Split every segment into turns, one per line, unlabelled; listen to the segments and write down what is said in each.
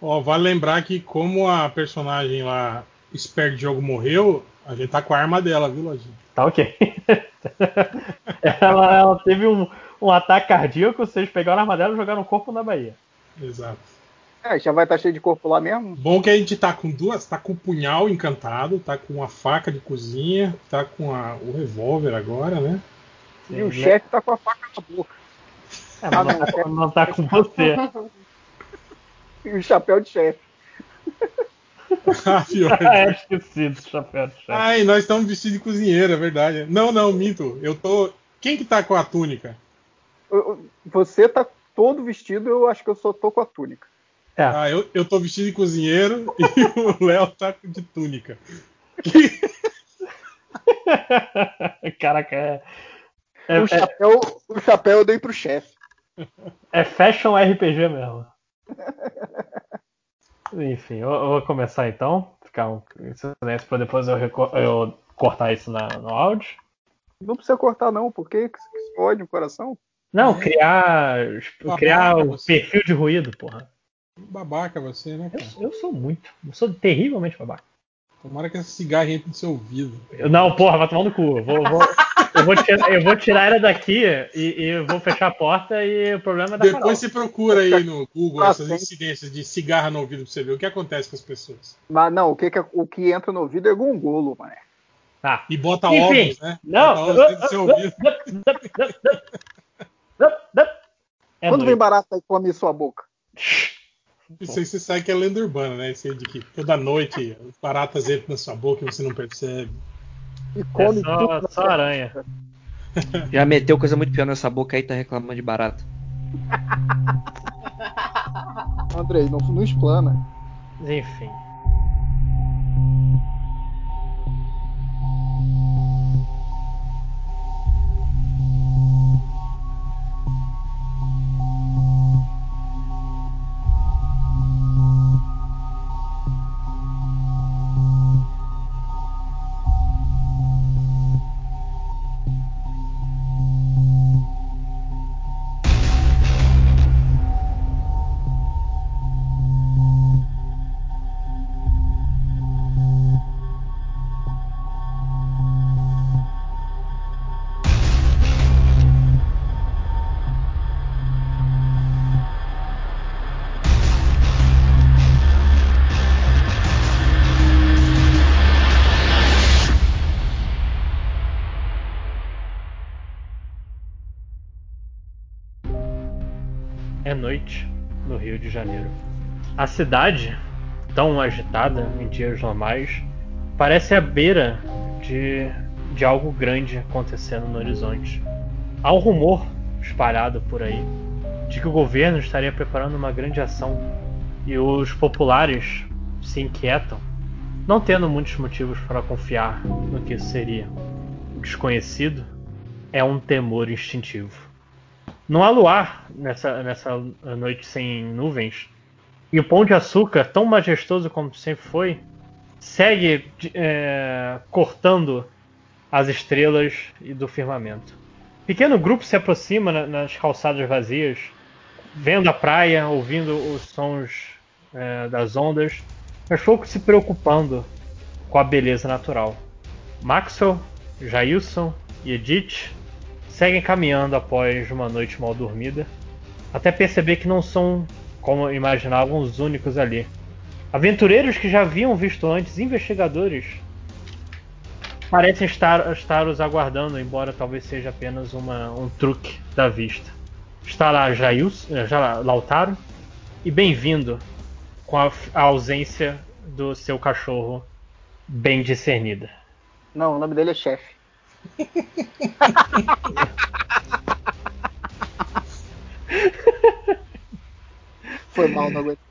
Ó, vale lembrar que como a personagem lá, Expert Diogo, morreu, a gente tá com a arma dela, viu, Lodinho?
Tá ok. ela, ela teve um, um ataque cardíaco, vocês pegaram a arma dela e jogaram o corpo na Bahia.
Exato.
É, já vai estar cheio de corpo lá mesmo.
Bom que a gente tá com duas, tá com o punhal encantado, tá com a faca de cozinha, tá com a- o revólver agora, né?
E o chefe tá com a faca na boca.
É, mas não, tá- não tá com você.
E o chapéu de chefe.
Ah, pior.
ah, é, esqueci do chapéu do chefe.
Ai, nós estamos vestidos de cozinheira, é verdade. Não, não, minto. Eu tô. Quem que tá com a túnica?
Eu- eu- Você tá todo vestido, eu acho que eu só tô com a túnica.
É,
Ah, eu, eu tô vestido de cozinheiro e o Léo tá de túnica.
caraca, é. É,
o, chapéu, o chapéu eu dei pro chefe.
é- é fashion RPG mesmo. Enfim, eu, eu vou começar então. Ficar um em silêncio pra depois eu, reco- eu cortar isso na- no áudio.
Não precisa cortar, não, porque que isso pode no coração.
Não, criar.
É. Uma
Criar
marca,
o
você.
perfil de ruído, porra.
Babaca você, né, cara?
Eu, eu sou muito. Eu sou terrivelmente babaca.
Tomara que essa cigarra entre no seu ouvido.
Eu- Não, porra, vai tomar no cu. Eu vou, eu vou- eu vou tirar, eu vou tirar ela daqui e, e eu vou fechar a porta e o problema é da Carol.
Depois você procura aí no Google
Ah,
essas
sim.
incidências de cigarra no ouvido pra você ver o que acontece com as pessoas.
Mas não, o que, que- o que entra no ouvido é gongolo, mané.
Tá.
E bota
Enfim,
ovos, né? Bota
Não!
ovos dentro do seu ouvido.
É
Quando vem
doido.
barata e come sua boca.
Isso aí você sabe que é lenda urbana, né? Isso aí de que toda noite os baratas entram na sua boca e você não percebe.
E
É
come tudo.
só,
na
só
sua-
aranha.
Já meteu coisa muito pior nessa boca aí, tá reclamando de barato.
Andrei, não, não explana.
Enfim. É noite no Rio de Janeiro. A cidade, tão agitada em dias normais, parece à beira de, de algo grande acontecendo no horizonte. Há um rumor espalhado por aí de que o governo estaria preparando uma grande ação e os populares se inquietam, não tendo muitos motivos para confiar no que isso seria. O desconhecido é um temor instintivo. Não há luar nessa, nessa noite sem nuvens. E o Pão de Açúcar, tão majestoso como sempre foi, segue de- é, cortando as estrelas e do firmamento. Pequeno grupo se aproxima na- nas calçadas vazias, vendo a praia, ouvindo os sons é, das ondas, mas pouco se preocupando com a beleza natural. Maxwell, Jailson e Edith seguem caminhando após uma noite mal dormida, até perceber que não são, como imaginavam, os únicos ali. Aventureiros que já haviam visto antes, investigadores, parecem estar, estar os aguardando, embora talvez seja apenas uma- um truque da vista. Está lá Jails, eh, já lá, Lautaro, e bem-vindo com a, a ausência do seu cachorro bem discernida.
Não, o nome dele é chefe. Foi mal, não aguentei.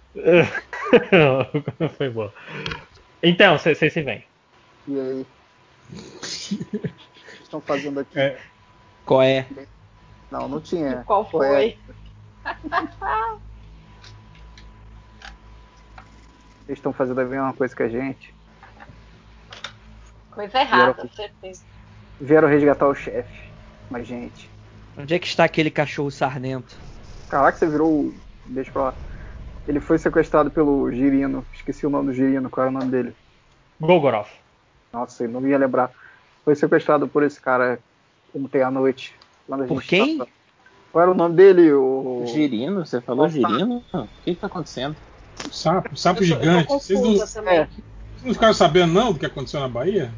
Foi boa. Então, vocês se vêm.
E aí? O que vocês estão fazendo aqui?
É,
Qual é?
Não, não tinha. é,
Qual foi?
Vocês estão fazendo a mesma coisa que a gente.
Coisa errada, com certeza.
Vieram resgatar o chefe. Mas, gente.
Onde é que está aquele cachorro sarnento?
Caraca, você virou. o- Deixa pra lá.
Ele foi sequestrado pelo Girino. Esqueci o nome do Girino, qual era o nome dele?
Golgoroth.
Nossa, eu não ia lembrar. Foi sequestrado por esse cara ontem à noite. quando a
Por
gente
quem?
tava- Qual era o nome dele? O...
Girino? Você falou
Opa.
girino? O que que tá acontecendo?
Um sapo, um sapo
Eu tô-
gigante.
Eu tô
Vocês não,
confusa também.
É.
vocês não ficaram sabendo, não, do que aconteceu na Bahia?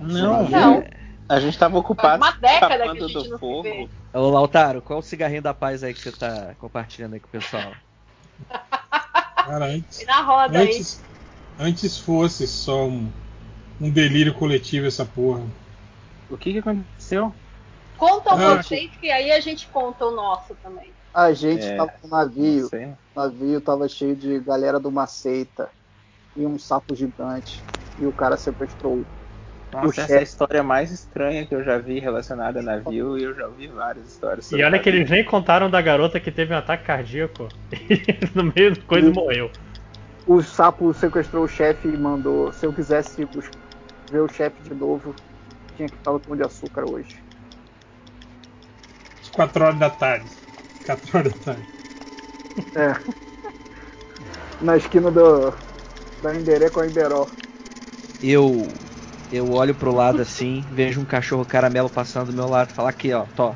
Não,
Não.
a gente tava ocupado
Faz uma década
escapando
que a gente não
do
se
fogo.
vê.
Ô, Lautaro, qual o cigarrinho da paz aí que você tá compartilhando aí com o pessoal?
Cara, antes,
E na
tá
roda aí.
antes, antes fosse só um, um delírio coletivo essa porra.
O que que aconteceu?
Conta o
Ah,
vocês que aí a gente conta o nosso também.
A gente
É.
tava no
Não
navio.
sei.
O navio tava cheio de galera de uma seita. E um sapo gigante. E o cara sequestrou. O
Nossa, essa é a
chefe.
história mais estranha que eu já vi relacionada a navio e eu já ouvi várias histórias sobre
E olha que
navio.
eles nem contaram da garota que teve um ataque cardíaco e no meio do coisa morreu.
Hum. O sapo sequestrou o chefe e mandou. Se eu quisesse bus- ver o chefe de novo, tinha que estar no pão de açúcar hoje.
Às 4 horas da tarde. 4 horas da tarde.
É. Na esquina do, da Renderé com a Inderó.
Eu eu olho pro lado assim, vejo um cachorro caramelo passando do meu lado, falar aqui, ó, tó.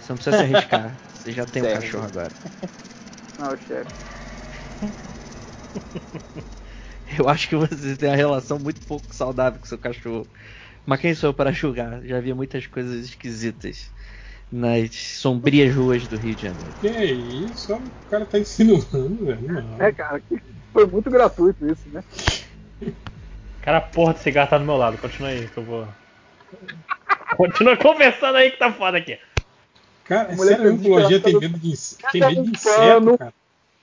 Você não precisa se arriscar. Você já tem um
Certo.
cachorro agora.
Não, Ah, chefe.
Eu acho que você tem uma relação muito pouco saudável com seu cachorro. Mas quem sou eu para julgar? Já vi muitas coisas esquisitas nas sombrias ruas do Rio de Janeiro.
Que é isso? Olha, O cara tá insinuando, velho. Não.
É, cara, que foi muito gratuito isso, né?
Cara, a porra de cigarro tá do meu lado. Continua aí que eu vou. Continua conversando aí que tá foda aqui.
Cara, é
Mulher
sério,
fez
a
inspiração
oncologia tem
no-
medo de, inse-
Cara,
tem medo de
um pano.
inseto, cara.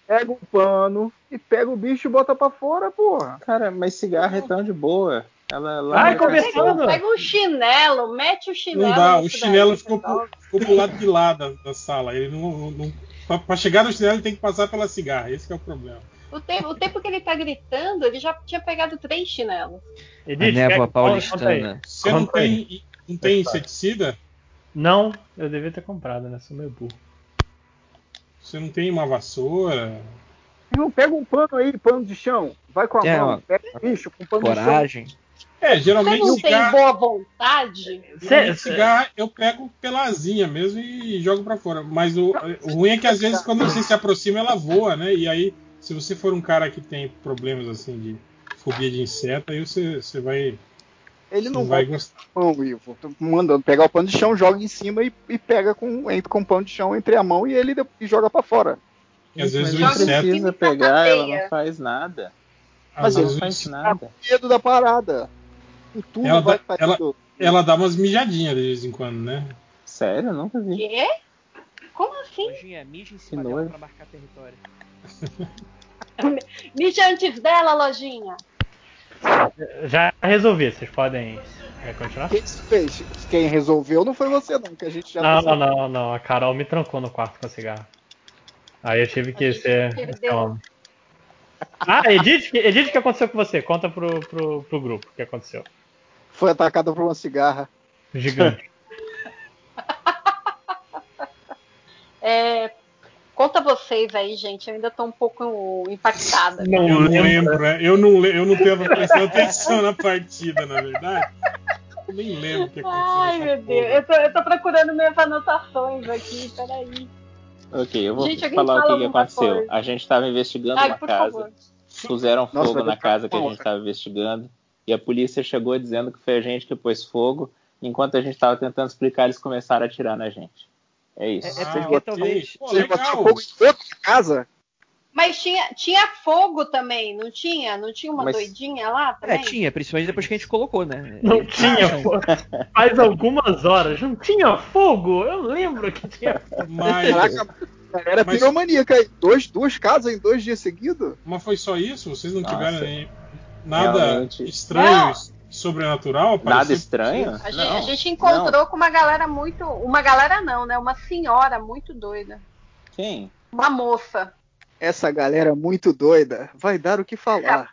Pega um pano e pega o bicho e bota pra fora, porra.
Cara, mas cigarro é tão de boa. Ela lá
Vai
é
no
conversando.
cachorro-
Mano.
Pega um chinelo, mete o chinelo.
Não dá,
nisso
o chinelo
daí, então.
ficou
pessoal.
pro, ficou pro lado de lá da, da sala. Ele não, não- não- pra, pra chegar no chinelo, ele tem que passar pela cigarra. Esse que é o problema.
O tempo, o tempo que ele tá gritando, ele já tinha pegado três chinelos.
A
Edith,
névoa
pega- conta aí.
paulistana.
Você não
Conta aí.
tem, não tem inseticida?
Não, eu devia ter comprado, né? Sou meio burro.
Você não tem uma vassoura?
Não pega um pano aí, pano de chão. Vai com a
É, ó.
mão, pega o bicho com pano de chão.
Coragem.
É,
Você
geralmente
não tem
cigarro,
boa
É,
vontade?
Cê-
geralmente
cê-
cigarro eu pego pela asinha mesmo e jogo pra fora. Mas o, o ruim é que às vezes quando você se aproxima, ela voa, né? E aí, se você for um cara que tem problemas assim de fobia de inseto, aí você, você vai,
Ele não
vai
vai
gostar.
pão, Ivo. Tu Manda pegar o pano de chão, joga em cima e, e pega com, entra com o pano de chão entre a mão e ele de- e joga pra fora.
Porque às vezes o
Mas não
Joga em
inseto.
precisa
cima tá da
pegar, ela
cadeia.
não faz nada.
Às
Mas
Ela
vezes
não
o
faz
inseto
nada.
Tá Medo da parada. Com tudo
Ela
vai
dá-
pra
ela-
dentro.
ela dá umas mijadinhas de vez em quando, né?
Sério, eu nunca vi.
Quê? Como assim?
Anjinha, mija é em
cima dela nojo. pra
marcar território.
Mija antes dela, lojinha.
Já resolvi, vocês podem é, continuar?
Quem se fez? Quem resolveu não foi você, não, que a gente já
Não,
pensou.
não, não, não. A Carol me trancou no quarto com cigarro. Aí eu tive
A
que
gente
ser.
perdeu.
ser homem. Ah, Edith, Edith, o que aconteceu com você? Conta pro, pro, pro grupo o que aconteceu.
Foi atacada por uma cigarra.
Gigante.
É, conta vocês aí, gente. Eu ainda tô um pouco impactada.
Não
Eu não
lembro.
lembro, é. eu não, le- eu não tava prestando atenção na partida, na verdade. Eu nem lembro o que aconteceu.
Ai,
nessa
meu Deus.
porra.
Eu tô, eu tô procurando minhas anotações aqui. Peraí.
Ok, eu vou
Gente, alguém
falar
fala
o que que,
alguma
aconteceu.
coisa.
A gente estava investigando
Ai,
uma
por
casa,
favor.
puseram
Nossa,
fogo
vai
na
ficar
casa que a
uma
gente
hora.
estava investigando e a polícia chegou dizendo que foi a gente que pôs fogo. Enquanto a gente estava tentando explicar, eles começaram a atirar na gente. É
É,
isso.
é
Ah,
porque
ok.
talvez.
Pô,
Você botou
legal.
fogo em outra casa?
Mas tinha, tinha fogo também, não tinha? Não tinha uma
Mas-
doidinha lá
É,
também?
tinha, principalmente depois que a gente colocou, né?
Não tinha fogo. Faz algumas horas. Não tinha fogo? Eu lembro que tinha fogo.
Mas,
Caraca, a galera
Mas-
piromaníaca aí. Dois, duas casas em dois dias seguidos?
mas foi só isso? Vocês não
Nossa.
tiveram nem- nada
Realmente.
estranho,
Não.
e sobrenatural?
Nada
Apareceu-
estranho?
A gente,
Não.
a gente encontrou com uma galera muito. Uma galera não, né? Uma senhora muito doida.
Quem?
Uma moça
Essa galera muito doida vai dar o que falar.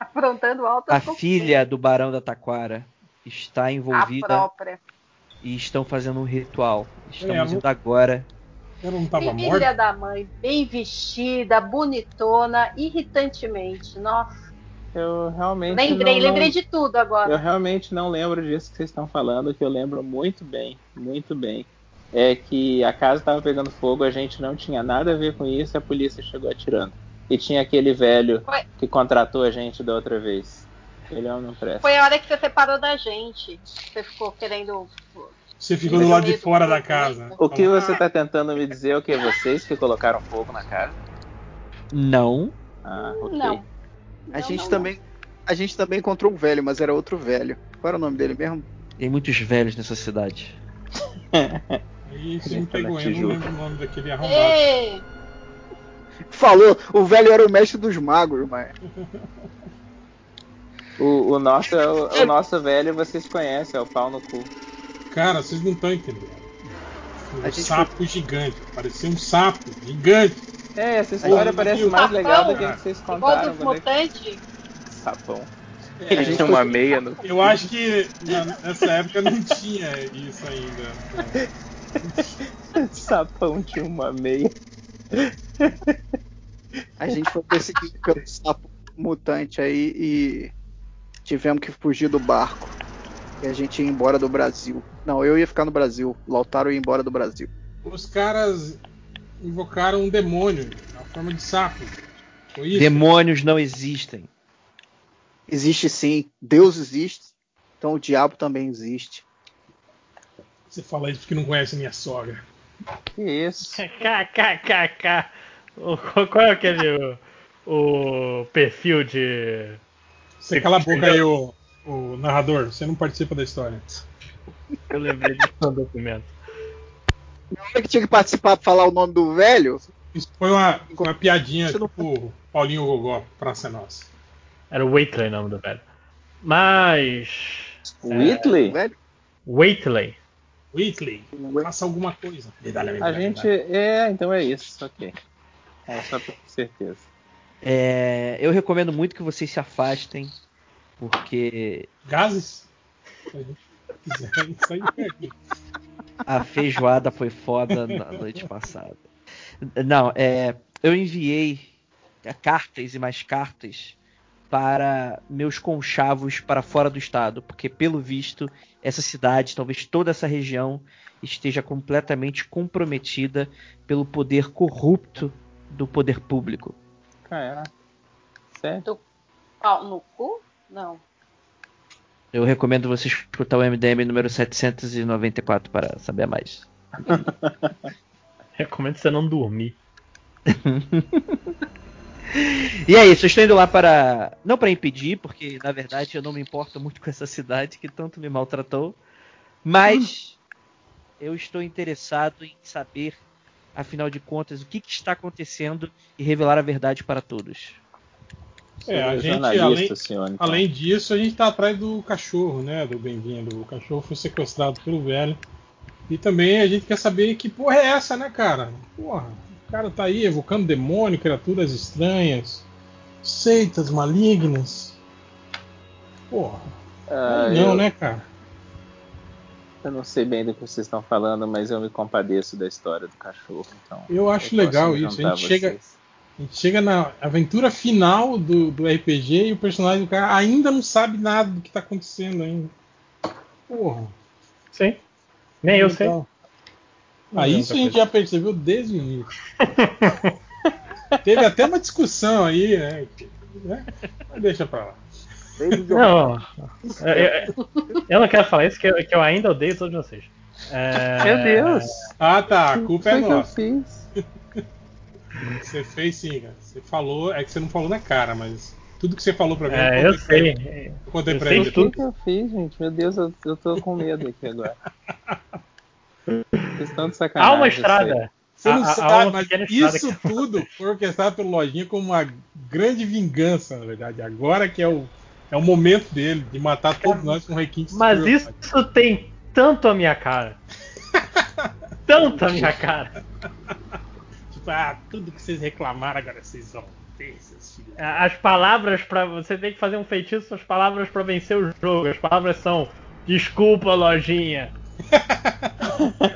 aprontando
tá
alta
A filha do Barão da Taquara está
A
envolvida
própria.
e estão fazendo um ritual. Estamos
É, a Lu-
indo agora
Eu não tava
Filha
morto.
da mãe, bem vestida, bonitona, irritantemente. Nossa,
Eu realmente. não-
lembrei,
não-
lembrei de tudo agora.
Eu realmente não lembro disso que vocês estão falando, que eu lembro muito bem, muito bem. É que a casa estava pegando fogo, a gente não tinha nada a ver com isso, a polícia chegou atirando. E tinha aquele velho
Ué.
que contratou a gente da outra vez. Ele é um não presta.
Foi a hora que você separou da gente. Você ficou querendo.
Você ficou do lado de fora da casa.
O que você está tentando me dizer é o que? Vocês que colocaram fogo na casa?
Não.
Ah, ok.
Não.
A
Não,
gente
não,
também. A gente também encontrou um velho, mas era outro velho. Qual era o nome dele mesmo?
Tem muitos velhos nessa cidade.
Aí você me
Tá na
pegou, eu não
Tijuca.
lembro o nome daquele
não.
arrombado.
Ei,
Falou, o velho era o mestre dos magos, mas.
O, o nosso, é o, o nosso velho vocês conhecem, é o pau no cu.
Cara, vocês não estão entendendo. Um
A gente
sapo gigante. Parecia um sapo gigante.
É, essa
história
história
Ô, parece
parece
o
mais
mais
sapão, legal
legal
do
do
que
que
a que
vocês
igual
contaram.
dos mutantes.
Sapão.
É,
Ele tinha uma meia no
Eu acho que na- nessa época não tinha isso ainda.
sapão, tinha uma meia.
A gente foi perseguido pelo sapo mutante aí e tivemos que fugir do barco. E a gente ia embora do Brasil. Não, eu ia ficar no Brasil. Lautaro ia embora do Brasil.
Os caras invocaram um demônio na forma de sapo. Foi isso?
Demônios não existem.
Existe sim. Deus existe. Então o diabo também existe.
Você fala isso porque não conhece minha sogra.
Que isso?
KKKK. O- Qual qual é aquele. O, o perfil de.
Você cala a boca aí, o, o narrador. Você não participa da história.
Eu lembrei de um documento.
Na hora que tinha que participar pra falar o nome do velho,
Isso foi uma, uma piadinha,
Você não-
tipo Paulinho Gogó, Praça é Nossa.
Era Waitley o nome do velho. Mas.
Whitley?
o velho.
Waitley.
Whitley, faça alguma coisa.
A gente. É, então é isso, ok. É só pra ter certeza.
É, eu recomendo muito que vocês se afastem, porque
Gases? Se a gente quiser, a gente sai daqui.
a feijoada foi foda na noite passada. Não, é, eu enviei cartas e mais cartas para meus conchavos para fora do estado, porque pelo visto essa cidade, talvez toda essa região, esteja completamente comprometida pelo poder corrupto do poder público.
Caraca. Sério?
Pau no cu? Não.
Eu recomendo você escutar o MDM número 794 para saber mais.
Recomendo você não dormir.
E é isso, eu estou indo lá para. Não para impedir, porque na verdade eu não me importo muito com essa cidade que tanto me maltratou. Mas eu estou interessado em saber, afinal de contas, o que, que está acontecendo e revelar a verdade para todos.
É, a
Você
gente,
jornalista,
além-
senhor, então.
Além disso, a gente tá atrás do cachorro, né? Do bem-vindo. O cachorro foi sequestrado pelo velho. E também a gente quer saber que porra é essa, né, cara? Porra, o cara tá aí evocando demônio, criaturas estranhas, seitas malignas. Porra,
Ah,
não,
eu,
né, cara?
eu não sei bem do que vocês estão falando, mas eu me compadeço da história do cachorro. Então,
Eu acho legal isso. A gente, chega, a gente chega na aventura final do, do RPG e o personagem do cara ainda não sabe nada do que tá acontecendo ainda. Porra.
Sim. Nem eu sei.
Legal. Ah, isso a gente já percebeu desde o início. Teve até uma discussão aí, né? né? Mas deixa pra lá.
Desde o
Não. Eu, eu- eu não quero falar isso, que eu, que eu ainda odeio todos vocês. É,
Meu Deus!
Ah, tá. A culpa é
Foi que eu
nossa.
fiz.
Você fez sim, cara. Você falou, é que você não falou na cara, mas tudo que você falou pra mim
É, eu
contei pra ele.
sei.
Eu contei
Eu
pra
sei
ele.
tudo.
O que eu fiz, gente? Meu Deus, eu, eu tô com medo aqui agora. Vocês estão de sacanagem.
Há uma
eu sei.
estrada.
Você não
Há- há
sabe,
uma
mas
pequena estrada
isso
que-
tudo foi orquestrado pelo Lojinha como uma grande vingança, na verdade. Agora que é o, é o momento dele de matar todos nós com requinte.
Mas isso tem tanto a minha cara. Tanto a minha cara.
Tipo, ah, tudo que vocês reclamaram, agora vocês vão ter, seus filhos.
As palavras para Você tem que fazer um feitiço, as palavras pra vencer o jogo. As palavras são É desculpa, lojinha.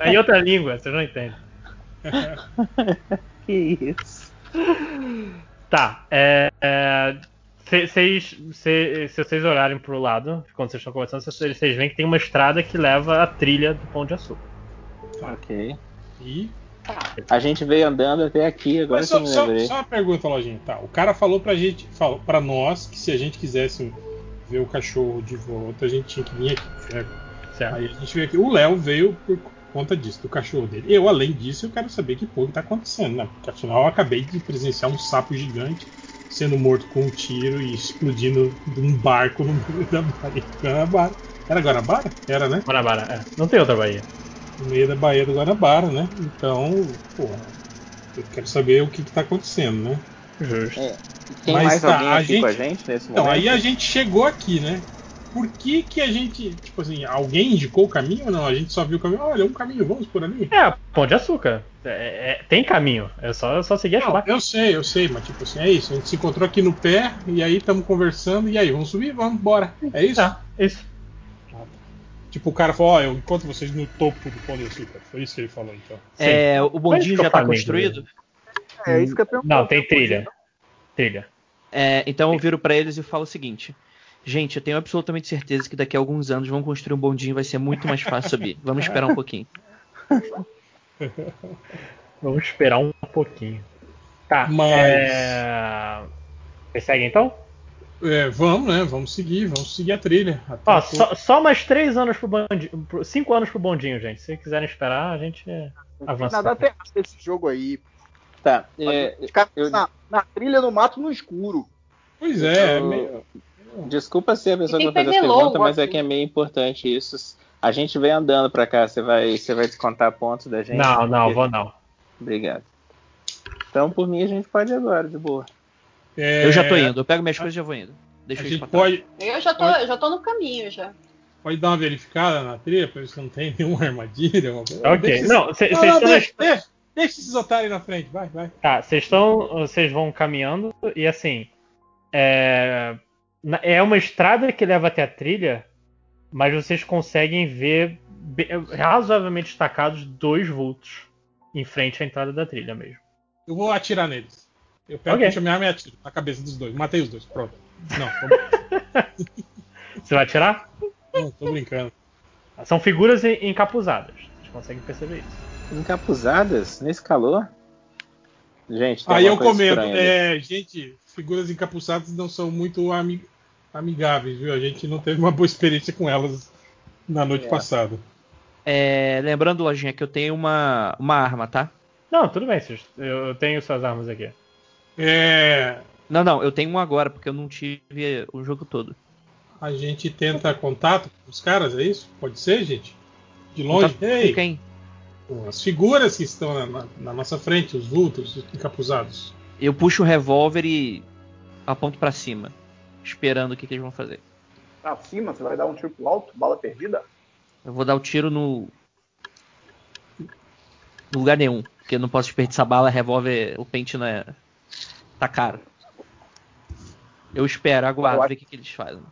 Em outra língua, você não entende.
que isso.
Tá, é. é, cê- cês- cê- se vocês olharem pro lado, quando vocês estão conversando, vocês vocês veem que tem uma estrada que leva a trilha do Pão de Açúcar.
Ok.
E.
Tá.
A gente veio andando até aqui, agora um
Mas
que
só,
eu me
só-
lembrei.
só uma pergunta, Lojinha. Tá, o cara falou pra gente, falou pra nós, que se a gente quisesse ver o cachorro de volta, a gente tinha que vir aqui. né?
Certo?
Aí a gente veio aqui. O Léo veio por conta disso, do cachorro dele. Eu, além disso, eu quero saber que porra que tá acontecendo, né? Porque afinal eu acabei de presenciar um sapo gigante sendo morto com um tiro e explodindo de um barco no meio da Bahia. Guanabara. Era Guanabara? Era, né?
Guanabara, é. Não tem outra Bahia.
No meio da Baía do Guanabara, né? Então, porra, eu quero saber o que, que tá acontecendo, né?
Justo.
É, Tem
Mas
mais
tá,
alguém
a
aqui
gente-
com a gente nesse
Então,
momento?
aí a gente chegou aqui, né? Por que que a gente, tipo assim, alguém indicou o caminho ou não? A gente só viu o caminho, olha, um caminho, vamos por ali?
É, Pão de Açúcar. É- é- tem caminho. É só, é só seguir a
Não,
chuva.
eu sei, eu sei, mas tipo assim, é isso. A gente se encontrou aqui no pé e aí estamos conversando e aí, vamos subir? Vamos, bora. É isso?
Tá, isso.
Tipo, o cara falou, ó, eu encontro vocês no topo do pão de açúcar. Foi isso que ele falou, então.
É, o bondinho
que eu
já tá
falei, né?
construído?
É isso que eu pergunto.
Não, tem trilha. Trilha.
É, então eu viro pra eles e falo o seguinte. Gente, eu tenho absolutamente certeza que daqui a alguns anos vão construir um bondinho e vai ser muito mais fácil subir. Vamos esperar um pouquinho.
Vamos esperar um pouquinho. Tá.
Mas-
É... Persegue então?
É, vamos, né? Vamos seguir, vamos seguir a trilha. Até
Ó,
o topo.
só, só mais três anos pro bondinho. pro- Cinco anos pro bondinho, gente. Se quiserem esperar, a gente é, avança.
Nada até esse jogo aí.
Tá. é,
Ficar
eu-
na, na trilha, no mato, no escuro.
Pois é, é
eu-
meio...
Desculpa ser a pessoa que
E tem
vai fazer as
pernilongo
perguntas, mas é
aqui.
que é meio importante isso. A gente vem andando pra cá, você vai, você vai descontar pontos da gente?
Não, não, vou não.
Obrigado. Então, por mim, a gente pode ir agora, de boa.
É,
Eu já tô indo, eu pego minhas coisas e já vou indo.
A
Deixa eu ir
gente
pra trás.
pode,
Eu já tô, eu já tô no caminho já.
pode dar uma verificada na trilha pra ver se não tem nenhuma armadilha. Uma... coisa.
Ok,
Deixa esses-
não, vocês
Não, não,
estão.
deixa, deixa, deixa esses otários na frente, vai, vai.
Tá, vocês estão. Vocês vão caminhando e assim. É, na- é uma estrada que leva até a trilha, mas vocês conseguem ver be- razoavelmente destacados dois vultos em frente à entrada da trilha mesmo.
Eu vou atirar neles. Eu pego,
Ok.
puxo a minha arma e atiro na cabeça dos dois. Matei os dois, pronto. Não, tô brincando.
Você vai atirar?
Não, tô brincando.
São figuras en- encapuzadas. Vocês conseguem perceber isso.
Encapuzadas? Nesse calor? Gente, tem
Aí eu
alguma coisa
comento,
estranha ali.
é, gente, figuras encapuçadas não são muito ami- amigáveis, viu? A gente não teve uma boa experiência com elas na noite
É.
passada.
É, lembrando, lojinha, que eu tenho uma, uma arma, tá?
Não, tudo bem, vocês- eu eu tenho suas armas aqui.
É,
Não, não, eu tenho uma agora, porque eu não tive o jogo todo.
a gente tenta contato com os caras, é isso? Pode ser, gente? De longe?
Tá-
Ei,
Quem?
com as figuras que estão na, na- na nossa frente, os vultos, os encapuzados.
Eu puxo o revólver e aponto pra cima, esperando o que, que eles vão fazer.
Pra cima, você vai dar um tiro pro alto, bala perdida?
Eu vou dar o tiro no. no lugar nenhum, porque eu não posso desperdiçar bala, revólver, o pente não é. tá caro. Eu espero, aguardo,
Eu acho-
ver o que, que eles fazem.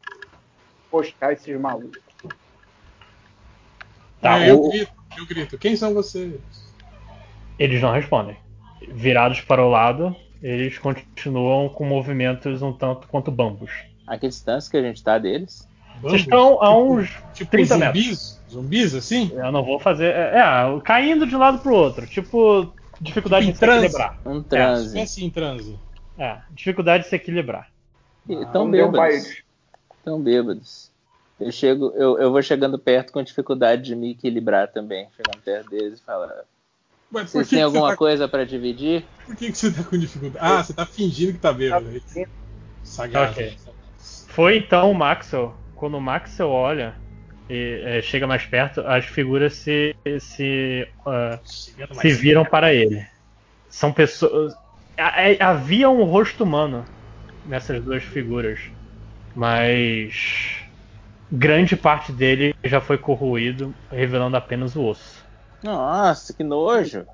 Postar esses malucos.
Tá,
Ah, eu,
o-
grito, eu grito, quem são vocês?
Eles não respondem. Virados para o lado, eles continuam com movimentos um tanto quanto bambus.
A que distância que a gente tá deles?
Vamos?
Vocês estão a uns
tipo
30
zumbis?
metros.
Zumbis assim?
Eu não vou fazer. É, é, caindo de um lado pro outro. Tipo, dificuldade
Tipo
de
em
se
transe.
equilibrar.
Um transe.
Espécie em transe.
É, dificuldade de se equilibrar.
E
Ah, Não
Tão
deu pra
bêbados.
eles.
Tão bêbados. Eu chego, eu, eu vou chegando perto com dificuldade de me equilibrar também. Chegando perto deles e falar.
Mas por
Vocês
que, que,
têm
você
alguma
tá,
coisa pra dividir?
por que, que você tá com dificuldade? Ah, você tá fingindo que tá bêbado. Sagrado.
Ok. Foi então o Maxwell. Quando o Maxwell olha e é, chega mais perto, as figuras se, se, ah, se viram para ele. São pessoas. ha- ha- Havia um rosto humano nessas duas figuras, mas grande parte dele já foi corroído, revelando apenas o osso.
Nossa, que nojo!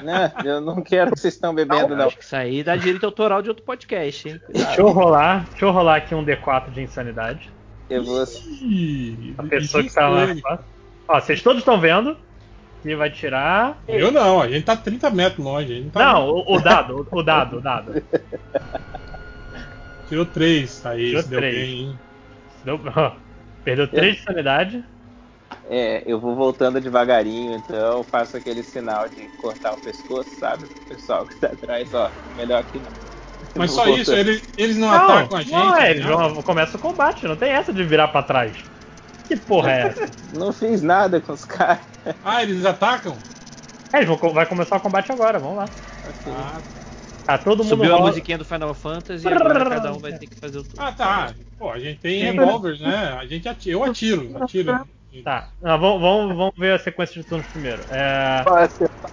né? Eu não quero que vocês estão bebendo, não.
Acho que isso aí dá direito autoral de outro podcast, hein?
Deixa eu rolar, deixa eu rolar aqui um D4 de insanidade.
Eu vou.
Ih,
A pessoa
isso
que tá lá.
foi.
Ó, vocês todos estão vendo. aqui vai tirar.
Eu não, a gente tá 30 metros longe. A gente tá
Não, o, o dado, o, o dado, o dado.
Tirou 3, tá aí,
Tirou
se deu
três.
bem, hein?
Deu- Perdeu 3 de sanidade.
É, eu vou voltando devagarinho, então faço aquele sinal de cortar o pescoço, sabe? O pessoal que tá atrás, ó, melhor aqui não.
Mas
Eu
só
vou
isso,
voltando.
eles, eles não,
Não,
atacam a gente. né?
não é, eles
não?
vão- começa o combate, não tem essa de virar pra trás. Que porra é essa?
Não fiz nada com os caras.
Ah, eles atacam?
É, eles vão, co- vai começar o combate agora, vamos lá.
Ah,
Tá todo mundo
Subiu a
rola-
musiquinha do Final Fantasy e agora cada um vai ter que fazer o turno.
Ah, tá. Pô, a gente tem
Sim.
revólveres, né? A gente ati- Eu atiro, atiro.
Tá, não, vamos, vamos, vamos ver a sequência de turnos primeiro. É,
Vai acertar.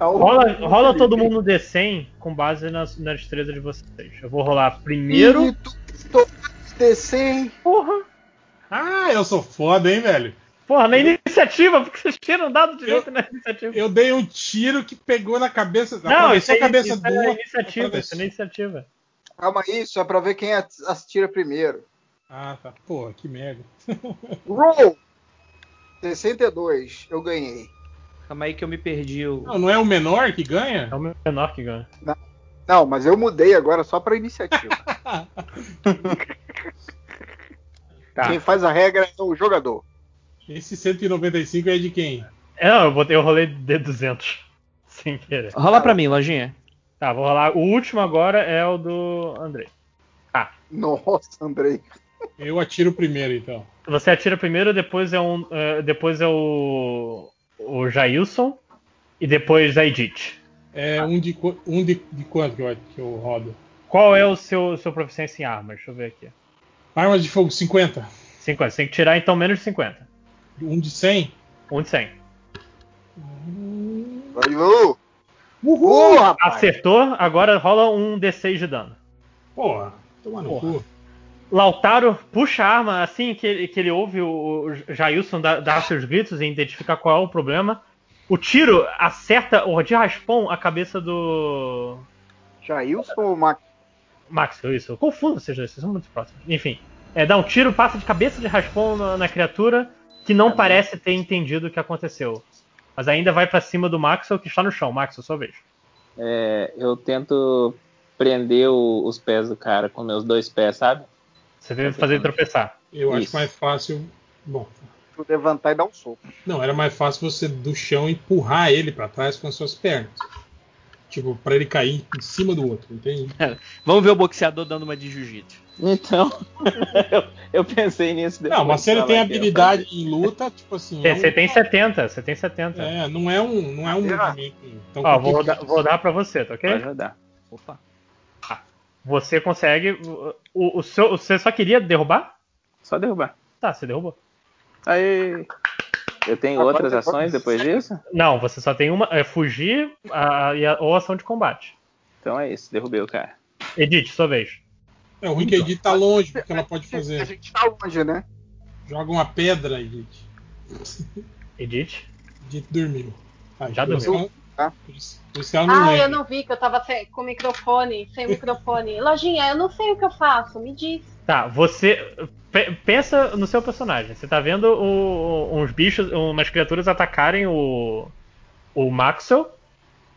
rola, rola todo mundo no D100 com base na, na destreza de vocês. Eu vou rolar primeiro.
Descer,
Porra!
Ah, eu sou foda, hein, velho?
Porra, na iniciativa, porque vocês tiram um dado direito na iniciativa.
Eu dei um tiro que pegou na cabeça.
não,
atravessou
isso é,
a cabeça
isso
do.
é na iniciativa, isso é na iniciativa.
Calma aí, só pra ver quem at- atira primeiro.
Ah, tá. Porra, que merda.
Roll! 62, eu ganhei.
Calma aí que eu me perdi. O...
Não, não é o menor que ganha?
É o menor que ganha.
Não, mas eu mudei agora só pra iniciativa.
Tá.
Quem faz a regra é o jogador.
Esse 195 é de quem?
É, Não, eu, botei, eu rolei D200. Sem querer.
Rola pra mim, lojinha.
Tá, vou rolar. O último agora é o do Andrei. Ah.
Nossa, Andrei.
Eu atiro primeiro, então.
Você atira primeiro, depois é um. é, depois é o. o Jailson. E depois a Edith.
É um de, qu- um de, de quanto que eu, que eu rodo?
Qual é o seu, seu proficiência em armas? Deixa eu ver aqui.
Armas de fogo 50.
50. Você tem que tirar então menos de 50.
Um de 100.
Um de 100.
Valeu!
Uhul!
Ô, rapaz!
Acertou, agora rola um D6 de dano.
Porra, toma no
Porra.
cu.
Lautaro puxa a arma assim que ele, que ele ouve o, o Jailson dar, dar seus gritos e identificar qual é o problema. O tiro acerta o de raspão a cabeça do
Jailson ou Max?
Max, ou isso. Eu confundo vocês dois, vocês são muito próximos. Enfim, é, dá um tiro, passa de cabeça de raspão na, na criatura que não parece ter entendido o que aconteceu. Mas ainda vai pra cima do Maxwell que está no chão. Maxwell, sua vez.
É, eu tento prender o- os pés do cara com meus dois pés, sabe?
Você deve fazer ele tropeçar.
Eu acho
Isso.
mais fácil. Bom,
Tu levantar e dar um soco.
não, era mais fácil você do chão empurrar ele pra trás com as suas pernas. Tipo, pra ele cair em cima do outro, entende?
É, Vamos ver o boxeador dando uma de jiu-jitsu.
Então, eu, eu pensei nisso depois.
Não, mas se ele
Fala
tem
que eu
habilidade em luta, tipo assim.
Você
é um-
você tem 70, você tem 70.
É, não é um, não é
Ah,
um movimento tão
Ó, vou,
complicado.
rodar- vou dar pra você, tá ok?
fazia. Pode rodar.
Opa.
Você consegue. O, o seu, você só queria derrubar?
Só derrubar.
Tá, você derrubou.
Aí. Eu tenho
Agora
outras
depois-
ações depois disso?
Não, você só tem uma. É fugir a- e a- ou ação de combate.
Então é isso, derrubei o cara.
Edith, sua vez.
É, o Rick Edith tá longe, o que ela pode
A
fazer?
gente tá longe, né?
Joga uma pedra, Edith.
Edith.
Edith dormiu. Ah,
Já
por isso
dormiu.
Tá.
ela- Por isso por isso que ela não
Ah,
lembra.
eu não vi que eu tava sem- com o microfone, sem o microfone. Lojinha, eu não sei o que eu faço, me diz.
Tá, você. pe- Pensa no seu personagem. Você tá vendo o- uns bichos, umas criaturas atacarem o. o Maxwell.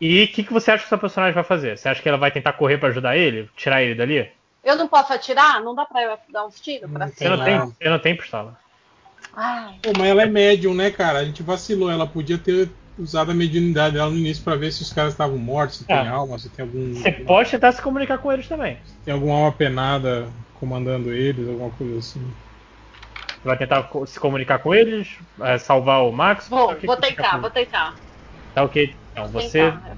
E o que, que você acha que o seu personagem vai fazer? Você acha que ela vai tentar correr pra ajudar ele? Tirar ele dali?
Eu não posso atirar? Não dá pra eu dar uns tiros pra
Não
Você não,
lá.
tem, você não tem pistola.
Ai,
Pô, mas ela é médium, né, cara? A gente vacilou. Ela podia ter usado a mediunidade dela no início pra ver se os caras estavam mortos, se tem
É.
alma, se tem algum.
Você pode tentar se comunicar com eles também.
Tem alguma alma penada comandando eles, alguma coisa assim.
Você vai tentar co- se comunicar com eles, eh, salvar o Max.
vou,
O que
vou
que você
tentar,
quer
vou
fazer?
tentar.
Tá ok. Então,
vou
você,
tentar.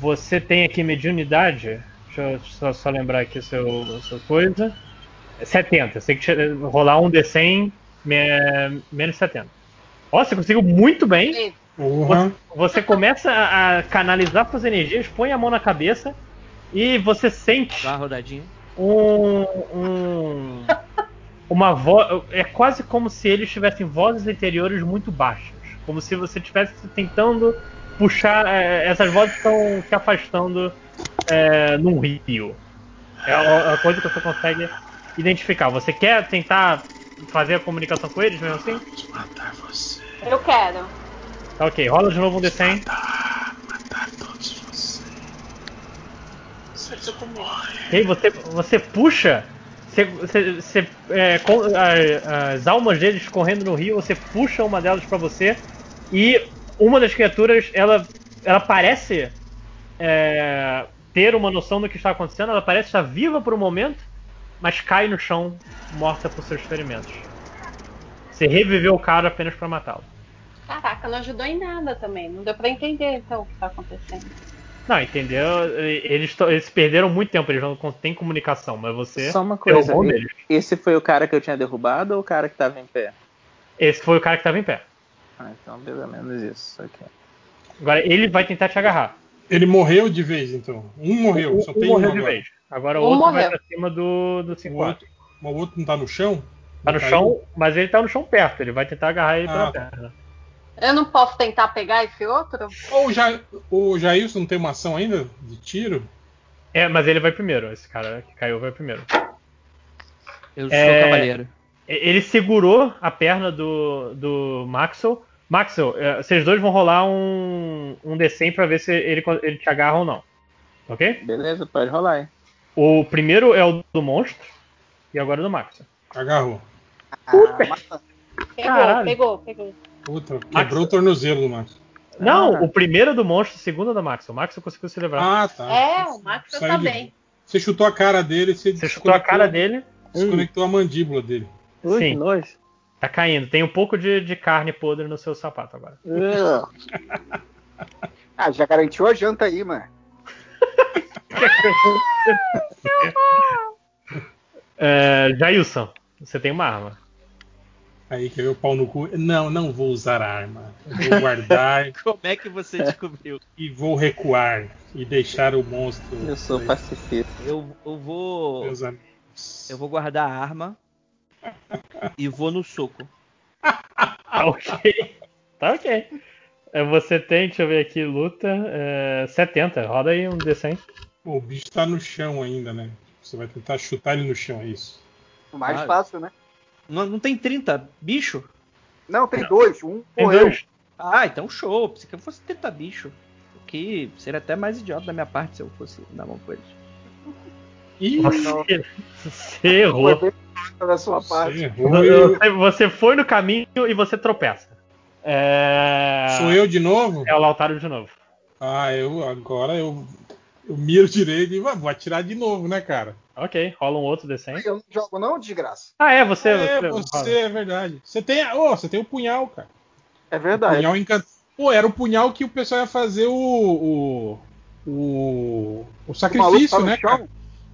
você tem aqui mediunidade. Deixa eu só, só lembrar aqui seu, sua coisa. 70. Você tem que tirar- rolar um D100 me- menos 70. Ó, você conseguiu muito bem.
Beleza.
Porra.
Você começa a a canalizar suas energias, põe a mão na cabeça e você sente
Dá uma rodadinha.
um, um- uma voz. É quase como se eles tivessem vozes interiores muito baixas. Como se você estivesse tentando puxar. é, essas vozes estão se afastando é, num rio. É a, a coisa que você consegue identificar. Você quer tentar fazer a comunicação com eles mesmo assim?
Eu quero.
Tá ok, rola de novo um D100. E aí você, você puxa, você, você, você, é, com- a- as almas deles correndo no rio, você puxa uma delas pra você e uma das criaturas, ela, ela parece é, ter uma noção do que está acontecendo, ela parece estar viva por um momento, mas cai no chão morta por seus ferimentos. Você reviveu o cara apenas pra matá-lo.
Caraca, não ajudou em nada também. Não deu pra entender então o que tá acontecendo.
Não, entendeu? Eles, to- eles perderam muito tempo, eles não con- têm comunicação, mas
É.
você
Só uma
derrubou
coisa.
um
e-
deles.
Esse foi o cara que eu tinha derrubado ou o cara que tava em pé?
Esse foi o cara que tava em pé.
Ah, então pelo menos isso. ok.
Agora ele vai tentar te agarrar.
Ele morreu de vez, então. Um morreu,
Um-
só
um
tem um
morreu de
agora.
vez. Agora o
Um
outro vai
morreu.
pra cima do, do
O
5
outro, mas o outro não tá no chão?
Tá no
Não
chão, mas ele tá no chão perto, ele vai tentar agarrar ele
Ah,
pela
tá.
perna.
Eu não posso tentar pegar esse outro?
Ou já, o Jailson não tem uma ação ainda de tiro?
É, mas ele vai primeiro, esse cara que caiu vai primeiro.
Eu
É.
sou cavaleiro.
E- Ele segurou a perna do, do Maxwell. Maxwell, eh, vocês dois vão rolar um, um D100 pra ver se ele, ele te agarra ou não. Ok?
Beleza, pode rolar, hein?
O primeiro é o do monstro e agora o do Maxwell.
Agarrou.
Pegou,
Caralho.
pegou, pegou.
Puta, quebrou o tornozelo do Max.
Não, o primeiro é do monstro, o segundo é do Maxwell. O Maxwell conseguiu se livrar.
Ah, tá.
É, o Max
Saiu
tá
de-
bem.
Você chutou a cara dele, você,
Você chutou a cara dele.
desconectou Então a mandíbula dele.
Ui,
Sim.
que nojo.
Tá caindo. Tem um pouco de, de carne podre no seu sapato agora.
Ah, já garantiu a janta aí, mano.
É, Jailson, você tem uma arma.
Aí que eu pau no cu. Não, não vou usar a arma. Eu Vou guardar
Como é que você descobriu?
e vou recuar e deixar o monstro.
Eu sou
Aí,
pacifista.
Eu, eu vou.
meus amigos.
Eu vou guardar a arma e vou no soco.
Tá ok. Tá ok. É, Você tem, deixa eu ver aqui, luta é, 70. Roda aí um D100.
Pô, o bicho tá no chão ainda, né? Você vai tentar chutar ele no chão, é isso.
O mais
Ah.
fácil, né?
Não, não tem 30 bicho?
Não, tem dois. Um
Tem
morreu.
dois.
Ah, então show. Se eu fosse 30 bicho. O que seria até mais idiota da minha parte se eu fosse na mão com eles.
Ih,
Você, você errou.
Foi bem fácil da sua
você
parte.
errou. Eu-
Você, você foi no caminho e você tropeça. É...
Sou eu de novo?
É o Lautaro de novo.
Ah, eu agora eu, eu miro direito e vou atirar de novo, né, cara?
Ok, rola um outro D100.
Eu não jogo, não, desgraça.
Ah, é, você.
é,
você-
você, é verdade. Você tem, a- oh, você tem o punhal, cara.
É
O
verdade.
punhal encantado. Pô, era o punhal que o pessoal ia fazer o. o. o, o
O maluco
sacrifício,
tá no
né, cara?
chão.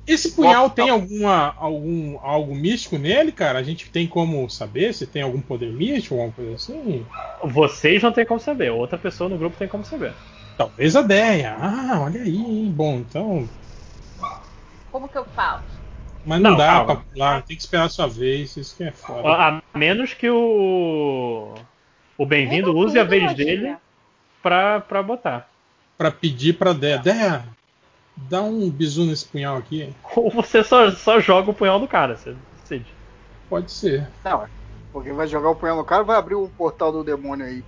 Esse punhal
Nossa,
tem
tá.
alguma, algum, algo místico nele, cara? A gente tem como saber se tem algum poder místico, alguma coisa assim?
Vocês não tem como saber, outra pessoa no grupo tem como saber.
Talvez a Deia. Ah, olha aí, hein? Bom, então.
Como que eu falo?
Mas não,
Não,
dá
calma.
pra pular, tem que esperar a sua vez, isso que é foda.
A a menos que o. O bem-vindo use a vez dele pra, pra botar.
Pra pedir pra Dea. Dea, dá um bisu nesse punhal aqui.
Ou você só, só joga o punhal do cara, você decide.
Pode ser.
Não, porque vai jogar o punhal no cara, vai abrir o portal do demônio aí.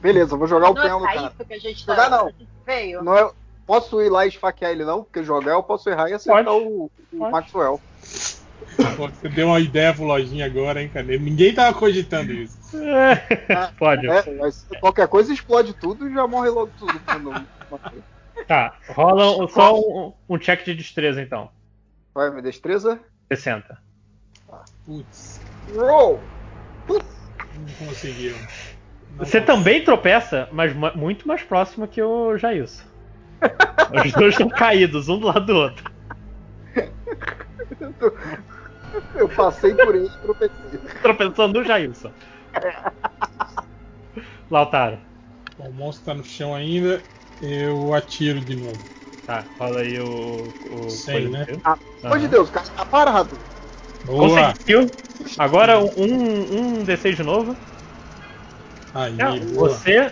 Beleza, eu vou jogar o
Não
punhal no
é
cara.
isso que a gente
Jogar
tá
não.
veio.
Não é- Posso ir lá e esfaquear ele não, porque jogar eu posso errar e acertar
Pode.
o, o
Pode.
Maxwell.
Pô, Você deu uma ideia pro lojinha agora, hein, cara? Ninguém tava cogitando isso.
É, Pode.
É, mas qualquer coisa explode tudo e já morre logo tudo. quando-
Tá, rola um- só um, um check de destreza então.
Vai, minha destreza.
60.
Putz,
Roll!
não conseguiu. Não
Você
conseguiu.
também tropeça, mas ma- muito mais próximo que o Jailson. Os dois estão caídos, um do lado do outro.
Eu passei por ele e tropecei.
Tropeçando no Jailson. Lautaro.
Bom, O monstro tá no chão ainda. Eu atiro de novo.
Tá, fala aí o. o
Sei,
coisa
né?
do-
Ah,
Aham.
Pelo amor de Deus, o cara tá parado.
Boa!
Conseguiu. Agora um, um D6 de novo.
Aí,
Não,
boa.
você.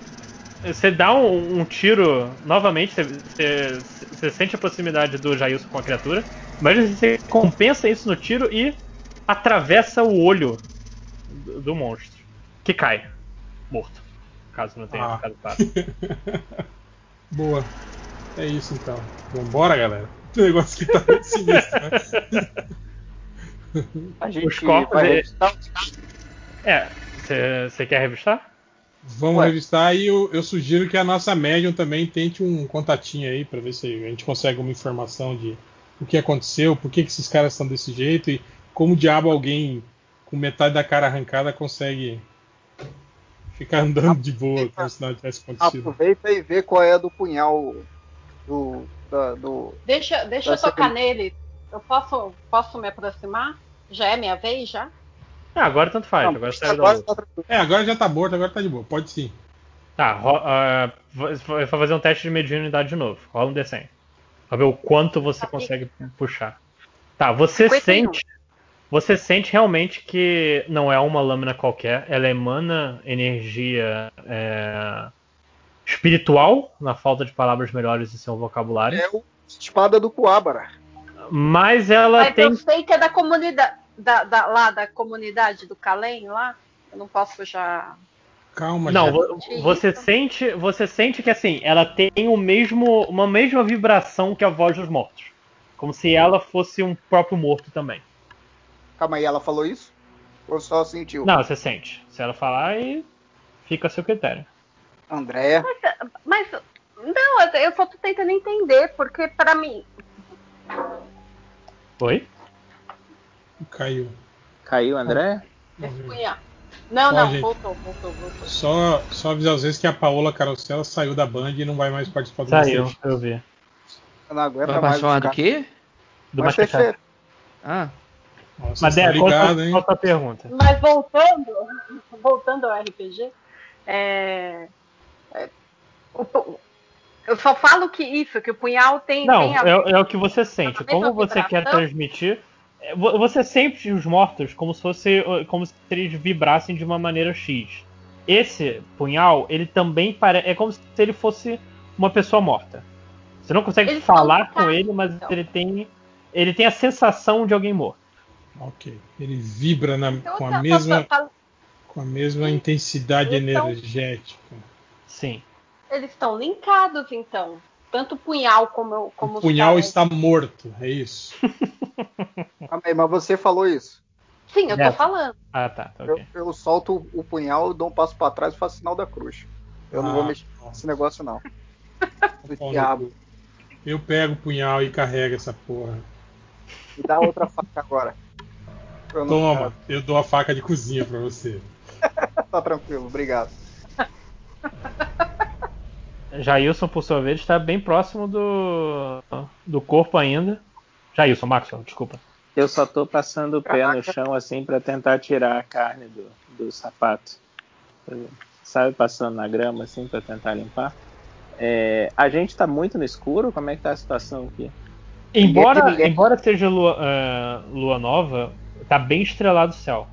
Você dá um, um tiro novamente, você, você- você sente a proximidade do Jailson com a criatura, mas você compensa isso no tiro e atravessa o olho do, do monstro, que cai. morto. Caso não tenha
Ah.
ficado claro.
Boa. É isso então. Vambora, galera. O negócio que tá muito sinistro, né?
A gente
Os corpos,
vai tá-
é-
revistar o
É, você quer revistar?
Vamos
Ué.
revistar e eu, eu sugiro que a nossa médium também tente um contatinho aí pra ver se a gente consegue uma informação de o que aconteceu, por que, que esses caras estão desse jeito e como diabo alguém com metade da cara arrancada consegue ficar andando de boa como se nada
Ah,
tivesse acontecido.
Aproveita e vê qual é a do punhal do. da- do...
Deixa, deixa
Vai
eu
ser
tocar nele. Eu posso, posso me aproximar? Já é minha vez, já?
Ah, agora tanto faz.
Não,
agora saiu da
agora
luta.
tá tranquilo.
É, agora já tá morto, agora tá de boa, pode sim.
Tá, ro- ah, vou vou fazer um teste de mediunidade de novo. Rola um desenho. Pra ver o quanto você consegue puxar. Tá, você
51.
sente. Você sente realmente que não é uma lâmina qualquer, ela emana energia é, espiritual, na falta de palavras melhores em seu vocabulário,
É o espada do Coabara.
mas ela
Mas
tem
eu sei que é da comunidade. Da, da- lá da comunidade do Calém, lá. Eu não posso já.
Calma,
Não,
gente.
vo-
Que
você
isso?
sente, você sente que assim, ela tem o mesmo, uma mesma vibração que a voz dos mortos, como se ela fosse um próprio morto também.
Calma aí, ela falou isso? Ou só sentiu?
Não, você sente. Se ela falar, aí fica a seu critério.
Andréia.
Mas. Não, eu- eu só tô tentando entender, porque pra mim.
Oi?
Caiu.
Caiu, André?
Morreu.
Cunha. Não,
Ó,
não,
gente.
voltou, voltou, voltou.
Só, só avisar vocês que a Paola Carosella saiu da Band e não vai mais participar do
Saiu,
Masterchef.
eu vi.
Eu não aguento
Vai
mais.
participar do
ficar.
quê?
Do
Mas você
Masterchef.
Ah,
Nossa,
Mas
você
é,
tá
Débora,
ligado,
qual,
hein?
qual a sua pergunta?
Mas voltando, voltando ao RPG, é, é, o pu- eu só falo que isso, que o punhal tem,
Não,
tem a-
é, é o que você sente.
mesma
Como você
vibração?
quer transmitir, é, vo- você sente os mortos como se fosse, como se eles vibrassem de uma maneira X. Esse punhal, ele também parece, é como se ele fosse uma pessoa morta. Você não consegue
Eles são
falar com
mortais,
ele, mas
então.
ele tem, ele tem a sensação de alguém morto.
Ok. Ele vibra na-
eu
com,
só-
a
só-
mesma,
só falo-
com a mesma intensidade
tá, Então-
energética.
Sim.
eles estão linkados, então. Tanto o punhal como, eu- como
O
os
punhal
caras.
está morto, é isso.
Calma aí, mas você falou isso.
Sim,
É.
eu tô
Neto.
falando.
Ah, tá. tá,
Eu,
ok.
eu solto o punhal, dou um passo pra trás e faço sinal da cruz. Eu não
Ah,
vou mexer nesse
nossa,
negócio, não. Do
Paulo.
diabo.
Eu pego o punhal e carrego essa porra.
Me dá outra faca agora. Pra eu não
Toma, eu dou a faca de cozinha pra você.
ficar- Tá tranquilo, obrigado.
Jailson, por sua vez, está bem próximo do, do corpo ainda. Jailson, Maxwell, desculpa.
Eu só tô passando o pé no chão assim pra tentar tirar a carne do, do sapato. Sabe, passando na grama assim pra tentar limpar. É, a gente tá muito no escuro? Como é que tá a situação aqui?
Embora,
Ninguém-
embora seja lua, eh, lua nova, tá bem estrelado o céu.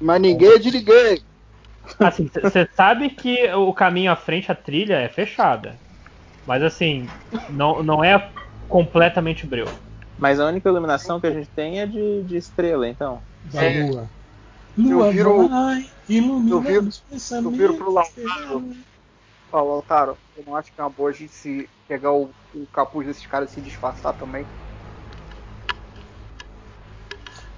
Mas ninguém é de ninguém.
Assim, você sabe que o caminho à frente, a trilha, é fechada. Mas assim, não, não é completamente breu.
Mas a única iluminação que a gente tem é de, de estrela, então.
Da
É.
lua. Lua
viro-
vai,
eu
ilumina
viro-
os pensamentos.
eu viro pro lado.
dela.
Fala, Altaro, eu não acho que é uma boa a gente se pegar o, o capuz desses caras e se disfarçar também.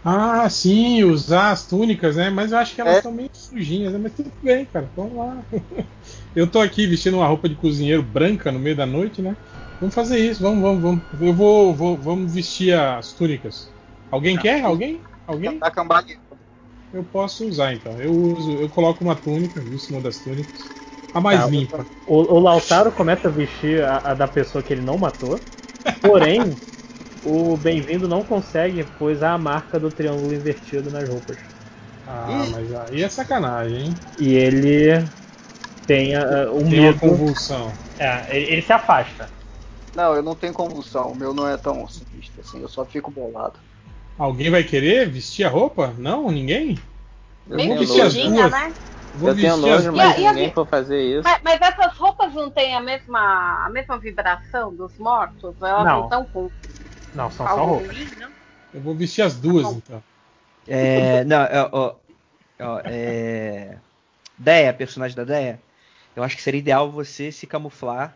Ah, sim, usar as túnicas, né? Mas eu acho que elas
É.
estão meio sujinhas, né? Mas tudo bem, cara, vamos lá. Eu tô aqui vestindo uma roupa de cozinheiro branca no meio da noite, né? Vamos fazer isso, vamos, vamos, vamos. Eu vou, vou vamos vestir as túnicas. Alguém quer? Alguém? Alguém?
Tá cambaleando.
Eu posso usar então. Eu uso, eu coloco uma túnica, visto uma das túnicas. A mais
Tá,
limpa.
O, o Lautaro começa a vestir a, a da pessoa que ele não matou. Porém, o Bem-vindo não consegue, pois há a marca do triângulo invertido nas roupas.
Ah, mas aí é sacanagem, hein?
E ele tem ah,
um
o
Tem uma
medo.
convulsão.
É, ele, ele se afasta.
Não, eu não tenho convulsão. O meu não é tão sinistro assim. Eu só fico bolado.
Alguém vai querer vestir a roupa? Não, ninguém?
Eu
Meio
vou
tenho
vestir as
nojo,
duas.
sujinha, né?
Vou
eu tenho
vestir as-
nojo mas
E a- e a
ninguém
vi-
for fazer isso.
Mas, mas essas roupas não têm a mesma, a mesma vibração dos mortos? Elas
Não.
não estão com
Não, são só
algo
roupas.
ruim, não?
Eu vou vestir as duas, então.
é. Não, é. Ó, ó, é Deia, a personagem da Deia, eu acho que seria ideal você se camuflar.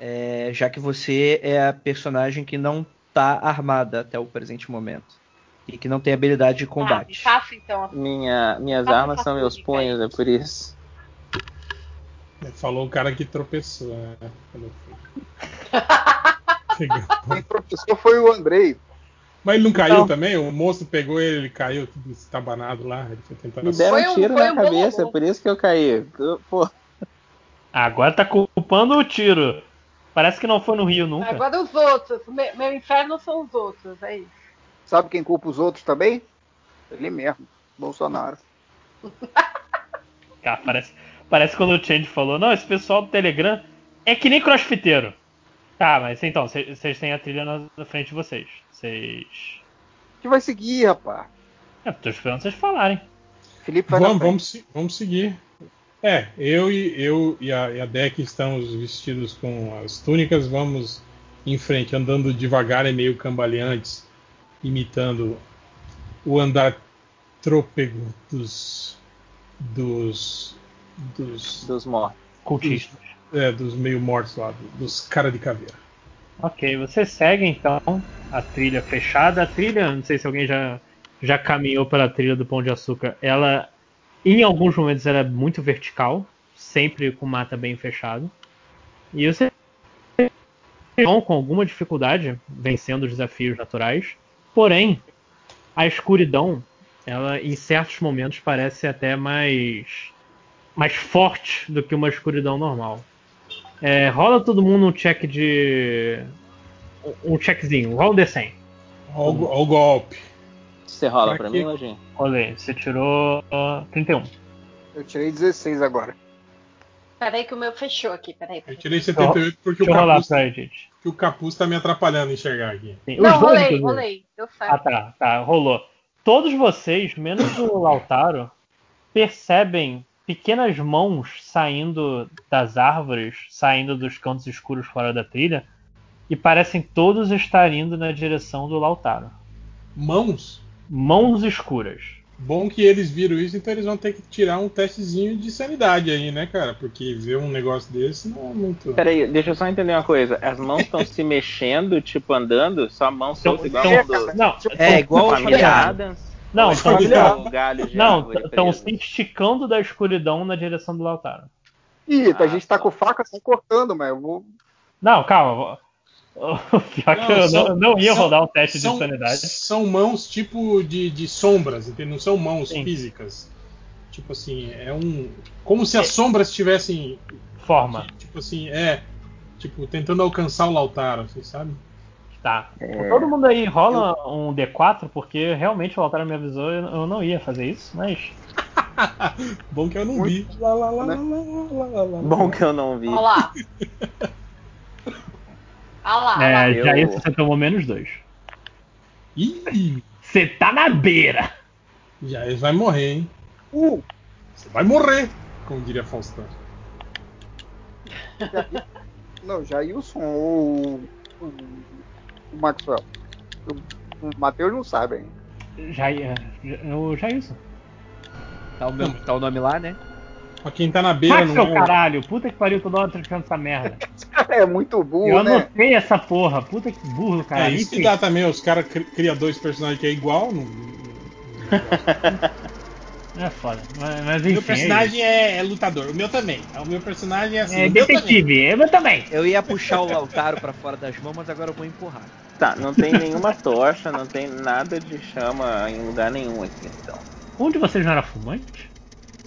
é, já que você é a personagem que não tá armada até o presente momento. E que não tem habilidade de
Ah,
combate.
faça então a
Minha, minhas
Passa
armas são meus
fatura,
punhos, é por isso.
Falou o cara que tropeçou, né? Quando foi. Pegou.
Quem tropeçou foi o Andrei.
Mas ele não caiu
Então.
também? O monstro pegou ele, ele caiu tudo estabanado lá. Ele foi tentar
Me deram
Foi
um
um-
tiro
foi
na
um bom
cabeça,
robô.
por isso que eu caí. Eu- Pô,
Agora tá culpando o tiro. Parece que não foi no Rio nunca.
Agora os outros. Me- Meu inferno são os outros, é isso.
Sabe quem culpa os outros também? Ele mesmo, Bolsonaro.
Cara, parece, parece quando o Change falou, não, esse pessoal do Telegram é que nem crossfiteiro. Tá, mas então, cê- vocês têm a trilha na na frente de vocês. Vocês.
Que vai seguir, rapaz?
É, tô esperando vocês falarem.
Felipe vai
Vamos,
na frente.
vamos, se- vamos seguir. É, eu e eu e a, e a Deck estamos vestidos com as túnicas, vamos em frente, andando devagar e meio cambaleantes, imitando o andar trôpego dos dos dos,
dos mortos.
Cultistas.
é, dos meio mortos lá, dos cara de caveira.
Ok, você segue então a trilha fechada. A trilha, não sei se alguém já, já caminhou pela trilha do Pão de Açúcar. Ela, em alguns momentos, era muito vertical, sempre com mata bem fechado. E você vão com alguma dificuldade vencendo os desafios naturais. Porém, a escuridão, ela em certos momentos parece até mais mais forte do que uma escuridão normal. É, rola todo mundo um check de. um- Um checkzinho, rola um D100.
Olha o, ó o golpe.
Você rola
Pra
pra
quê?
mim, Lojinha?
Olha aí, você tirou um. ó, 31.
Eu tirei 16 agora.
Peraí que o meu fechou aqui, peraí.
Eu
peraí.
tirei 78 porque o
Deixa eu rolar
capuz,
pra Edith.
que o capuz tá me atrapalhando a enxergar aqui.
Sim, os
Não,
dois,
rolei,
inclusive.
rolei. Eu saio.
Ah tá, tá, rolou. Todos vocês, menos o Lautaro, percebem pequenas mãos saindo das árvores, saindo dos cantos escuros fora da trilha, e parecem todos estar indo na direção do Lautaro.
Mãos?
Mãos escuras.
Bom que eles viram isso, então eles vão ter que tirar um testezinho de sanidade aí, né, cara? Porque ver um negócio desse não é muito.
Peraí, deixa eu só entender uma coisa. As mãos estão se mexendo, tipo andando, só a mão
Então,
solta igual
então,
a mão do,
não,
É, igual
família
familiar.
Adams?
Não,
Ou
são-
tipo
não.
um galho de
não,
árvore
estão
preso?
se esticando da escuridão na direção do Lautaro.
Ih, a
Ah,
gente tá
tá.
com faca, tá cortando, mas eu vou.
Não, calma. O pior que
Não,
eu
são-
não, não ia
são-
rodar um teste de sanidade.
São mãos tipo de, de sombras, entende? Não são mãos
Sim.
físicas. Tipo assim, é um. Como se as sombras tivessem.
É. Forma.
Tipo assim, é. Tipo, tentando alcançar o Lautaro, assim, sabe?
Tá.
É.
Todo mundo aí rola um D4, porque realmente o Lautaro me avisou, eu- eu não ia fazer isso, mas.
Bom que eu não vi. Lá, lá, lá, lá, lá, lá, lá, lá.
Bom que eu não vi.
Olha lá. Olha Ah
Ah,
lá. olha lá.
é,
eu-
já isso você tomou menos dois.
Ih,
Você tá na beira!
já ele vai morrer, hein?
Uh,
Você vai morrer, como diria Faustão.
não, Jailson ou o, o Maxwell? O, o Matheus não sabe, hein?
Já, ia- já, é eu- já isso.
Tá o, meu- tá o nome lá, né?
Pra quem tá na beira,
Mas,
não
seu
é. o-
caralho, puta que pariu, toda hora trocando essa merda.
É muito burro,
Eu
né?
anotei essa porra, puta que burro,
É
cara.
isso que
Enfim.
dá também, os caras criam dois personagens que é igual. não-
É foda. Mas, mas enfim.
Meu personagem é, é lutador, o meu também. O meu personagem é assim.
é,
o meu também.
detetive, eu também.
Eu ia puxar o Lautaro pra fora das mãos, mas agora eu vou empurrar.
Tá, não tem nenhuma tocha, não tem nada de chama em lugar nenhum aqui, então.
Um de vocês não era fumante?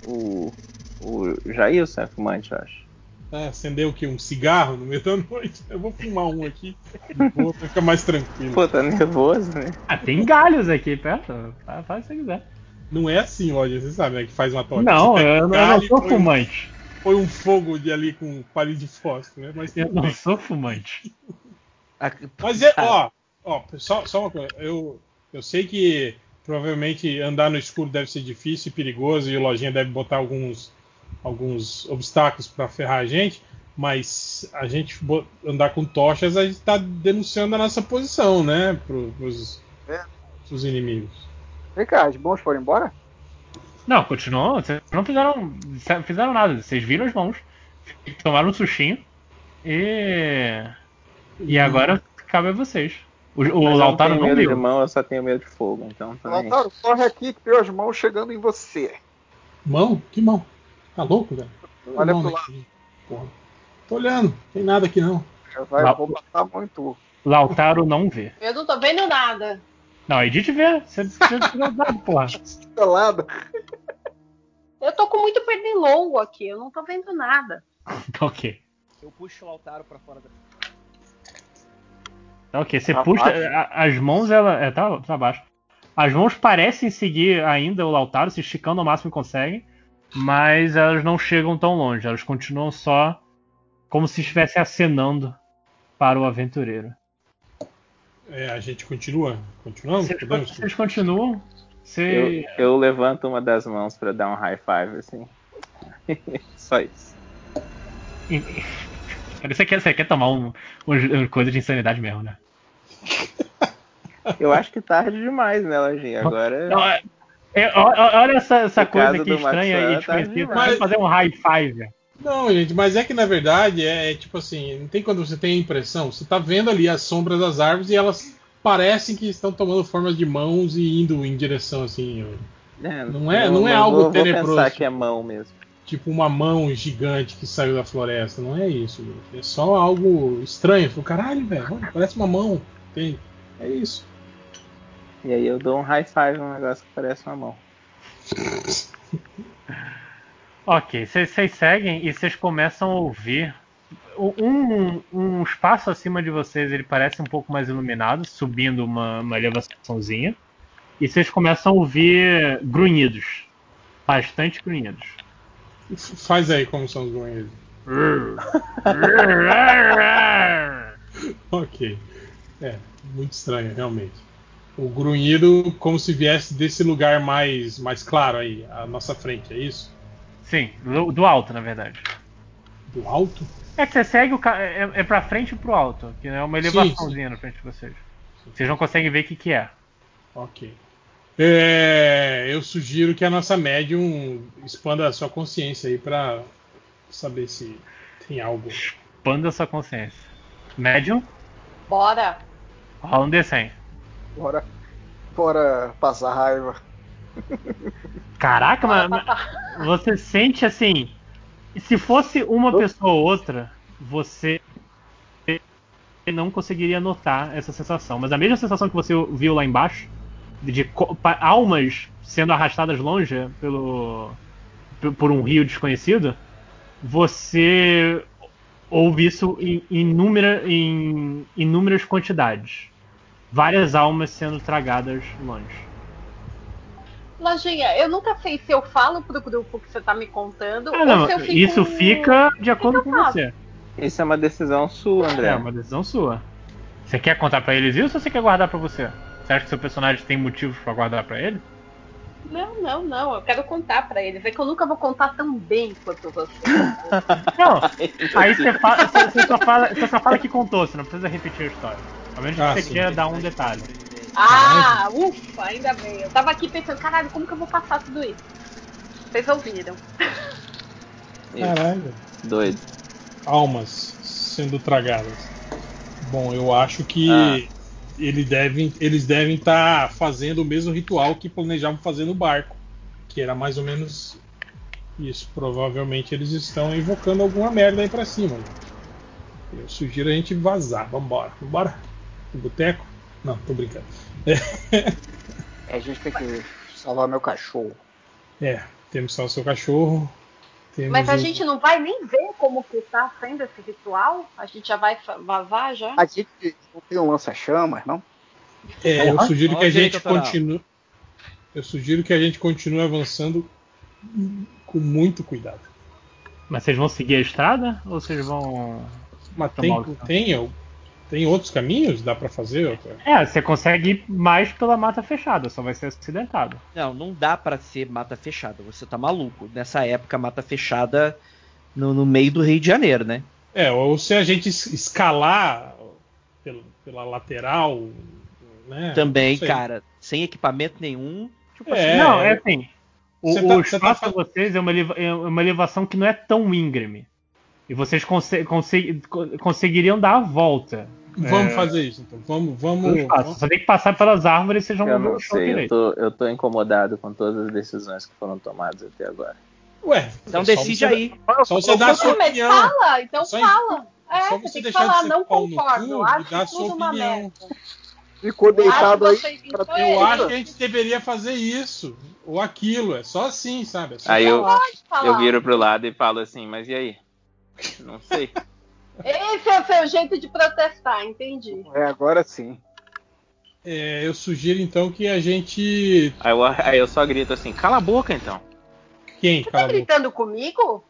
O. O Jailson é fumante, eu acho.
É, acender o quê? Um cigarro no meio da noite? Eu vou fumar um aqui vou ficar mais tranquilo.
Pô, tá nervoso, né?
Ah, tem galhos aqui perto. Fa- Faz o que você quiser.
Não é assim, olha, você sabe, né? Que faz uma tocha.
Não,
Você pega
eu, eu
um
não
galho,
sou
põe, um-
fumante.
põe um fogo de ali com palito de fósforo, né? Mas,
Eu
tudo
não
bem.
sou fumante.
A-
Mas é,
Tá.
ó, ó, só, só uma coisa. Eu, eu sei que provavelmente andar no escuro deve ser difícil e perigoso e o lojinha deve botar alguns, alguns obstáculos para ferrar a gente, mas a gente bo- andar com tochas, a gente tá denunciando a nossa posição, né? Pro, pros,
É.
pros inimigos.
Vem cá, as mãos foram embora?
Não, continuou. Vocês não fizeram, fizeram nada. Vocês viram as mãos, tomaram um sushinho e. E agora cabe a vocês. O, o
Mas eu
Lautaro
não
não
tenho medo de
viu.
mão, eu só tenho medo de fogo, então também.
Lautaro, corre aqui que tem as mãos chegando em você.
Mão? Que mão? Tá louco, velho?
Olha
Mão
pro lado.
daqui. Porra. Tô olhando, tem nada aqui não.
Vai,
Lá-
vou botar a mão em tu.
Lautaro não vê.
Eu não tô vendo nada.
Não, a Edith vê. Você precisa ter cuidado, porra.
Pelada.
Eu tô com muito pernilongo aqui, eu não tô vendo nada.
Tá ok.
Eu puxo o Lautaro pra fora da.
Tá ok. Você
Tá
puxa.
baixo?
a- as mãos, ela. É, tá, tá baixo. As mãos parecem seguir ainda o Lautaro, se esticando ao máximo que conseguem. Mas elas não chegam tão longe. Elas continuam só como se estivesse acenando para o aventureiro.
É, a gente continua. Continuamos?
Vocês,
Podemos?
vocês continuam. Você...
Eu, eu levanto uma das mãos pra dar um high five, assim. Só isso.
Você, quer, você quer tomar um, um- coisa de insanidade mesmo, né?
Eu acho que tarde demais, né, Lojinha? Agora.
Não, é- é- ó- ó- olha essa, essa
No
coisa
caso
aqui
do
estranha
Maxwell,
e
tá
desconhecida.
demais.
Vai fazer um high five.
Não, gente, mas é que na verdade é, é tipo assim, não tem quando você tem a impressão, você tá vendo ali as sombras das árvores e elas parecem que estão tomando formas de mãos e indo em direção assim, ó.
É,
Não é- não é
eu
algo
vou, Vou
tenebroso.
pensar que é mão mesmo.
tipo uma mão gigante que saiu da floresta, não é isso, gente. É só algo estranho, Fala, caralho, velho, olha, parece uma mão. Tem. É isso.
E aí eu dou um high five num negócio que parece uma mão.
Ok, vocês vocês seguem e vocês começam a ouvir. O- Um, um espaço acima de vocês ele parece um pouco mais iluminado, subindo uma, uma elevaçãozinha. E vocês começam a ouvir grunhidos. Bastante grunhidos.
F- Faz aí como são os banheiros. Ok. É, muito estranho, realmente. O grunhido como se viesse desse lugar mais, mais claro aí, à nossa frente, é isso?
Sim, do do alto, na verdade.
Do alto?
É que você segue o ca... é, é pra frente e pro alto, que é uma
Sim,
elevaçãozinha na frente de vocês. Vocês não conseguem ver o que, que é.
Ok. É, eu sugiro que a nossa médium expanda a sua consciência aí pra saber se tem algo.
Expanda sua consciência. Médium,
Bora!
rola um D100.
Bora. Bora passar raiva.
Caraca,
Bora
mas,
passar.
mas você sente assim. Se fosse uma pessoa ou outra, você não conseguiria notar essa sensação. Mas a mesma sensação que você viu lá embaixo, de co- pa- almas sendo arrastadas longe pelo p- por um rio desconhecido, você ouve isso em, inúmera- em inúmeras quantidades. Várias almas sendo tragadas longe.
Lojinha, eu nunca sei se eu falo pro grupo que você tá me contando.
Ah,
ou
não,
se eu fico...
isso fica de acordo com
faço?
você.
Isso é uma decisão sua, André.
É uma decisão sua. Você quer contar pra eles isso ou você quer guardar pra você? Você acha que seu personagem tem motivos pra guardar pra ele?
Não, não, não. Eu quero contar pra eles. É que eu nunca vou contar tão bem quanto você.
Não. Aí você, fala, você- você só fala, você só fala que contou, você não precisa repetir a história. Ao menos que
Ah,
você
sim.
queira dar um detalhe.
Ah, ufa, ainda bem. Eu tava aqui pensando, caralho, como que eu vou passar tudo isso? Vocês ouviram.
Isso,
Caralho.
doido.
Almas sendo tragadas. Bom, eu acho que
Ah.
ele devem- eles devem estar fazendo o mesmo ritual que planejavam fazer no barco, que era mais ou menos isso. Provavelmente eles estão invocando alguma merda aí pra cima. né? Eu sugiro a gente vazar. Vambora, vambora. Pro boteco? Não, tô brincando.
A gente tem que salvar meu cachorro.
É, temos só o seu cachorro. temos
Mas a
o-
gente não vai nem ver como que tá sendo esse ritual? A gente já vai fa- vazar já?
A gente não tem um lança-chamas, não?
É, eu sugiro
Ó,
que a
direito
gente
autoral.
continue. Eu sugiro que a gente continue avançando com muito cuidado.
Mas vocês vão seguir a estrada ou vocês vão.
Mas
Tá
tem,
mal, tá.
tem, al- tem outros caminhos? Dá pra fazer? outra?
É, você consegue ir mais pela mata fechada, só vai ser acidentado.
Não, não dá pra ser mata fechada. Você tá maluco. Nessa época, mata fechada no, no meio do Rio de Janeiro, né?
É, ou se a gente es- escalar pelo- pela lateral, né?
Também,
Não sei.
cara, sem equipamento nenhum. Tipo
É,
assim,
não, é assim. O,
Você
o
tá- você tá
espaço
fal-
de vocês é uma, eleva- é uma elevação que não é tão íngreme. E vocês conse- conse- co- conseguiriam dar a volta. É.
Vamos fazer isso, então. Vamos,
no
vamos.
espaço. Só tem que passar pelas árvores e vocês vão
Eu
vão
não
achar Então o
sei, eu
direito.
tô, eu tô incomodado com todas as decisões que foram tomadas até agora.
Ué,
É
Então
só
decide
você-
aí.
Só você dá a sua
Não, mas
opinião.
Então, fala, então
Só em-
fala. É,
Só você
você tem que
deixar de
falar,
ser
não
pau no
concordo,
cu e dar a
acho
sua
tudo uma
opinião.
merda.
Ficou deitado aí.
Acho vocês
pra- um
incoerentes.
Eu acho que a gente deveria fazer isso ou aquilo. É só assim, sabe? É só
Aí eu,
Pode falar.
eu viro pro lado e falo assim, mas e aí? Não sei.
Esse é o seu jeito de protestar, entendi. Tá
É, agora sim.
É, eu sugiro então que a gente.
Aí eu, aí eu só grito assim, cala a boca então.
Quem?
Você tá
Cala a boca.
gritando comigo?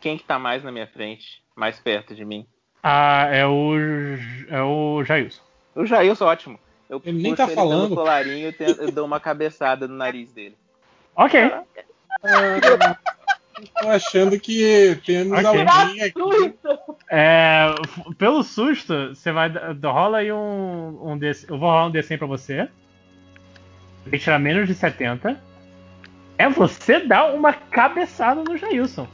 Quem que tá mais na minha frente, mais perto de mim?
Ah, é o. J- É o Jailson.
O Jailson, ótimo. Eu
Ele nem
puxo
tá
ele
falando.
pelo colarinho e tento- eu dou uma cabeçada no nariz dele.
Ok.
Ah, Tô achando que temos
Ok.
alguém aqui.
É, f- pelo susto, você vai. da- Rola aí um. um D- eu vou rolar um D100 pra você. Vai tirar menos de 70. É você dar uma cabeçada no Jailson.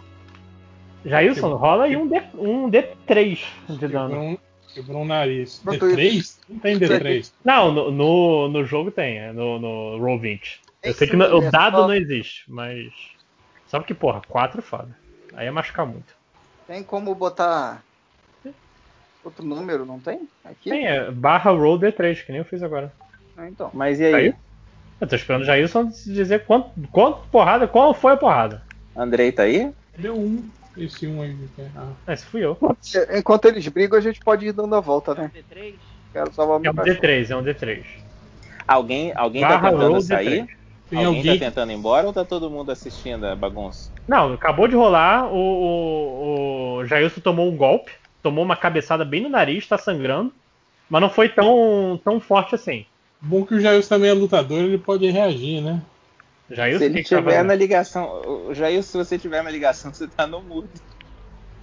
Jailson, rola aí um, D, um D3 de dano.
Quebrou um, quebrou um nariz.
Pronto,
D3? Não tem D3.
Não, no, no, no jogo tem, é, no, no Roll 20. Eu
Tem
sei
sim,
que no-
é
o dado
só-
não existe, mas. Só porque, porra, 4 é foda. Aí é machucar muito.
Tem como botar outro número, não tem? Aqui?
Tem, é barra roll D3, que nem eu fiz agora.
Ah, então.
Mas e aí?
Aí? Eu tô esperando o Jailson dizer quanto, quanto porrada, qual foi a porrada.
Andrei tá aí?
Deu um. Esse um aí. Ah.
É, Esse fui eu.
Enquanto eles brigam, a gente pode ir dando a volta, né?
D3?
Quero salvar
É
meu
um
tá
cachorro.
D3, é um D3.
Alguém, alguém tá
Barra roll
tentando sair?
D3.
Tem
alguém,
alguém
tá tentando ir embora ou tá todo mundo assistindo a bagunça?
Não, acabou de rolar, o, o, o Jailson tomou um golpe, tomou uma cabeçada bem no nariz, tá sangrando, mas não foi tão, tão forte assim.
Bom que o Jairus também é lutador, ele pode reagir, né?
Jailson,
se
o
ele
que que tá
tiver
fazendo?
na ligação, o Jair, se você tiver na ligação, você tá no mudo.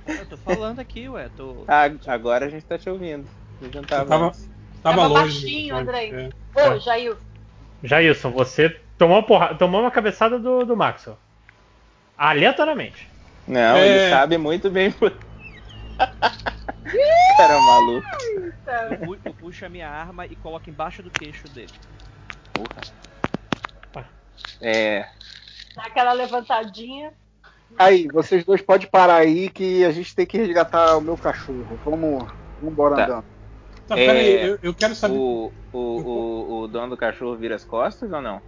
Eu tô falando aqui, ué. Tô...
Ah, agora a gente tá te ouvindo. A gente não tava
Eu tava-
antes.
Tava,
Tava
longe.
baixinho,
né?
Andrei.
É.
Ô, Jair,
Jailson, você tomou, porra, tomou uma cabeçada do, do Maxwell. Aleatoriamente.
Não,
É.
ele sabe muito bem. por- Cara é um maluco.
Eu, pu- eu puxo a minha arma e coloco embaixo do queixo dele.
É.
dá aquela levantadinha.
Aí, vocês dois podem parar aí que a gente tem que resgatar o meu cachorro. Vamos, vamos embora
Tá.
andando.
Tá,
É.
peraí, eu, eu quero saber.
O, o, o, o dono do cachorro vira as costas ou não?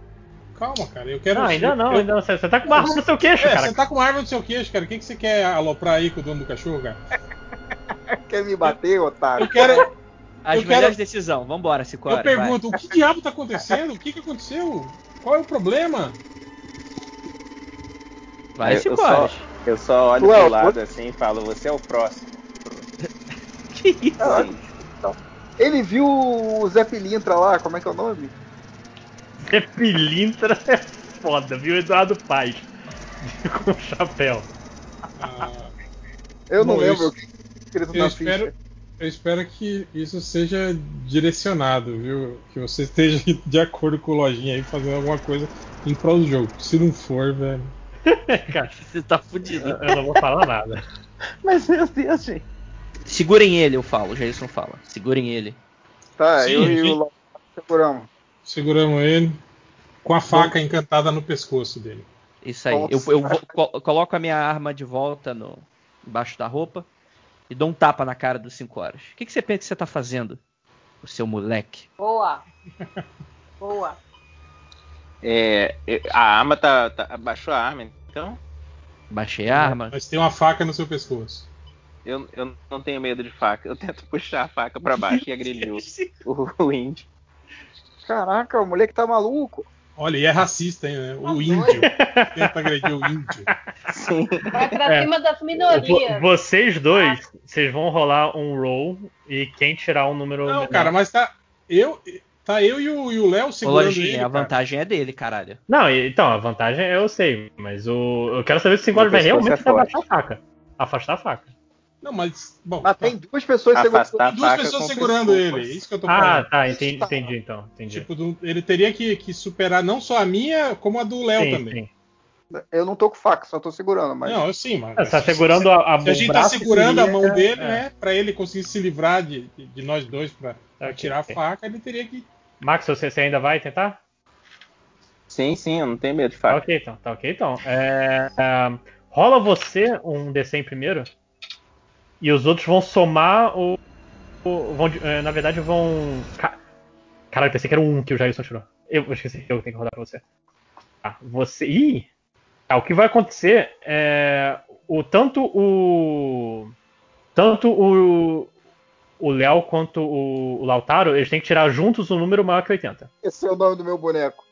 Calma, cara, eu quero. um
Não, ainda não,
eu-
ainda não. Você você tá com uma arma no seu queixo,
É,
cara.
você tá com uma árvore no seu queixo, cara. O que, que você quer aloprar aí com o dono do cachorro, cara?
Quer me bater, otário?
Eu quero.
As
Eu
melhores
quero-
decisões. Vambora, Cicora.
Eu pergunto, o que diabo tá acontecendo? O que, que aconteceu? Qual é o problema?
Vai, vai
eu, eu,
Cicora.
só, eu só olho
Ué,
pro
eu-
lado assim e falo, você é o próximo.
Que isso?
Ele viu o Zé Pilintra lá, como é que é o nome?
É pilintra é foda, viu? Eduardo Paz. Com Um chapéu.
Ah,
Eu não
Bom,
lembro
eu-
o que tá escrito
eu,
na ficha.
espero, eu espero que isso seja direcionado, viu? Que você esteja de acordo com o lojinha aí, fazendo alguma coisa em prol do jogo. Se não for, velho.
Cara,
Você tá fudido.
eu não vou falar nada.
Mas meu Deus, gente.
Segurem ele, eu falo. O Jailson fala. Segurem ele.
Tá,
Sim,
eu e
sim.
o Lopes seguramos.
Seguramos ele com a faca encantada no pescoço dele.
Isso aí.
Nossa.
Eu, eu vo- co- coloco a minha arma de volta no embaixo da roupa e dou um tapa na cara dos 5 horas. O que, que você pensa que você tá fazendo? O seu moleque.
Boa. Boa.
É, eu- a arma tá, tá. Abaixou a arma, então?
Baixei a arma.
Mas tem uma faca no seu pescoço.
Eu, eu não tenho medo de faca. Eu tento puxar a faca pra baixo e agrediu o, o índio.
Caraca, o moleque tá maluco.
Olha, e é racista, hein, né? O
Tá
índio.
doido.
Tenta agredir o índio.
Sim.
Vai pra
É.
cima das
Vo-
minorias.
Vocês dois, vocês vão rolar um roll e quem tirar um número.
Não,
menor-
cara, mas tá. Eu. Tá eu e o e o Léo
Ô,
segurando ele.
Lojinha, a
cara.
vantagem é dele, caralho.
Não, e- então, a vantagem eu sei, mas o. Eu quero saber se o 5
O
horas vai
pescoço é
realmente tá
forte.
afastar a faca. Afastar a faca.
Não, mas. Bom,
Mas
tá.
tem duas pessoas segurando.
Afastar a
duas
faca
pessoas
com
segurando ele. é
pescoço.
Isso que eu tô
Ah,
falando.
tá, entendi, entendi então. Entendi.
Tipo, do- ele teria que, que superar não só a minha, como a do Léo
Sim,
também.
sim.
Eu não tô com faca, só tô segurando, mas.
Não, sim, mas.
É, tá segurando a, a
Se a gente tá segurando a mão
é.
dele, né? Pra ele conseguir se livrar de, de nós dois pra, pra
Ok,
tirar
ok.
a faca, ele teria que.
Max, você, você ainda vai tentar?
Sim, sim, eu não tenho medo de
Tá
faca.
ok então, tá ok então. É, ah, rola você um D100 primeiro. E os outros vão somar o. o- vão, de- eh, na verdade vão. Ca- Caralho, pensei que era um que o Jailson tirou. Eu eu esqueci, eu tenho que rodar pra você. Tá, você. Ih! Tá, o que vai acontecer é. O, tanto o. Tanto o. O Léo quanto o, o Lautaro, eles têm que tirar juntos um número maior que 80.
Esse é o nome do meu boneco.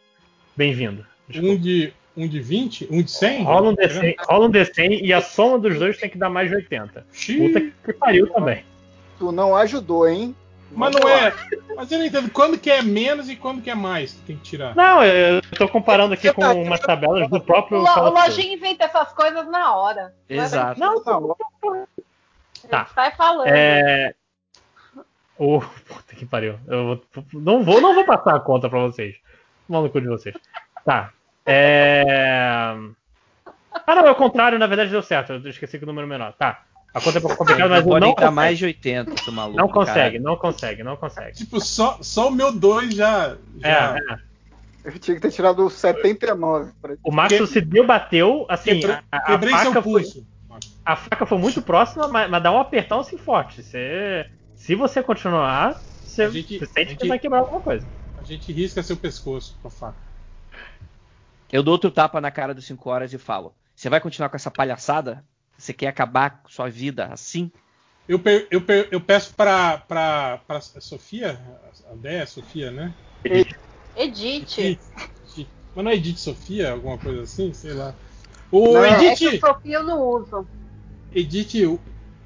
Bem-vindo. Desculpa.
Um de, um de 20? Um de 100?
Rola um, D100, rola um D100 e a soma dos dois tem que dar mais de 80. Puta que, que pariu também.
Tu não ajudou, hein?
Mas não é. Mas eu não entendo quando que é menos e quando que é mais que tem que tirar.
Não, eu tô comparando aqui com umas tabelas do
O,
próprio.
lo,
Call
o
of Duty.
Lojinha inventa essas coisas na hora.
Exato.
Não, não.
Ele
Tá.
sai falando.
É. Ô, puta que pariu. Eu vou- não, vou, não vou passar a conta pra vocês. Maluco de vocês. Tá. É. Ah, não, é o contrário, na verdade deu certo. Eu esqueci que o número é menor. Tá. A conta é um pouco complicada, mas
Não
eu
pode
não
entrar
consegue.
mais de 80, seu maluco.
Não
cara.
consegue, não consegue, não consegue.
Tipo, só, só o meu 2 já.
É,
já
é.
Eu tinha que ter tirado o 79. pra-
O Max
Que-
se deu, bateu, assim,
quebrou-
a- a,
quebrei
faca
seu
foi,
pulso.
a faca foi muito próxima, mas, mas dá um apertão assim forte. Você- se você continuar, você,
A gente-
você sente
a
que
gente-
vai quebrar alguma coisa.
A gente risca seu pescoço com a faca.
Eu dou outro tapa na cara dos 5 horas e falo: Você vai continuar com essa palhaçada? Você quer acabar com sua vida assim?
Eu, pe- eu, pe- eu peço pra, pra, pra Sofia, a Déia, Sofia, né?
Edite.
Edith. Mas não é Edith Sofia, alguma coisa assim? Sei lá. Ô,
Não.
É que o
Edith!
Sofia eu não uso.
Edith,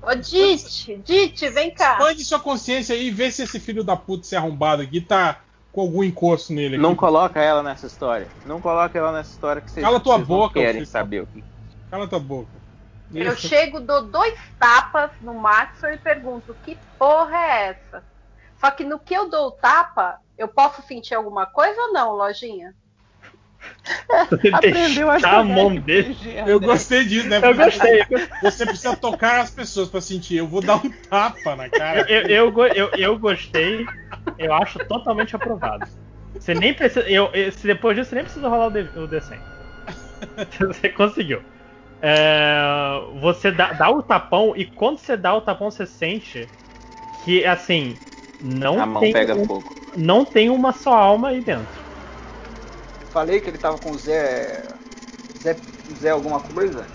Ô, Dite, Dite, vem cá.
expande sua consciência aí e vê se esse filho da puta, esse arrombado aqui, tá com algum encosto nele aqui.
Não coloca ela né? nessa história. Não coloca ela nessa história que vocês,
Cala tua
vocês
boca,
não querem
vocês-
saber o que.
Cala tua boca.
Eu chego, dou dois tapas no Maxwell e pergunto: que porra é essa? Só que no que eu dou o tapa, eu posso sentir alguma coisa ou não, lojinha?
Você
Aprendeu a
deixar a
jogar
mão dele.
Eu gostei disso, né?
Eu gostei.
Você precisa tocar as pessoas pra sentir. Eu vou dar um tapa na cara.
Eu, eu, go- eu, eu gostei. Eu acho totalmente aprovado. Você nem precisa. Eu, eu- se depois disso, você nem precisa rolar o D- o D100. Você conseguiu. É, você dá, dá o tapão e quando você dá o tapão, você sente que, assim, não,
A mão
tem,
pega
um-
fogo.
não tem uma só alma aí dentro.
Falei que ele tava com o Zé. Zé, Zé alguma coisa?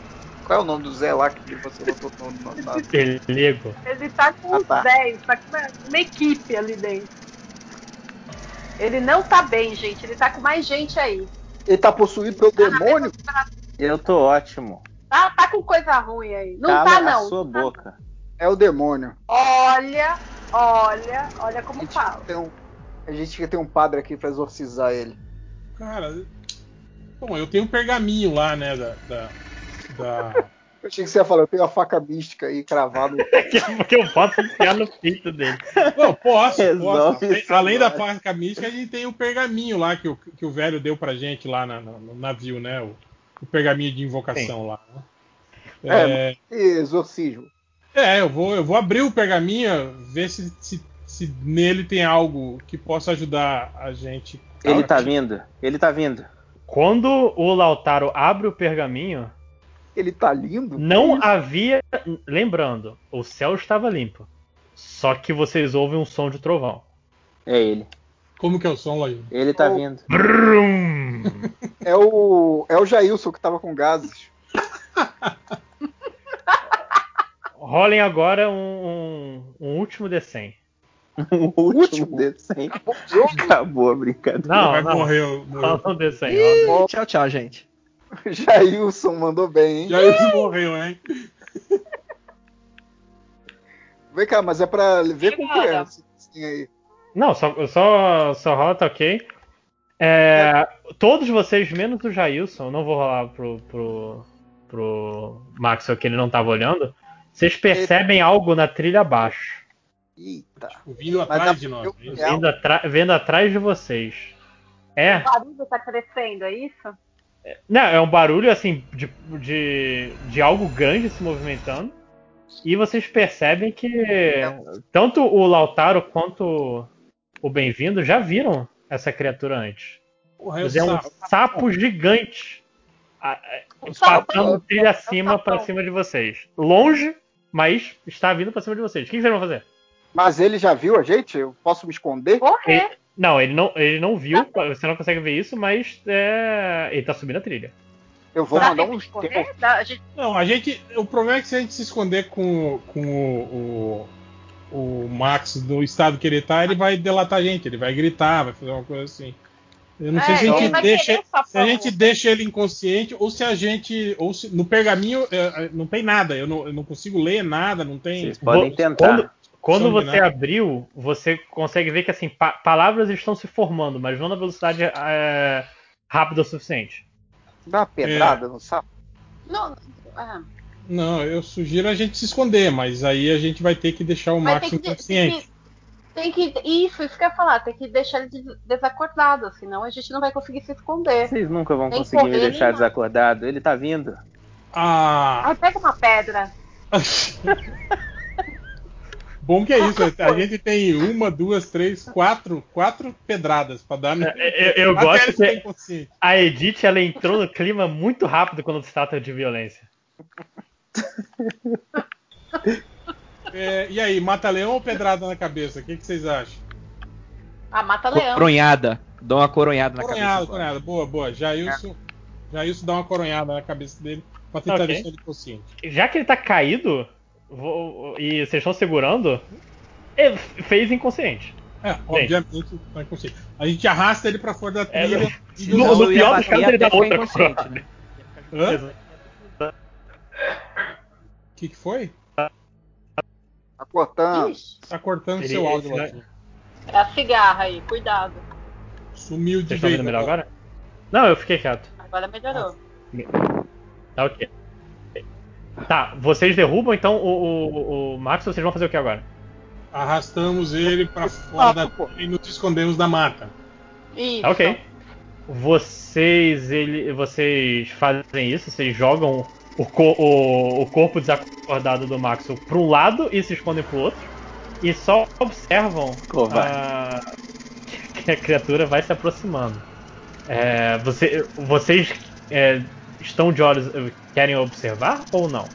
Qual é o nome do Zé lá que você botou no nome?
Ah.
Na...
Pelego.
Ele tá com
Ah,
uns
tá.
10, tá com uma, uma equipe ali dentro. Ele não tá bem, gente. Ele tá com mais gente aí.
Ele tá possuído pelo demônio?
Eu tô ótimo.
Tá, tá com coisa ruim aí. Não
Cala
tá,
a
não.
sua
Não tá,
boca.
É o demônio.
Olha, olha, olha
A
como
gente,
fala.
tem um, a gente tem um padre aqui pra exorcizar ele.
Cara, bom, eu tenho um pergaminho lá, né? Da. da, da-
Eu achei que você ia falar, eu tenho a faca mística aí cravada.
Porque eu posso enfiar no peito dele.
Não, posso,
Resolve
posso. Além-
isso é
Além da
agora.
faca mística, a gente tem o pergaminho lá que o, que o velho deu pra gente lá na- na- no navio, né? O, o pergaminho de invocação lá. né?
É, E exorcismo.
É, eu vou, eu vou abrir o pergaminho, ver se, se- se nele tem algo que possa ajudar a gente.
Ele
Cara,
tá vindo. Ele tá vindo.
Quando o Lautaro abre o pergaminho,
Ele tá lindo?
Não havia. Lembrando, o céu estava limpo. Só que vocês ouvem um som de trovão.
É ele.
Como que é o som, Lojinha?
Ele tá
Oh.
vindo.
Brum!
É o, é o Jailson que tava com gases.
Rolem agora um, um- um último D100.
O
último
dedo sem. Acabou a brincadeira.
Não,
Vai
não.
morrer. eu- morreu.
Rola um D100. rola.
Ó,
Tchau, tchau, gente.
o Jailson mandou bem, hein?
Já ele morreu, hein?
Vem cá, mas é pra ver com
Obrigada.
criança. Assim, aí.
Não, só, só, só rola, tá ok. É, todos vocês, menos o Jailson, eu não vou rolar pro, pro, pro Max, que ele não tava olhando. Vocês percebem algo na trilha abaixo.
Eita.
Tipo, vindo
Mas
atrás
dá-
de nós.
eu-
né?
É
Vendo, atra- vendo atrás de vocês. É.
O barulho tá crescendo, é isso?
Não, é um barulho assim de, de, de algo grande se movimentando. E vocês percebem que tanto o Lautaro quanto o Bem-vindo já viram essa criatura antes.
Porra,
Mas é um
sapo.
sapo gigante a- a-
Um sapo.
passando trilha acima
sapão.
para cima de vocês. Longe, mas está vindo para cima de vocês. O que vocês vão fazer?
Mas ele já viu a gente? Eu posso me esconder?
Correr.
Não, ele não, ele não viu, você não consegue ver isso, mas é, ele tá subindo a trilha.
Eu vou
Dá
mandar
tempo
um
de correr? Dá- a gente-
Não, a gente. O problema é que se a gente se esconder com, o- com o, o, o Max do estado que ele tá, ele vai delatar a gente, ele vai gritar, vai fazer uma coisa assim. Eu não sei
É,
se a
ele
gente
vai
deixa.
querer o sapão.
Se a gente deixa ele inconsciente, ou se a gente. Ou se, no pergaminho é, é, não tem nada, eu não, eu não consigo ler nada, não tem.
Vocês podem
Vo-
tentar.
Quando, quando
São
você
binários.
abriu, você consegue ver que assim pa- palavras estão se formando, mas não na velocidade é, rápida o suficiente. É,
Dá uma pedrada
É.
no sapo.
Não, ah,
Não, eu sugiro a gente se esconder, mas aí a gente vai ter que deixar o
mas
Max
tem que, tem,
inconsciente.
que, tem que- Isso, isso que eu ia falar. Tem que deixar ele des- desacordado, senão a gente não vai conseguir se esconder.
Vocês nunca vão
Nem
conseguir me
correr,
deixar
nem nada.
desacordado. Ele tá vindo.
Ah!
Aí pega uma pedra.
Bom que é isso, a gente tem uma, duas, três, quatro, quatro pedradas pra dar né? no.
É, Eu, eu
Até
gosto
ele
que
ficar inconsciente.
a Edith ela entrou no clima muito rápido quando se trata de violência.
É, e aí, mata leão ou pedrada na cabeça? O que, que vocês acham?
Ah, mata leão.
Coronhada. Dá uma coronhada na
Coronhada,
cabeça. agora.
coronhada. Boa, boa. Jailson, Jailson dá uma coronhada na cabeça dele pra tentar
Ok.
deixar ele consciente.
Já que ele tá caído vou- e vocês estão segurando, ele fez inconsciente.
É, obviamente tá inconsciente. A gente arrasta ele pra fora da
É,
trilha. e
Senão
No- no
eu ia
pior dos
bater
casos,
até
ele dá
ficar
outra
inconsciente, né?
Hã? O que, que foi?
Tá cortando.
Ixi,
Tá cortando
Ele-
seu áudio,
esse-
Latinha.
é a cigarra aí, cuidado.
Sumiu de
Vocês estão
vez.
vendo melhor agora? Não, eu fiquei quieto.
Agora melhorou.
Tá ok. Tá, vocês derrubam então o, o, o- o Max, vocês vão fazer o que agora?
Arrastamos ele pra fora da
pô.
trilha e nos escondemos da mata.
Isso.
Ah,
Tá ok. Vocês, ele, vocês fazem isso, vocês jogam o, co- o, o corpo desacordado do Max para um lado e se escondem pro outro. E só observam
Covarde.
ah, que- que a criatura vai se aproximando. É, você- vocês é, estão de olhos. Querem observar ou não?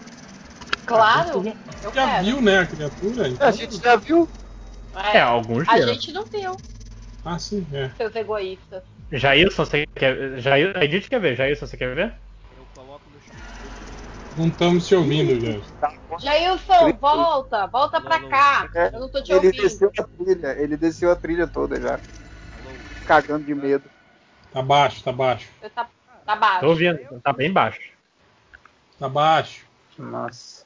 Claro, eu
Já
quero.
viu, né, a criatura? Então,
A gente já viu.
É,
É,
alguns
a
viram.
gente não viu,
Ah, sim, é.
seus egoístas.
Jailson, você quer. Jair, a Edith quer ver? Jailson, você quer ver?
Não estamos te ouvindo, Jailson.
Tá,
Jailson, volta, volta pra cá.
É,
Eu não tô te
Ele
ouvindo.
desceu a trilha. Ele desceu a trilha toda já. Cagando de medo.
Tá baixo, tá baixo.
Você tá, tá baixo.
Tô ouvindo, tá bem baixo.
Tá baixo.
Nossa.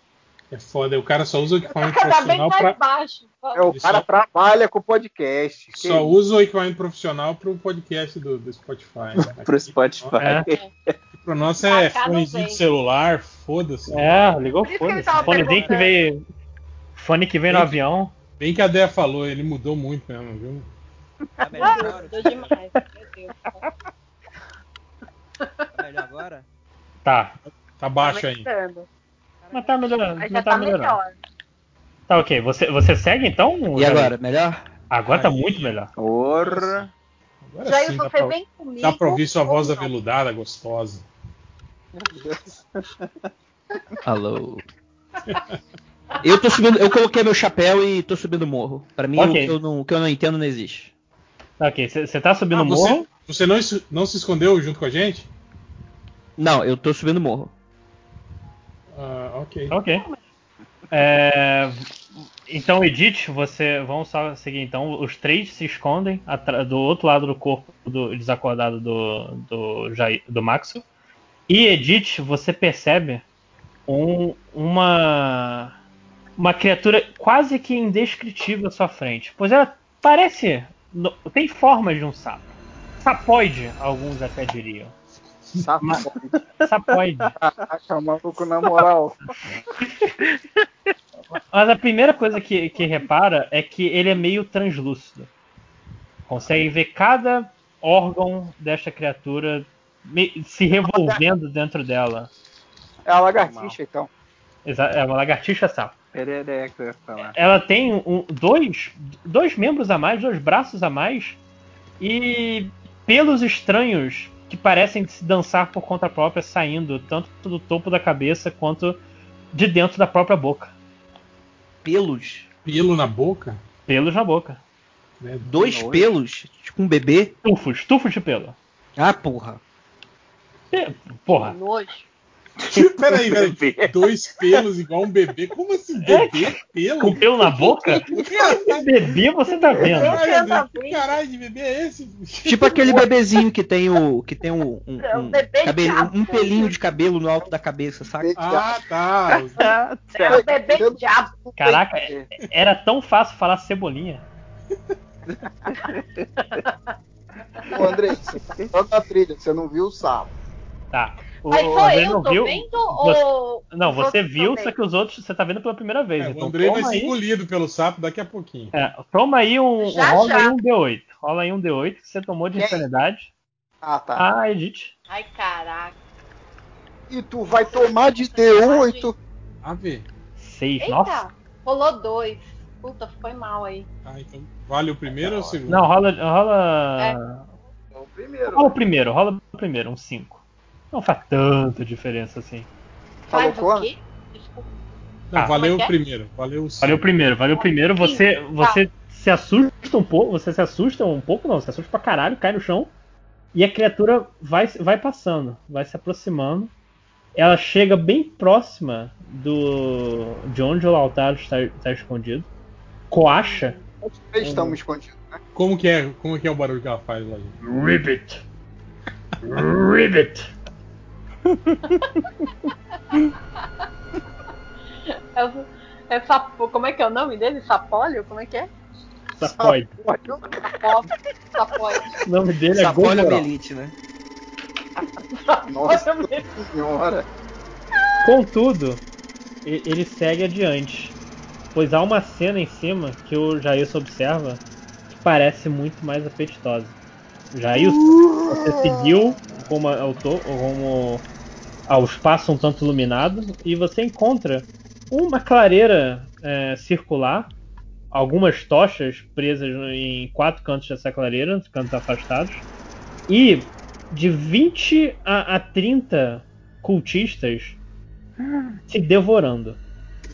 É foda, o cara só usa o equipamento
Cada vez
profissional
Tá mais
pra.
baixo.
É, o
Isso.
cara trabalha com podcast. Que
Só usa o equipamento profissional pro podcast do, do Spotify. Né?
Pro Spotify.
É.
Aqui Pro nosso é
Cá não
fonezinho de
vem.
celular, foda-se.
É, ligou
Por isso que ele
fone.
tava
Fonezinho que
perguntando.
veio. Fone que veio no
Sim.
avião.
Bem que a Dea falou, ele mudou muito mesmo, viu?
Tá
Ah, mudou demais, meu Deus.
Tá melhor agora?
Tá.
Tá
Tá
baixo ainda.
melhorando.
Mas tá melhorando.
Aí
não
já
tá
tá
melhorando.
melhor.
Tá ok. Você, você segue então?
E
Jair?
agora, melhor?
Agora tá
Aí.
muito melhor.
Orra.
Agora sim,
Jailson,
assim, dá
você
pra,
vem comigo.
dá pra ouvir sua
ou
voz
não?
aveludada, gostosa.
Alô. Eu tô subindo, eu coloquei meu chapéu e tô subindo o morro. Pra mim,
Ok.
o, que eu não, o que eu não entendo não existe.
Tá ok. Você você tá subindo
Ah,
o morro?
você você não, es- não se escondeu junto com a gente?
Não, eu tô subindo o morro.
Ah, ok.
Ok. É, então, Edith, você. Vamos só seguir então. Os três se escondem atra- do outro lado do corpo do desacordado do, do, Jair, do Maxwell. E Edith, você percebe um- uma. Uma criatura quase que indescritível à sua frente. Pois ela parece. no- tem formas de um sapo. Sapoide, alguns até diriam.
sapo.
Sapoide.
Caraca, maluco, na moral.
Mas a primeira coisa que, que repara é que ele é meio translúcido. Consegue ver cada órgão desta criatura me- se revolvendo dentro dela.
É a lagartixa, então.
Exa- É uma lagartixa sapo. é
Perereca, eu ia falar.
Ela tem um- dois, dois membros a mais, dois braços a mais e pelos estranhos que parecem se dançar por conta própria, saindo tanto do topo da cabeça quanto de dentro da própria boca.
Pelos?
Pelo na boca?
Pelos na boca.
Né?
Dois pelos? Tipo um bebê?
Tufos, tufos de pelo.
Ah, porra.
Pe- Porra.
Nojo.
Peraí, velho. Dois pelos igual um bebê. Como assim? Bebê? Pelo?
É? Com pelo na boca? Que bebê você tá vendo?
Caralho, velho, que caralho de bebê é esse?
Tipo aquele bebezinho que tem o. que tem o, um,
É um
um
bebê
cabelo-
chato.
um pelinho de cabelo no alto da cabeça, saca?
Ah, tá.
É o bebê diabo.
Caraca, era tão fácil falar cebolinha.
Ô, André, você tá falando da trilha, você não viu o sapo.
Tá. O,
Mas
o
sou
André
eu,
não
tô
viu.
vendo?
Você-
Ou...
Não,
os
você
outros
viu,
também?
só que os outros você tá vendo pela primeira vez.
É, o
então
Andrei vai
toma
ser
aí,
engolido pelo sapo daqui a pouquinho.
é, toma aí um.
Já,
rola
já.
aí um D8. Rola aí um D8 que você tomou de
Quem?
insanidade.
Ah, tá.
Ah, Edith.
Ai, caraca.
E tu vai tomar de D8.
A ver.
Seis.
Eita,
Nossa.
rolou dois. Puta, foi mal aí.
Ah, então vale o primeiro ou o segundo?
Não, rola. Ah. Rola.
É.
O primeiro.
Rola o primeiro, rola o primeiro, um cinco. Não faz tanta diferença assim.
Falou
Faz o
quanto?
quê? Desculpa.
Não,
Ah.
valeu
Como é que
o
é?
primeiro. Valeu o
Valeu
segundo.
o primeiro, valeu o primeiro. Você, você se assusta um pouco, você se assusta um pouco, não, se assusta pra caralho, cai no chão. E a criatura vai, vai passando, vai se aproximando. Ela chega bem próxima do de onde o altar está, está escondido. Coacha.
Nós três
Um.
estamos escondidos, né?
Como que é, como que é o barulho que ela faz lá? gente?
Ribbit. Ribbit.
É, o- é sapo- Como é que é o nome dele? Sapólio? Como é que é?
Sapóide.
Sapólio. Sapólio.
O nome dele é
Sapola
Gorgoroth.
Melite, né?
Nossa senhora.
Contudo, e- ele segue adiante, pois há uma cena em cima que o Jailson observa que parece muito mais apetitosa. Jailson, você seguiu como ao, to- como ao espaço um tanto iluminado e você encontra uma clareira eh, circular, algumas tochas presas no- em quatro cantos dessa clareira, cantos afastados, e de 20 a, a 30 cultistas se devorando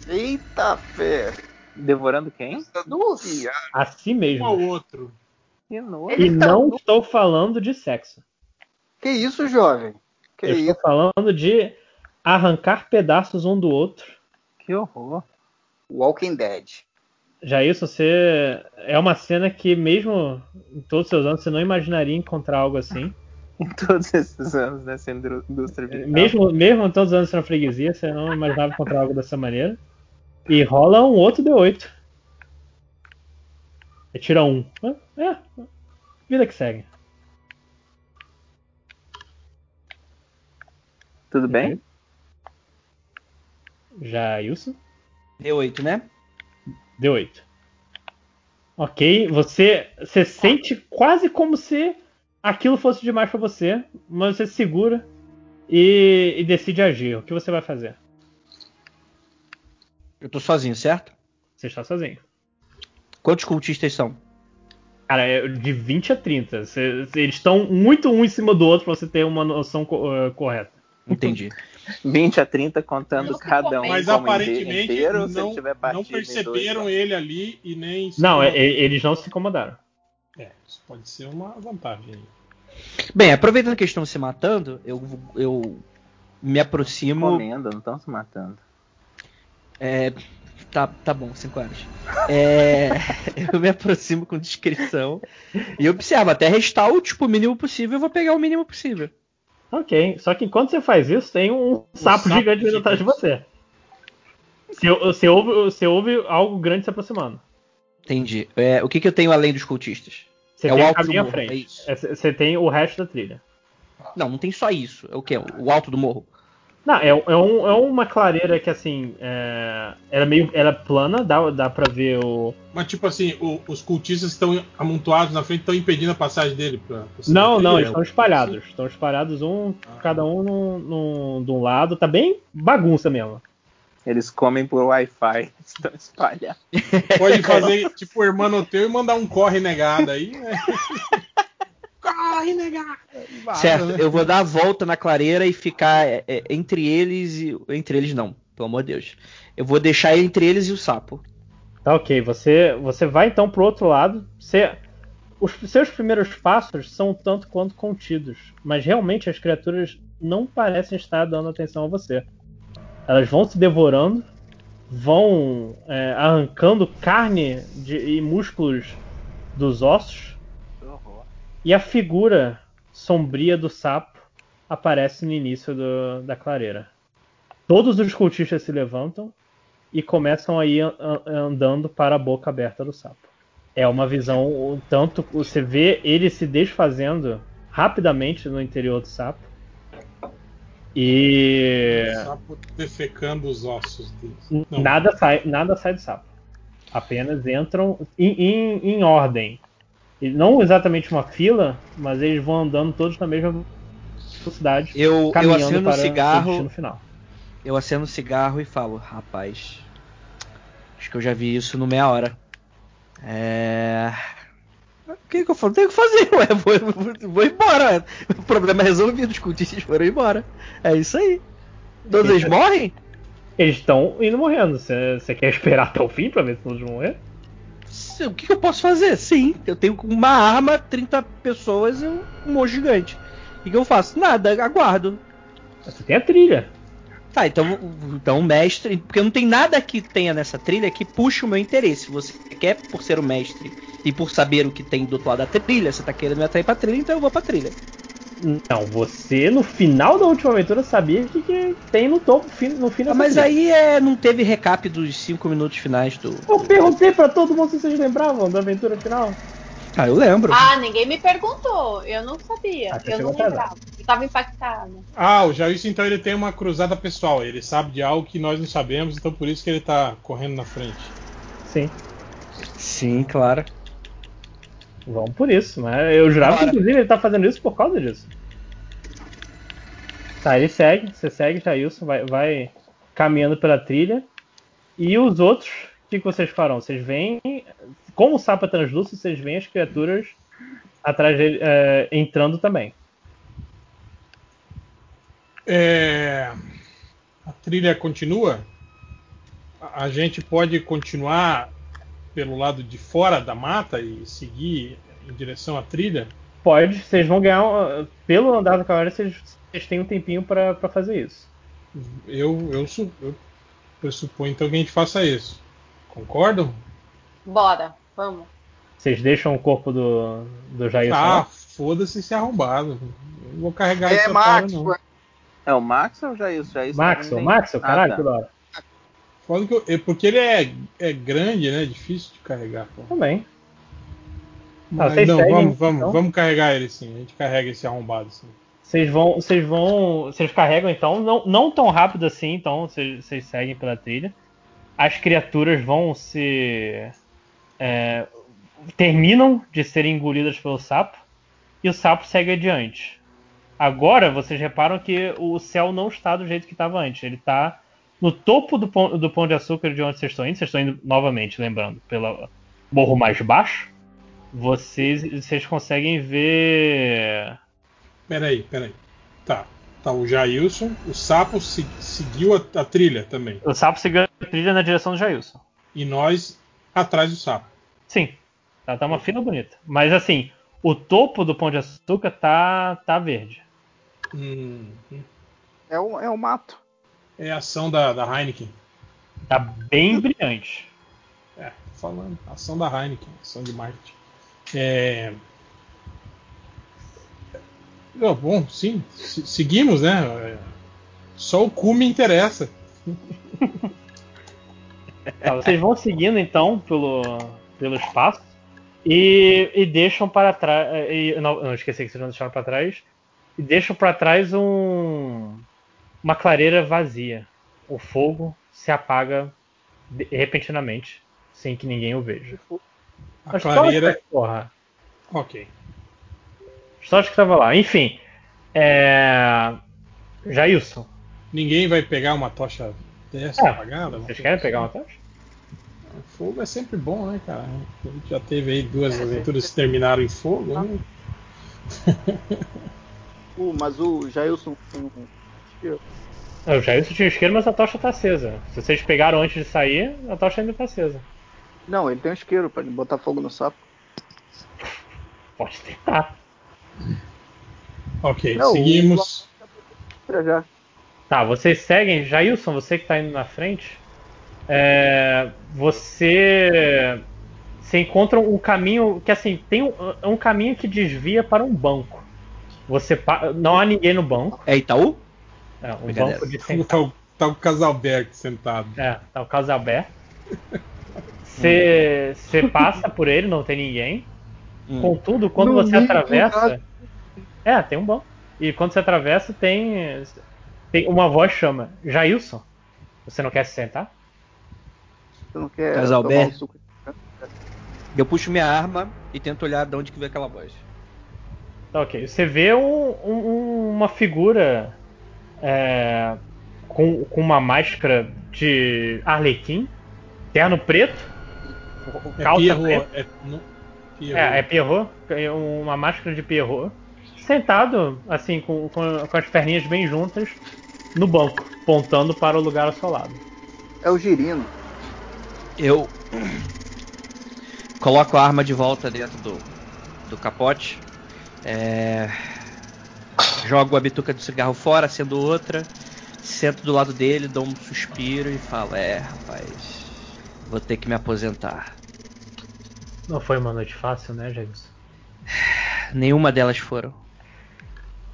Eita, fé.
Devorando quem?
Nossa.
a si
Um ao
mesmo.
outro.
Que nojo.
Eles
E
estão
não estou falando de sexo.
Que isso, jovem? Que
Eu estou
isso?
falando de arrancar pedaços um do outro.
Que horror.
Walking Dead.
Já isso você é uma cena que mesmo em todos os seus anos você não imaginaria encontrar algo assim.
Em todos esses anos né, nessa indru- indústria vital.
Mesmo mesmo em todos os anos na freguesia você não imaginava encontrar algo dessa maneira. E rola um outro D8. E tira um. É, é. vida que segue.
Tudo bem?
Já isso.
D8, né?
D8. Ok, você, você sente quase como se aquilo fosse demais pra você, mas você segura e, e decide agir. O que você vai fazer?
Eu tô sozinho, certo?
Você está sozinho.
Quantos cultistas são?
Cara, é de 20 a 30. Você- você- eles estão muito um em cima do outro pra você ter uma noção co- eh, correta.
Entendi.
20 a 30 contando
Não se
cada um.
Tem
Mas
como
aparentemente
inteiro, ou se ele
não,
tiver
não
batido em dois,
perceberam ele ali e nem. se
né? Não, é-
incomodaram.
é- eles não se incomodaram.
É, isso pode ser uma vantagem. aí.
Bem, aproveitando que eles estão se matando, eu, eu me aproximo.
comendo, não estão se matando.
É, tá, tá bom, 5 horas. É, eu me aproximo com descrição e observo, até restar o tipo, mínimo possível, eu vou pegar o mínimo possível.
Ok, só que enquanto você faz isso, tem um sapo,
sapo
gigante vindo atrás de você. Você, você ouve, você ouve algo grande se aproximando.
Entendi. É, o que, que eu tenho além dos cultistas?
Você
É o
tem o
alto do
caminho à
morro, é
frente.
isso.
É, Você você tem o resto da trilha.
Não, não tem só isso. É o quê? O alto do morro.
Não, é, é, um- é uma clareira que assim. É, ela é meio. Ela é plana, dá, dá pra ver o.
Mas tipo assim, o- os cultistas estão amontoados na frente, estão impedindo a passagem dele pra. pra sair
Não,
daqui,
não,
né?
eles estão espalhados. Estão espalhados um, cada um num, num- de um lado. Tá bem bagunça mesmo.
Eles comem por Wi-Fi, estão espalhados.
Pode fazer tipo o irmão teu e mandar um corre negado aí, né? corre negado! E vaza,
certo,
né?
eu vou dar a volta na clareira e ficar é, é, entre eles e. Entre eles não, pelo amor de Deus. Eu vou deixar entre eles e o sapo.
Tá ok, você, você vai então pro outro lado. Você, os seus primeiros passos são um tanto quanto contidos, mas realmente as criaturas não parecem estar dando atenção a você. Elas vão se devorando, vão é, arrancando carne de- e músculos dos ossos, e a figura sombria do sapo aparece no início do- da clareira. Todos os cultistas se levantam e começam a ir an- an- andando para a boca aberta do sapo. É uma visão um tanto você vê ele se desfazendo rapidamente no interior do sapo. E
Sapo É. defecando os ossos dele. Não.
nada sai, nada sai do sapo. Apenas entram em, em- em ordem. E não exatamente uma fila, mas eles vão andando todos na mesma velocidade,
Eu, eu
caminhando
acendo um
para o
cigarro.
destino final.
Eu acendo um cigarro e falo, rapaz. Acho que eu já vi isso no meia hora. É. O que, que eu falo? Não tem o que fazer, ué. Vou, vou- vou embora. ué. O problema é resolvido, os cultistas foram embora. É isso aí. Todos eles morrem?
Eles estão indo morrendo. Você você quer esperar até o fim para ver se todos vão morrer?
Sim, O que, que eu posso fazer? Sim, eu tenho com uma arma, 30 pessoas e um monstro gigante. O que, que eu faço? Nada, aguardo.
Você tem a trilha.
Tá, então, então o mestre. Porque não tem nada que tenha nessa trilha que puxe o meu interesse. Você quer por ser o mestre e por saber o que tem do outro lado da trilha, você tá querendo me atrair pra trilha, então eu vou pra trilha.
Não, você no final da última aventura sabia o que, que tem no topo, fi- no fim
Ah,
dessa
mas
trilha.
aí é, não teve recap dos 5 minutos finais do.
Eu perguntei pra todo mundo se vocês lembravam da aventura final.
Ah, eu lembro.
Ah, ninguém me perguntou. Eu não sabia.
Ah, você
eu não
chegou atrasado.
lembrava. Eu tava impactada.
Ah, o Jailson então ele tem uma cruzada pessoal, ele sabe de algo que nós não sabemos, então por isso que ele tá correndo na frente.
Sim,
Sim, claro.
vamos por isso, né? Eu jurava
Bora.
que inclusive ele tá fazendo isso por causa disso. Tá, ele segue, você segue, Jailson, vai, vai caminhando pela trilha. E os outros, o que, que vocês farão? Vocês veem, como o sapo é translúcido, vocês veem as criaturas atrás dele eh, entrando também.
É, A trilha continua? A a gente pode continuar pelo lado de fora da mata e seguir em direção à trilha?
Pode, vocês vão ganhar. um- Pelo andar da cavalaria, vocês, vocês têm um tempinho pra pra fazer isso.
Eu, eu, su- eu pressuponho então que a gente faça isso. Concordam?
Bora, vamos.
Vocês deixam o corpo do, do Jair
Ah,
lá?
foda-se se arrombado. Eu não vou carregar
É,
essa
Max,
não.
ué.
É o Max ou o Jailson? Jailson
Max,
não
o
tem-
Max, o caralho,
Ah,
toda hora.
Foda que eu- é porque ele é, é grande, né? Difícil de carregar. pô.
Também. Ah,
Mas
vocês
não,
seguem,
vamos, vamos,
então?
vamos carregar ele sim. A gente carrega esse arrombado sim.
Vocês vão. Vocês vão. Vocês carregam então, não, não tão rápido assim, então vocês, vocês seguem pela trilha. As criaturas vão se. é, terminam de serem engolidas pelo sapo. E o sapo segue adiante. Agora vocês reparam que o céu não está do jeito que estava antes. Ele está no topo do pão, do pão de açúcar de onde vocês estão indo. Vocês estão indo novamente, lembrando, pelo morro mais baixo. Vocês, vocês conseguem ver.
Peraí, peraí. Tá. Tá o Jailson. O sapo se- seguiu a, a trilha também.
O sapo seguiu a trilha na direção do Jailson.
E nós atrás do sapo.
Sim. Tá, tá uma fila bonita. Mas assim, o topo do pão de açúcar tá, tá verde.
Hum,
É um, é um mato.
é a ação da, da Heineken.
Tá bem brilhante.
É, tô falando. Ação da Heineken. Ação de marketing. É. Não, bom, sim. se- seguimos, né? É, Só o cu me interessa.
Tá, vocês vão seguindo então pelo, pelo espaço e, e deixam para trás. e- Não, não, esqueci que vocês não deixaram para trás. E deixam para trás um. uma clareira vazia. O fogo se apaga de- repentinamente, sem que ninguém o veja.
A
Mas qual é
clareira.
essa porra?
Ok.
Só acho que tava lá. Enfim. É... Jailson,
Ninguém vai pegar uma tocha dessa
É.
apagada? assim?
vocês querem pegar uma tocha?
Fogo é sempre bom, né, cara? A gente já teve aí duas aventuras que terminaram em fogo, né?
Uh, mas o Jailson tem um.
Não, O Jailson tinha isqueiro, mas a tocha tá acesa. Se vocês pegaram antes de sair, a tocha ainda tá acesa.
Não, ele tem um isqueiro pra botar fogo no sapo.
Pode tentar.
Ok,
Não, o-
seguimos.
Já já.
Tá, vocês seguem. Jailson, você que tá indo na frente. é, Você. Você encontra um caminho que assim, tem um, é um caminho que desvia para um banco. Você pa- Não há ninguém no banco.
É Itaú?
É, um
Brincadeira.
banco de
Como tá o, tá o Casalberg sentado?
É, tá o Casalberto. Você você passa por ele, não tem ninguém.
Hum.
Contudo, quando
No
você
meio do
atravessa. É, tem um bom. E quando você atravessa, tem. tem uma voz chama. Jailson, você não quer se sentar?
Você não quer
Casalberto.
tomar um suco?
Eu puxo minha arma e tento olhar de onde que veio aquela voz.
Tá ok. Você vê um- um- uma figura é, com, com uma máscara de arlequim, terno preto,
É
Calça
Pierrot.
preta.
É, não, Pierrot.
É, é Pierrot, é uma máscara de Pierrot, sentado, assim, com, com, com as perninhas bem juntas, no banco, pontando para o lugar ao seu lado.
É o girino.
Eu coloco a arma de volta dentro do, do capote. é, Jogo a bituca do cigarro fora, acendo outra. Sento do lado dele, dou um suspiro e falo: É, rapaz, vou ter que me aposentar.
Não foi uma noite fácil, né, Jailson?
Nenhuma delas foram.
O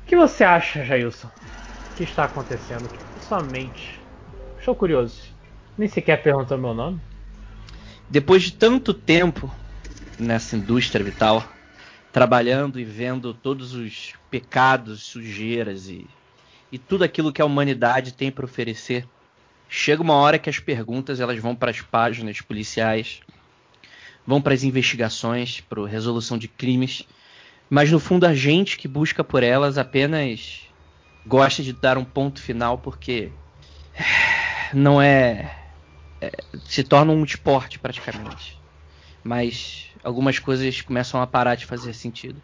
que você acha, Jailson? O que está acontecendo? O que está na sua mente? Estou curioso. Nem sequer perguntou meu nome.
Depois de tanto tempo nessa indústria vital, trabalhando e vendo todos os pecados, sujeiras e, e tudo aquilo que a humanidade tem para oferecer, chega uma hora que as perguntas elas vão para as páginas policiais, vão para as investigações, para resolução de crimes, mas no fundo a gente que busca por elas apenas gosta de dar um ponto final porque não é se torna um esporte praticamente. Mas algumas coisas começam a parar de fazer sentido.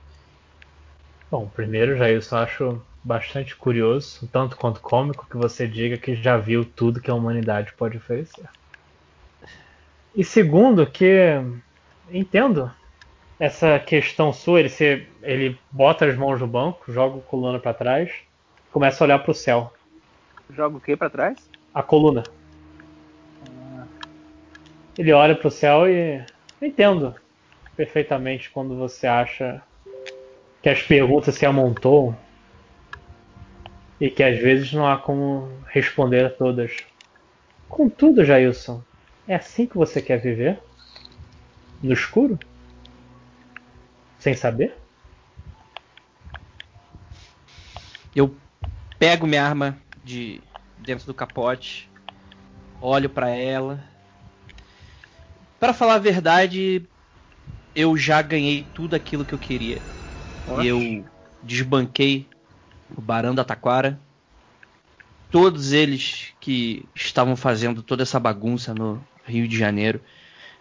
Bom, primeiro, Jailson, acho bastante curioso, tanto quanto cômico, que você diga que já viu tudo que a humanidade pode oferecer. E segundo, que entendo essa questão sua, ele, se, ele bota as mãos no banco, joga a coluna para trás, começa a olhar para o céu.
Joga o que pra trás?
A coluna. Ele olha pro céu e. Eu entendo perfeitamente quando você acha que as perguntas se amontoam e que às vezes não há como responder a todas. Contudo, Jailson, é assim que você quer viver? No escuro? Sem saber?
Eu pego minha arma de dentro do capote, olho pra ela. Pra falar a verdade, eu já ganhei tudo aquilo que eu queria. E eu desbanquei o Barão da Taquara. Todos eles que estavam fazendo toda essa bagunça no Rio de Janeiro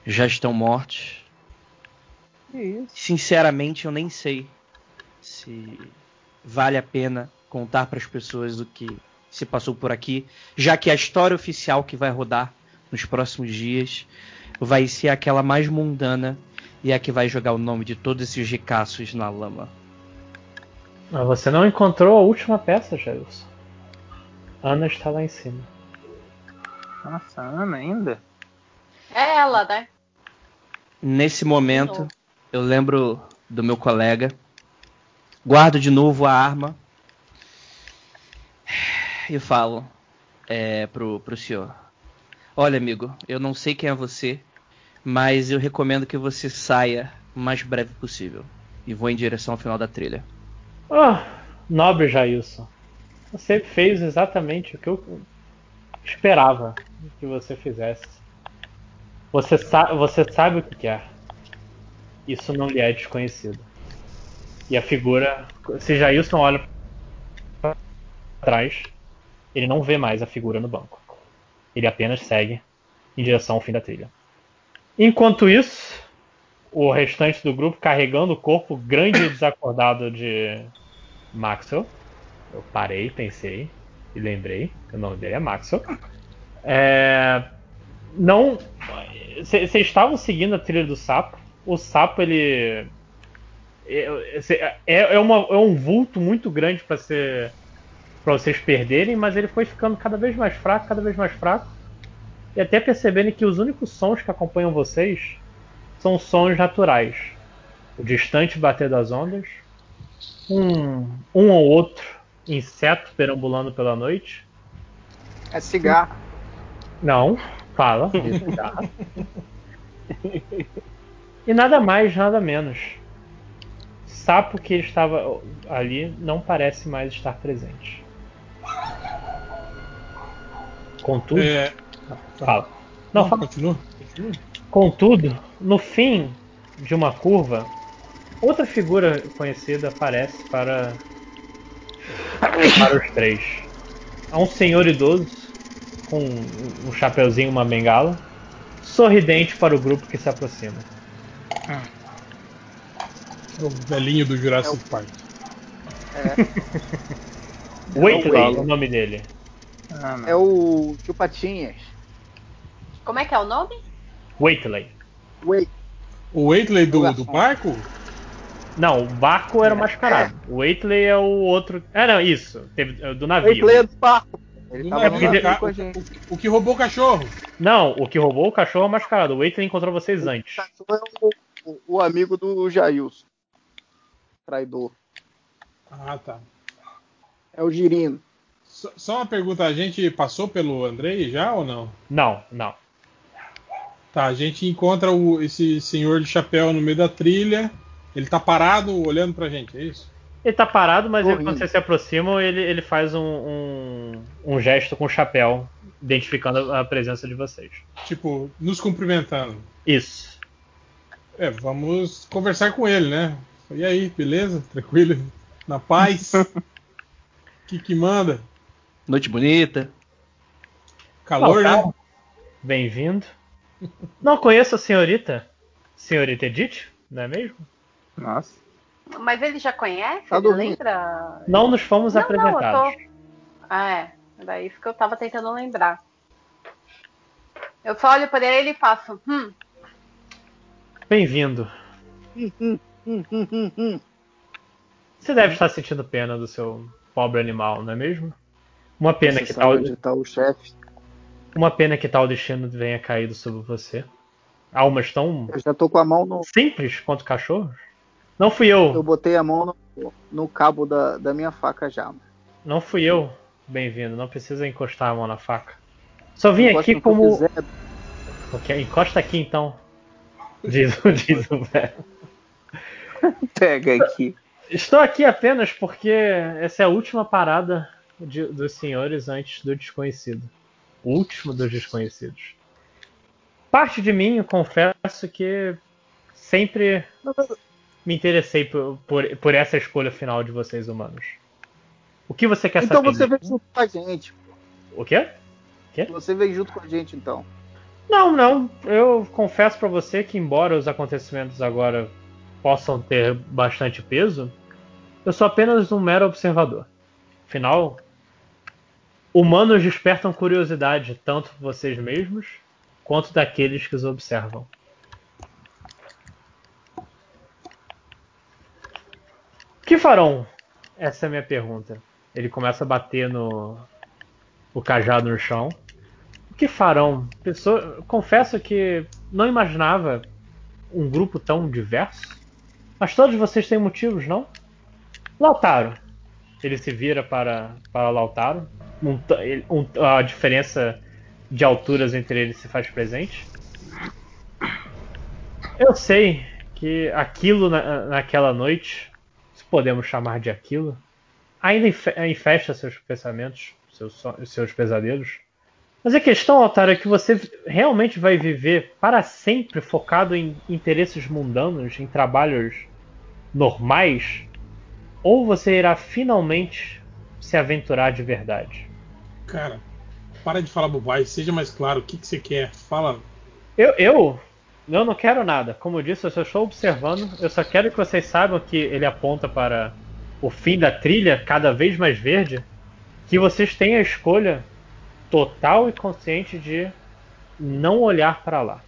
já estão mortos. Sinceramente, eu nem sei se vale a pena contar para as pessoas o que se passou por aqui, já que a história oficial que vai rodar nos próximos dias vai ser aquela mais mundana e é a que vai jogar o nome de todos esses ricaços na lama.
Mas Ah, você não encontrou a última peça, Jailson. Ana está lá em cima.
Nossa, Ana ainda?
É ela, né?
Nesse momento, eu lembro do meu colega. Guardo de novo a arma. E falo é, pro, pro senhor: Olha, amigo, eu não sei quem é você, mas eu recomendo que você saia o mais breve possível. E vou em direção ao final da trilha.
Ah, nobre Jailson. Você fez exatamente o que eu esperava que você fizesse. Você, sa você sabe o que quer. Isso não lhe é desconhecido. E a figura. Se Jailson olha para trás, ele não vê mais a figura no banco. Ele apenas segue em direção ao fim da trilha. Enquanto isso, o restante do grupo carregando o corpo grande e desacordado de Maxwell. Eu parei, pensei e lembrei que o nome dele é Maxwell. É, não, vocês estavam seguindo a trilha do sapo. O sapo ele é, é, uma, é um vulto muito grande para ser para vocês perderem, mas ele foi ficando cada vez mais fraco, cada vez mais fraco. E até perceberem que os únicos sons que acompanham vocês são sons naturais. O distante bater das ondas, um, um ou outro inseto perambulando pela noite.
É cigarro.
Não, fala. de cigarro. e nada mais, nada menos. O sapo que estava ali não parece mais estar presente. Contudo.
É...
Fala. Não, fala.
Continua?
Contudo, no fim de uma curva, outra figura conhecida aparece para, para os três. Há um senhor idoso com um chapeuzinho, uma bengala, sorridente para o grupo que se aproxima.
Ah. É o velhinho do Jurassic
É
Park.
Waitley é o nome dele.
Ah, não.
É o Tio Patinhas.
Como é que é o nome?
Waitley.
Wait,
O Waitley do, do barco?
Não, o barco
É.
era o mascarado. O Waitley é o outro. Ah, não, isso. Teve, é do navio.
Wait, Leia do Barco. Ele
Do
tava no
navio
porque
do
ele-
navio
é ca-
com a gente.
o, o que roubou o cachorro?
Não, o que roubou o cachorro é o mascarado. O Waitley encontrou vocês antes.
Tatu é o, o- o amigo do Jailson. Traidor.
Ah, tá.
É o Girino.
Só, só uma pergunta, a gente passou pelo Andrei já ou não?
Não, não.
Tá, a gente encontra o- esse senhor de chapéu no meio da trilha. Ele tá parado olhando pra gente, é isso?
Ele tá parado, mas ele,
Correndo.
quando vocês se aproximam, ele, ele faz um, um- um gesto com o chapéu, identificando a, a presença de vocês.
Tipo, nos cumprimentando.
Isso.
É, vamos conversar com ele, né? E aí, beleza? Tranquilo? Na paz? que que manda?
Noite bonita.
Calor,
Ah,
né?
Bem-vindo. Não conheço a senhorita. Senhorita Edith, não é mesmo?
Nossa.
Mas ele já conhece?
Tá
ele
dormindo.
lembra?
Não nos fomos
Não, não,
apresentados.
eu Ah, é. Era isso que eu tava tentando lembrar. Eu só olho pra ele e faço. Hum,
Bem-vindo.
Hum, hum, hum, hum.
Você deve estar sentindo pena do seu pobre animal, não é mesmo? Uma
Você
pena que
sabe
tal,
onde tá o chefe.
uma pena que tal destino venha caído sobre você. Almas tão
Eu já tô com a mão no.
simples quanto cachorros. Não fui eu,
Eu botei a mão no, no cabo da, da minha faca já.
não fui eu. Bem-vindo, não precisa encostar a mão na faca. Só vim
Encosta
aqui
no que eu
como.
quiser,
Ok, encosta aqui então. Diz, diz o velho.
Pega aqui.
Estou aqui apenas porque essa é a última parada de- dos senhores antes do desconhecido. O último dos desconhecidos. Parte de mim, eu confesso que sempre me interessei por, por- por essa escolha final de vocês humanos. O que você quer
Então
saber?
você
de-
veio junto com a gente.
O quê?
Você veio junto com a gente, então.
Não, não. Eu confesso pra você que, embora os acontecimentos agora possam ter bastante peso, eu sou apenas um mero observador. Afinal, humanos despertam curiosidade tanto por vocês mesmos quanto daqueles que os observam. O que farão? Essa é a minha pergunta. Ele começa a bater no o cajado no chão. O que farão? Pessoa, confesso que não imaginava um grupo tão diverso. Mas todos vocês têm motivos, não? Lautaro. Ele se vira para, para Lautaro. Um ta- ele- um- a diferença de alturas entre eles se faz presente. Eu sei que aquilo na- naquela noite, se podemos chamar de aquilo, ainda enfe- infesta seus pensamentos, seus, son- seus pesadelos. Mas a questão, Altaro, é que você realmente vai viver para sempre focado em interesses mundanos, em trabalhos normais, ou você irá finalmente se aventurar de verdade?
Cara, para É de falar bobagem, seja mais claro, o que, que você quer? Fala.
Eu, eu, eu não quero nada. Como eu disse, eu só estou observando. Eu só quero que vocês saibam que ele aponta para o fim da trilha, cada vez mais verde, que vocês têm a escolha total e consciente de não olhar para lá,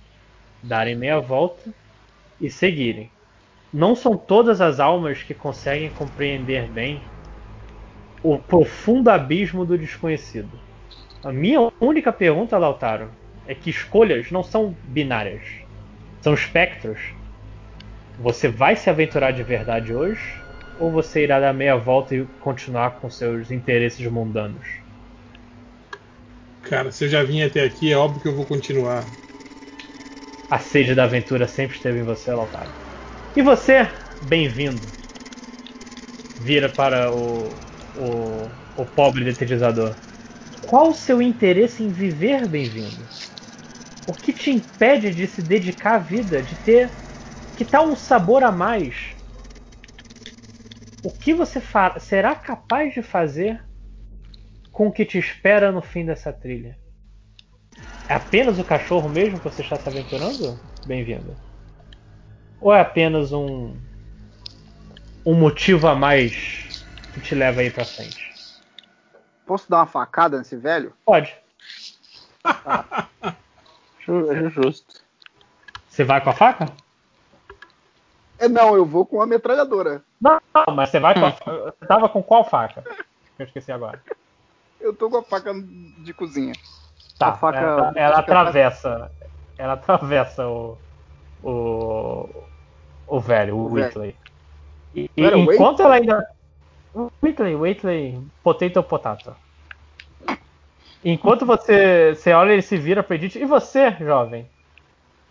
darem meia volta e seguirem. Não são todas as almas que conseguem compreender bem o profundo abismo do desconhecido. A minha única pergunta, Lautaro, é que escolhas não são binárias, são espectros. Você vai se aventurar de verdade hoje ou você irá dar meia volta e continuar com seus interesses mundanos?
Cara, se eu já vim até aqui, é óbvio que eu vou continuar.
A sede da aventura sempre esteve em você, Lautaro. E você, bem-vindo. Vira para o, o, o pobre detetizador. Qual o seu interesse em viver, bem-vindo? O que te impede de se dedicar à vida, de ter. Que tal um sabor a mais? O que você fa- será capaz de fazer com o que te espera no fim dessa trilha? É apenas o cachorro mesmo que você está se aventurando? Bem-vindo. Ou é apenas um um motivo a mais que te leva aí pra frente?
Posso dar uma facada nesse velho? Ah,
Pode.
Ju- é Justo.
Você vai com a faca?
É, não, eu vou com a metralhadora.
Não, não, mas você vai né? com a faca. Você tava com qual faca? Eu esqueci agora.
Eu tô com a faca de cozinha.
Tá,
A faca-
ela, ela
a faca-
atravessa. né? Ela atravessa o. O. O velho, o
O velho.
Whitley. E,
Não era
e enquanto ela ainda.
tá
Whitley, Whitley, potato é potato. Enquanto você, você olha, ele se vira pra Edith. E você, jovem?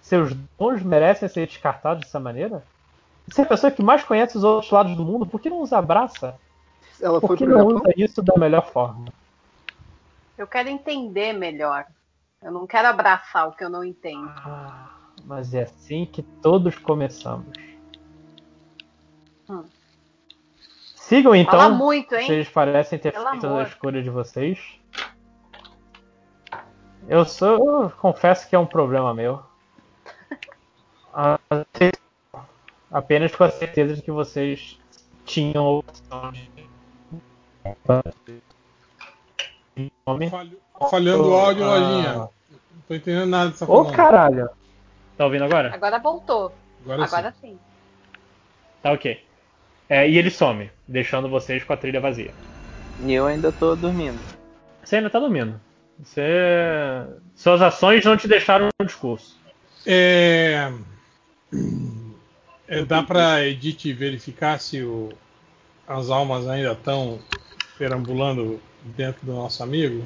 Seus dons merecem ser descartados dessa maneira? Você é a pessoa que mais conhece os outros lados do mundo, por que não os abraça?
Ela
Por
foi
que
pro
não
Japão?
usa isso da melhor forma?
Eu quero entender melhor. Eu não quero abraçar o que eu não entendo.
Ah, mas é assim que todos começamos.
Hum.
Sigam
Fala
então,
muito, hein?
vocês parecem ter
Pelo
feito
amor.
a escolha de vocês. Eu sou, eu confesso que é um problema meu. Ah, Apenas com a certeza de que vocês tinham a opção de. Nome.
Falho- Falhando o áudio,
Ah.
lojinha. Não tô entendendo nada dessa
Ô
falando.
caralho! Tá ouvindo agora?
Agora voltou.
Agora,
Agora
sim.
sim.
Tá ok. É, e ele some, deixando vocês com a trilha vazia.
E eu ainda tô dormindo.
Você ainda tá dormindo. Você. Suas ações não te deixaram no discurso.
É... É, dá pra Edith verificar se o- as almas ainda estão perambulando dentro do nosso amigo?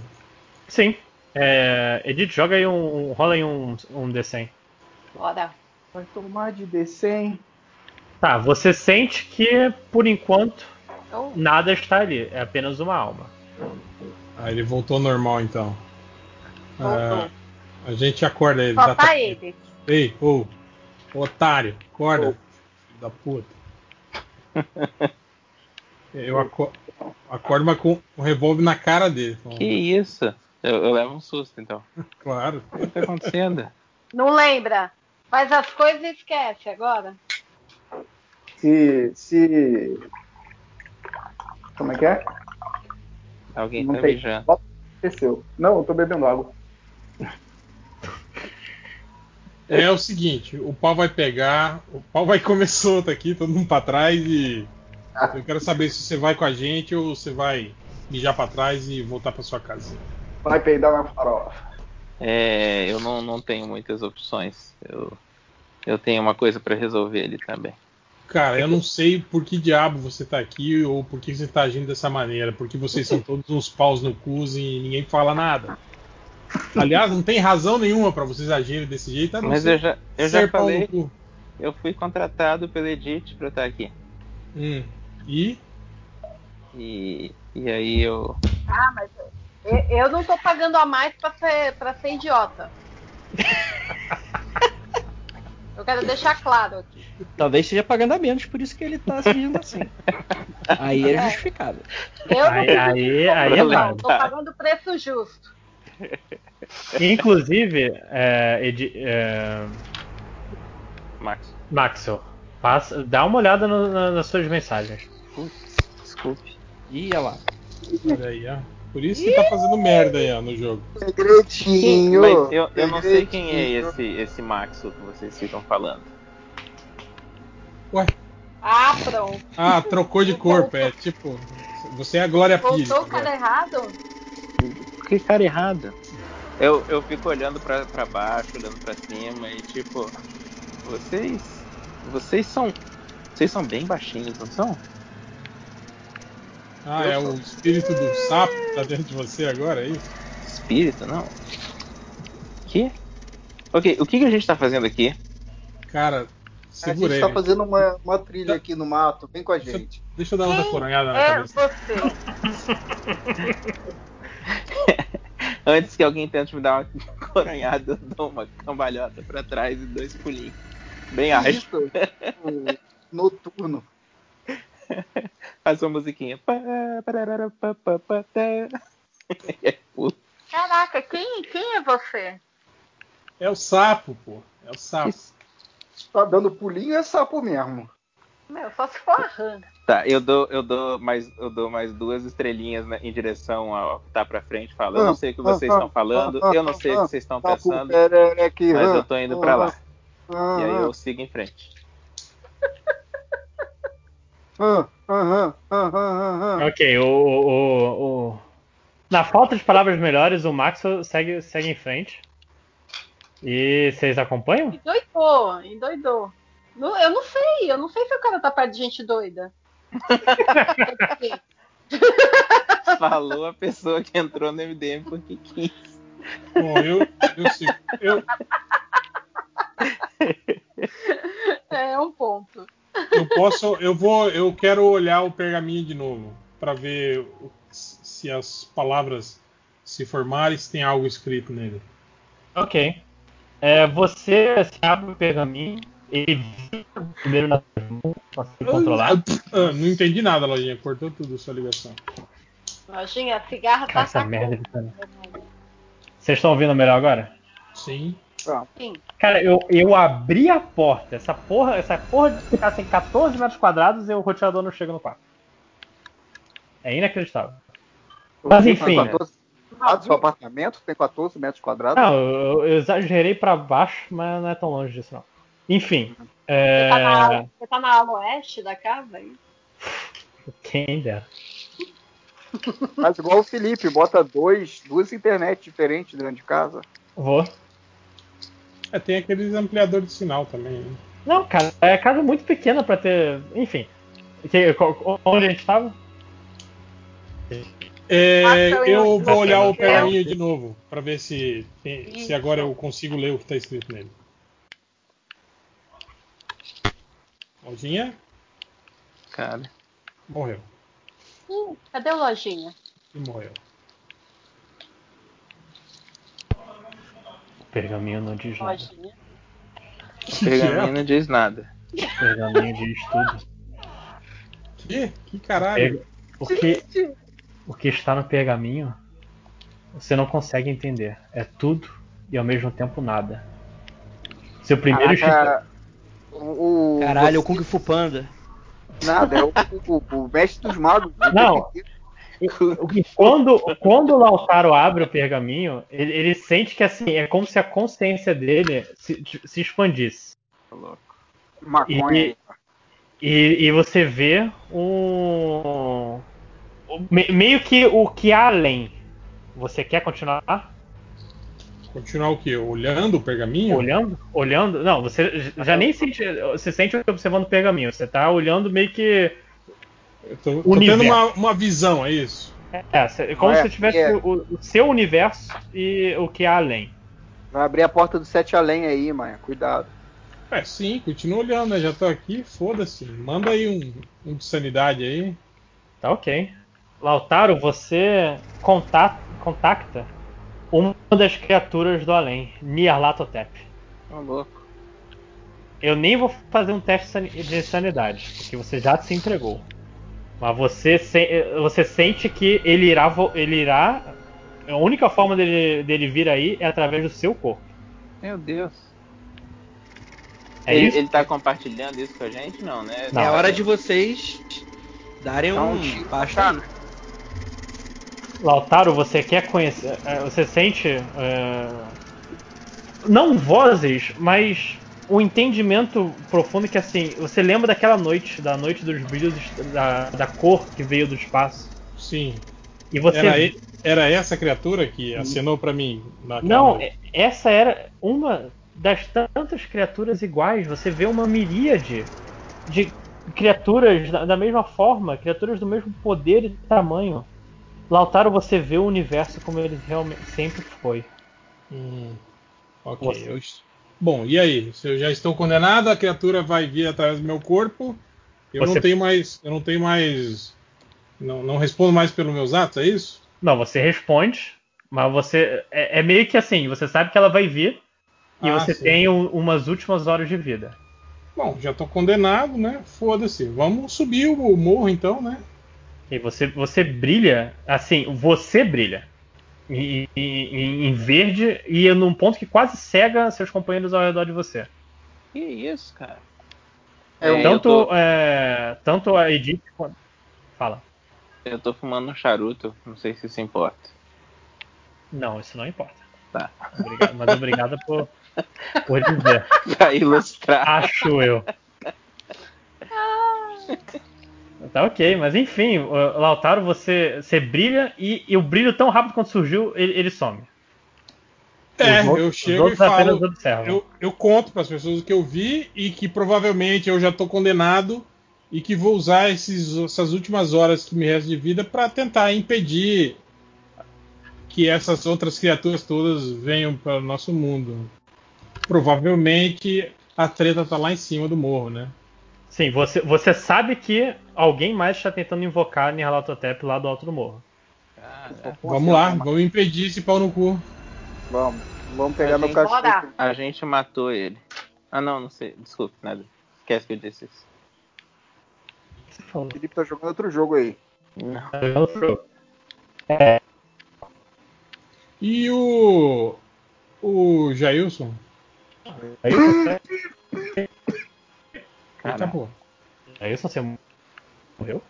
Sim. É, Edith, joga aí um. um- rola aí um, um D100.
Bora.
Vai tomar de D100.
Tá, você sente que, por enquanto,
Oh,
nada está ali. É apenas uma alma.
Ah, ele voltou ao normal então.
voltou.
Ah, a gente acorda ele.
Só
já
tá ele.
Ei, ô, otário, acorda. filho Da puta. Eu aco- acordo, mas com o revólver na cara dele. então, falando,
Que isso? Eu, eu levo um susto então.
Claro.
O que tá acontecendo?
Não lembra. Faz as coisas e esquece agora.
Se. Se. Como é que é?
Alguém
Não
tá
tem.
beijando.
Aconteceu. Não, eu tô bebendo água.
É o seguinte, o pau vai pegar, o pau vai comer solto aqui, todo mundo pra trás e. Eu quero saber se você vai com a gente ou você vai mijar pra trás e voltar pra sua casa.
Vai peidar na farofa.
É, eu não, não tenho muitas opções. Eu, eu tenho uma coisa pra resolver ali também.
Cara, eu não sei por que diabo você tá aqui ou por que você tá agindo dessa maneira, porque vocês são todos uns paus no cu e ninguém fala nada. Aliás, não tem razão nenhuma pra vocês agirem desse jeito, a não
Mas eu
ser
já, eu
ser
já
pau
falei,
no cu.
eu fui contratado pela Edith pra estar aqui.
Hum. E
E, e aí eu.
Ah, mas eu, eu não tô pagando a mais pra ser, pra ser idiota. Eu quero deixar claro aqui.
Talvez esteja pagando a menos, por isso que ele tá se agindo assim. Aí é justificável.
Ah, Eu não
Aí, aí, aí é
tô,
nada.
não, tô
Tá.
pagando preço justo.
Inclusive, é, Edi- é,
Max,
Maxwell, passa- dá uma olhada no- na- nas suas mensagens.
desculpe.
Ih, olha lá.
Olha aí, ó. Por isso que tá fazendo merda aí, ó, no jogo.
Segredinho.
Mas eu, eu não sei quem é
segredinho.
esse, esse Maxo que vocês ficam falando.
Ah, pronto.
Ah, trocou de corpo, é tipo. Você é a Glória Pires.
Voltou o
agora.
né?
cara errado?
Que cara errado. Eu, eu fico olhando pra, pra baixo, olhando pra cima e tipo. Vocês. Vocês são. Vocês são bem baixinhos, não são?
Ah, é o espírito do sapo que tá dentro de você agora, é isso?
Espírito, não. Que? Ok, o que, que a gente tá fazendo aqui?
Cara,
A gente
segurei.
tá fazendo uma, uma trilha aqui no mato. Vem com a gente.
Deixa eu dar outra coronhada na
É
cabeça.
você.
Antes que alguém tente me dar uma coronhada, eu dou uma cambalhota pra trás e dois pulinhos. Bem ágil.
Isso. O Noturno.
Faz uma musiquinha. Pá, pararara, pá, pá, pá, tá. E aí, pula.
Caraca, quem, quem é você?
É o sapo, pô. É o sapo.
Tá dando pulinho é sapo mesmo.
Meu, só se for arranca.
Tá, eu dou, eu dou mais, eu dou mais duas estrelinhas na- em direção ao que tá pra frente, falando. Eu
Ah,
não sei o que vocês estão falando, eu não sei o que vocês estão
Sapo
pensando,
Tá perereque.
É mas eu
hã? Ah,
tô indo pra lá.
Hã,
E aí
hã,
eu sigo em frente.
hã, hã, hã, hã, hã, hã.
Ok, o, o- o- o- Na falta de palavras melhores, o Maxwell segue, segue em frente. E vocês acompanham?
Endoidou, endoidou. Não, eu não sei, eu não sei se o cara tá perto de gente doida.
Falou a pessoa que entrou no MDM porque quis.
Bom, eu, eu, sigo- eu,
É um ponto.
eu posso. Eu vou. Eu quero olhar o pergaminho de novo. Pra ver o- se as palavras se formarem, se tem algo escrito nele.
Ok. É, você se abre o pergaminho, ele vira primeiro na sua mão, pra se controlar.
Ah, não entendi nada, Lojinha. Cortou tudo a sua ligação.
Imagina, a cigarra
Cara,
tá
essa
sacando.
merda. Vocês estão ouvindo melhor agora?
Sim.
Sim.
Cara, eu, eu abri a porta. Essa porra, essa porra de ficar sem 14 metros quadrados e o roteador não chega no quarto. É inacreditável. Mas enfim. né?
Tem 14 quadrados, o apartamento tem 14 metros quadrados.
Não, eu, eu exagerei pra baixo, mas não é tão longe disso, não. Enfim.
Você, tá na,
É...
ala- você tá na ala oeste da casa? hein?
Quem dera.
Mas igual o Felipe, bota dois, duas internet diferentes dentro de casa.
Vou.
É, tem aqueles ampliadores de sinal também. né?
Não, cara, é casa muito pequena pra ter. Enfim. Que- qual- onde a gente tava?
É, eu
Marcelo, eu-
vou olhar o
eu-
pergaminho de novo pra ver se, tem- se agora eu consigo ler o que tá escrito nele. Lojinha
Cara.
morreu.
Hum, cadê o lojinha?
E morreu.
Pergaminho não diz nada.
Lojinha.
O
é?
pergaminho não diz nada.
Pergaminho diz tudo.
Que? Que caralho?
O que, o que está no pergaminho você não consegue entender. É tudo e ao mesmo tempo nada. Seu primeiro instinto-
Caraca, o, o-
Caralho, o Kung Fu Panda.
Nada, é o, o- o mestre dos magos.
Não. Quando, quando o Lautaro abre o pergaminho, ele, ele sente que assim, é como se a consciência dele se, se expandisse.
Maconha.
E, e você vê um. um- me- meio que o que há além. Você quer continuar
Continuar o quê? Olhando o pergaminho? Ah,
olhando? Olhando? Não, você j- já nem sente. Você sente observando o pergaminho. Você tá olhando meio que.
Eu tô, tô
Universo.
tendo uma, uma visão, é isso?
É, cê- como
Não é?
se tivesse
É.
o, o seu universo e o que há além.
Vai abrir a porta do Sete Além aí, Maia. Cuidado.
É, sim, continua olhando, né? Já tô aqui, foda-se. Manda aí um, um de sanidade aí.
Tá ok. Lautaro, você contata, contacta uma das criaturas do além, Nyarlathotep.
Ô, louco.
Eu nem vou fazer um teste sani- de sanidade, porque você já se entregou. Mas você, se- você sente que ele irá, vo- ele irá. A única forma dele, dele vir aí é através do seu corpo.
Meu Deus.
É
ele,
isso?
ele tá compartilhando isso com a gente? Não, né? tipo,
Não.
É hora de vocês darem
Dá
Então,
um
um
tiro,
pasto.
cara.
Lautaro, você quer conhecer. eh, Você sente. eh, não vozes, mas um entendimento profundo que assim. Você lembra daquela noite, da noite dos brilhos, da, da cor que veio do espaço.
Sim.
E você.
Era, e- era essa criatura que acenou pra mim na
Não, eh, essa era uma das tantas criaturas iguais. Você vê uma miríade de criaturas da, da mesma forma, criaturas do mesmo poder e tamanho. Lautaro, você vê o universo como ele realmente sempre foi.
Hum, ok.
Você.
eu est- Bom, e aí? Se eu já estou condenado, a criatura vai vir atrás do meu corpo. Eu
Você-
não tenho mais. Eu não tenho mais. Não, não respondo mais pelos meus atos, é isso?
Não, você responde, mas você. É, é meio que assim, você sabe que ela vai vir e
Ah,
você
sim.
tem um- umas últimas horas de vida.
Bom, já estou condenado, né? Foda-se. Vamos subir o morro então, né?
E você, você brilha, assim, você brilha. Em, em- em- em verde e num ponto que quase cega seus companheiros ao redor de você.
Que isso, cara?
É,
É, eu,
tanto,
tô,
é, tanto a Edith quanto. Fala.
eu tô fumando um charuto, não sei se isso importa.
Não, isso não importa.
Tá.
Obrigado, mas obrigado por, por dizer.
pra ilustrar.
É. Acho eu. Tá ok, mas enfim, o- Lautaro, você, você brilha e, e o brilho tão rápido quanto surgiu, ele, ele some.
É,
Os outros-
eu
os
chego e
outros apenas
falo.
observam.
Eu, eu conto para as pessoas o que eu vi e que provavelmente eu já estou condenado e que vou usar esses- essas últimas horas que me restam de vida para tentar impedir que essas outras criaturas todas venham para o nosso mundo. Provavelmente a treta tá lá em cima do morro, né?
Sim, você, você sabe que alguém mais está tentando invocar Nyarlathotep lá do alto do morro.
Ah,
Cara,
é
vamos
um
lá, vamos impedir esse pau no cu.
Vamos. Vamos pegar meu
Bora.
cachorro.
a gente matou ele. Ah, não, não sei. Desculpe, nada. Esquece que eu disse isso.
Você falou.
O Felipe tá jogando outro jogo aí.
Não.
tá jogando pro-
É.
E o. O Jailson?
Aí você-
Eita,
Caraca.
pô.
aí você morreu?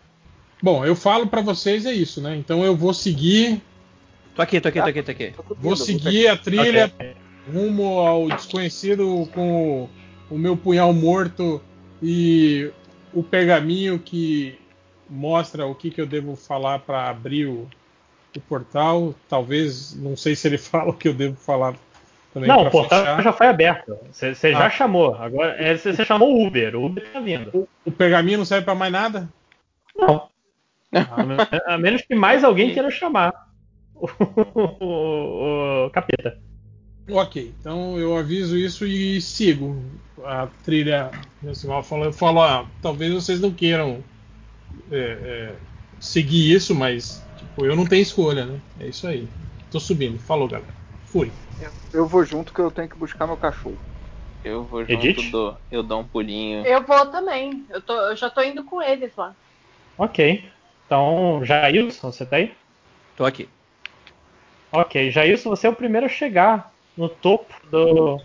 Bom, eu falo para vocês é isso, né? Então eu vou seguir, Tá.
Tô aqui, tô aqui, tô aqui, tô aqui.
Tô com
vou
medo,
seguir a trilha
Ok.
rumo ao desconhecido com o, o meu punhal morto e o pergaminho que mostra o que, que eu devo falar para abrir o, o portal. Talvez, não sei se ele fala o que eu devo falar também.
Não,
pra
o portal
fechar.
já foi aberto. Você você já
Ah.
chamou. Agora é, você você chamou o Uber. O Uber tá vindo.
O pergaminho não serve para mais nada? Ah.
Não. A, men- a menos que mais alguém queira chamar o, o- o capeta.
Ok, então eu aviso isso e sigo a trilha. principal. Eu falo, eu falo, ah, talvez vocês não queiram é, é, seguir isso, mas tipo, eu não tenho escolha, né? É isso aí. Tô subindo. Falou, galera. Fui.
velho. Eu vou junto que eu tenho que buscar meu cachorro.
Eu vou
Edith?
junto, dou, eu dou um pulinho.
É.
Eu vou também. Eu, tô, eu já tô indo com eles lá.
Ok. Então, Jailson, você tá aí?
Tô aqui.
Ok, Jailson, você é o primeiro a chegar no topo do,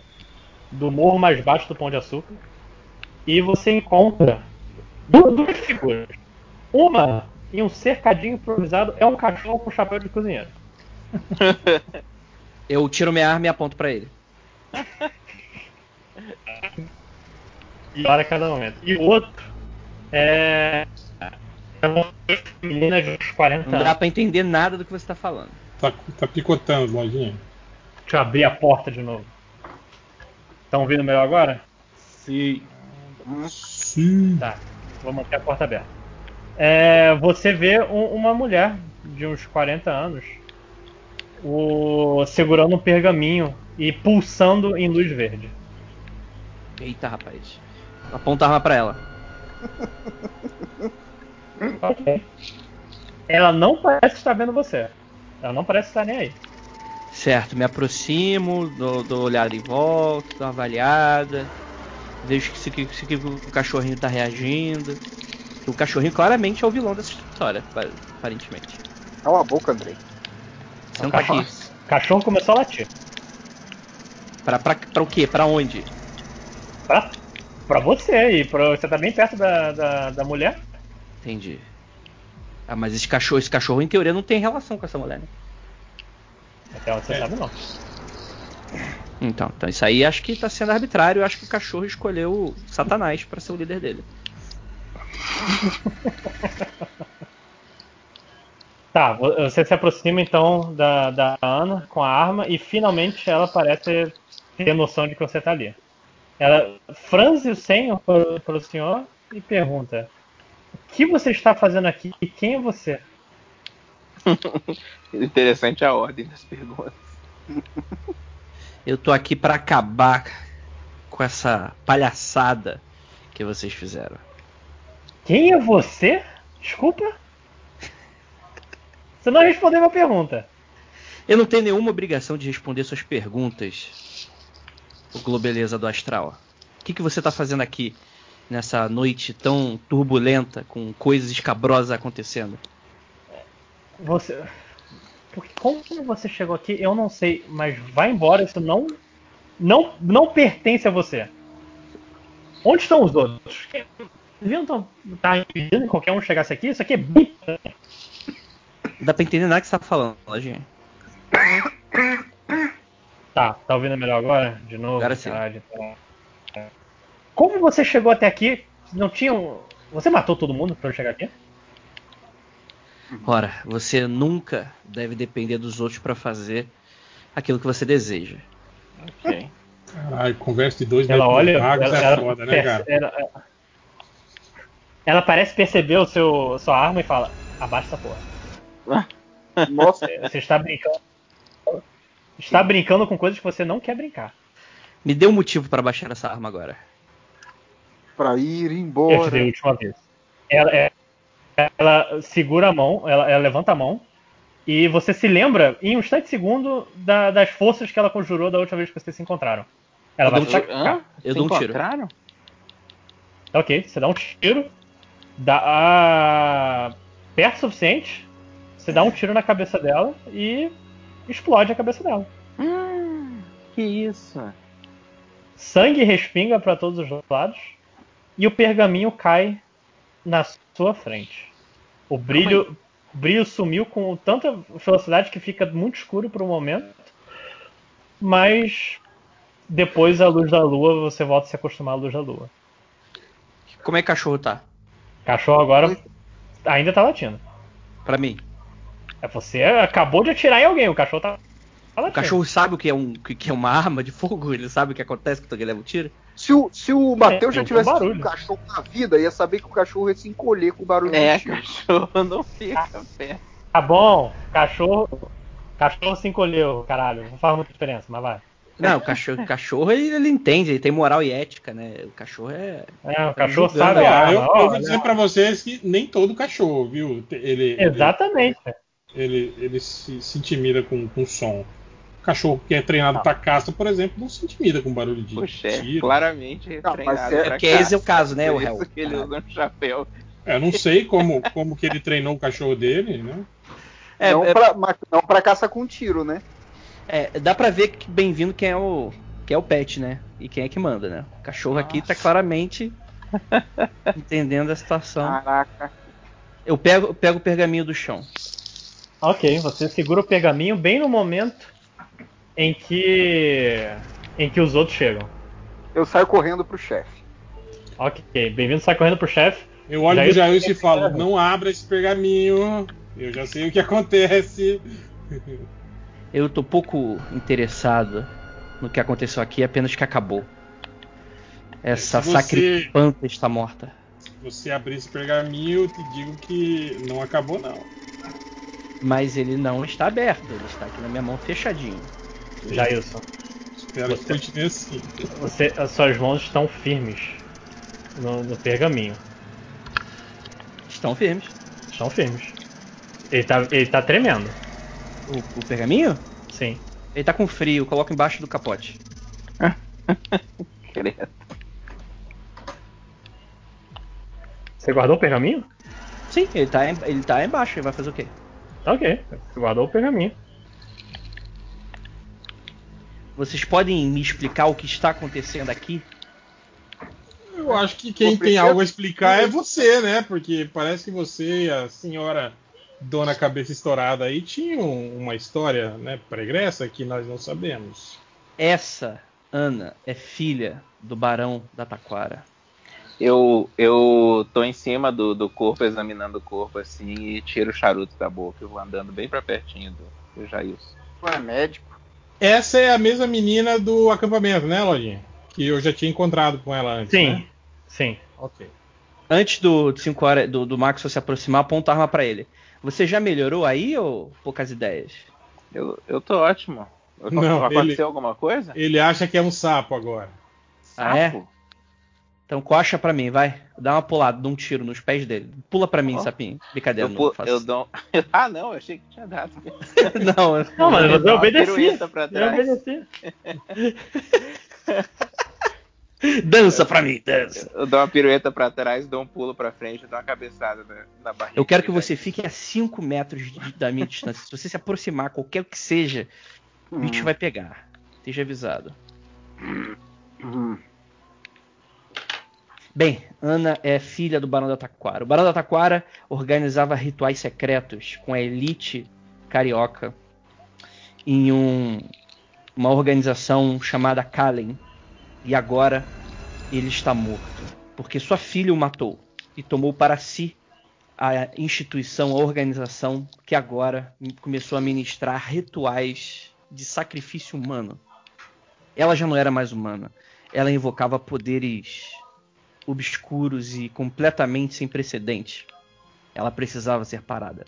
do morro mais baixo do Pão de Açúcar. E você encontra du- duas figuras. Uma, em um cercadinho improvisado, é um cachorro com chapéu de cozinheiro.
Eu tiro minha arma e aponto pra ele.
e para cada momento. E o outro é. É uma menina de uns 40
Não dá
anos.
pra entender nada do que você tá falando.
Tá, tá picotando, lojinha.
Deixa eu abrir a porta de novo. Estão ouvindo melhor agora?
Sim. Sim.
Tá. Vou manter a porta aberta. É, você vê um- uma mulher de uns 40 anos o, segurando um pergaminho e pulsando em luz verde.
Eita, rapaz. Aponta a arma pra ela.
É. Ela não parece estar vendo você. Ela não parece estar nem aí.
Certo, me aproximo, dou, dou olhada em volta, dou uma avaliada, vejo que se, que, se que o cachorrinho tá reagindo. O cachorrinho claramente é o vilão dessa história, pa- aparentemente.
Cala a boca, Andrei.
Você não tá aqui.
O É um cachorro começou a latir.
Pra, pra, pra o quê? Pra onde?
Pra, pra você e pra, você tá bem perto da, da, da mulher.
Entendi. Ah, mas esse cachorro, esse cachorro, em teoria, não tem relação com essa mulher, né?
Até onde você sabe não.
Então, então isso aí acho que tá sendo arbitrário. Eu acho que o cachorro escolheu o Satanás pra ser o líder dele.
Tá, vo- você se aproxima então da, da Ana com a arma e finalmente ela parece ter noção de que você tá ali. Ela franze o senho pro, pro senhor e pergunta: O que você está fazendo aqui e quem é você?
Interessante a ordem das perguntas.
Eu tô aqui pra acabar com essa palhaçada que vocês fizeram.
Quem é você? Desculpa? Você não respondeu a pergunta.
Eu não tenho nenhuma obrigação de responder suas perguntas, o Globeleza do Astral. O que, que você tá fazendo aqui nessa noite tão turbulenta, com coisas escabrosas acontecendo?
Você. Porque como que você chegou aqui, eu não sei, mas vai embora, isso não. Não, não pertence a você. Onde estão os outros? Que- Deviam estar impedindo que qualquer um chegasse aqui? Isso aqui é bem.
Não dá pra entender nada que você tá falando, Lojinha.
Tá, tá ouvindo melhor agora? De novo?
Agora sim.
caralho. Como você chegou até aqui? Não tinha. um- Você matou todo mundo pra eu chegar aqui?
Ora, você nunca deve depender dos outros pra fazer aquilo que você deseja.
Ok.
Caralho, conversa de dois
Ela
dedos
olha.
magos
Ela,
é
ela
foda, né,
perce-
cara?
ela- ela parece perceber o seu, sua arma e fala: abaixa essa porra. É,
Nossa,
Você está brincando. Está brincando com coisas que você não quer brincar.
Ah.
Me dê um motivo pra baixar essa arma agora.
pra ir
Eu te dei a
embora.
última vez. Ela, é- ela segura a mão, ela, ela levanta a mão. E você se lembra, em um instante segundo, da- das forças que ela conjurou da última vez que vocês se encontraram. Ela vai
Eu dou um
atacar.
tiro. Eu dou um tiro.
Encontraram?
Ok, você dá um tiro. Dá a... perto o suficiente. Você dá um tiro na cabeça dela e explode a cabeça dela.
Ah,
Hum, que isso?
Sangue respinga para todos os lados e o pergaminho cai na sua frente. O brilho, o brilho sumiu com tanta velocidade que fica muito escuro por um momento, mas depois a luz da lua você volta a se acostumar à luz da lua.
Como é que o cachorro tá?
Cachorro agora ainda tá latindo.
Pra mim.
É, Você acabou de atirar em alguém, o cachorro tá, tá latindo.
O cachorro sabe o que é, um, que que é uma arma de fogo? Ele sabe o que acontece quando ele leva um tiro?
Se o, se o Matheus
É,
já
eu
tivesse
com
tido
barulho.
um cachorro na vida, ia saber que o cachorro ia se encolher com o barulho
É,
do tiro.
cachorro não fica perto.
Tá bom, cachorro. Cachorro se encolheu, caralho. Não faz muita diferença, mas vai.
Não, o cachorro, o cachorro ele, ele entende, ele tem moral e ética, né? O cachorro é.
É, o cachorro
julgando,
sabe.
Olha,
a arma,
eu, eu vou
olha.
dizer pra vocês que nem todo cachorro, viu? Te- Ele,
Exatamente.
ele, ele, ele se, se intimida com, com som. Cachorro que é treinado pra caça, por exemplo, não se intimida com barulho de
Poxa, é
tiro.
claramente
mas
retreinado
é-
pra
Porque esse Ah, é o
caça,
caso, né, o
Por
réu?
isso que ele usa um chapéu.
É, Eu não sei como, como que ele treinou o cachorro dele, né?
É,
não,
é-
pra, mas não pra caça com tiro, né?
é, dá pra ver que bem-vindo quem é o quem é o pet, né? E quem é que manda, né? O cachorro aqui tá claramente entendendo a situação.
Caraca.
Eu pego, eu pego o pergaminho do chão.
Ok, você segura o pergaminho bem no momento em que em que os outros chegam.
Eu saio correndo pro chefe.
Ok, bem-vindo, sai correndo pro chefe.
Eu olho
Já
pro
eu-
Jair e falo: não abra esse pergaminho, eu já sei o que acontece.
Eu tô pouco interessado no que aconteceu aqui, apenas que acabou. Essa
Você-
sacripanta está morta.
Você abrir esse pergaminho, eu te digo que não acabou, não.
Mas ele não está aberto, ele está aqui na minha mão fechadinho.
Jailson,
Espero que continue assim.
você, as suas mãos estão firmes no, no pergaminho.
Estão firmes.
Estão firmes. Ele tá, ele tá tremendo.
O, o pergaminho?
Sim.
Ele tá com frio, coloca embaixo do capote.
Credo.
Você guardou o pergaminho?
Sim, ele tá, em- ele tá embaixo, ele vai fazer o quê?
Tá ok. Você guardou o pergaminho.
Vocês podem me explicar o que está acontecendo aqui?
Eu acho que quem tem algo a explicar é você, né? Porque parece que você e a senhora dona cabeça estourada aí tinham uma história, né, pregressa que nós não sabemos.
Essa Ana é filha do Barão da Taquara.
Eu, eu tô em cima do, do corpo, examinando o corpo assim, e tiro o charuto da boca. Eu vou andando bem pra pertinho do, do Jailson.
Tu é médico.
Essa é a mesma menina do acampamento, né, Lojinha? Que eu já tinha encontrado com ela antes.
Sim.
né?
Sim.
Ok.
Antes do, de cinco horas, do, do Maxwell se aproximar, aponta a arma pra ele. Você já melhorou aí ou poucas ideias?
Eu, eu tô ótimo. Eu-
Não,
aconteceu
ele-
alguma coisa?
Ele acha que é um sapo agora.
Ah, é?
Sapo?
Então coxa pra mim, vai. Dá uma pulada, dá um tiro nos pés dele. Pula pra mim,
Ó.
sapinho.
Eu,
Brincadeira, não
pu-
faço
eu
isso.
dou... ah, não, eu achei que tinha dado.
não, eu-
Não, mas eu
Dá uma
obedeci.
pirueta pra
Eu
trás.
obedeci.
dança pra mim, dança.
Eu dou uma pirueta pra trás, dou um pulo pra frente, dou uma cabeçada na, na barriga.
Eu quero que
dele.
você fique a 5 metros de- da minha distância. Se você se aproximar, qualquer que seja, o
Hum.
bicho vai pegar. Esteja avisado.
Uhum.
Bem, Ana é filha do Barão da Taquara. O Barão da Taquara organizava rituais secretos com a elite carioca em um- uma organização chamada Kalen. E agora ele está morto. Porque sua filha o matou e tomou para si a instituição, a organização que agora começou a ministrar rituais de sacrifício humano. Ela já não era mais humana. Ela invocava poderes obscuros e completamente sem precedente. Ela precisava ser parada.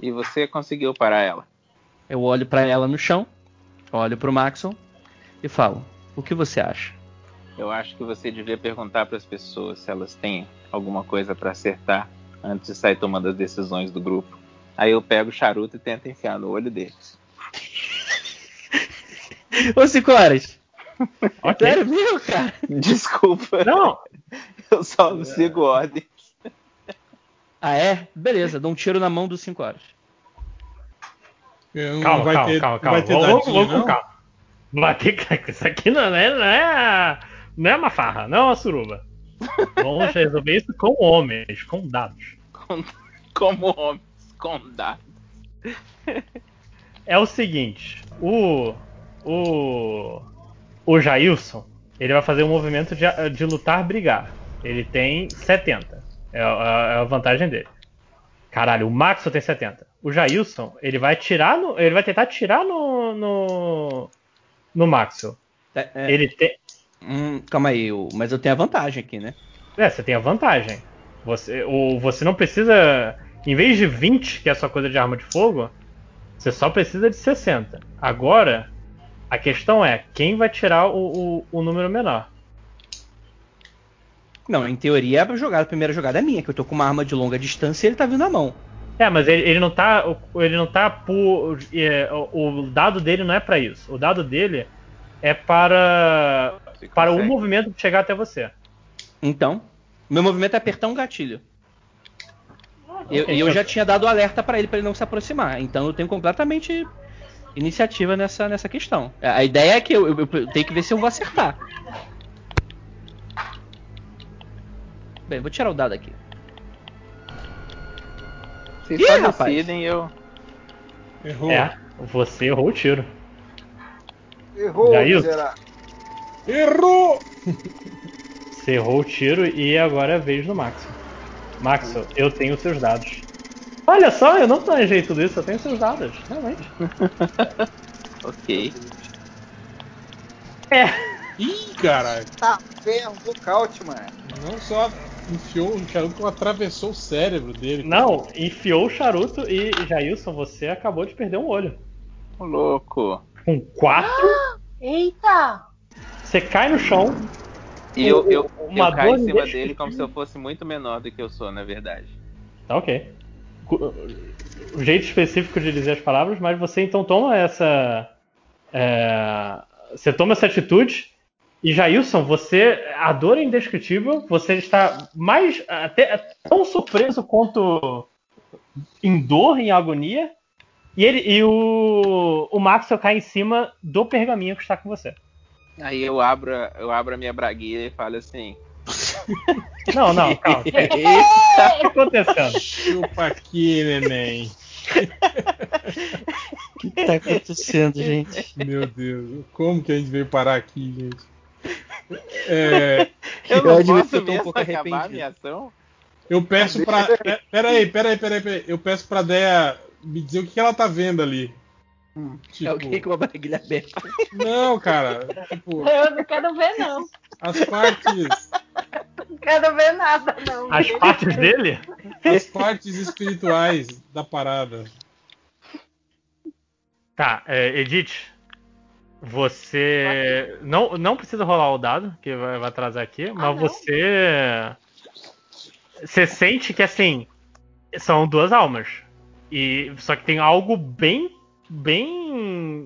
E você conseguiu parar ela.
Eu olho para ela no chão, olho para o Maxon e falo: "O que você acha?"
Eu acho que você devia perguntar pras pessoas se elas têm alguma coisa pra acertar antes de sair tomando as decisões do grupo. Aí eu pego o charuto e tento enfiar no olho deles.
Ô, cinco horas.
Ok.
Sério mesmo, cara?
Desculpa,
Não,
eu só não sigo ordem.
Ah, é? Beleza, dou um tiro na mão dos cinco horas.
É, Não
calma,
vai
calma,
ter,
calma,
não vai
calma.
ter
Vamos, vamos,
dadinho,
vamos com
não?
calma. Bater ca- isso aqui não é, não é, não é uma farra, não é uma suruba. Vamos resolver isso com homens, com dados.
Como homens, como dá.
É o seguinte, o o o Jailson, ele vai fazer um movimento de, de lutar brigar. Ele tem 70. É, a- é a vantagem dele. Caralho, o Max só tem 70. O Jailson, ele vai tirar no. Ele vai tentar tirar no. no. no Maxwell.
É, é,
Ele tem.
Hum, calma aí, eu- mas eu tenho a vantagem aqui, né?
É, você tem a vantagem. Você, o, você não precisa. Em vez de 20, que é a sua coisa de arma de fogo, você só precisa de 60. Agora, a questão é: quem vai tirar o, o- o número menor?
Não, em teoria a jogada, a primeira jogada é minha, que eu tô com uma arma de longa distância e ele tá vindo na mão.
É, mas ele, ele não tá. o- Ele não tá por. é, o, o dado dele não é pra isso. O dado dele é para.
Você
Para o
consegue.
movimento de chegar até você.
Então, meu movimento é apertar um gatilho.
Ah,
Eu- E eu, já tinha dado alerta pra ele pra ele não se aproximar. Então eu tenho completamente iniciativa nessa, nessa questão. A a ideia é que eu, eu- eu tenho que ver se eu vou acertar. Bem, vou tirar o dado aqui.
Vocês
Ih,
só
rapaz.
decidem, eu.
Errou.
É, você errou o tiro.
Errou,
Jailson.
miserável.
Errou!
Você errou o tiro e agora é a vez do Max. Max, eu tenho seus dados. Olha só, eu não planejei tudo isso, eu tenho seus dados, realmente.
Ok.
É.
Ih, caralho.
Tá ferro do caute, mano.
Não só enfiou o charuto, como atravessou o cérebro dele.
Não, enfiou o charuto e Jailson, você acabou de perder um olho.
Ô, louco.
Com quatro,
Eita!
você cai no chão.
E eu, eu,
Uma
eu caio em
dor
cima
indescritível.
dele como se eu fosse muito menor do que eu sou, na verdade.
Tá ok. o jeito específico de dizer as palavras, mas você então toma essa. é, você toma essa atitude. E Jailson, você. A dor é indescritível. Você está mais. até tão surpreso quanto em dor, em agonia. E, ele, e o, o Maxwell cai em cima do pergaminho que está com você.
Aí eu abro, a- eu abro a minha braguilha e falo assim.
Não, não, calma. O que está acontecendo?
Chupa aqui, neném.
O que tá acontecendo, gente?
Meu Deus, como que a gente veio parar aqui, gente? É,
Eu
Eu
não
admito que
posso
eu tô um
mesmo
pouco
acabar a
arrependido.
minha ação?
eu peço pra. pe- Peraí, peraí, peraí, peraí. Eu peço pra Dea me dizer o que que ela tá vendo ali. Tipo,
É alguém com uma barriguinha aberta.
Não, cara. Tipo,
Eu não quero ver, não.
as partes.
Não quero ver nada, não.
As partes dele?
As partes espirituais da parada.
Tá, é, Edith, você não, não precisa rolar o dado, que vai, vai atrasar aqui, mas
não.
você. Você sente que assim. São duas almas. e Só que tem algo bem. bem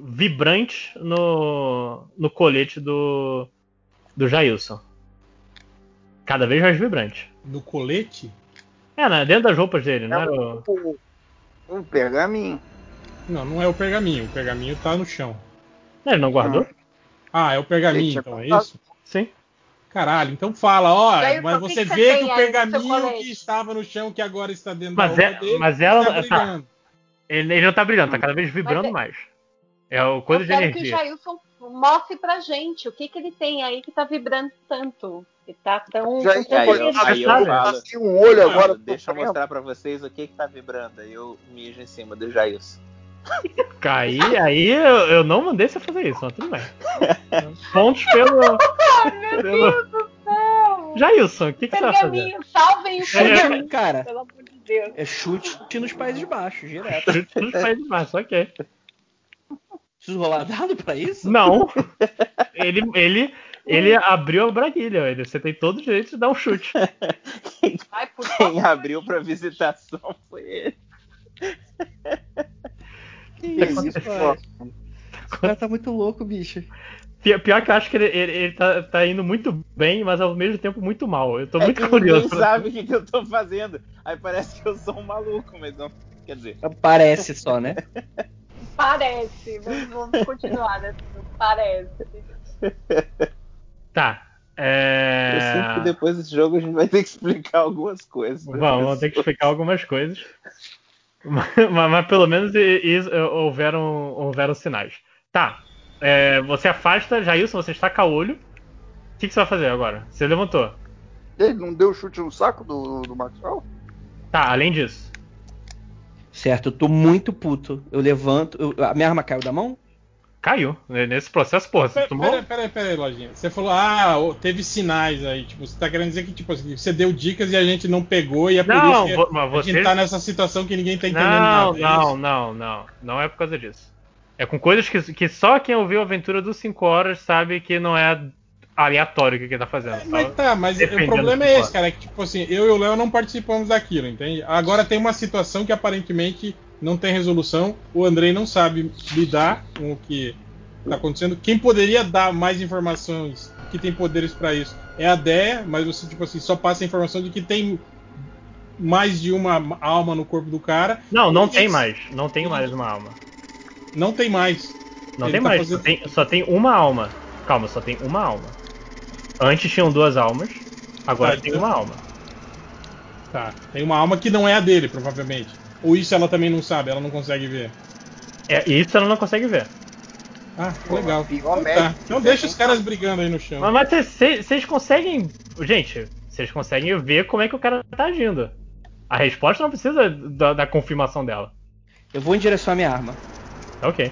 vibrante no, no colete do. do Jailson. Cada vez mais vibrante.
No colete? É,
É, né, dentro das roupas dele, não era o-
Um, um pergaminho.
Não, não é o pergaminho. O pergaminho tá no chão.
né, Ele não guardou?
Ah, é o pergaminho,
Gente,
então, é
eu-
isso?
Sim.
Caralho, então fala, ó,
Daí,
mas
por que
você
que você
vê que o
tem aí no seu
pergaminho
colete?
que estava no chão, que agora está dentro
Mas,
da
é,
roupa dele,
mas
está
ela. Tá,
brilhando.
Ele, ele não tá brilhando, tá cada vez vibrando
é-
mais. É o
Eu
coisa de
quero que o
energia.
Jailson mostre pra gente o que, que ele tem aí que tá vibrando tanto. Que tá tão.
Já- é,
com
Aí eu,
certeza.
aí eu
Sabe?
falo.
assim,
Passei um olho
Não,
agora.
Deixa eu mostrar pra vocês o que, que tá vibrando. Aí eu mijo em cima do Jailson.
Aí, aí eu, eu não mandei você fazer isso, mas tudo bem. Pontos pelo. pelo...
Não,
Jailson, o que, que você vai fazer?
Pergaminho, salvem
É,
o pergaminho,
Chute, cara.
pelo amor de Deus.
É chute nos países baixos, direto.
Chute nos pés de baixo, ok.
Preciso rolar dado pra isso?
Não. Ele, ele, ele abriu a braguilha, ele. Você tem todo o direito de dar um chute.
Ai, por
Quem
favor.
abriu pra visitação foi ele.
Que isso, é cara. Esse cara tá muito louco, bicho.
Pi- Pior que eu acho que ele, ele, ele tá, tá indo muito bem, mas ao mesmo tempo muito mal. Eu tô muito
é que
curioso.
ninguém
né?
sabe o que, que eu tô fazendo. Aí parece que eu sou um maluco, mas não. Quer dizer,
É Parece só, né?
Parece. Vamos, vamos continuar nessa. Parece.
Tá. É...
eu sinto que depois desse jogo a gente vai ter que explicar algumas coisas. pra
Vamos, vamos
pessoa.
ter que explicar algumas coisas. Mas, mas- mas pelo menos i- is- houveram, houveram sinais. Tá. é, você afasta, Jailson, você estaca o olho. O que, que você vai fazer agora? Você levantou.
Ele não deu chute no saco do, do Maxwell?
Tá, além disso.
Certo, eu tô muito puto. Eu levanto. eu- a minha arma caiu da mão?
Caiu. N- Nesse processo, porra, tá- você
Pera-
tomou.
Peraí, peraí, peraí, Lojinha. Você falou, ah, ô, teve sinais aí. Tipo, você tá querendo dizer que tipo, assim, você deu dicas e a gente não pegou e é por
Não,
isso
vo-
que
mas
a
você.
gente tá nessa situação que ninguém tá entendendo
Não,
nada. é
não,
isso?
não, não. Não é por causa disso. É com coisas que, que só quem ouviu a aventura dos 5 horas sabe que não é aleatório o que, que tá fazendo.
É,
sabe?
Mas tá, mas o
Dependendo
problema
do
é
que
esse,
for.
cara. É que, tipo assim, eu e o Léo não participamos daquilo, entende? Agora tem uma situação que aparentemente não tem resolução. O Andrei não sabe lidar com o que tá acontecendo. Quem poderia dar mais informações que tem poderes pra isso é a Dea, mas você, tipo assim, só passa a informação de que tem mais de uma alma no corpo do cara.
Não, não tem
Isso.
mais. Não tem mais uma alma.
Não tem mais.
Não
Ele
tem
tá
mais,
fazendo-
só, tem, só tem uma alma. Calma, só tem uma alma. Antes tinham duas almas, agora
Tá,
tem
então-
uma alma.
Tá. Tem uma alma que não é a dele, provavelmente. Ou isso ela também não sabe, ela não consegue ver.
É, e isso ela não consegue ver.
Ah, legal.
pior
Então tá.
médico que
Então
tem,
deixa
hein?
os caras brigando aí no chão.
Mas- Mas vocês- vocês vocês conseguem. Gente, vocês conseguem ver como é que o cara tá agindo. A resposta não precisa da, da confirmação dela.
Eu vou em direção à minha arma.
Tá ok.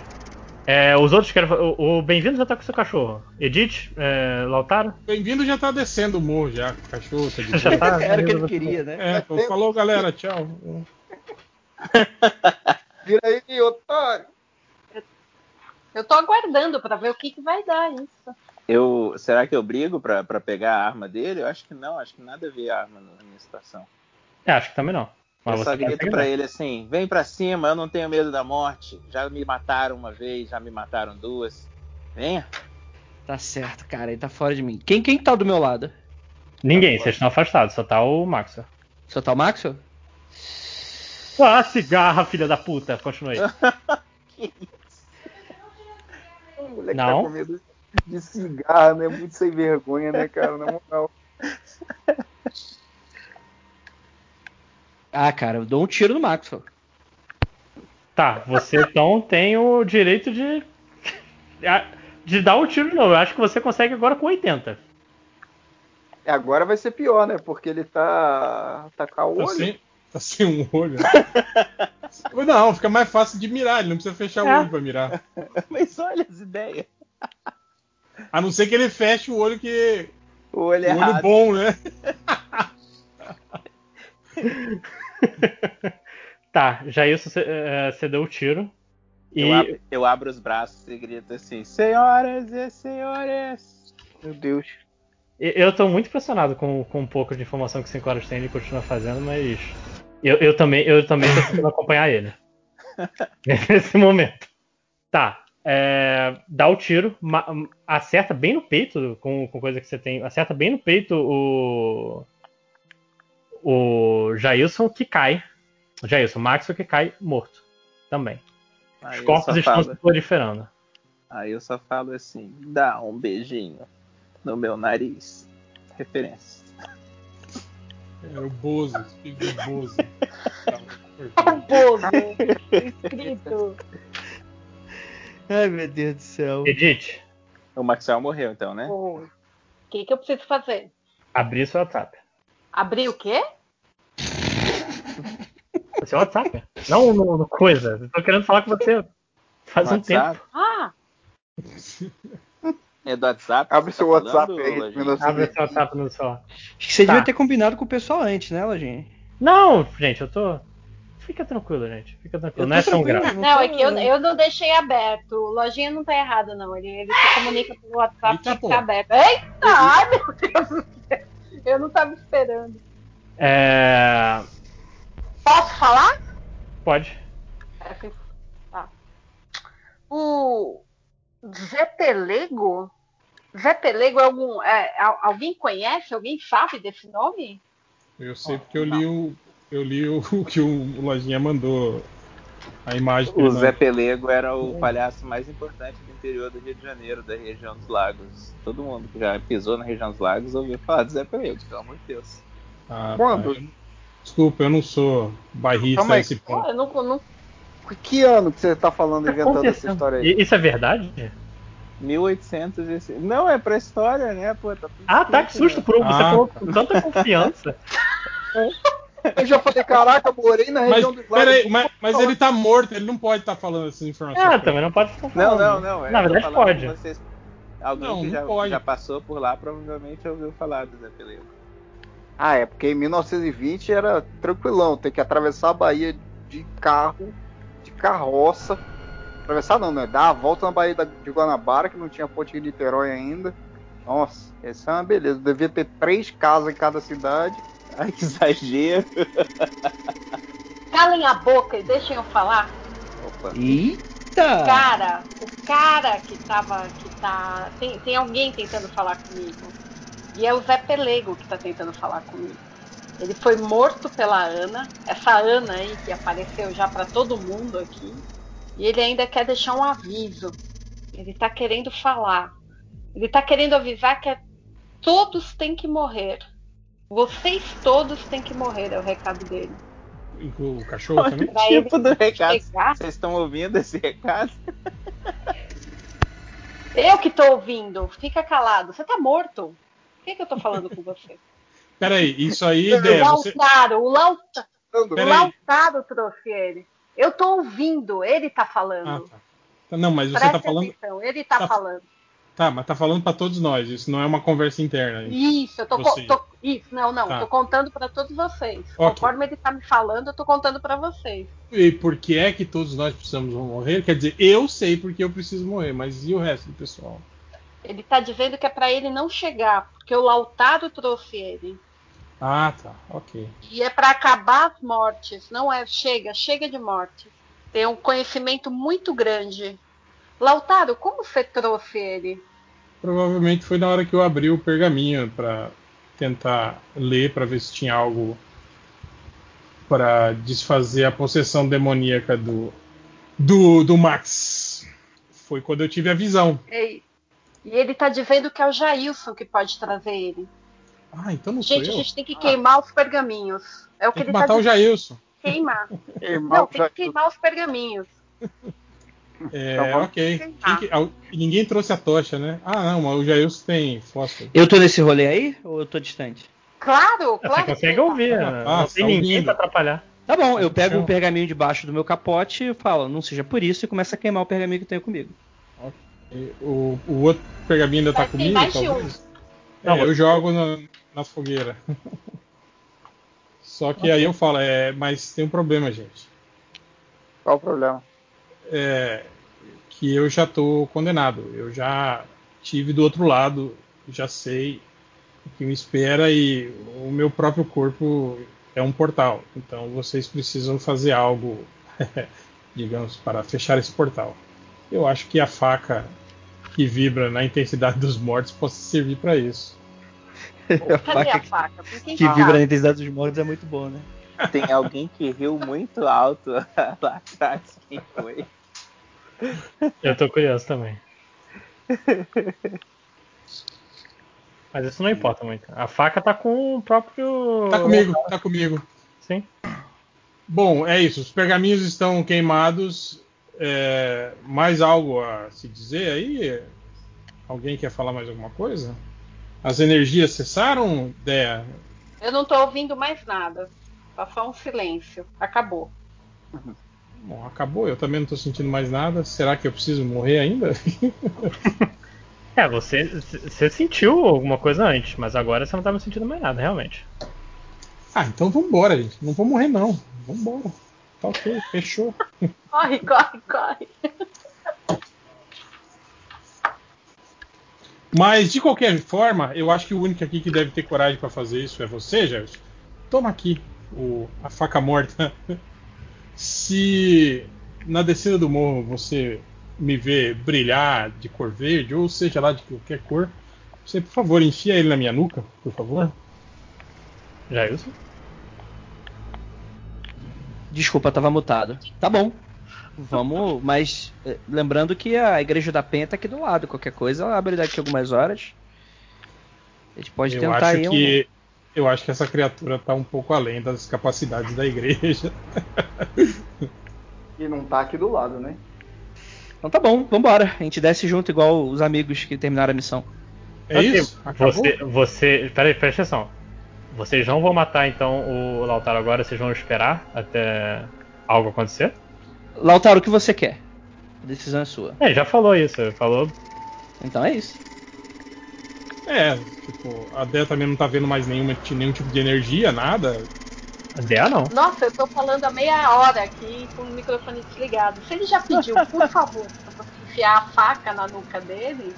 É, os outros querem. fa- O, o Bem-vindo já tá com seu cachorro. Edith, é, Lautaro?
Bem-vindo já tá descendo o morro já. O cachorro tá de
Já
boa.
tá.
Era o que ele queria, né?
É,
um-
pô, falou galera, tchau.
Vira aí, otário.
Eu tô aguardando pra ver o que, que vai dar isso.
Eu, será que eu brigo pra, pra pegar a arma dele? Eu acho que não, acho que nada a ver a arma na minha situação.
É, acho que também não.
só grito pra ele assim: vem pra cima, eu não tenho medo da morte. Já me mataram uma vez, já me mataram duas. Venha.
Tá certo, cara, ele tá fora de mim. Quem, quem tá do meu lado?
Ninguém, vocês estão afastados, só tá o Maxwell.
Só tá o Maxwell?
Ah, cigarra, filha da puta, continue.
O moleque
Não.
tá com medo de cigarro, né? Muito sem vergonha, né, cara? Na moral.
Ah, cara, eu dou um tiro no Maxwell.
Tá, você então tem o direito de. de dar o tiro de novo. Eu acho que você consegue agora com 80.
E Agora vai ser pior, né? Porque ele tá. tá com a
Tá
olho.
sem, tá sem um olho. não, fica mais fácil de mirar, ele não precisa fechar
É.
o olho pra mirar.
Mas olha as ideias.
A não ser que ele feche o olho que.
O olho
O olho
errado.
bom, né?
Tá, já isso você eh, você deu o tiro. E
Eu, abro, eu abro os braços e grito assim: Senhoras e senhores!
Meu Deus.
e- eu tô muito impressionado com, com um pouco de informação que o 5 horas tem e continua fazendo, mas. Eu, eu também eu também tô tentando acompanhar ele. Nesse momento. Tá. eh, dá o tiro, ma- acerta bem no peito, com, com coisa que você tem. Acerta bem no peito o. O Jailson que cai. Jailson, Maxwell que cai morto. Também.
Aí é
Os
eu
corpos
só
estão se
falo,
proliferando.
aí eu só falo assim: dá um beijinho no meu nariz. Referência.
Era É o Bozo, filho do Bozo.
Tá Bozo. né? Tá Escrito.
Ai, meu Deus do céu.
Edith,
O Maxwell morreu, então, né?
O que, que eu preciso fazer?
abri seu WhatsApp.
Abrir o quê?
O seu WhatsApp? é um Não no, no coisa. Eu tô querendo falar com você faz um tempo.
WhatsApp?
Ah,
É do WhatsApp?
Abre
Você
seu
tá
WhatsApp
falando,
aí,
Lojinha?
menino.
Abre seu WhatsApp no celular.
Acho que você
Tá.
devia ter combinado com o pessoal antes, né, Lojinha?
Não, gente, eu tô. Fica tranquilo, gente. Fica tranquilo.
Eu
Não é
tô
tão
tranquilo.
grave.
não, é que eu, eu não deixei aberto. O Lojinha não tá errado, não. Ele, ele se comunica pelo WhatsApp
Eita,
tem que
porra.
tá aberto. Eita, ai meu Deus do céu. Eu não tava esperando.
É...
Posso falar?
Pode.
É que- tá. O Zé Pelego? Zé Pelego é algum. é, al- alguém conhece? Alguém sabe desse nome?
Eu sei porque eu li o. Eu li o, o que o Lojinha mandou. A imagem que
O
ele
Zé
mandou.
Pelego era o palhaço mais importante do interior do Rio de Janeiro, da região dos lagos. Todo mundo que já pisou na região dos lagos ouviu falar do Zé Pelego, pelo amor de Deus.
Ah,
Quando?
tá. Desculpa, eu não sou bairrista
é
Calma
a
aí.
esse ponto.
Ah, eu não, não
Que ano que você tá falando, inventando essa
Aconteceu.
história aí?
I- Isso é verdade?
Ah,
1800 e... se- Não, é pra história, né? Pô, tá tudo
Ah, tá, que
escrito,
susto. Por... Você
Ah.
falou com tanta confiança.
Eu já falei, caraca, eu morei na
Mas,
região do
peraí, mas, mas ele tá morto, ele não pode estar falando essas
Ah,
informações.
também não pode ficar
né? Não,
falando.
não, não. é,
Na
eu tô
verdade,
falando
pode.
que vocês- Alguém
Não,
que
não
já,
pode.
já passou por lá provavelmente ouviu falar do Zé Pelego.
Ah, é, porque em 1920 era tranquilão, tem que atravessar a Bahia de carro, de carroça. Atravessar não, né? Dar a volta na Bahia da- de Guanabara, que não tinha ponte de Niterói ainda. Nossa, essa é uma beleza. Devia ter três casas em cada cidade.
Ai, que exagero.
calem a boca e deixem eu falar.
Opa.
Eita!
cara, o cara que tava, que tá, tem, tem alguém tentando falar comigo. E é o Zé Pelego que tá tentando falar comigo. Ele foi morto pela Ana, essa Ana aí que apareceu já para todo mundo aqui. E ele ainda quer deixar um aviso. Ele tá querendo falar. Ele tá querendo avisar que é- todos têm que morrer. Vocês todos têm que morrer, é o recado dele.
O o cachorro também?
Pra ele
Tipo do recado.
chegar,
Vocês estão ouvindo esse recado?
Eu que tô ouvindo, fica calado. Você tá morto. Por que, que eu tô falando com você?
Peraí, isso aí,
o
ideia. Você...
Lautaro, o, Lauta, o
Peraí.
Lautaro trouxe ele. Eu tô ouvindo, ele tá
Ah,
falando.
tá. Tá, Não, mas você
Presta
tá falando.
atenção, ele tá,
tá-
falando.
Tá, mas tá falando pra todos nós. Isso não é uma conversa interna. aí.
Isso, eu tô, co-
Você.
tô- Isso, não, não,
Tá.
tô contando pra todos vocês.
Ok.
Conforme ele tá me falando, eu tô contando pra vocês.
E por que é que todos nós precisamos morrer? Quer dizer, eu sei porque eu preciso morrer, mas e o resto do pessoal?
Ele tá dizendo que é pra ele não chegar, porque o Lautaro trouxe ele.
Ah, tá. Ok.
E é para acabar as mortes, não é chega, chega de morte. Tem um conhecimento muito grande. Lautaro, como você trouxe ele?
Provavelmente foi na hora que eu abri o pergaminho para tentar ler para ver se tinha algo para desfazer a possessão demoníaca do, do do Max. Foi quando eu tive a visão.
Ei, E ele tá dizendo que é o Jailson que pode trazer ele.
Ah, então não
Gente, a
sou eu.
gente tem que queimar os pergaminhos. É o que
Tem que
ele
matar
tá
o
dizendo.
Jailson.
Queimar.
Irmão,
Não, tem que queimar os pergaminhos.
É,
Então vamos
ok.
queimar.
Quem que- al- ninguém trouxe a tocha, né? Ah, não, mas o Jailson tem fósforo.
Eu tô nesse rolê aí ou eu tô distante?
Claro,
Você
claro. que
consegue
queimar.
ouvir, né?
Ah,
não
Nossa,
tem ninguém
ouvindo.
pra atrapalhar.
Tá bom, eu pego um pergaminho debaixo do meu capote e falo, não seja por isso, e começo a queimar o pergaminho que eu tenho comigo.
E O, o outro pergaminho ainda tá
Mas tem
comigo,
mais de um.
talvez? É,
Não,
eu jogo na, na fogueira. Só que aí eu falo, é, mas tem um problema, gente.
qual o problema?
É, que eu já tô condenado. Eu já tive do outro lado, já sei o que me espera e o meu próprio corpo é um portal. Então vocês precisam fazer algo, digamos, para fechar esse portal. Eu acho que a faca que vibra na intensidade dos mortos possa servir para isso.
A
Cadê
faca
a
que,
faca? Com quem
que
tá?
vibra na intensidade dos mortos é muito bom, né?
Tem alguém que riu muito alto lá atrás. Quem foi?
Eu tô curioso também. Mas isso não importa muito. A faca tá com o próprio.
Tá comigo, tá comigo.
Sim.
Bom, é isso. Os pergaminhos estão queimados. É, mais algo a se dizer aí? Alguém quer falar mais alguma coisa? As energias cessaram, Dea?
Eu não tô ouvindo mais nada. Tá só um silêncio. Acabou.
Bom, acabou. Eu também não estou sentindo mais nada. Será que eu preciso morrer ainda?
É, você, você sentiu alguma coisa antes, mas agora você não tá me sentindo mais nada, realmente.
ah, então vambora, gente. Não vou morrer, não. Vambora. Tá ok, fechou.
Corre, corre, corre.
Mas, de qualquer forma, eu acho que o único aqui que deve ter coragem para fazer isso é você, Jairus. Toma aqui o- a faca morta. Se na descida do morro você me vê brilhar de cor verde, ou seja lá de qualquer cor, você, por favor, enfia ele na minha nuca, por favor.
Ah,
Já é isso?
Desculpa, tava mutado. Tá bom. Vamos, mas eh, lembrando que a igreja da Penha tá aqui do lado. Qualquer coisa, ela abre daqui algumas horas. A gente pode
Eu
tentar
acho,
aí um-
que, eu acho que essa criatura tá um pouco além das capacidades da igreja.
E não tá aqui do lado, né?
Então tá bom, vambora. A gente desce junto igual os amigos que terminaram a missão.
É
Ok,
isso? Acabou?
Assim, Você. você peraí, presta atenção. Vocês não vão matar então o Lautaro agora, vocês vão esperar até algo acontecer?
Lautaro, o que você quer? A decisão é sua.
É, já falou isso, falou.
Então é isso.
É, tipo, a Dea também não tá vendo mais nenhuma, nenhum tipo de energia, nada.
Ideia não.
Nossa, eu tô falando há meia hora aqui com o microfone desligado. Se ele já pediu, por favor, pra você enfiar a faca na nuca dele,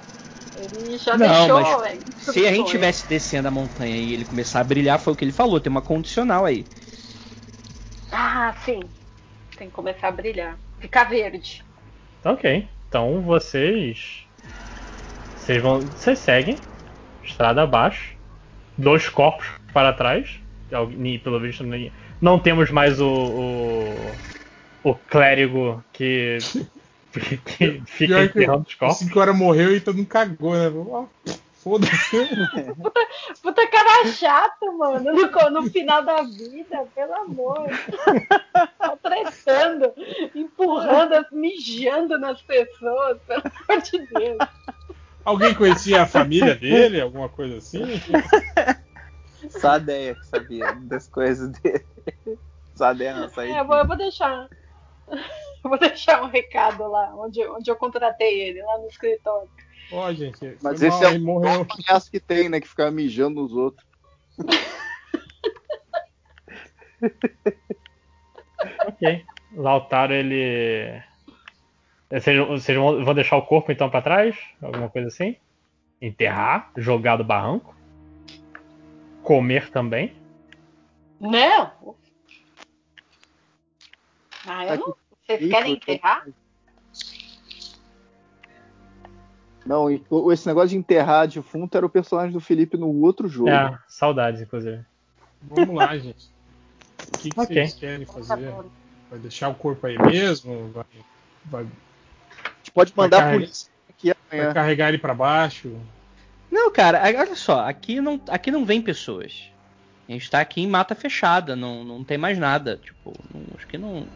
ele já
Não,
deixou.
mas Se
é,
a gente
instruções.
tivesse descendo a montanha e ele começar a brilhar, foi o que ele falou, tem uma condicional aí.
Ah, sim. Tem que começar a brilhar. Ficar verde.
Tá ok. Então vocês. Vocês vão. Vocês seguem. Estrada abaixo. Dois corpos para trás. Al- ni- Pelo visto, ni- não temos mais o. o, o clérigo que. que fica
Pior que
enterrando os
O
corpos.
cinco horas morreu e todo mundo cagou, né? Ó, Foda-se.
Puta cara chato, mano. No, co- no final da vida, pelo amor. Tá tretando, empurrando, mijando nas pessoas, pelo amor de Deus.
Alguém conhecia a família dele, alguma coisa assim?
Só a Deia que sabia das coisas dele. Só a Deia não
É,
saiu.
eu, vou, eu vou deixar. Eu vou deixar um recado lá, onde, onde eu contratei ele, lá no escritório.
Ó, gente, foi
Mas
mal,
esse é
ele
o maior
morreu.
palhaço que tem, né? Que fica mijando nos outros.
Ok. Lautaro, ele. eh, Vocês, vocês vão vão deixar o corpo então pra trás? Alguma coisa assim? Enterrar, jogar do barranco. Comer também.
Não! Ah, eu não. Vocês querem enterrar?
Não, e o- esse negócio de enterrar defunto era o personagem do Felipe no outro jogo.
É, saudades, inclusive.
Vamos lá, gente. O que, que
Ok.
vocês querem fazer? Vai deixar o corpo aí mesmo? Vai, vai-
A gente pode mandar
Vai
a
cair.
polícia aqui
vai
amanhã.
carregar ele pra baixo?
Não, cara, a- olha só, aqui não, aqui não vem pessoas. A gente tá aqui em mata fechada, não, não tem mais nada. Tipo, não- acho que não.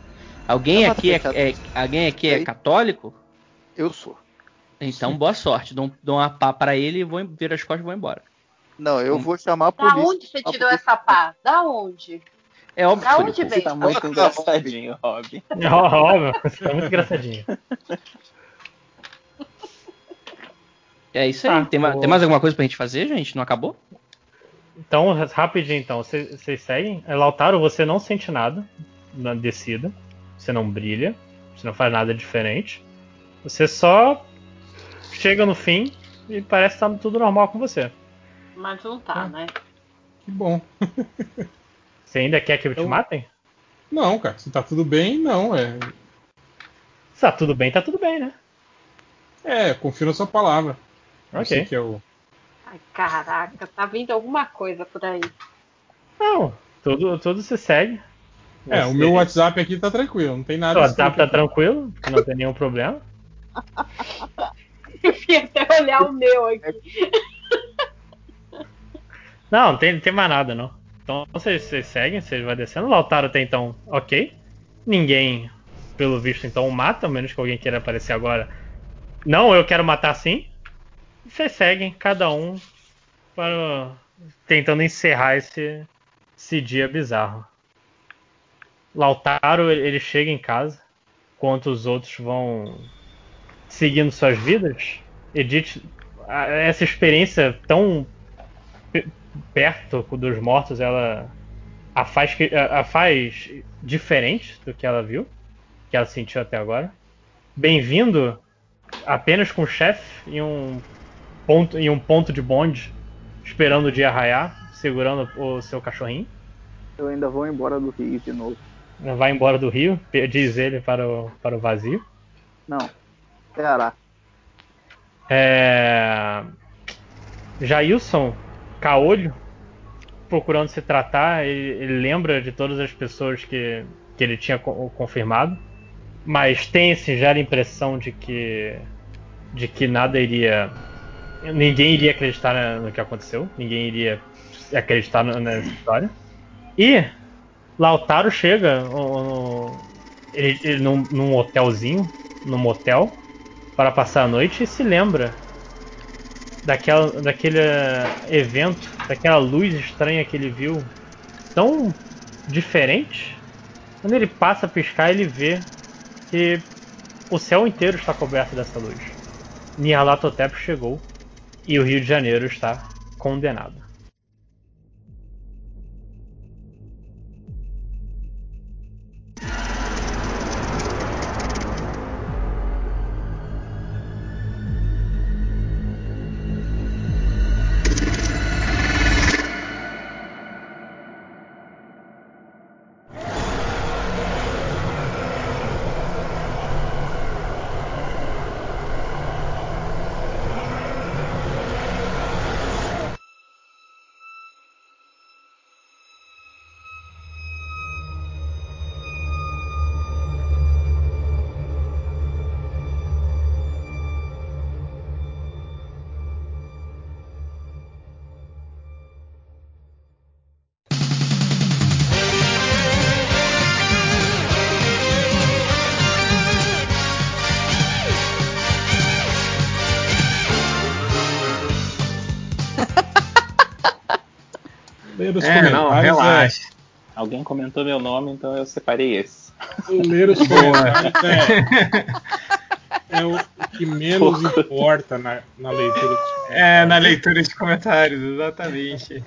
Alguém
É mata
aqui é,
fechada.
é- alguém aqui é
Aí.
católico?
Eu sou.
Então boa sorte. Dou, dou uma pá pra ele e vou em- viro as costas e vou embora.
Não, eu
Hum.
vou chamar a
Da
polícia.
onde você tirou essa pá? Da onde?
É óbvio
Da
que eu
onde
vou.
veio?
Tá muito engraçadinho, Robin.
É Ó, ó, meu, você tá muito engraçadinho.
É isso aí.
Ah,
tem, ma-
boa.
tem mais alguma coisa pra gente fazer, gente? Não acabou?
Então, rapidinho então, vocês vocês seguem. É, Lautaro, você não sente nada na descida. Você não brilha. Você não faz nada diferente. Você só chega no fim e parece que tá tudo normal com você.
Mas não tá, né?
Que bom.
Você ainda quer que eu te
Eu-
matem?
Não, cara, se tá tudo bem, não. É,
Se tá tudo bem, tá tudo bem, né?
é confio na sua palavra. Eu
Ok.
sei que é o.
Ai, caraca, tá vindo alguma coisa por aí.
Não, tudo, tudo se segue.
É, o
Você-
meu WhatsApp aqui tá tranquilo, não tem
O
nada.
WhatsApp tá tranquilo, não tem nenhum problema.
Eu fui até olhar o meu aqui.
Não, não tem, não tem mais nada, não. Então vocês, vocês seguem, vocês vão descendo. O Lautaro até então, ok. Ninguém, pelo visto, então o mata, a menos que alguém queira aparecer agora. Não, eu quero matar sim. E vocês seguem, cada um, para o- tentando encerrar esse, esse dia bizarro. Lautaro, ele ele chega em casa, enquanto os outros vão seguindo suas vidas. Edith, a- essa experiência tão perto dos mortos, ela a faz, que- a a faz diferente do que ela viu, que ela sentiu até agora. Bem-vindo apenas com o chefe e um ponto e um ponto de bonde esperando o dia raiar, segurando o seu cachorrinho.
Eu ainda vou embora do Rio de novo.
Vai embora do rio, pe- diz ele para o, para o vazio.
Não. Será?
É... Jailson Caolho procurando se tratar, ele, ele lembra de todas as pessoas que, que ele tinha co- confirmado, mas tem esse gera a impressão de que de que nada iria ninguém iria acreditar na- no que aconteceu, ninguém iria acreditar na- nessa história. E Lautaro chega no- no- ele- ele num, num hotelzinho, num motel, para passar a noite e se lembra daquela, daquele eh, evento, daquela luz estranha que ele viu, tão diferente. Quando ele passa a piscar, ele vê que o céu inteiro está coberto dessa luz. Nyarlathotep chegou e o Rio de Janeiro está condenado.
Ler os
É, não,
comentários
relaxa. Alguém comentou meu nome, então eu separei esse.
é- ler os comentários é, é o que menos
Pouco.
importa na, na leitura dos
É, na leitura de comentários, exatamente.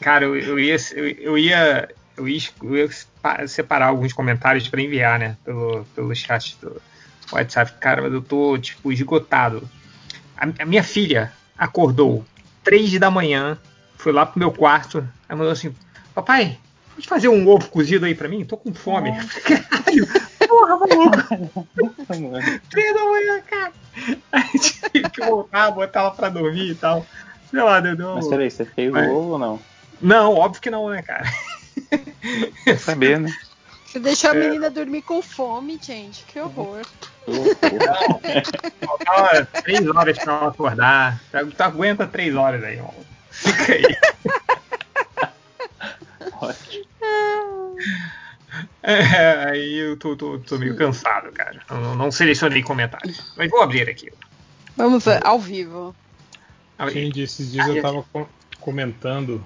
Cara, eu, eu ia, eu, eu ia, eu ia es- eu ia sepa- separar alguns comentários pra enviar, né, pelo, pelo chat do WhatsApp. Cara, mas eu tô, tipo, esgotado. A, a minha filha acordou três da manhã, foi lá pro meu quarto, aí mandou assim, papai, Pode fazer um ovo cozido aí pra mim? Tô com fome. Caralho! Porra, maluco! Três da manhã, cara! Aí tive que voltar, botar ela pra dormir e tal. Sei lá, deu. deu...
Mas peraí, você fez
Mas-
o ovo ou não?
Não, óbvio que não, né, cara?
Quer saber, né?
Você deixou a menina dormir com fome, gente. Que horror.
Faltava três horas pra ela acordar. Tu- Tu aguenta três horas aí, maluco. Fica aí. É, aí eu tô, tô- tô meio cansado, cara. Eu não, não selecionei comentários. Mas vou abrir aqui.
Vamos ver, ao vivo.
Abri.
Gente, esses dias eu tava co- comentando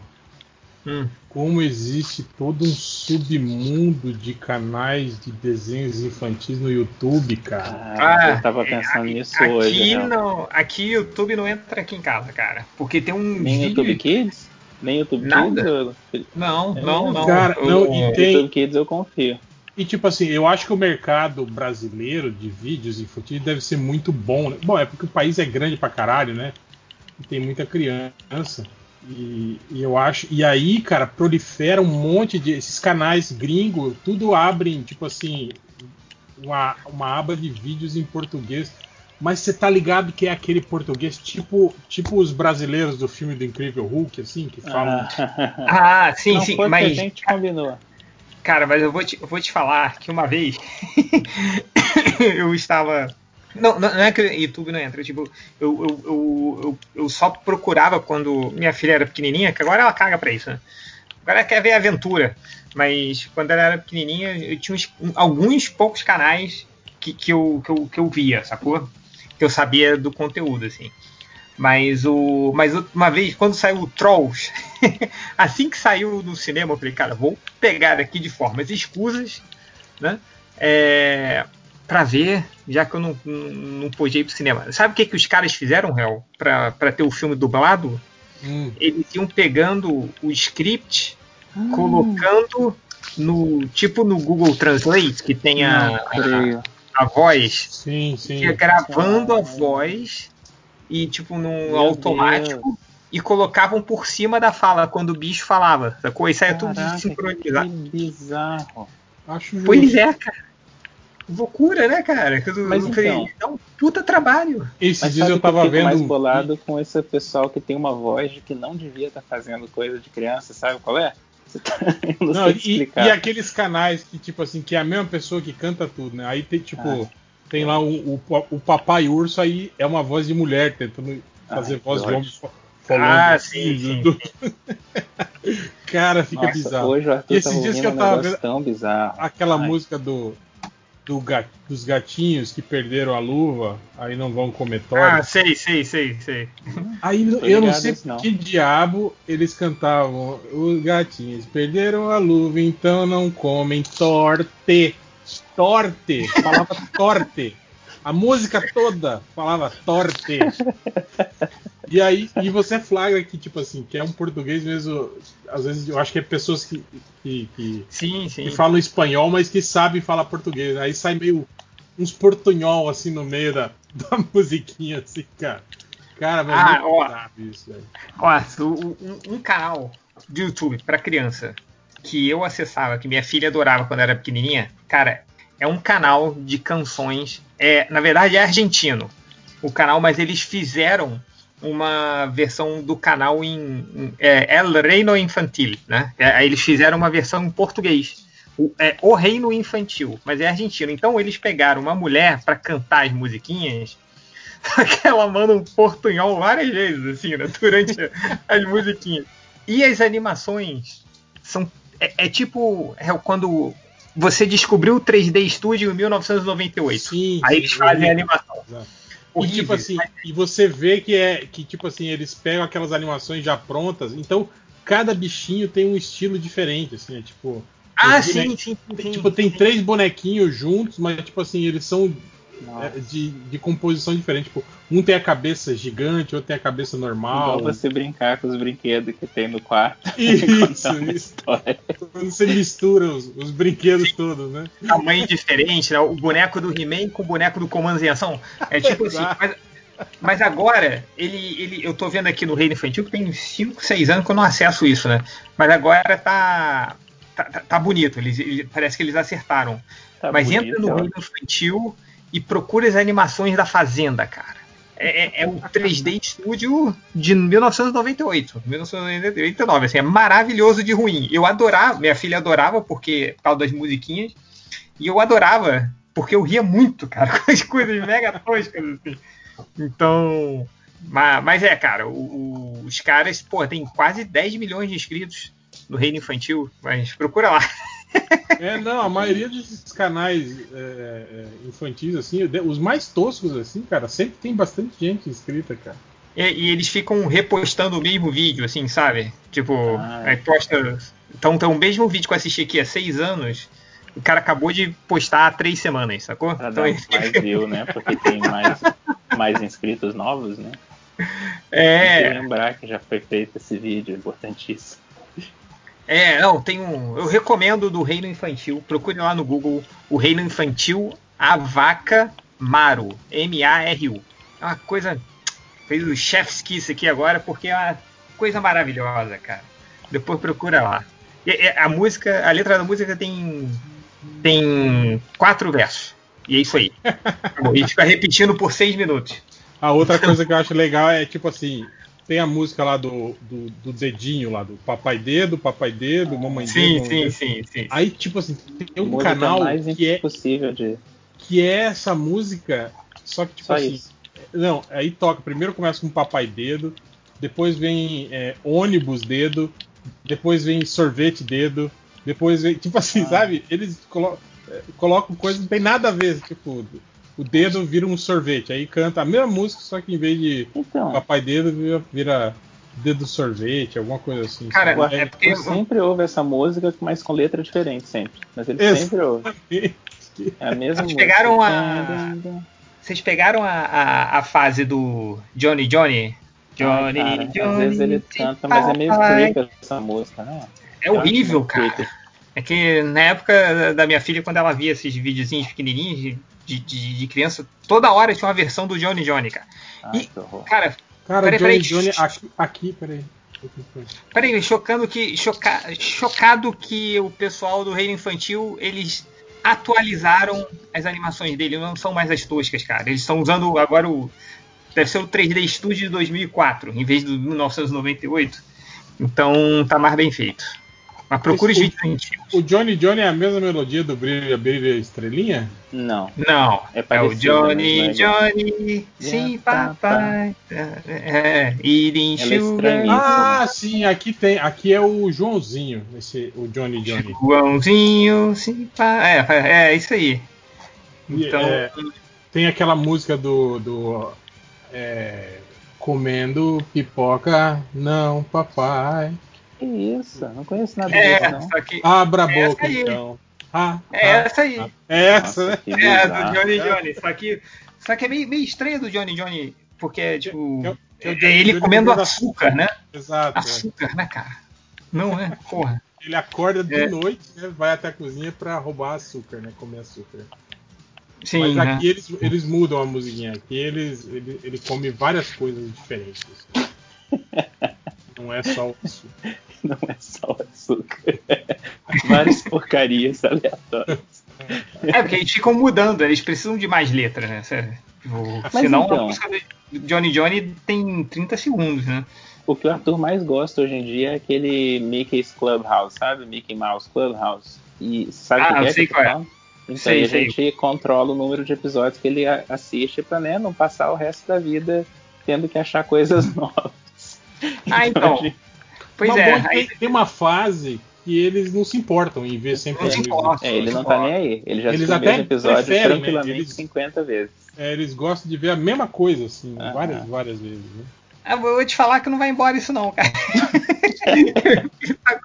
Hum.
como existe todo um submundo de canais de desenhos infantis no YouTube, cara.
Ah,
Ah,
eu tava pensando nisso
aqui
hoje. né?
não, aqui YouTube não entra aqui em casa, cara. Porque tem um
Nem
vídeo-
YouTube Kids? Nem YouTube
Nada.
Kids?
Não, não, não.
Cara,
É,
O-
não, e
eu-
tem-
YouTube Kids eu confio.
E tipo assim, eu acho que o mercado brasileiro de vídeos infantis deve ser muito bom. Né? Bom, é porque o país é grande pra caralho, né? E tem muita criança. E, e eu acho. E aí, cara, prolifera um monte de. Esses canais gringos, tudo abrem, tipo assim, uma, uma aba de vídeos em português. Mas você tá ligado que é aquele português tipo, tipo os brasileiros do filme do Incrível Hulk, assim, que falam.
Ah,
Ah, sim,
não
sim,
foi o que
mas.
a gente combinou.
Cara, mas eu vou te, eu vou te falar que uma vez eu estava. Não, não, não é que o YouTube não entra, tipo, eu, eu, eu, eu, eu só procurava quando minha filha era pequenininha, que agora ela caga pra isso, né? Agora ela quer ver aventura, mas quando ela era pequenininha, eu tinha uns- um- alguns poucos canais que, que, eu, que, eu, que eu via, sacou? Que eu sabia do conteúdo, assim. Mas o. Mas uma vez, quando saiu o Trolls, assim que saiu no cinema, eu falei, cara, vou pegar aqui de formas escusas, né? É, pra ver, já que eu não, não, não podia ir pro cinema. Sabe o que, que os caras fizeram, réu, pra, pra ter o filme dublado?
Hum,
Eles iam pegando o script, colocando no. Tipo no Google Translate, que tem a, a,
Creio.
a voz
sim, sim.
ia gravando a
Caralho.
voz e tipo num
Meu
automático e colocavam por cima da fala quando o bicho falava, sacou? Isso aí é tudo
Caraca,
sincronizado.
Que bizarro.
tá? Acho justo.
Pois é, cara. Loucura, né, cara? Que eu-
Mas
eu falei,
então.
é um puta trabalho.
Esses
Mas
dias
sabe
eu
que eu
tava
fico
vendo.
mais
um-
bolado com esse pessoal que tem uma voz de que não devia estar fazendo coisa de criança, sabe qual é? Você tá- Eu não,
Não,
sei
e,
te explicar.
e aqueles canais que, tipo assim, que é a mesma pessoa que canta tudo, né? Aí tem,
Ah.
tipo, tem lá o, o, pa- o papai urso, aí é uma voz de mulher tentando fazer
Ai,
voz de
Ah, que
homem fa- falando.
Ah,
assim,
sim,
do- Cara, fica
Nossa,
bizarro.
Hoje o Arthur
E esses
tava
dias
ouvindo
que eu
um
tava
negócio
vendo-
tão bizarro.
Aquela
Ai.
música do, do ga- dos gatinhos que perderam a luva, aí não vão comer
Ah,
toras.
sei, sei, sei, sei.
aí eu não
ligado
sei
nesse não.
que diabo eles cantavam. Os gatinhos perderam a luva, então não comem torte. Torte, falava torte. A música toda falava torte. E aí, e você flagra que, tipo assim, que é um português mesmo. Às vezes eu acho que é pessoas que, que, que,
Sim, sim.
que falam espanhol, mas que sabem falar português. Aí sai meio uns portunhol assim no meio da, da musiquinha, assim, cara. Cara, mas
Ah,
muito
ó.
grave isso, velho.
Ó, o- um, um canal de YouTube pra criança que eu acessava, que minha filha adorava quando era pequenininha, cara, é um canal de canções. É, na verdade, é argentino o canal, mas eles fizeram uma versão do canal em, em- é, El Reino Infantil, né? É, aí eles fizeram uma versão em português. O, é, o Reino Infantil, mas é argentino. Então eles pegaram uma mulher pra cantar as musiquinhas só que ela manda um portunhol várias vezes, assim, né, durante as musiquinhas. E as animações são. É, é tipo é quando você descobriu o 3D Studio em 1998.
Sim,
Aí
sim,
eles fazem a
horrível.
animação.
Exato. E
Horrível.
tipo assim, e você vê que é que tipo assim, eles pegam aquelas animações já prontas, então cada bichinho tem um estilo diferente, assim, é tipo,
ah,
os
sim,
bonecos-
sim, sim,
tem,
sim.
tipo tem três bonequinhos juntos, mas tipo assim, eles são
Nossa.
é, de, de composição diferente, tipo, um tem a cabeça gigante, outro tem a cabeça normal.
Igual você brincar com os brinquedos que tem no quarto.
Isso, isso.
Olha,
Quando você mistura os, os brinquedos todos, né?
tamanho diferente, né? O boneco do He-Man com o boneco do Comandos em Ação. É tipo assim.
Exato.
Mas, mas agora, ele, ele, eu tô vendo aqui no Reino Infantil que tem 5, 6 anos que eu não acesso isso, né? Mas agora tá. tá, tá- tá bonito. Eles, ele- parece que eles acertaram.
Tá
Mas
bonito,
entra no
ó.
mundo infantil e procura as animações da Fazenda, cara. É, é- é o 3D Studio de 1998, 1989, assim, é maravilhoso de ruim. Eu adorava, minha filha adorava porque por causa das musiquinhas, e eu adorava porque eu ria muito, cara, com as coisas mega toscas, assim. Então, ma- mas, é, cara, o- o- os caras, pô, tem quase 10 milhões de inscritos no Reino Infantil, mas procura lá.
É, não, a maioria desses canais é, é, infantis, assim, de- os mais toscos, assim, cara, sempre tem bastante gente inscrita, cara.
E, e eles ficam repostando o mesmo vídeo, assim, sabe? Tipo,
Ah,
aí posta. Então, então, o mesmo vídeo que eu assisti aqui há seis anos, o cara acabou de postar há três semanas, sacou?
Pra dar um
então,
mais view, né? Porque tem mais, mais inscritos novos, né? Tem que
é,
lembrar que já foi feito esse vídeo, é importantíssimo.
é, não, tem um. Eu recomendo do Reino Infantil. Procure lá no Google o Reino Infantil A Vaca Maru. M-A-R-U. É uma coisa. Fez o chef's kiss aqui agora, porque é uma coisa maravilhosa, cara. Depois procura lá. E- e a música, a letra da música tem tem quatro versos. E é isso aí. Acabou. E fica repetindo por seis minutos.
A outra coisa que eu acho legal é, tipo assim, tem a música lá do, do, do dedinho lá, do papai dedo, papai dedo, mamãe dedo.
Sim,
mamãe
sim,
dedo.
sim, sim.
Aí, tipo assim, tem um
Música
canal
mais
que é,
impossível de.
que é essa música, só que, tipo
Só
assim,
isso.
Não, aí toca. Primeiro começa com papai dedo, depois vem é, ônibus dedo, depois vem sorvete dedo, depois vem. Tipo assim,
Ah.
sabe? Eles colo- é, colocam coisas que não tem nada a ver. Tipo, o dedo vira um sorvete. Aí canta a mesma música, só que em vez de
Então,
papai dedo, vira, vira dedo sorvete, alguma coisa assim.
Cara,
sabe? assim.
é porque
eu sempre ouve essa música, mas com letra diferente, sempre. Mas ele
Isso.
sempre ouve.
Aí-
É a mesma música. né?
Pegaram a- Vocês pegaram a, a, a fase do Johnny Johnny? Johnny,
Ai, cara,
Johnny.
Às vezes ele canta, mas é meio
papai.
creepy essa música, né?
É horrível,
Eu acho
cara.
meio creepy.
É que na época da minha filha, quando ela via esses videozinhos pequenininhos de, de, de criança, toda hora tinha uma versão do Johnny Johnny, cara.
Ai, que horror.
Cara,
Cara,
Peraí,
o Johnny,
peraí.
Johnny aqui, aqui, peraí.
Peraí, chocando que choca- chocado que o pessoal do Reino Infantil eles atualizaram as animações dele, não são mais as toscas, cara. Eles estão usando agora o deve ser o 3D Studio de 2004 em vez do 1998. Então tá mais bem feito. Mas procura os
Esse-
vídeos antigos.
O Johnny Johnny é a mesma melodia do Brilha, Brilha Estrelinha?
Não.
Não,
É
é, o
parecido,
Johnny,
mas não é
Johnny, sim,
Yeah, tá,
papai. É, Eating
Ela
Sugar.
é estranhíssima.
Ah, sim, aqui tem. Aqui é o Joãozinho, esse, o Johnny Johnny.
Joãozinho, sim, pá. É, é isso aí.
E,
Então,
é, tem aquela música do. do é, comendo pipoca, não, papai.
Que isso? Não conheço nada
é,
disso, não.
só que é
Abra a
Essa
boca,
aí.
então. Ah,
é
ah,
essa aí.
ah. É essa,
Nossa,
né?
que
É,
bizarro.
do Johnny Johnny. Só que, só que é meio, meio estranha do Johnny Johnny, porque é tipo.
Que é o- que é o
é
Johnny
ele
Johnny
comendo
comendo
açúcar, né?
Exato. é.
Açúcar, né, cara? Não é? Porra.
Ele acorda de
É.
noite, né? Vai até a cozinha pra roubar açúcar, né? Comer açúcar.
Sim,
Mas
né?
aqui eles, eles mudam a musiquinha. Aqui eles, ele, ele come várias coisas diferentes. Não é só o açúcar.
Não é só o açúcar. Várias porcarias aleatórias.
É, porque eles ficam mudando, eles precisam de mais letras, né? Sério. Tipo,
Mas
senão
então.
a música do Johnny Johnny tem 30 segundos, né?
O que o Arthur mais gosta hoje em dia é aquele Mickey's Clubhouse, sabe? Mickey Mouse Clubhouse. E sabe
Ah,
o que
eu
é
sei
que eu tô
qual é.
falando? Então
Sei,
aí a
sei.
gente controla o número de episódios que ele a- assiste pra né, não passar o resto da vida tendo que achar coisas novas.
Ah, então. Pois
Mas
é,
bom,
aí
tem, tem uma fase que eles não se importam em ver sempre
não se
a mesma.
importa.
É, ele não tá nem aí. Ele já
Eles
assistiu o
até
mesmo episódio
preferem, né?
tranquilamente
Eles-
50 vezes.
É, eles gostam de ver a mesma coisa, assim,
Aham.
várias, várias vezes. né?
Ah, Eu vou te falar que não vai embora isso não, cara. tá,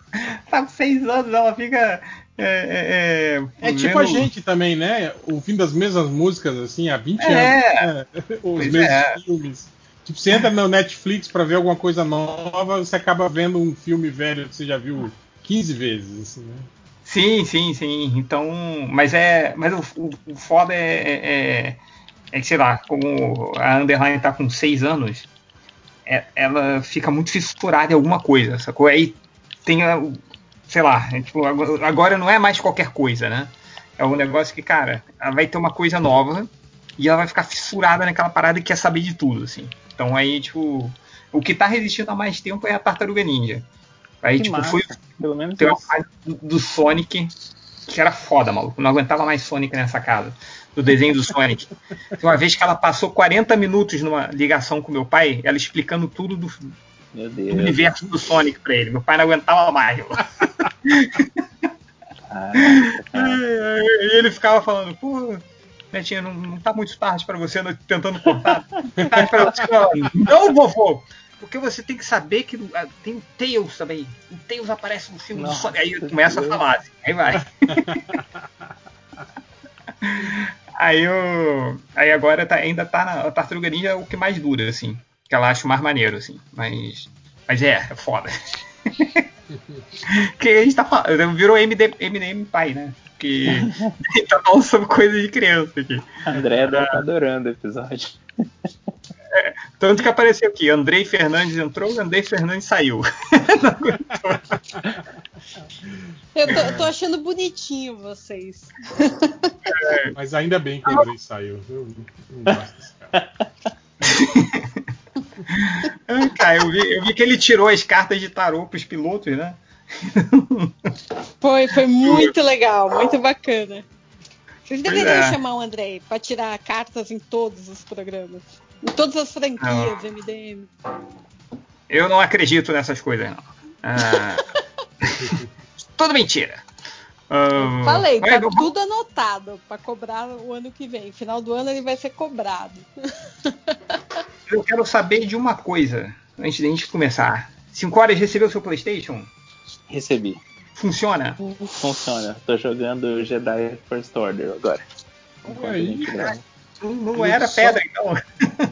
tá com seis anos, ela fica. É, é,
É
vendo-
tipo a gente também, né? Ouvindo as mesmas músicas, assim, há 20
É.
anos. né? Os
Pois
mesmos
é.
filmes. Tipo, você entra no Netflix pra ver alguma coisa nova, você acaba vendo um filme velho que você já viu 15 vezes, assim, né?
Sim, sim, sim. Então, mas é, mas o, o- o foda é, é, é- é que sei lá, como a Underline tá com seis anos, é- ela fica muito fissurada em alguma coisa, sacou? Aí tem a- o- sei lá, é, tipo, agora- agora não é mais qualquer coisa, né? É um negócio que, cara, ela vai ter uma coisa nova e ela vai ficar fissurada naquela parada e quer saber de tudo, assim. Então aí, tipo, o que tá resistindo há mais tempo é a Tartaruga Ninja. Aí,
Que
tipo,
massa.
foi
Pelo menos
tem uma
isso.
fase do, do Sonic que era foda, maluco. Não aguentava mais Sonic nessa casa. Do desenho do Sonic. Tem uma vez que ela passou 40 minutos numa ligação com meu pai, ela explicando tudo do, do
Meu Deus.
universo do Sonic pra ele. Meu pai não aguentava mais.
Caraca, cara.
E ele ficava falando, pô, netinha, não, não tá muito tarde pra você, não- tentando contar. tarde pra você. Ela, Não, vovô! Porque você tem que saber que ah, tem o Tails também. O Tails aparece no filme do
Nossa,
Sonic. Aí começa a falar, assim, aí vai. aí eu. Aí agora tá- ainda tá na. A Tartaruga Ninja é o que mais dura, assim. Que ela acha o mais maneiro, assim. Mas. Mas é, é foda. que a gente tá falando. Virou MD, MDM pai, né? Que a gente tá falando sobre coisa de criança aqui.
André tá adorando o episódio.
É, Tanto que apareceu aqui, Andrei Fernandes entrou, Andrei Fernandes saiu.
Eu tô, eu tô achando bonitinho vocês.
Mas ainda bem que o Andrei saiu. Eu não gosto desse cara.
Ah, Cara, eu vi, eu vi que ele tirou as cartas de tarô pros pilotos, né?
Foi, foi muito legal, muito bacana. Vocês
Pois
deveriam
é.
chamar o Andrei pra tirar cartas em todos os programas. Em todas as franquias MDM.
Eu não acredito nessas coisas, não. Ah, tudo mentira. Ah,
Falei,
mas
tá
eu-
tudo anotado pra cobrar o ano que vem. Final do ano ele vai ser cobrado.
Eu quero saber de uma coisa antes da gente começar. 5 horas recebeu seu PlayStation?
Recebi.
Funciona?
Funciona. Tô jogando Jedi First Order agora. Enquanto a gente grava.
Não, não era
Só-
pedra, então.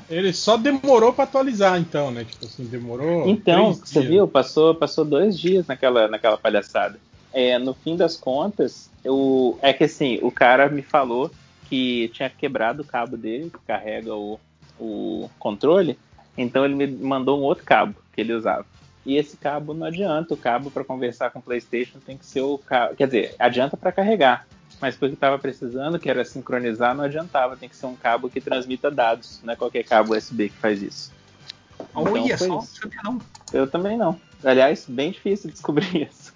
Ele só demorou pra atualizar, então, né? Tipo assim, demorou.
Então,
três
você
dias.
viu? Passou, passou dois dias naquela, naquela palhaçada. É, no fim das contas, eu, é que assim, o cara me falou que tinha quebrado o cabo dele, que carrega o, o controle, então ele me mandou um outro cabo que ele usava. E esse cabo não adianta, o cabo para conversar com o PlayStation tem que ser o cabo. Quer dizer, adianta para carregar, mas porque estava precisando, que era sincronizar, não adiantava, tem que ser um cabo que transmita dados, não é qualquer cabo USB que faz isso. Então,
Olha
foi
só, não
isso.
sabia não.
Eu também não. Aliás, bem difícil descobrir isso.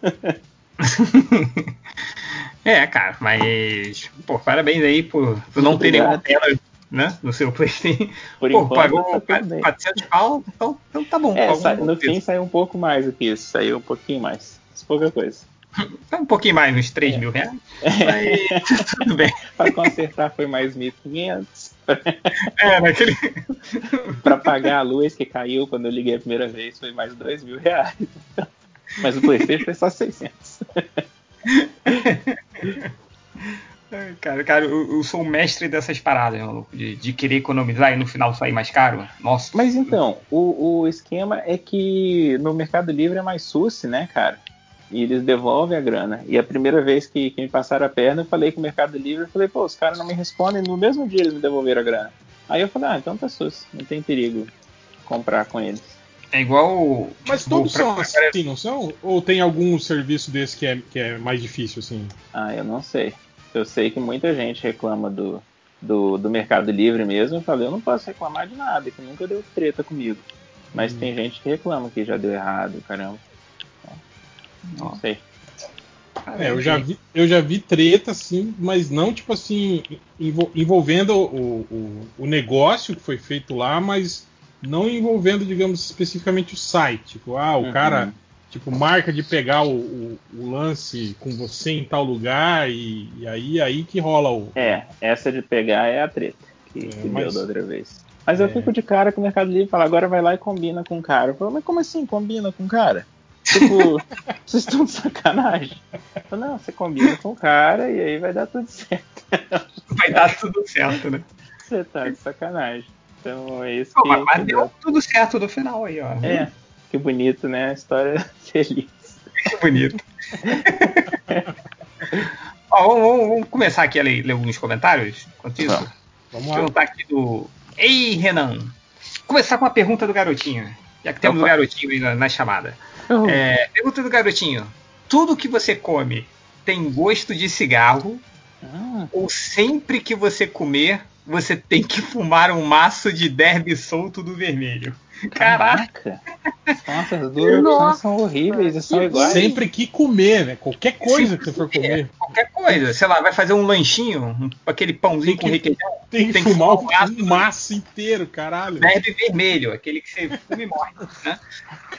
É, cara, mas. Pô, parabéns aí por, por não ter nenhuma
Obrigado.
tela né, no seu PlayStation.
Por
Pô,
enquanto, tá
pagou
tudo bem.
400 pau, então, então tá bom.
É,
pagou
sa-
um
no
preço.
fim saiu um pouco mais do que isso. Saiu um pouquinho mais. Mas pouca coisa. É.
Tá um pouquinho mais, uns 3 mil reais. Mas tudo bem.
Pra consertar foi mais 1.500.
É, naquele.
Pra pagar a luz que caiu quando eu liguei a primeira vez foi mais 2 mil reais. Mas o PlayStation foi só 600.
É, Cara, cara eu, eu sou o mestre dessas paradas, maluco. De, de querer economizar e no final sair mais caro. Nossa.
Mas então, o, o esquema é que no Mercado Livre é mais susse, né, cara? E eles devolvem a grana. E a primeira vez que, que me passaram a perna, eu falei com o Mercado Livre, eu falei, pô, os caras não me respondem, no mesmo dia eles me devolveram a grana. Aí eu falei, ah, então tá susse, não tem perigo comprar com eles.
É igual. o-
Mas
tipo,
todos
pra-
são
pra-
assim, não são? Ou tem algum serviço desse que é, que é mais difícil, assim?
Ah, eu não sei. Eu sei que muita gente reclama do, do, do Mercado Livre mesmo. Eu falei, eu não posso reclamar de nada, que nunca deu treta comigo.
Hum.
Mas tem gente que reclama que já deu errado, caramba. Não sei. Ah,
É,
né,
eu já vi, eu já vi treta, assim, mas não, tipo assim, envol- envolvendo o, o, o negócio que foi feito lá, mas não envolvendo, digamos, especificamente o site. Tipo, ah, o
Uhum.
cara, tipo, marca de pegar o, o- o lance com você em tal lugar e, e aí, aí que rola o.
É, essa de pegar é a treta que,
É,
que deu
mas-
da outra vez. Mas eu
É.
fico de cara com o Mercado Livre e falo, agora vai lá e combina com o cara. Eu falo, mas como assim combina com o cara? Tipo, vocês estão de sacanagem. Eu falo, não, você combina com o cara e aí vai dar tudo certo.
Vai dar tudo certo, né?
Você tá de sacanagem. Então é isso
Pô,
que,
mas, mas
que
deu tudo certo no final aí, ó.
É, que bonito, né? A história feliz.
Que bonito. Ó, vamos, vamos- vamos começar aqui a ler, ler alguns comentários? Enquanto isso,
Vamos.
Vamos
vou
lá.
perguntar aqui do. Ei, Renan! Começar com a pergunta do garotinho. Já que temos
Opa.
o garotinho aí na, na chamada. É, pergunta do garotinho: tudo que você come tem gosto de cigarro, ou sempre que você comer, você tem que fumar um maço de derby solto do vermelho. Caraca!
Nossa, as duas opções são horríveis é e são iguais.
Sempre que comer, né? Qualquer coisa que você for comer.
É, Qualquer coisa, sei lá, vai fazer um lanchinho, um- aquele pãozinho com requeijão,
Tem que
Tem que
fumar
fumar
um maço inteiro, caralho.
derby vermelho, aquele que você fuma e morre, né?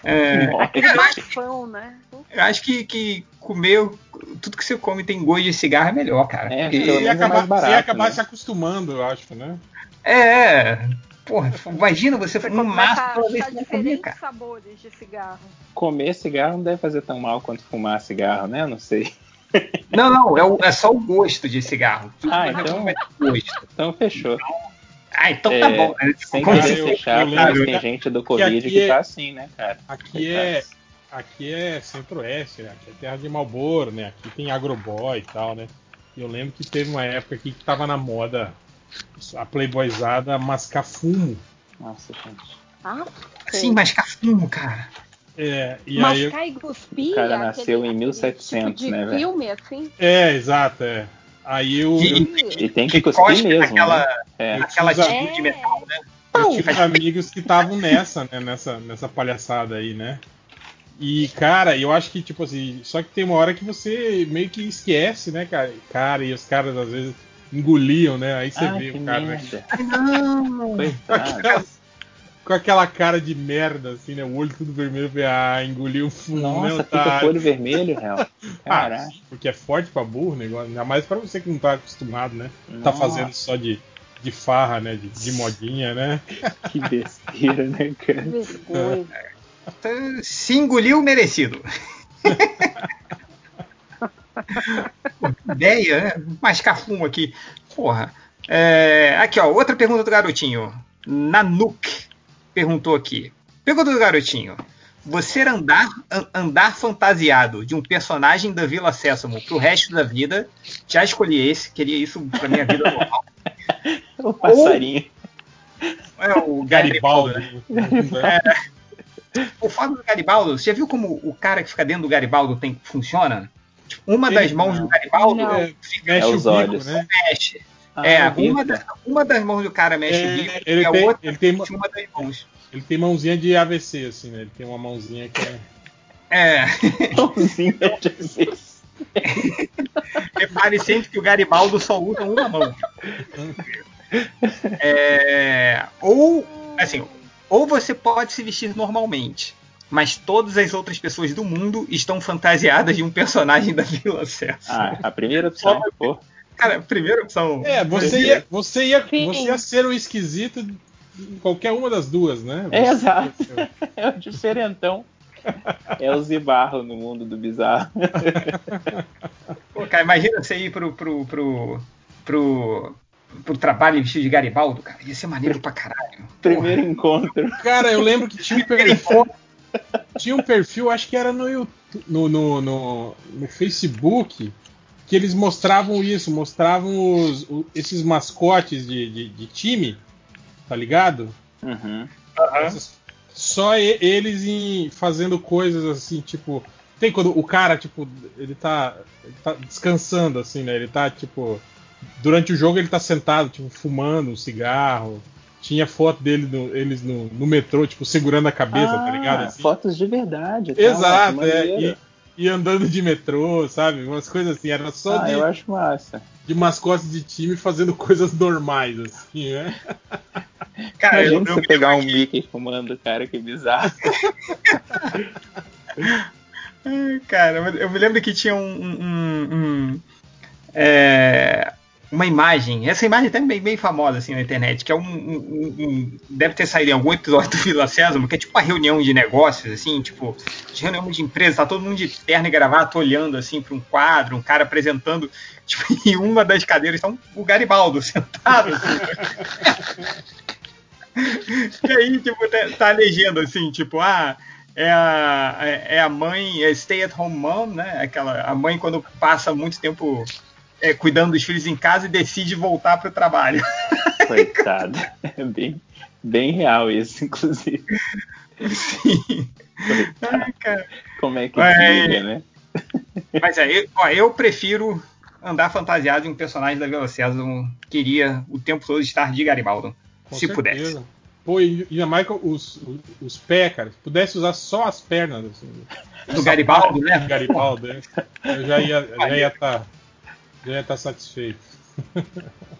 é.
É.
É,
Aquele garfão, né?
Eu acho que, que comer tudo que você come tem gosto de cigarro é melhor, cara.
É,
Porque-
pelo
E
menos é
acabar,
mais
você ia
barato.
acabar
né?
se acostumando, eu acho, né?
é, é. Porra, imagina você
Você
fumar um maço toda vez
começa
que você
a achar
comer, cara.
diferentes Tá, sabores de cigarro.
Comer cigarro não deve fazer tão mal quanto fumar cigarro, né? Não sei.
Não, não, é, o- é só o gosto de cigarro. Tudo
Ah,
que você
então-
come é gosto.
Então fechou.
Ah, então tá
É,
bom. né?
Sem
Como
cara,
você-
querer
eu-
fechar,
eu
mas
lembro-
tem gente do Covid
aqui
que
é-
tá assim, né, cara?
Aqui é,
tá.
aqui é centro-oeste, né? aqui é terra de Malboro, né? Aqui tem agroboy e tal, né? E eu lembro que teve uma época aqui que tava na moda a playboyzada mascar fumo.
Nossa, gente.
Ah,
Sim, mas cafumo, cara.
É, e
Mas
aí...
cai cuspir.
O cara
aquele-
nasceu em
aquele
1700,
tipo de
né, velho?
filme, assim.
É, exato, é. Aí eu, eu, eu
E tem
Que
que, cuspir
cospe
mesmo.
naquela-
né? É.
Aquela
Usa-
atitude de metal, né?
tive amigos que estavam nessa, né? Nessa, nessa palhaçada aí, né? E, cara, eu acho que, tipo assim, só que tem uma hora que você meio que esquece, né, cara? Cara, e os caras às vezes engoliam, né? Aí você
Ai,
vê
que
o cara, né?
merda.
Com
Coitado.
aquela, com aquela cara de merda, assim, né? O olho tudo vermelho, vê, ah, engoliu o fumo, né,
Nossa,
otário?"
fica folho vermelho, real.
Ah,
Caraca.
porque é forte pra burro o negócio, ainda mais pra você que não tá acostumado, né? Tá
Nossa.
fazendo só de, de farra, né? De, de modinha, né?
Que besteira, né, cara?
Vergonha.
Então, Se engoliu, merecido. Pô, que ideia, né? Mais cafumo aqui. Porra. É, aqui, ó. Outra pergunta do garotinho. Nanuk perguntou aqui. Pergunta do garotinho. Você andar, an- andar fantasiado de um personagem da Vila Sésamo pro resto da vida, já escolhi esse, queria isso pra minha vida normal.
O passarinho.
É o
Garibaldo.
né? É.
né?
O foda do Garibaldo, você já viu como o cara que fica dentro do Garibaldo tem, funciona? Tipo, Uma
Ele-
das mãos do Garibaldo
Não.
É, mexe
É
o
os
bico,
olhos.
né?
mexe.
Ah,
é,
eu vi,
uma,
cara.
da- uma das mãos do cara mexe
É,
o bico
ele
e a
tem-
outra
ele tem-
mexe uma das mãos.
Ele tem mãozinha de AVC, assim, né? Ele tem uma mãozinha que é.
É,
Pãozinho de Jesus.
repare sempre É que o Garibaldo só usa uma mão. É, ou, assim, ou você pode se vestir normalmente, mas todas as outras pessoas do mundo estão fantasiadas de um personagem da Vila César.
Ah, a primeira opção, pô.
Cara, primeira opção.
É, você ia, você ia,
Sim.
você ia ser o esquisito em qualquer uma das duas, né?
É, exato.
Você-
É o diferentão. É o Zibarro no mundo do bizarro.
Pô, cara, imagina você ir pro, pro, pro, pro, pro trabalho vestido de Garibaldo, cara. Ia ser maneiro pra caralho.
Primeiro encontro.
Cara, eu lembro que tinha um perfil. tinha um perfil, acho que era no, Youtu- no, no, no, no Facebook, que eles mostravam isso, mostravam os- o- esses mascotes de, de, de time, tá ligado?
Uhum.
Essas- só e- eles em, fazendo coisas assim, tipo. Tem quando o cara, tipo, ele tá, ele tá descansando, assim, né? Ele tá, tipo. Durante o jogo ele tá sentado, tipo, fumando um cigarro. Tinha foto dele no, eles no, no metrô, tipo, segurando a cabeça, tá ligado?
Ah,
Assim.
Fotos de verdade. tá?
Exato,
Que
é.
maneiro.
E, e andando de metrô, sabe? Umas coisas assim, era só
Ah,
de,
eu acho massa.
de mascotes de time fazendo coisas normais, assim, né?
Cara, eu,
Imagina
eu,
você pegar um Mickey fumando, cara, que bizarro.
Ai, cara, eu me lembro que tinha um. um- um- é, uma imagem. Essa imagem é até bem, bem famosa assim na internet, que é um, um- um- um- Deve ter saído em algum episódio do Vila Sésamo, que é tipo uma reunião de negócios, assim, tipo, de reunião de empresa, tá todo mundo de terno e gravata olhando assim pra um quadro, um cara apresentando, tipo, em uma das cadeiras tá um- o Garibaldo sentado. assim. e aí, tipo, tá, tá a legenda, assim, tipo, ah é a, é a mãe, é stay at home mom, né? Aquela, a mãe quando passa muito tempo é, cuidando dos filhos em casa e decide voltar pro trabalho.
Coitado. É bem, bem real isso, inclusive.
Sim. Ai, cara.
Como é que
É.
fica, né?
Mas é, eu, ó, eu prefiro andar fantasiado de um personagem da Vila César. Eu queria o tempo todo estar de Garibaldo.
Com
se pudesse.
Pô, e e ainda mais com os, os pés, cara. Se pudesse usar só as pernas assim,
Do Garibaldo, né?
do Garibaldo, né? eu já ia estar já ia tá, já ia tá satisfeito.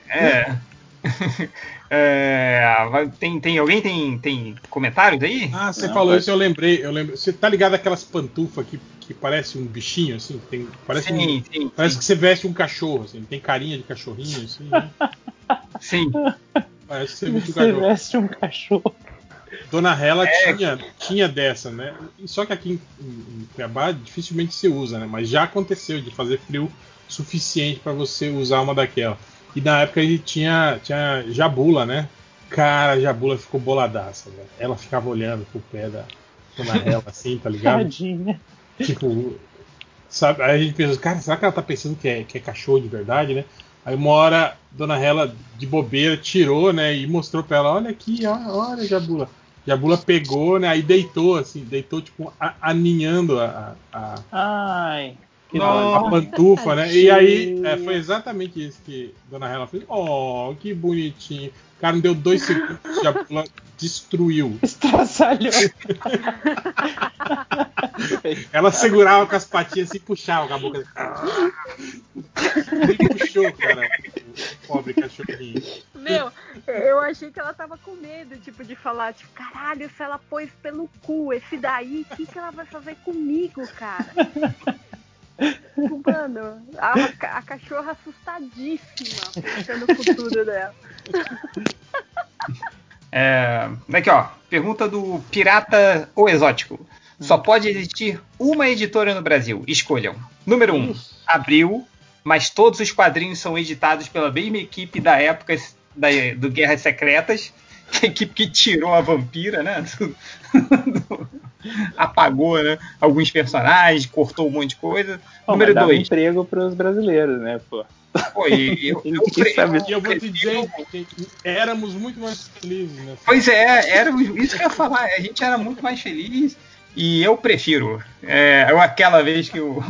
É. É, vai- tem, tem alguém tem, tem comentários aí?
Ah, você falou isso, eu lembrei, eu lembrei. Você tá ligado aquelas pantufas que, que parece um bichinho, assim? que Tem, parece um-
sim, sim,
parece
sim,
que você veste um cachorro, assim. Tem carinha de cachorrinho, assim, né?
sim.
Parece que você veste um
Você
cachorro.
veste um cachorro.
Dona Hela tinha, tinha dessa, né? E Só que aqui em, em Cuiabá dificilmente se usa, né? Mas já aconteceu de fazer frio suficiente para você usar uma daquela. E na época ele tinha, tinha jabula, né? Cara, a jabula ficou boladaça, velho. Ela ficava olhando pro pé da Dona Hela, assim, tá ligado?
Tadinha.
Tipo, sabe? Aí a gente pensa, cara, será que ela tá pensando que é, que é cachorro de verdade, né? Aí uma hora, Dona Hela, de bobeira, tirou, né? E mostrou pra ela, olha aqui, ó, olha, Jabula. Jabula pegou, né? Aí deitou, assim, deitou, tipo, a- aninhando a, a, a-
Ai. que
a
dó.
pantufa, né? E aí, é, foi exatamente isso que Dona Hela fez. Oh, que bonitinho. O cara não deu dois segundos, Jabula destruiu.
Estraçalhou.
Ela segurava com as patinhas assim e puxava com a boca. Ele puxou, cara. O pobre cachorrinho.
Meu, é, eu achei que ela tava com medo, tipo, de falar, tipo, caralho, se ela pôs pelo cu esse daí, o que, que ela vai fazer comigo, cara? Tipo, Mano, a, ca- a cachorra assustadíssima pensando o futuro dela.
É, aqui, ó. Pergunta do Pirata ou Exótico. Só
Hum.
pode existir uma editora no Brasil. Escolham. Número 1, um, Abril, mas todos os quadrinhos são editados pela mesma equipe da época da- do Guerras Secretas, que é a equipe que tirou a vampira, né? do- do- apagou né? alguns personagens, cortou um monte de coisa.
Bom,
Número
mas dava
2,
emprego pros brasileiros, né, pô?
foi. Eu,
Ele
eu,
quis saber.
E eu vou te dizer que éramos muito mais felizes nessa.
Pois é, era isso que eu ia falar. A gente era muito mais feliz e eu prefiro. É, eu- aquela vez que, o-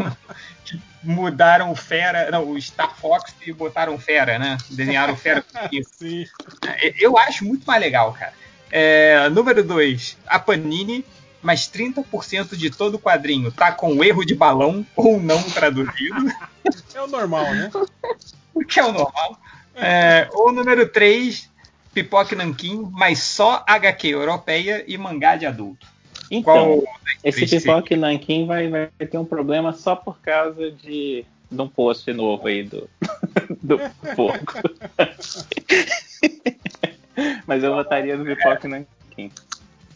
que mudaram o Fera, não, o Star Fox e botaram o Fera, né? Desenharam o Fera. É,
Sim.
Eu acho muito mais legal, cara. É, número 2, a Panini, mas 30% de todo o quadrinho tá com erro de balão ou não traduzido
É o normal, né?
o que é o normal. É, o número 3, Pipoque Nanquim, mas só HQ europeia e mangá de adulto.
Então, esse
triste.
pipoque Nankin vai, vai ter um problema só por causa de, de um post novo aí do, do porco. Mas eu votaria no pipoque Nankin.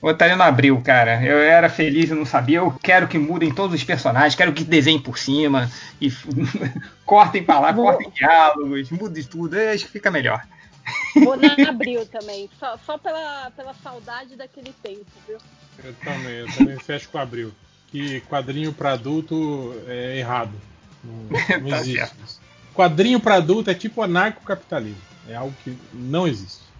O Otário não abriu, cara. Eu era feliz e não sabia. Eu quero que mudem todos os personagens, quero que desenhem por cima, e cortem pra lá, cortem diálogos, mudem tudo. Eu acho que fica melhor.
Vou na Abril também, só, só pela, pela saudade daquele tempo, viu?
Eu também, eu também fecho com abril. Que quadrinho pra adulto é errado. Não, não
Tá
existe.
certo.
isso. Quadrinho pra adulto é tipo anarcocapitalismo. É algo que não existe.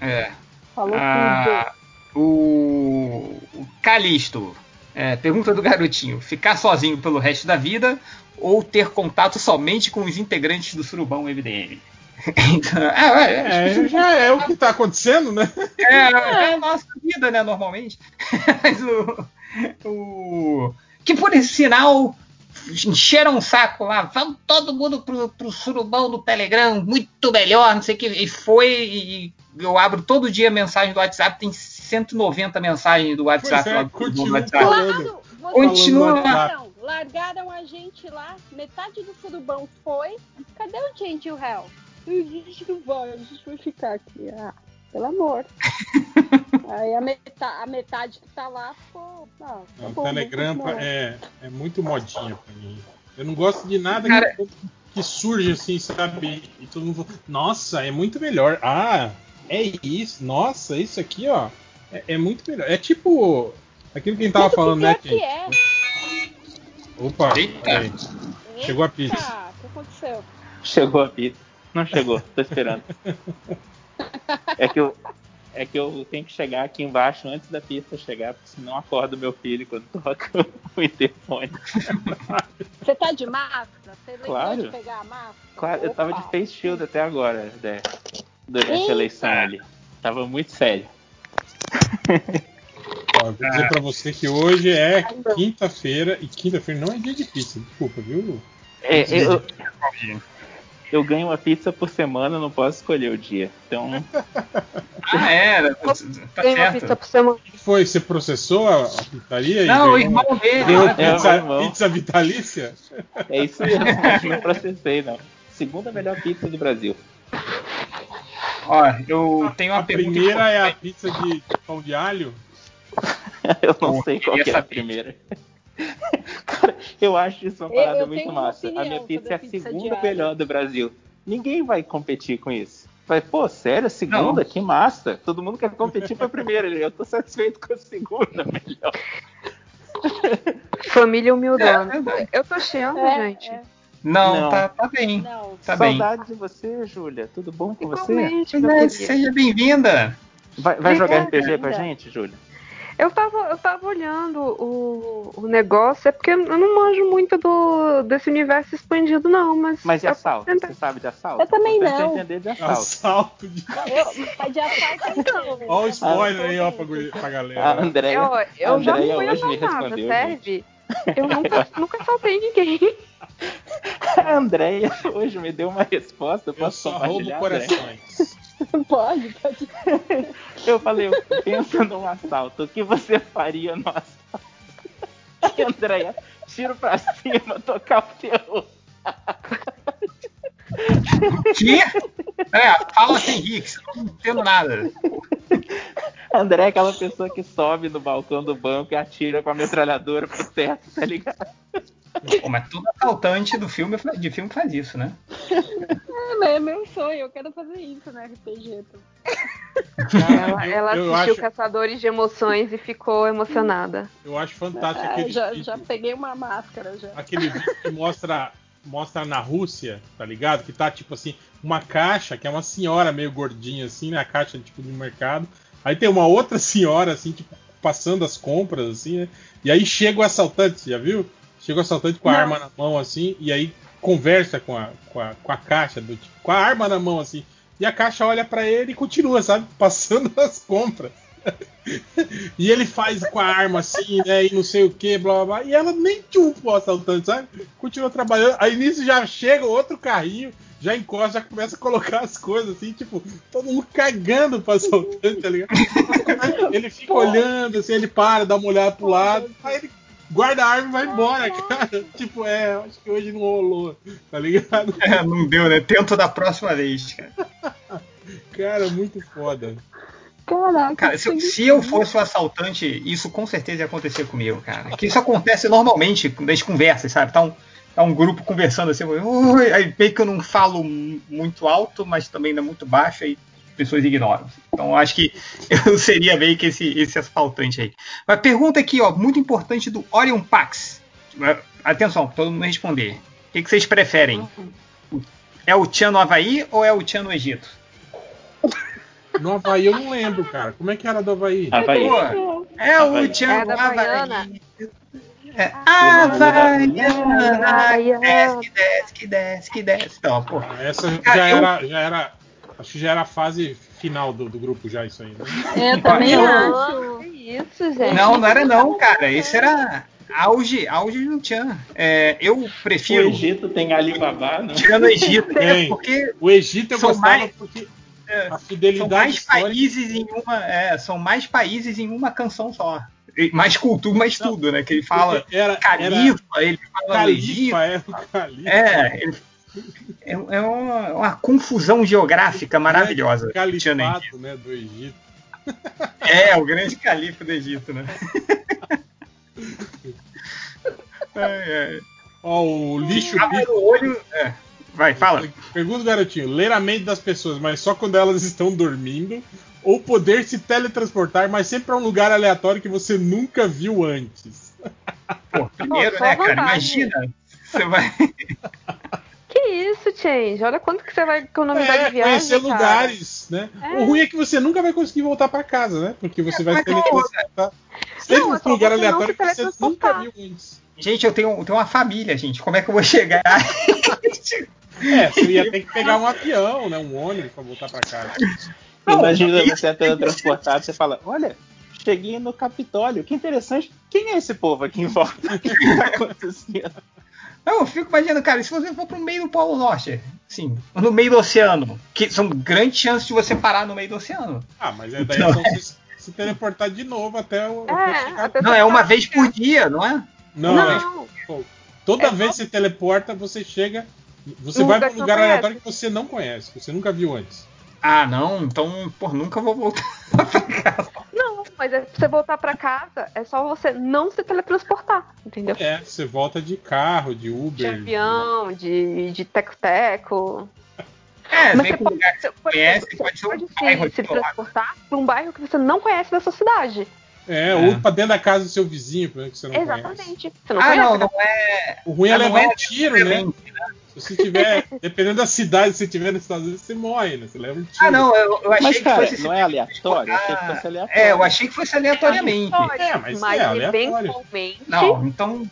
É.
Falou
Ah, o, o Calisto. É, pergunta do garotinho: ficar sozinho pelo resto da vida ou ter contato somente com os integrantes do Surubão MDM? Então, é, é, acho
É, já é o que tá acontecendo, né?
que é, é a nossa vida, né? Normalmente. Mas o, o- Que por esse sinal encheram um saco lá. Vamos todo mundo pro, pro Surubão do Telegram, muito melhor, não sei o que. E foi. E eu abro todo dia mensagem do WhatsApp, tem 190 mensagens do WhatsApp.
Pois é,
lá do
continua
Surubão do WhatsApp.
Tá.
tudo. Claro, Então, vocês
Continua
não
lá.
viram? Largaram a gente lá, metade do surubão foi. Cadê o Gentil Hell? A gente não vai, a gente vai ficar aqui. Ah, pelo amor. Aí a, meta- a metade que tá lá ficou. Não, tá
Não,
bom,
É Um Telegram
vamos continuar.
é, é muito modinha pra mim. Eu não gosto de nada
Cara-
que, que surge assim, sabe? E todo mundo fala, nossa, é muito melhor. Ah, é isso. Nossa, isso aqui, ó. É, é muito melhor. É tipo aquilo que a gente tava
Tudo
falando, né,
pior que
Kate?
é.
Opa,
Eita.
peraí. Chegou a pizza.
Eita, O que aconteceu?
Chegou a pizza. Não chegou, tô esperando. É que eu, É que eu tenho que chegar aqui embaixo antes da pista chegar, porque senão acorda o meu filho quando toca o interfone.
Você tá de máscara? Você lembrou
Claro.
de pegar a máscara?
Claro, eu tava de
Opa.
face shield até agora, né, durante a eleição ali. Tava muito sério.
Ó, eu vou dizer pra você que hoje é quinta-feira, e quinta-feira não é dia de pizza, desculpa, viu?
É,
Sim.
eu, eu ganho uma pizza por semana, não posso escolher o dia. Então,
Ah, era. Tá
Tem uma pizza
certo.
por semana.
O que foi? Você processou a, a pizzaria? e
Não, o
ganhou
irmão dele.
Ganhou
né?
É,
pizza,
meu irmão.
pizza vitalícia?
é isso mesmo. não processei, não. Segunda melhor pizza do Brasil.
Ó, eu tenho uma
a
pergunta.
primeira é a pizza de pão de alho?
Eu não
Pô,
sei qual
queria
que é a
saber.
primeira. Cara, eu acho isso uma
Eu-
parada
eu
muito
tenho uma
massa. A minha
opinião
pizza é a
sobre pizza
segunda
diária.
melhor do Brasil. Ninguém vai competir com isso. Vai, pô, sério, a segunda? Que massa. Todo mundo quer competir pra primeira. Eu tô satisfeito com a segunda melhor.
Família humildona.
É verdade.
eu tô cheando,
É,
gente.
é.
Não,
Não.
Tá, tá bem.
Não.
Tá bem.
Saudade de você, Júlia. Tudo bom com você?
Igualmente, meu
Verdade,
querido.
Seja bem-vinda.
Vai, vai jogar
Obrigada,
RPG com a
linda.
gente, Júlia?
Eu tava, eu tava olhando o, o negócio, é porque eu não manjo muito do, desse universo expandido, não, mas.
Mas de
eu-
assalto? Você sabe de assalto?
Eu também
Tô tentando
não.
entender de assalto.
Assalto de.
Eu,
tá
mas de assalto não.
Olha o spoiler aí, ó, pra, guri- pra galera.
A Andréia.
Eu, eu já
Andréia
não
é hoje me
ia nada,
respondeu,
serve? Eu nunca, nunca saltei ninguém.
A Andréia hoje me deu uma resposta. Eu
Eu
posso
só roubo
compartilhar? Andréia?
corações.
Pode, pode.
Eu falei, pensa num assalto. O que você faria no assalto? Aí, Andréia, tiro pra cima, tocar o terror.
Que? É, fala sem Henrique, não entendo nada.
André é aquela pessoa que sobe no balcão do banco e atira com a metralhadora pro teto, tá ligado?
Pô, mas todo assaltante do filme faz- de filme faz isso, né?
Ah,
É, é meu sonho, eu quero fazer isso
né,
na RPG.
Ela, ela
eu
assistiu
acho-
Caçadores de Emoções e ficou emocionada.
Eu acho fantástico
Ah,
aquele
já,
vídeo,
já peguei uma máscara já.
aquele vídeo que mostra, mostra na Rússia, tá ligado? Que tá tipo assim, uma caixa, que é uma senhora meio gordinha assim, na caixa tipo do mercado. Aí tem uma outra senhora assim, tipo, passando as compras assim, né? E aí chega o assaltante, você já viu? Chega o assaltante com a
Não.
arma na mão assim, e aí conversa com a, com a, com a caixa, do tipo, com a arma na mão assim. E a caixa olha pra ele e continua, sabe? Passando as compras. E ele faz com a arma assim, né? E não sei o que, blá blá blá. E ela nem chupa o assaltante, sabe? Continua trabalhando. Aí nisso já chega outro carrinho, já encosta, já começa a colocar as coisas assim, tipo, todo mundo cagando pro assaltante, tá ligado? Ele fica olhando, assim, ele para, dá uma olhada pro lado, aí ele guarda a arma e vai embora, cara. Tipo, é, acho que hoje não rolou, tá ligado?
É, não deu, né? Tento da próxima vez, cara.
Cara, muito foda.
Caraca,
Cara, se, eu- se eu fosse o assaltante, isso com certeza ia acontecer comigo, cara. Que isso acontece normalmente nas conversas, sabe? Tá um, tá um grupo conversando assim, "Oi", aí bem que eu não falo mu- muito alto, mas também não é muito baixo, aí as pessoas ignoram. Então eu acho que eu seria meio que esse, esse assaltante aí. Mas pergunta aqui, ó, muito importante do Orion Pax. Atenção, pra todo mundo responder. O que, que vocês preferem? É o Tchan no Havaí ou é o Tchan no Egito?
No Havaí eu não lembro, cara. Como é que era do Havaí?
Havaí.
Pô, é o
Havaiana.
Tchan
É
no
da
Havaí.
Baiana. Ah,
É.
Havaiana.
Havaiana, desce, que desce, que desce, que desce. Então, pô.
Ah, Essa já
Cara, eu-
era, já era. Acho que já era a fase final do, do grupo, já isso aí. Né?
É, Eu também
Eu-
acho.
Que isso, gente?
Não, não era não, cara. Esse era auge, auge do Tchan. É, eu
O
prefiro
Egito tem Alibaba, não?
Tchan no Egito, né?
Tem.
Porque
O Egito eu
São
gostava
mais-
porque
é,
a
são
fidelidade
mais
histórica-
países em uma. é, são mais países em uma canção só. E Mais cultura, mais
Não.
tudo, né? Que ele fala
era, era
califa, ele fala do Egito.
califa, é o califa.
É, ele- é, é uma, uma confusão geográfica maravilhosa.
O
Tchan no Egito.
Califado, né, do Egito.
É, o grande califa do Egito, né? Ai, ai.
Ó, o lixo
Abra
bico.
o olho. é. Vai, fala.
Pergunta garotinho, ler a mente das pessoas, mas só quando elas estão dormindo, ou poder se teletransportar, mas sempre a um lugar aleatório que você nunca viu antes.
Pô, primeiro,
Pô, só
né, cara?
vantagem.
Imagina. Você vai.
Que isso, Change. Olha quanto que você vai economizar
é,
tá de viagem.
conhecer
cara.
lugares, né?
É.
O ruim é que você nunca vai conseguir voltar pra casa, né? Porque você vai
mas é
se teletransportar sempre
Não, é
para
só
um lugar
você não
aleatório
se tá.
que você nunca viu antes.
Gente, eu tenho, eu tenho uma família, gente. Como é que eu vou chegar?
É, você ia ter que pegar um avião, né? Um ônibus pra voltar pra casa.
Imagina você sendo transportado, você fala, olha, cheguei no Capitólio, que interessante. Quem é esse povo aqui em volta? O que tá acontecendo?
Não, eu fico imaginando, cara, se você for pro meio do Polo Norte, sim, no meio do oceano, que são grandes chances de você parar no meio do oceano.
Ah, mas é daí é só você se teleportar de novo até o.
É, até
Não, é uma vez por dia, não é?
Não,
Não. É
é, tipo, toda vez que você teleporta, você chega. Você
Um
vai
lugar
pra um
que não
lugar
conhece.
aleatório que você não conhece, que você nunca viu antes.
Ah, não, então, pô, nunca vou voltar.
Não, mas é pra você voltar pra casa, é só você não se teletransportar, entendeu?
É, você volta de carro, de
De
Uber.
avião, de, de teco-teco.
É,
Mas
vem
você
com um lugar que
você
você conhece, pode ser um
pode
bairro
se, se
do lado.
transportar pra um bairro que você não conhece da sua cidade.
É, ou pra dentro da casa do seu vizinho, por exemplo, que você não conhece.
Exatamente. Você não
Ah,
conhece.
não,
né?
não é.
O ruim é
Ah, não
levar
é
um tiro, né? Se você tiver, dependendo da cidade, se você tiver nos Estados Unidos, você morre, né? Você leva um tiro.
Ah, não, eu, eu achei
Mas,
que
cara,
fosse.
não é aleatório? Eu achei que fosse aleatório.
É, eu achei que fosse aleatoriamente.
Pode,
É, mas
mas
é aleatório.
eventualmente.
Não, então,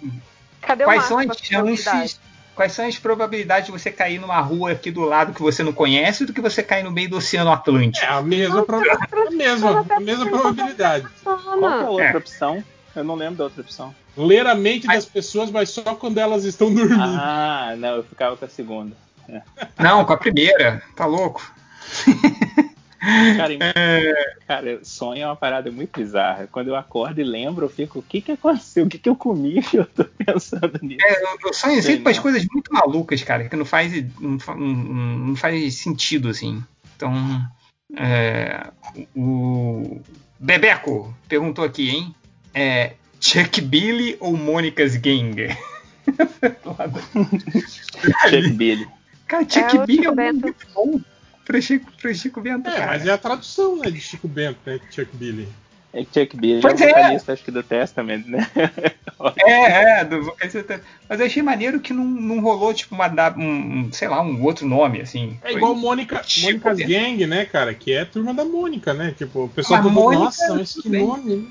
Cadê o
quais
Marcos
são
com
as
a probabilidade?
chances? Quais são as probabilidades de você cair numa rua aqui do lado que você não conhece do que você cair no meio do Oceano Atlântico?
É a mesma, pro... a mesma, a mesma probabilidade.
Qual que é a
Funciona.
outra
É.
opção? Eu não lembro da outra opção.
Ler a mente das pessoas, mas só quando elas estão dormindo.
Ah, não, eu ficava com a segunda. É.
Não, com a primeira. Tá louco?
Cara, em- cara, eu- sonho é uma parada muito bizarra. Quando eu acordo e lembro, eu fico, o que que aconteceu? O que que eu comi? Eu tô pensando nisso.
É, eu, eu sonho
Sei
sempre com as
não.
coisas muito malucas, cara, que não faz, não, fa- não- não faz sentido, assim. Então, é, o Bebeco perguntou aqui, hein? É, Chuck Billy ou Mônica's Gang?
Chuck Billy.
cara,
É,
Chuck
o
Billy é um
Chico
nome
Bento.
muito bom pro Chico, pro Chico Bento,
É,
cara.
mas é a tradução, né, de Chico Bento, né, Chuck Billy.
É que Chuck Billy
Pois
é
é.
o vocalista, acho que do Testament, né?
É, é, do vocalista até- Mas eu achei maneiro que não, não rolou, tipo, uma, da- um, um, sei lá, um outro nome, assim. tipo
É igual Mônica,
Chico
Mônica's
Bento.
Gang, né, cara, que é a turma da Mônica, né, tipo, o pessoal
Mas
todo mundo,
Ah, Mônica,
nossa, mas que
tudo bem.
nome, né?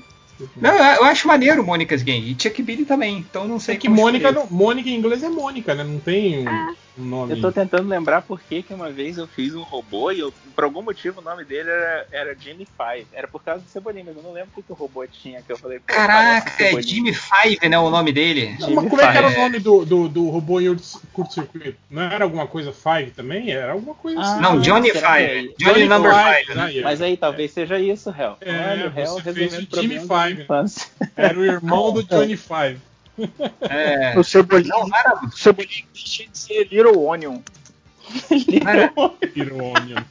Não, eu acho maneiro Mônica's Gang. E Chuck Billy também, então não sei
É que
como
Mônica,
escolher.
não, Mônica em inglês é Mônica, né, não tem um, um nome.
Ah. Eu tô tentando lembrar por que que uma vez eu fiz um robô e eu, por algum motivo o nome dele era, era Jimmy Five. Era por causa do Cebolinha, mas eu não lembro o que, que o robô tinha. Que eu falei, pô,
Caraca,
parece
é
Cebolinha.
Jimmy Five, né, o nome dele?
Não, mas como é que era o nome do, do, do robô em urso- curto-circuito? Não era alguma coisa Five também? Era alguma coisa
Ah,
assim.
Não, Johnny
será que é
Five.
ele?
Johnny, Number
Five,
Five, né?
aí,
Mas aí talvez seja isso, Hel.
É,
Olha, o Hel
você fez o
resolvendo
Jimmy
problemas da
Five.
infância.
Era o irmão do Johnny Five.
É.
O Cebolinha,
Não, maravilha.
o Cebolinha tinha de ser Little Onion.
Mara-
Pirônio.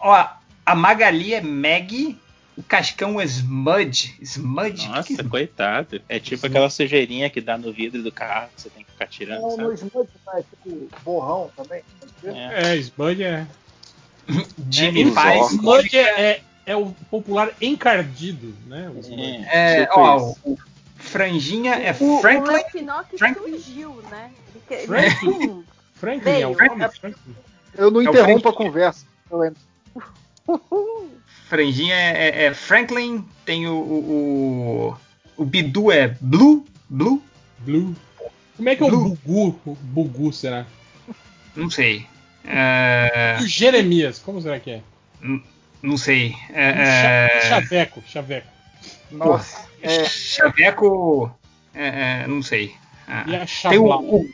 Ó, a Magali é Maggie, o Cascão é Smudge. Smudge? que que
Nossa,
é
coitado. É tipo aquela sujeirinha que dá no vidro do carro que você tem que ficar tirando,
É. Não, no
sabe?
Smudge, mas tipo, borrão também. pode ser?
É.
É, Smudge é.
Jimmy
Os
Five.
óculos.
Smudge é, é, é o popular encardido, né? O Smudge.
É.
É,
tipo
ó,
isso.
o Franjinha é
O, o
Franklin.
Lepinock
Franklin?
surgiu, né? Ele, que- ele
Franklin?
Hum,
Franklin é o
Veio.
nome? Franklin.
Eu não
É o
interrompo a
Frank.
conversa. Eu entro.
Franjinha é, é- é Franklin, tem o, o, o. o Bidu é Blue. Blue?
Blue. Como é que é o
Blue.
Bugu? O Bugu, será?
Não sei. É, Hum.
E o Jeremias, como será que é?
n- não sei. É,
Cha-
é,
Chaveco, Chaveco.
Nossa. É,
Chaveco. é, é, não sei. Ah,
E a
tem o.
Chablau.
O,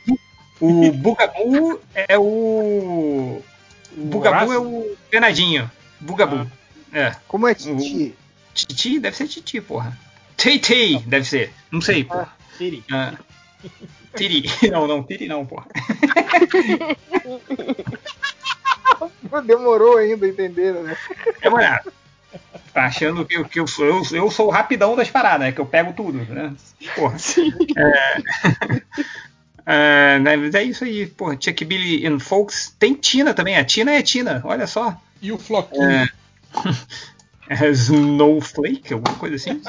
o Bugabu é o. O Bugabu é o Penadinho. Bugabu.
Ah.
É.
como é Titi?
Titi? Deve ser Titi, porra. Titi, deve ser. Não sei, porra.
Tiri.
Ah. Tiri. Não, não, Tiri não, porra.
Demorou ainda a entender, né?
É barato. Tá achando que, eu- que eu, sou, eu, eu sou o rapidão das paradas, né? Que eu pego tudo, né? Porra. É, É, né, mas é isso aí, porra. Chuck Billy and Folks. Tem Tina também. A Tina é Tina, olha só.
E o Floquinho.
É Snowflake, alguma coisa assim.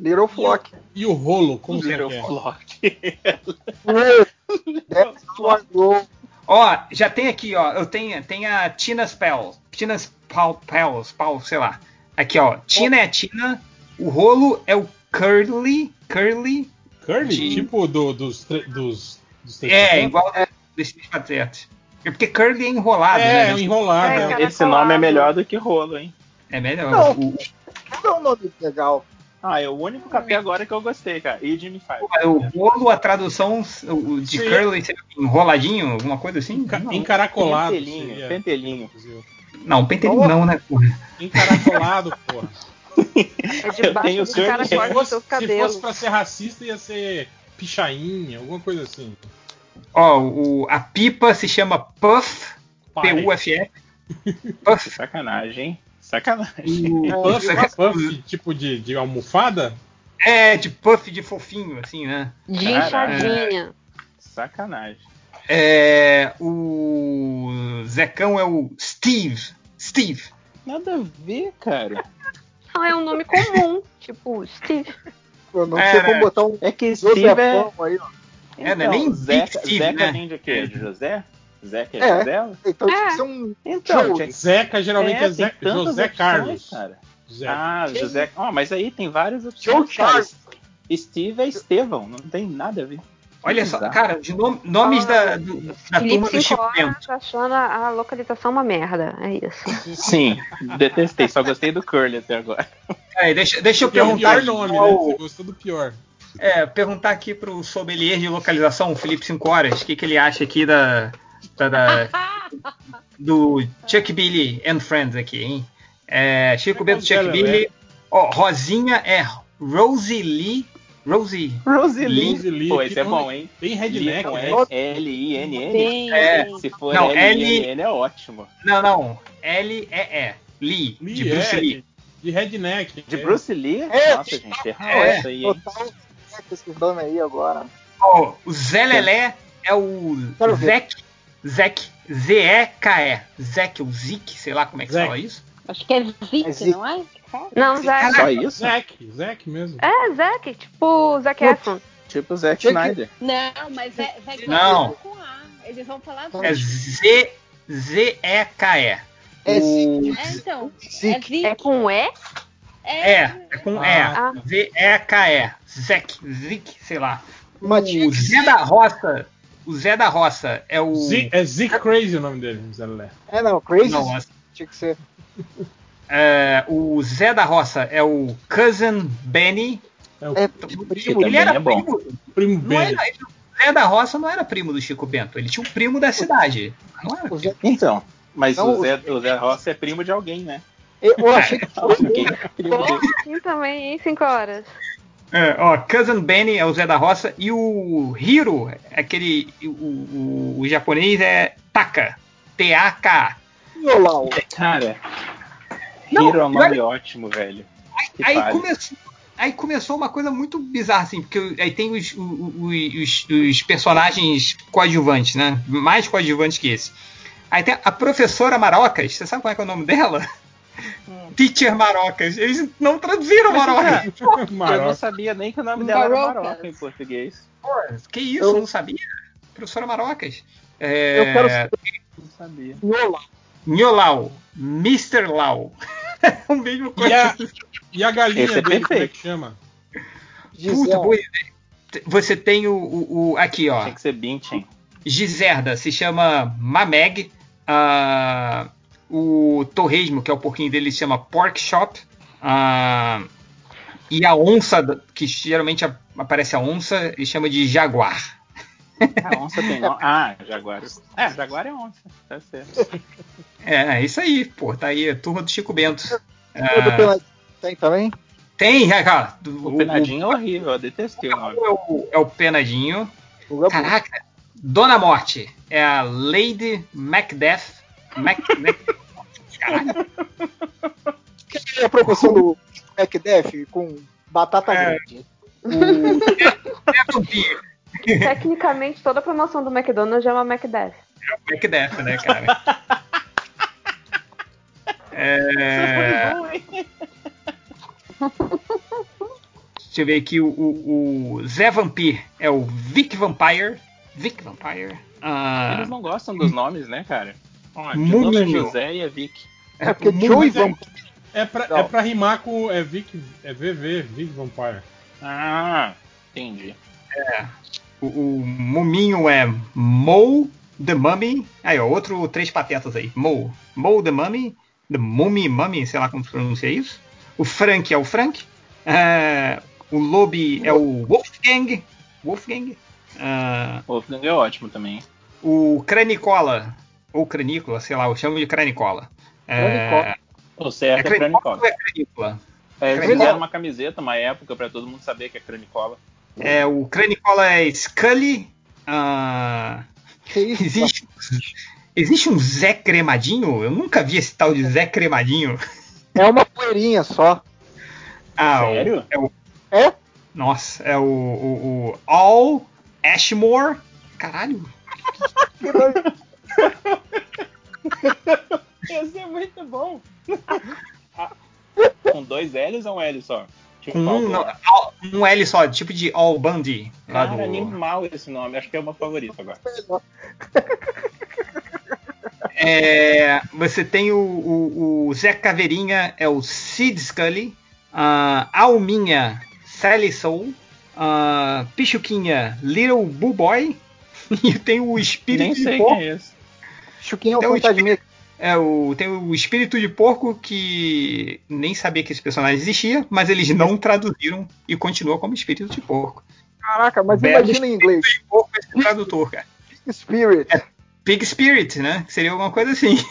Little Flock.
E o rolo, como será que é?
Little Flock.
Ó, já tem aqui, ó. Eu tenho, tem a Tina Spell. Tina Spell, Spell, Spell, sei lá. Aqui, ó. Tina é a Tina. O rolo é o Curly. Curly.
Curly? Tipo do, dos, tre- dos, dos três
É,
patetas?
igual a dos Três Patetas. É porque Curly é enrolado,
É,
né?
é enrolado, É, é. cara,
Esse nome é melhor do que rolo, hein?
É melhor.
Não.
O-
Não é um nome legal.
Ah, é o único até agora que eu gostei, cara. E Jimmy Five.
O rolo, a tradução o- de
Sim.
Curly seria enroladinho, alguma coisa assim? Não.
encaracolado
Pentelinho,
seria.
pentelinho.
Não, pentelinho não, né? porra?
Encaracolado, porra.
É debaixo dos caras
se
cortam
fosse,
seus
se
cabelos.
fosse pra ser racista, ia ser pichainha, alguma coisa assim.
Ó, o, a pipa se chama Puff.
Pare.
P-U-F-F. Puff.
Sacanagem, hein? Sacanagem.
O Um puff,
nossa,
puff, tipo de, de almofada?
né? É, de puff de fofinho, assim, né?
De
Caralho.
inchadinha.
Sacanagem.
É, o Zecão é o Steve. Steve.
Nada a ver, cara.
Não, é um nome comum. tipo, Steve.
Eu não
É,
sei como
né?
botar um
É Então, que Steve
Josefão aí, ó.
É, não é nem
Zeca,
Big Steve,
Zeca
né?
vem de quê? De José? Zeca é,
É.
José?
Então tinha
É.
que ser um.
Então,
Joe.
tinha que-
Zeca geralmente é,
tem
Zé-
tantas
José
opções,
Carlos.
cara.
Zeca.
Ah, José. Ó, mas aí tem várias
Joe
opções. cara.
Charles.
Steve é Estevão, não tem nada a ver. Tá.
Olha só,
Bizarro.
cara, de nom- nomes da, do- da
Ah, Felipe
turma do
cinco
Chico Bento.
horas achando a a localização uma merda. É isso.
Sim, detestei, só gostei do Curly até agora.
É, deixa, deixa eu
Que é o
perguntar
pior
aqui,
nome, né?
ao-
Você gostou do pior.
é, perguntar aqui pro sommelier de localização, o Felipe Cinco Horas, o que, que ele acha aqui da, da- da- do Chuck Billy and Friends aqui, hein? É, Chico Bento Chuck Billy.
né?
Ó, Rosinha é Rosie Lee. Rosie.
Roseli.
Rose Lee,
Pô,
que
esse é
nome-
bom, hein?
Bem
Lee
redneck,
com
né?
L-I-N-N?
Bem,
É.
bem.
Se for
Não,
L-I-N-N é ótimo.
Não, não. L-E-E. Lee. De
Lee,
Bruce
é,
Lee.
De redneck.
De
é.
Bruce Lee?
É,
Nossa, gente, errou
é.
essa aí, hein?
Botar um Zeca esses nomes aí agora.
Ó, o Zé Lelé é o
Quero ver.
Zec. Zec. Z-E-K-E. Zec, ou Zic, sei lá como é que
Zec.
fala isso.
Acho que é
É
Zic,
Zic.
não é?
Não, Zac.
Só isso?
Zack, Zack mesmo.
É, Zac. Tipo, Zac Efron.
Tipo o Zack
Tinha que-
Snyder.
Não, mas é, vai que
Não.
né?
com A. Eles vão falar assim.
É Z. Z-E-K-E.
É
O-
É, então. É
Zic.
Zic.
É com E?
É.
É, é com E.
Ah.
Z-E-K-E. Zec, Zic, sei lá.
Mas tinha
O
que
Zé da Roça. O Zé da Roça é o.
Zick- é Zick Crazy o nome dele, Zé Lelé.
É, não, Crazy
Não, assim,
tinha que ser.
é, o Zé da Roça é o Cousin Benny.
É o
É,
Ele
Ele
também
era
é bom.
primo
primo
Não
Benny.
era, ele- o Zé da Roça não era primo do Chico Bento, ele tinha um primo da cidade. Não era
o Zé-
Então, mas
Não,
o, Zé, o Zé Roça é primo de alguém, né?
eu achei que
Alguém é primo
Porra,
dele.
assim também, em 5 horas.
É, ó, Cousin Benny é o Zé da Roça e o Hiro, aquele. O, o- o japonês é Taka. T-A-K.
tinha lá o
Cara,
Não,
Hiro é um nome
olha-
ótimo, velho. Que
Aí
pariu.
começou. Aí começou uma coisa muito bizarra, assim, porque aí tem os, o- o- os- os personagens coadjuvantes, né? Mais coadjuvantes que esse. Aí tem a professora Marocas, você sabe qual é, que é o nome dela? Teacher Marocas. Eles não traduziram
Mas,
é? Marocas.
Eu não
Maroc-
sabia nem que o
Um
nome dela era
Marocas.
Maroca em português.
Que isso,
Eu-
eu não sabia. Professora Marocas. É,
Eu quero saber.
Não sabia.
Nola.
Nholau. Mr. Lau. É o mesmo
E
coisa.
a, e a galinha
Esse é
dele, como é
perfeito.
que chama?
Puta,
Gisele.
boa ideia. Você tem o, o- o- aqui, ó.
Tinha que ser Binchen.
Giserda se chama Mameg. Ah, o Torresmo, que é o porquinho dele, se chama Pork Shop. Ah, e a onça, que geralmente a- aparece a onça, ele chama de Jaguar.
A onça tem nome. Ah, Jaguar. É, Jaguar é onça. Tá certo.
É, é isso aí, pô. Tá aí, a turma do Chico Bento.
Tudo
Ah,
pela- Tem também?
tem, é, cara. do-
O penadinho é horrível, eu detestei o nome.
o- é, o, é o Penadinho.
O Gabu.
Caraca, Dona Morte é a Lady Macbeth. Mac, Mac- Caraca,
E é a promoção do MacDef com batata
É.
grande.
Hum.
o é a vampira,
Tecnicamente, toda a promoção do McDonald's é uma McDeath.
Macbeth, né, cara? É, deixa eu ver aqui. O, o- o Zé Vampir é o Vic Vampire. Ah, Vic Vampire.
Eles não gostam dos nomes, né, cara? Ó,
Muito.
o nome é José e é Vic.
É porque Muito, Joey mas é- Vampire- É pra, é pra rimar com. É Vic. É VV, Vic Vampire.
Ah, entendi.
É. O, o Muminho é Mo the Mummy. Aí, ó, outro três patetas aí. Mo. Mo the Mummy. The Mummy Mummy, sei lá como se pronuncia isso. O Frank é o Frank. É, o Lobby é o Wolfgang. Wolfgang. Ah,
O Wolfgang é ótimo também.
o Cranicola. Ou Cranicola, sei lá, eu chamo de Cranicola. É,
Cranicola. O certo é,
é
Cranicola.
é Cranicola?
É, eles
Cranicola.
fizeram uma camiseta uma época pra todo mundo saber que é Cranicola.
É, o Cranicola é Scully. Ah, existe, um existe um Zé Cremadinho? Eu nunca vi esse tal de Zé Cremadinho.
É uma poeirinha só.
Ah, o-
Sério?
é o.
É?
Nossa, é o, o, o All Ashmore. Caralho.
Esse é muito bom. Com dois L's ou um L só?
Com um, não, Al- um L só, tipo de All Bundy. Lá
Cara,
do...
animal esse nome. Acho que é o meu favorito agora.
É, você tem o, o- o Zé Caveirinha, é o Sid Scully, a Alminha, Sally Soul, a Pichuquinha, Little Boo Boy, e tem o Espírito
Nem
de
sei
Porco.
quem é esse.
Chuquinha é
Tem o
o fantasminha.
É, o, tem o Espírito de Porco que nem sabia que esse personagem existia, mas eles não traduziram e continua como Espírito de Porco.
Caraca, mas
Belo
imagina em inglês.
Porco é esse tradutor, cara.
Spirit.
Pig Spirit, né? Seria alguma coisa assim.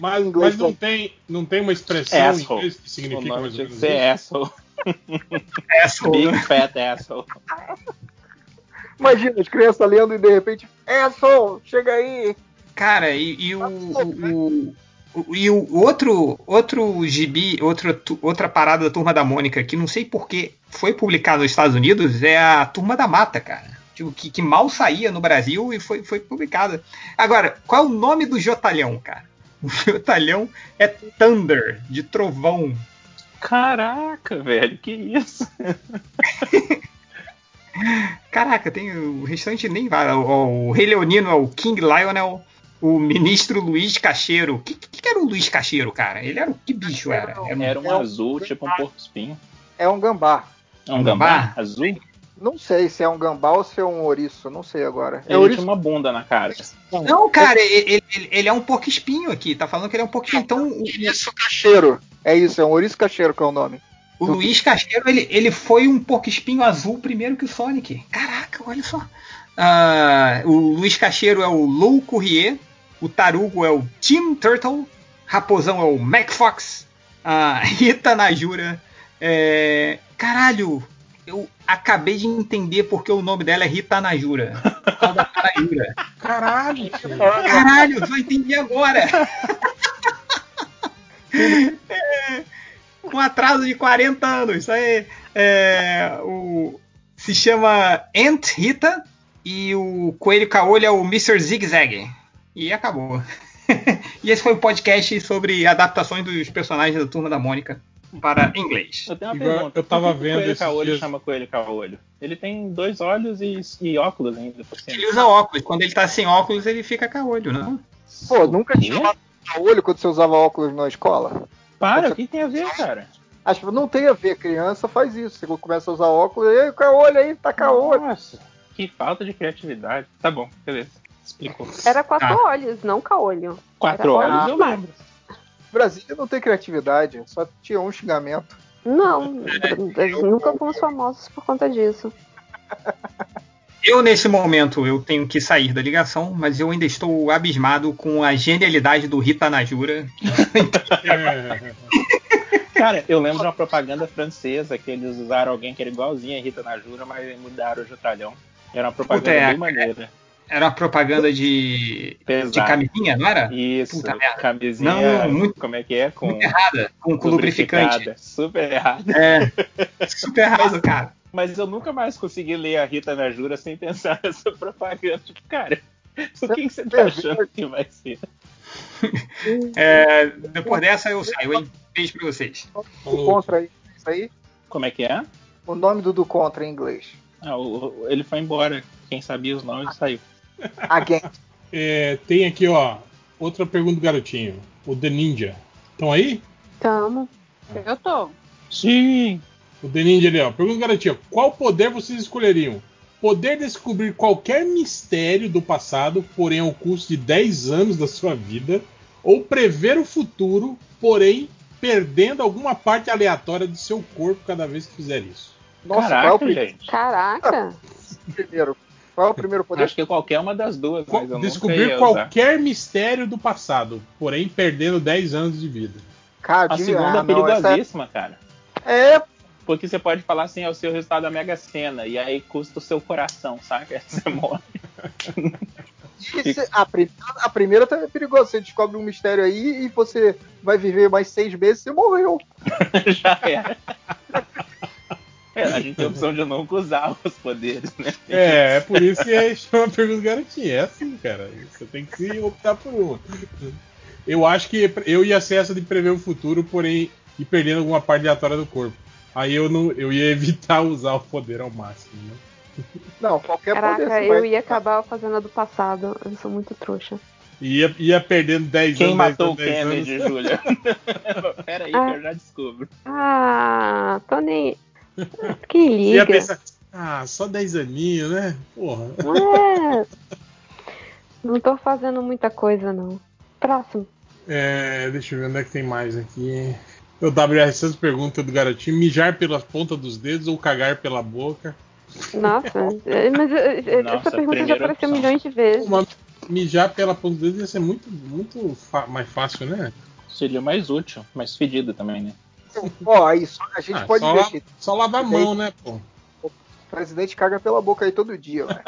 Mas,
Inglês então.
mas não, tem, não tem uma expressão em
É Asshole.
inglês que significa
o nome
mais ou
tinha que
menos
ser
isso?
asshole.
É. Asshole,
Big
né?
fat asshole.
Imagina as crianças lendo e de repente. É, som, chega aí.
Cara, e, e o, o- o- e o outro outro gibi, outra, tu- outra parada da Turma da Mônica, que não sei porque foi publicado nos Estados Unidos, é a Turma da Mata, cara. Tipo, que, que mal saía no Brasil e foi, foi publicada. Agora, qual é o nome do Jotalhão, cara? O Jotalhão é Thunder, de trovão.
Caraca, velho, que isso?
Caraca, tem o restante nem vai. O, o Rei Leonino é o King Lionel, o ministro Luiz Cacheiro. O que, que, que era o Luiz Cacheiro, cara? Ele era o que bicho era? Era um,
Era um azul, tipo um porco-espinho.
É um gambá.
É um gambá? Azul?
Não sei se é um gambá ou se é um ouriço, não sei agora. É
Ele
ouriço.
tinha uma bunda na cara.
Não, cara, ele, ele- ele é um porco espinho aqui. Tá falando que ele é um porco espinho. Então, o,
Ouriço cacheiro. É isso, é um ouriço cacheiro que é o nome.
o Luiz Cacheiro, ele, ele foi um porco espinho azul primeiro que o Sonic. Caraca, olha só. Ah, o Luiz Cacheiro é o Lou Courrier. O Tarugo é o Tim Turtle. Raposão é o Mac Fox. A Rita Najura é. Caralho! Eu acabei de entender porque o nome dela é Rita Najura. Por causa da Najura.
Caralho, gente.
Caralho, só entendi agora. É, um atraso de 40 anos. Isso aí. É, o, se chama Ant Rita e o Coelho Caolho é o Mr. Zig Zag. E acabou. e esse foi o podcast sobre adaptações dos personagens da Turma da Mônica para inglês.
Eu tenho uma
Igual
pergunta.
eu tava
Por que
vendo
O coelho
esses
caolho
dias-
chama coelho caolho. Ele tem dois olhos e, e óculos ainda por cima.
Ele usa óculos. Quando ele tá sem óculos, ele fica caolho,
né?
não?
Pô, nunca te chamaram de olho quando você usava óculos na escola?
Para, o que tem a ver, cara?
Acho que tipo, não tem a ver, criança faz isso. Você começa a usar óculos, ei, com a olho aí, tá com a olho.
Nossa, que falta de criatividade. Tá bom, beleza. Explicou.
Era quatro
Ah.
olhos, não caolho.
Quatro
Era
olhos eu
olhos
lembro.
No Brasil Ah. não tem criatividade, só tinha um xingamento. É,
Não, nunca fomos famosos por conta disso.
Eu, nesse momento, eu tenho que sair da ligação, mas eu ainda estou abismado com a genialidade do Rita Najura.
É.
Cara, eu lembro de uma propaganda francesa que eles usaram alguém que era igualzinha a Rita Najura, mas mudaram o Jotalhão. Era uma propaganda
Puta, é.
bem maneira.
Era uma propaganda de, de
Pesado.
camisinha, não era?
Isso,
Puta merda.
camisinha,
Não, muito-
como é que é? Com
Muito errada, com, com lubrificante.
lubrificada. Super errado.
É, super errado, cara.
Mas eu nunca mais consegui ler a Rita Najura sem pensar nessa propaganda. Tipo, cara, o que, que você
É,
tá achando que vai ser?
É, depois dessa eu saio, hein? Beijo pra vocês.
Do contra aí, isso aí.
Como é que é?
O nome do do contra em inglês.
Ah, o- o- ele foi embora. Quem sabia os nomes saiu.
É, tem aqui, ó, outra pergunta do garotinho. O The Ninja. Estão aí?
Tamo.
Eu tô.
Sim. O The Ninja ali, ó. Pergunta do garotinho. Qual poder vocês escolheriam? Poder descobrir qualquer mistério do passado, porém ao custo de 10 anos da sua vida. Ou prever o futuro, porém perdendo alguma parte aleatória do seu corpo cada vez que fizer isso.
Nossa, Caraca, qual é o Ah, primeiro? gente.
Caraca.
Primeiro. Qual é o primeiro poder?
Acho que qualquer uma das duas,
Qual-
mas eu nunca
descobrir
ia usar.
qualquer mistério do passado, porém perdendo 10 anos de vida.
Cara,
A
de-
segunda
ah,
é
não, essa
perigosíssima, cara.
É.
Porque você pode falar assim, é o seu resultado da Mega Sena, e aí custa o seu coração, saca? Você morre.
Esse- a, primeira, a primeira também é perigosa. Você descobre um mistério aí e você vai viver mais seis meses e você morreu.
Já era. É, a gente tem a opção de nunca usar os poderes, né?
É, é por isso que é uma pergunta garantia. É assim, cara. Você tem que se optar por uma. Eu acho que eu ia ser essa de prever o futuro, porém, e perdendo alguma parte aleatória do corpo. Aí eu não, eu ia evitar usar o poder ao máximo. Né?
Não, qualquer poder.
Caraca,
você
eu
vai-
ia acabar fazendo a do passado. Eu sou muito trouxa.
E ia, ia perdendo 10
Quem
anos.
matou o
10 anos, 10
Kennedy,
anos.
Júlia? Pera aí que eu já descubro.
Ah, tô nem. Que
Você ia
liga.
pensar, ah, só 10 aninhos, né? Porra.
É. Não tô fazendo muita coisa, não. Próximo.
É, deixa eu ver onde é que tem mais aqui. O WR Santos pergunta do garotinho: mijar pela ponta dos dedos ou cagar pela boca?
Nossa, é, mas é, é,
Nossa,
essa pergunta já
primeira
apareceu
opção.
milhões de vezes.
Uma- mijar pela ponta dos dedos ia ser muito, muito fa- mais fácil, né?
Seria mais útil, mais fedido também, né?
Ó, aí só- a gente
Ah,
pode
só,
investir.
la- só lavar a
Tem-
mão, né, pô?
O presidente caga pela boca aí todo dia, velho.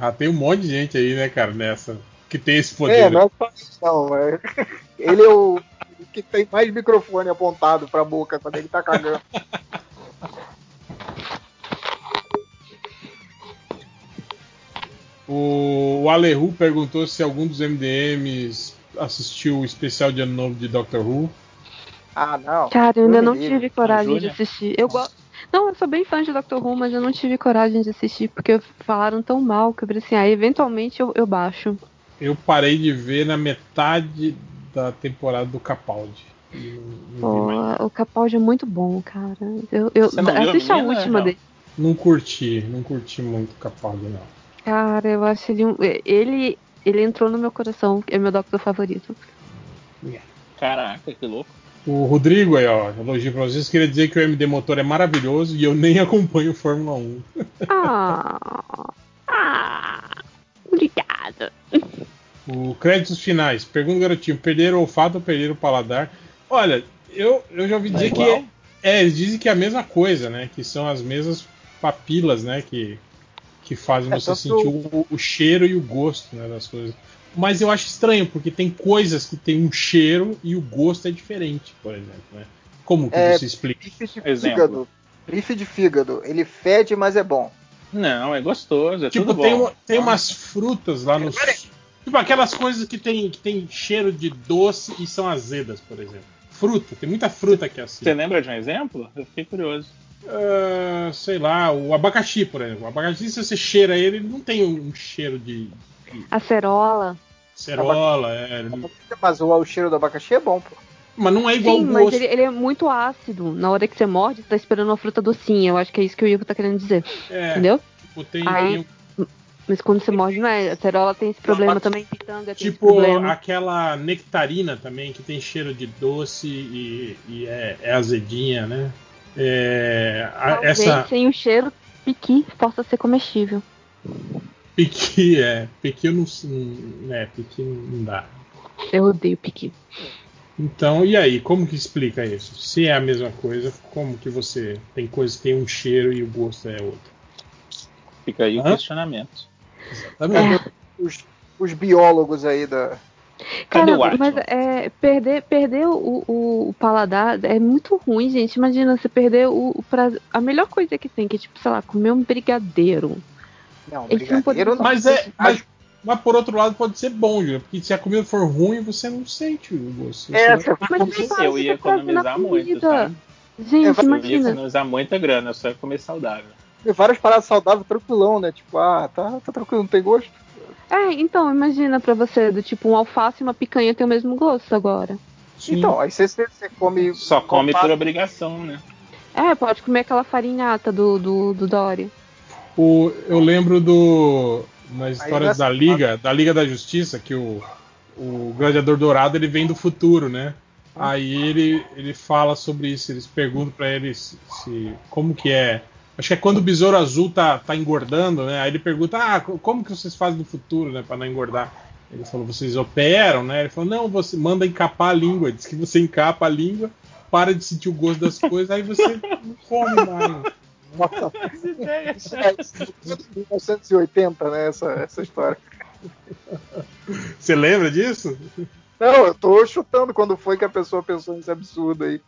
Ah, tem um monte de gente aí, né, cara, nessa. Que tem esse poder. né?
É, não é o país, não, velho. Ele é o que tem mais microfone apontado pra boca quando ele tá cagando.
O, o Alehu perguntou se algum dos MDMs assistiu o especial de ano novo de Doctor Who.
Ah, não.
Cara, eu ainda não
Júlia.
tive coragem de
Júlia.
assistir. Eu gosto. Não, eu sou bem fã de Doctor Who, mas eu não tive coragem de assistir porque falaram tão mal que eu falei assim, ah, eventualmente eu, eu baixo.
Eu parei de ver na metade da temporada do Capaldi. E não- não vi
Pô,
mais.
o Capaldi é muito bom, cara. Eu, eu
Você não viu a
assisti a,
menina,
última
não?
dele.
Não curti, não curti muito o Capaldi, não.
Cara, eu acho ele um. Ele, ele entrou no meu coração, é meu Doctor favorito.
Caraca, que louco.
O Rodrigo aí, ó, elogio pra vocês, queria dizer que o MD Motor é maravilhoso e eu nem acompanho o Fórmula 1.
Ah, ah obrigada.
O créditos finais. Pergunta garotinho, perder o olfato ou perder o paladar? Olha, eu, eu já ouvi dizer que é, é, eles dizem que é a mesma coisa, né? Que são as mesmas papilas, né? Que, que fazem
É,
você
tanto-
sentir o, o cheiro e o gosto né, das coisas. Mas eu acho estranho, porque tem coisas que tem um cheiro e o gosto é diferente, por exemplo, né? Como que
É,
você explica?
Fígado. Bife de fígado. Ele fede, mas é bom.
Não, é gostoso, é
Tipo,
tudo bom.
tem, uma- tem umas frutas lá no. Tipo, aquelas coisas que tem, que tem cheiro de doce e são azedas, por exemplo. Fruta, tem muita fruta que é assim.
Você lembra de um exemplo? Eu fiquei curioso.
Ah, sei lá, o abacaxi, por exemplo. O abacaxi, se você cheira ele, ele não tem um cheiro de
Acerola.
cerola. É...
Mas o, o cheiro do abacaxi é bom, pô.
Mas não é igual
Sim,
o
mas
gosto.
ele, ele é muito ácido. Na hora que você morde, você tá esperando uma fruta docinha. Eu acho que é isso que o Igor tá querendo dizer.
É,
Entendeu?
tipo, tem-
Aí, Mas quando você morde, não é? A cerola tem esse problema também. Pitanga tem esse
Tipo
problema.
aquela nectarina também, que tem cheiro de doce e, e é, é azedinha, né? É, a-
Talvez
essa
sem o cheiro, piqui possa ser comestível.
piqui, é. Piqui eu não. não- É, piqui não dá.
Eu odeio piqui.
Então, e aí, como que explica isso? Se é a mesma coisa, como que você tem coisas que tem um cheiro e o gosto é outro?
Fica aí
o
questionamento.
Exatamente.
Os, os biólogos aí da.
Cara, mas é, perder, perder o, o- o paladar é muito ruim, gente. Imagina você perder o, o prazer. A melhor coisa que tem, que é, tipo, sei lá, comer um brigadeiro.
Não,
Eles não podem-
brigadeiro não. Mas é. Mas, mas por outro lado pode ser bom, Júlia, porque se a comida for ruim, você não sente o gosto.
É,
você
mas
não...
tem vários Eu ia economizar muito,
comida. Gente,
eu ia
imagina.
economizar muita grana, só ia comer saudável.
Tem várias paradas saudáveis, tranquilão, né? Tipo, ah, tá, tá tranquilo, não tem gosto.
É, então, imagina pra você, do tipo, um alface e uma picanha tem o mesmo gosto agora.
Sim. Então, aí você, você, você come.
Só come alface. por obrigação, né?
É, pode comer aquela farinhata do, do, do Dory.
O, eu lembro do. Nas histórias da Liga, da Liga da Justiça, que o, o Gladiador Dourado ele vem do futuro, né? Aí ele, ele fala sobre isso, eles perguntam para ele se, se, como que é. Acho que é quando o Besouro Azul tá, tá engordando, né? Aí ele pergunta, ah, como que vocês fazem no futuro, né, para não engordar? Ele falou, vocês operam, né? Ele falou, não, você manda encapar a língua. Diz que você encapa a língua, para de sentir o gosto das coisas, aí você não come mais.
Nossa, isso é 1980, né? Essa, essa história.
Você lembra disso?
Não, eu tô chutando quando foi que a pessoa pensou nesse absurdo aí.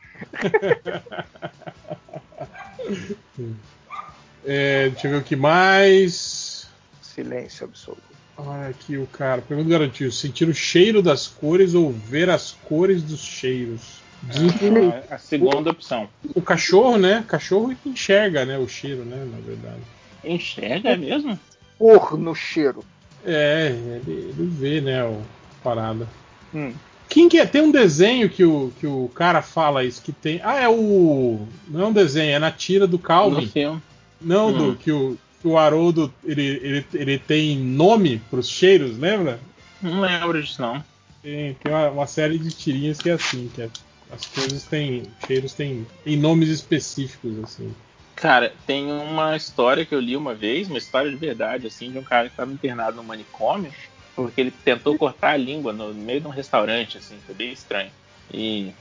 é, deixa eu ver o que mais.
Silêncio absoluto.
Olha aqui o cara. Pergunta garantiu: sentir o cheiro das cores ou ver as cores dos cheiros?
Uhum.
É, a segunda opção.
O cachorro, né? O cachorro enxerga, né? O cheiro, né? Na verdade.
Enxerga mesmo?
Cor no cheiro.
É, ele, ele vê, né? O parada. Hum. Quem que é? Tem um desenho que o, que o cara fala isso que tem. Ah, é o. Não é um desenho, é na tira do Calvin. No
filme.
Não, hum. do que o, que o Haroldo ele, ele, ele tem nome pros cheiros, lembra?
Não lembro disso, não.
Tem, tem uma, uma, série de tirinhas que é assim, que é, as coisas têm. Cheiros têm, têm nomes específicos, assim.
Cara, tem uma história que eu li uma vez, uma história de verdade, assim, de um cara que estava internado no manicômio porque ele tentou cortar a língua no meio de um restaurante, assim, foi bem estranho. E,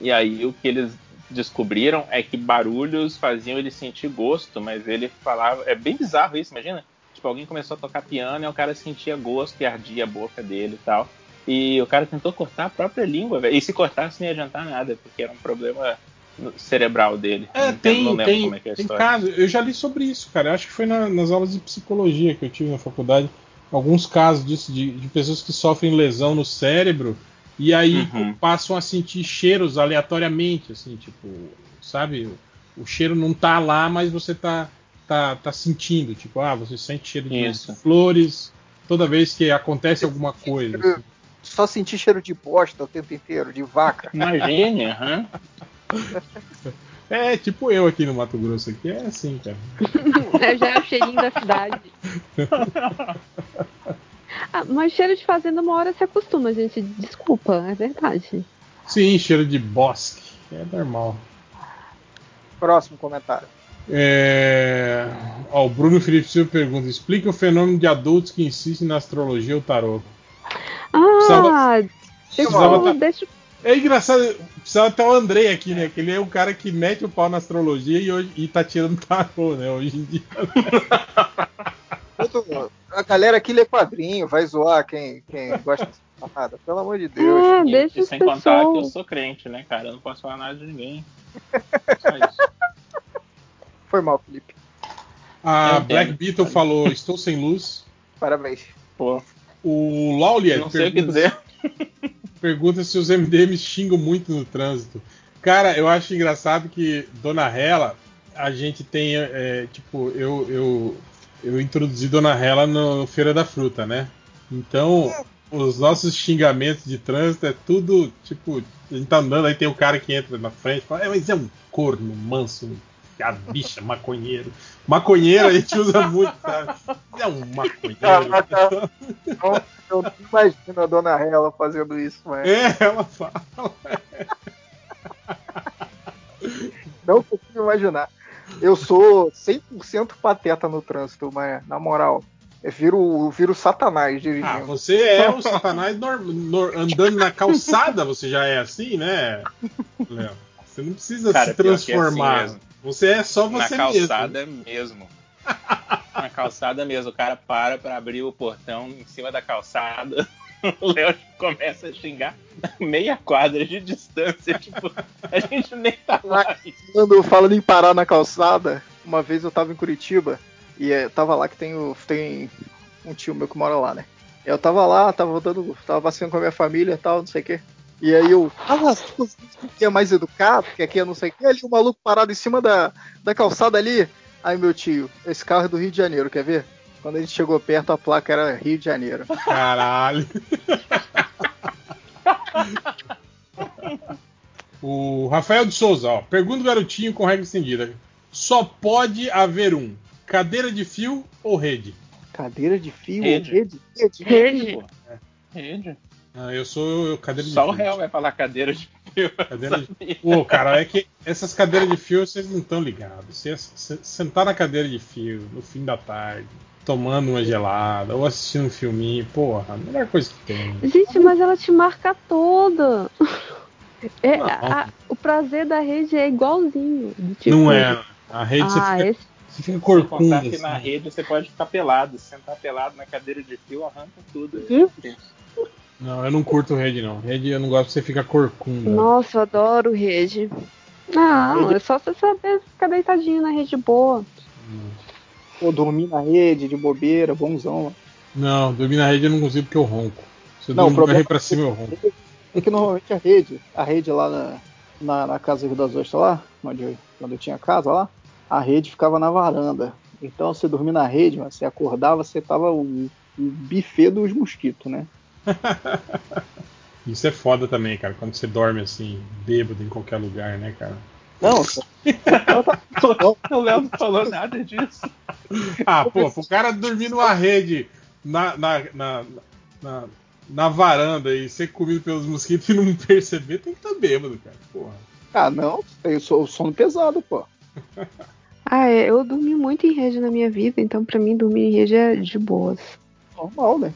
e aí o que eles descobriram é que barulhos faziam ele sentir gosto, mas ele falava. É bem bizarro isso, imagina? Tipo, alguém começou a tocar piano e o cara sentia gosto e ardia a boca dele e tal. E o cara tentou cortar a própria língua, velho. E se cortasse não ia adiantar nada, porque era um problema cerebral dele.
É, tem, não tem, como é que é a história. tem caso. Eu já li sobre isso, cara. Eu acho que foi na, nas aulas de psicologia que eu tive na faculdade alguns casos disso, de, de, pessoas que sofrem lesão no cérebro e aí uhum. passam a sentir cheiros aleatoriamente, assim, tipo, sabe? O, o, cheiro não tá lá, mas você tá, tá, tá sentindo. Tipo, ah, você sente cheiro de flores toda vez que acontece alguma coisa. Assim.
Só sentir cheiro de bosta o tempo inteiro, de vaca.
Imagina,
uhum. É, tipo eu aqui no Mato Grosso, aqui é assim, cara.
eu já é o cheirinho da cidade. ah, mas cheiro de fazenda uma hora se acostuma, gente. Desculpa, é verdade.
Sim, cheiro de bosque. É normal.
Próximo comentário.
É... Ó, o Bruno Felipe Silva pergunta: explica o fenômeno de adultos que insistem na astrologia ou tarô.
Ah, precisava... Precisava eu, tá... deixa,
é engraçado, precisava até o Andrei aqui, né? Que ele é um cara que mete o pau na astrologia e, hoje, e tá tirando tarô, né? Hoje em dia.
a galera aqui lê quadrinho, vai zoar quem, quem gosta dessa parada, pelo amor de Deus.
É, deixa
e, sem
pessoal.
contar que eu sou crente, né, cara? Eu não posso falar nada de ninguém. Só isso.
Foi mal, Felipe.
A eu Black entendo. Beetle falou: Estou sem luz.
Parabéns.
Pô.
O Lawlier.
Não sei pergunta... o que dizer.
pergunta se os MDMs xingam muito no trânsito. Cara, eu acho engraçado que Dona Hela, a gente tem, é, tipo, eu, eu, eu introduzi Dona Hela no Feira da Fruta, né? Então, os nossos xingamentos de trânsito é tudo, tipo, a gente tá andando, aí tem o cara que entra na frente e fala, é, mas é um corno, manso, um- a bicha, maconheiro. Maconheiro a gente usa muito, sabe? É um maconheiro.
Então... Eu não imagino a dona Hela fazendo isso, mas.
É, ela fala.
não consigo imaginar. Eu sou 100% pateta no trânsito, mas na moral, eu viro, eu viro Satanás dirigindo. Ah,
você é o Satanás andando na calçada, você já é assim, né, Léo? Você não precisa Cara, se transformar. É assim você é só você
na mesmo. Na calçada mesmo. na calçada mesmo. O cara para para abrir o portão em cima da calçada. O Léo começa a xingar meia quadra de distância. Tipo, a gente nem tá lá.
Quando eu falo em parar na calçada, uma vez eu tava em Curitiba e eu tava lá que tem, o, tem um tio meu que mora lá, né? Eu tava lá, tava voltando, tava passeando com a minha família e tal, não sei o quê. E aí eu, ah, que é mais educado, que aqui é não sei o que, ali o maluco parado em cima da, da calçada ali,
Aí meu tio, esse carro é do Rio de Janeiro, quer ver? Quando a gente chegou perto, a placa era Rio de Janeiro.
Caralho. o Rafael de Souza, ó. Pergunta o garotinho com regra estendida. Só pode haver um. Cadeira de fio ou rede?
Cadeira de fio
Rede.
ou rede? Rede.
Rede. Rede.
Ah, eu sou eu- cadeira de
Só o
fio.
réu vai falar cadeira de fio.
Cadeira de... Pô, cara, é que essas cadeiras de fio vocês não estão ligados. Se, se- sentar na cadeira de fio no fim da tarde, tomando uma gelada ou assistindo um filminho, porra, a melhor coisa que tem.
Gente, mas ela te marca toda. É, a- a- o prazer da rede é igualzinho. do tipo-
Não é. A rede você
Ah,
fica,
esse-
você fica
Sem
corcunda.
contar que na
assim.
rede você pode ficar pelado, sentar pelado na cadeira de fio, arranca tudo.
Não, eu não curto rede, não. Rede eu não gosto, você fica corcunda.
Nossa, eu adoro rede. Ah, não, é só você saber ficar deitadinho na rede boa.
Ou dormir na rede, de bobeira, bonzão. lá.
Não, dormir na rede eu não consigo porque eu ronco. Se eu
Não,
não,
o problema
dormir pra cima, eu ronco.
É que normalmente a rede, a rede lá na, na, na casa das ostras lá, onde eu, quando eu tinha casa lá, a rede ficava na varanda. Então você dormia na rede, mas você acordava, você tava o, o buffet dos mosquitos, né?
Isso é foda também, cara, quando você dorme assim, bêbado em qualquer lugar, né, cara?
Não,
O Léo não falou nada disso.
Ah, pô, pro cara dormir numa rede na, na, na, na, na varanda e ser comido pelos mosquitos e não perceber, tem que estar bêbado, cara. Porra.
Ah, não, eu sou sono pesado, pô.
Ah, é, eu dormi muito em rede na minha vida, então pra mim dormir em rede é de boas.
Normal, né?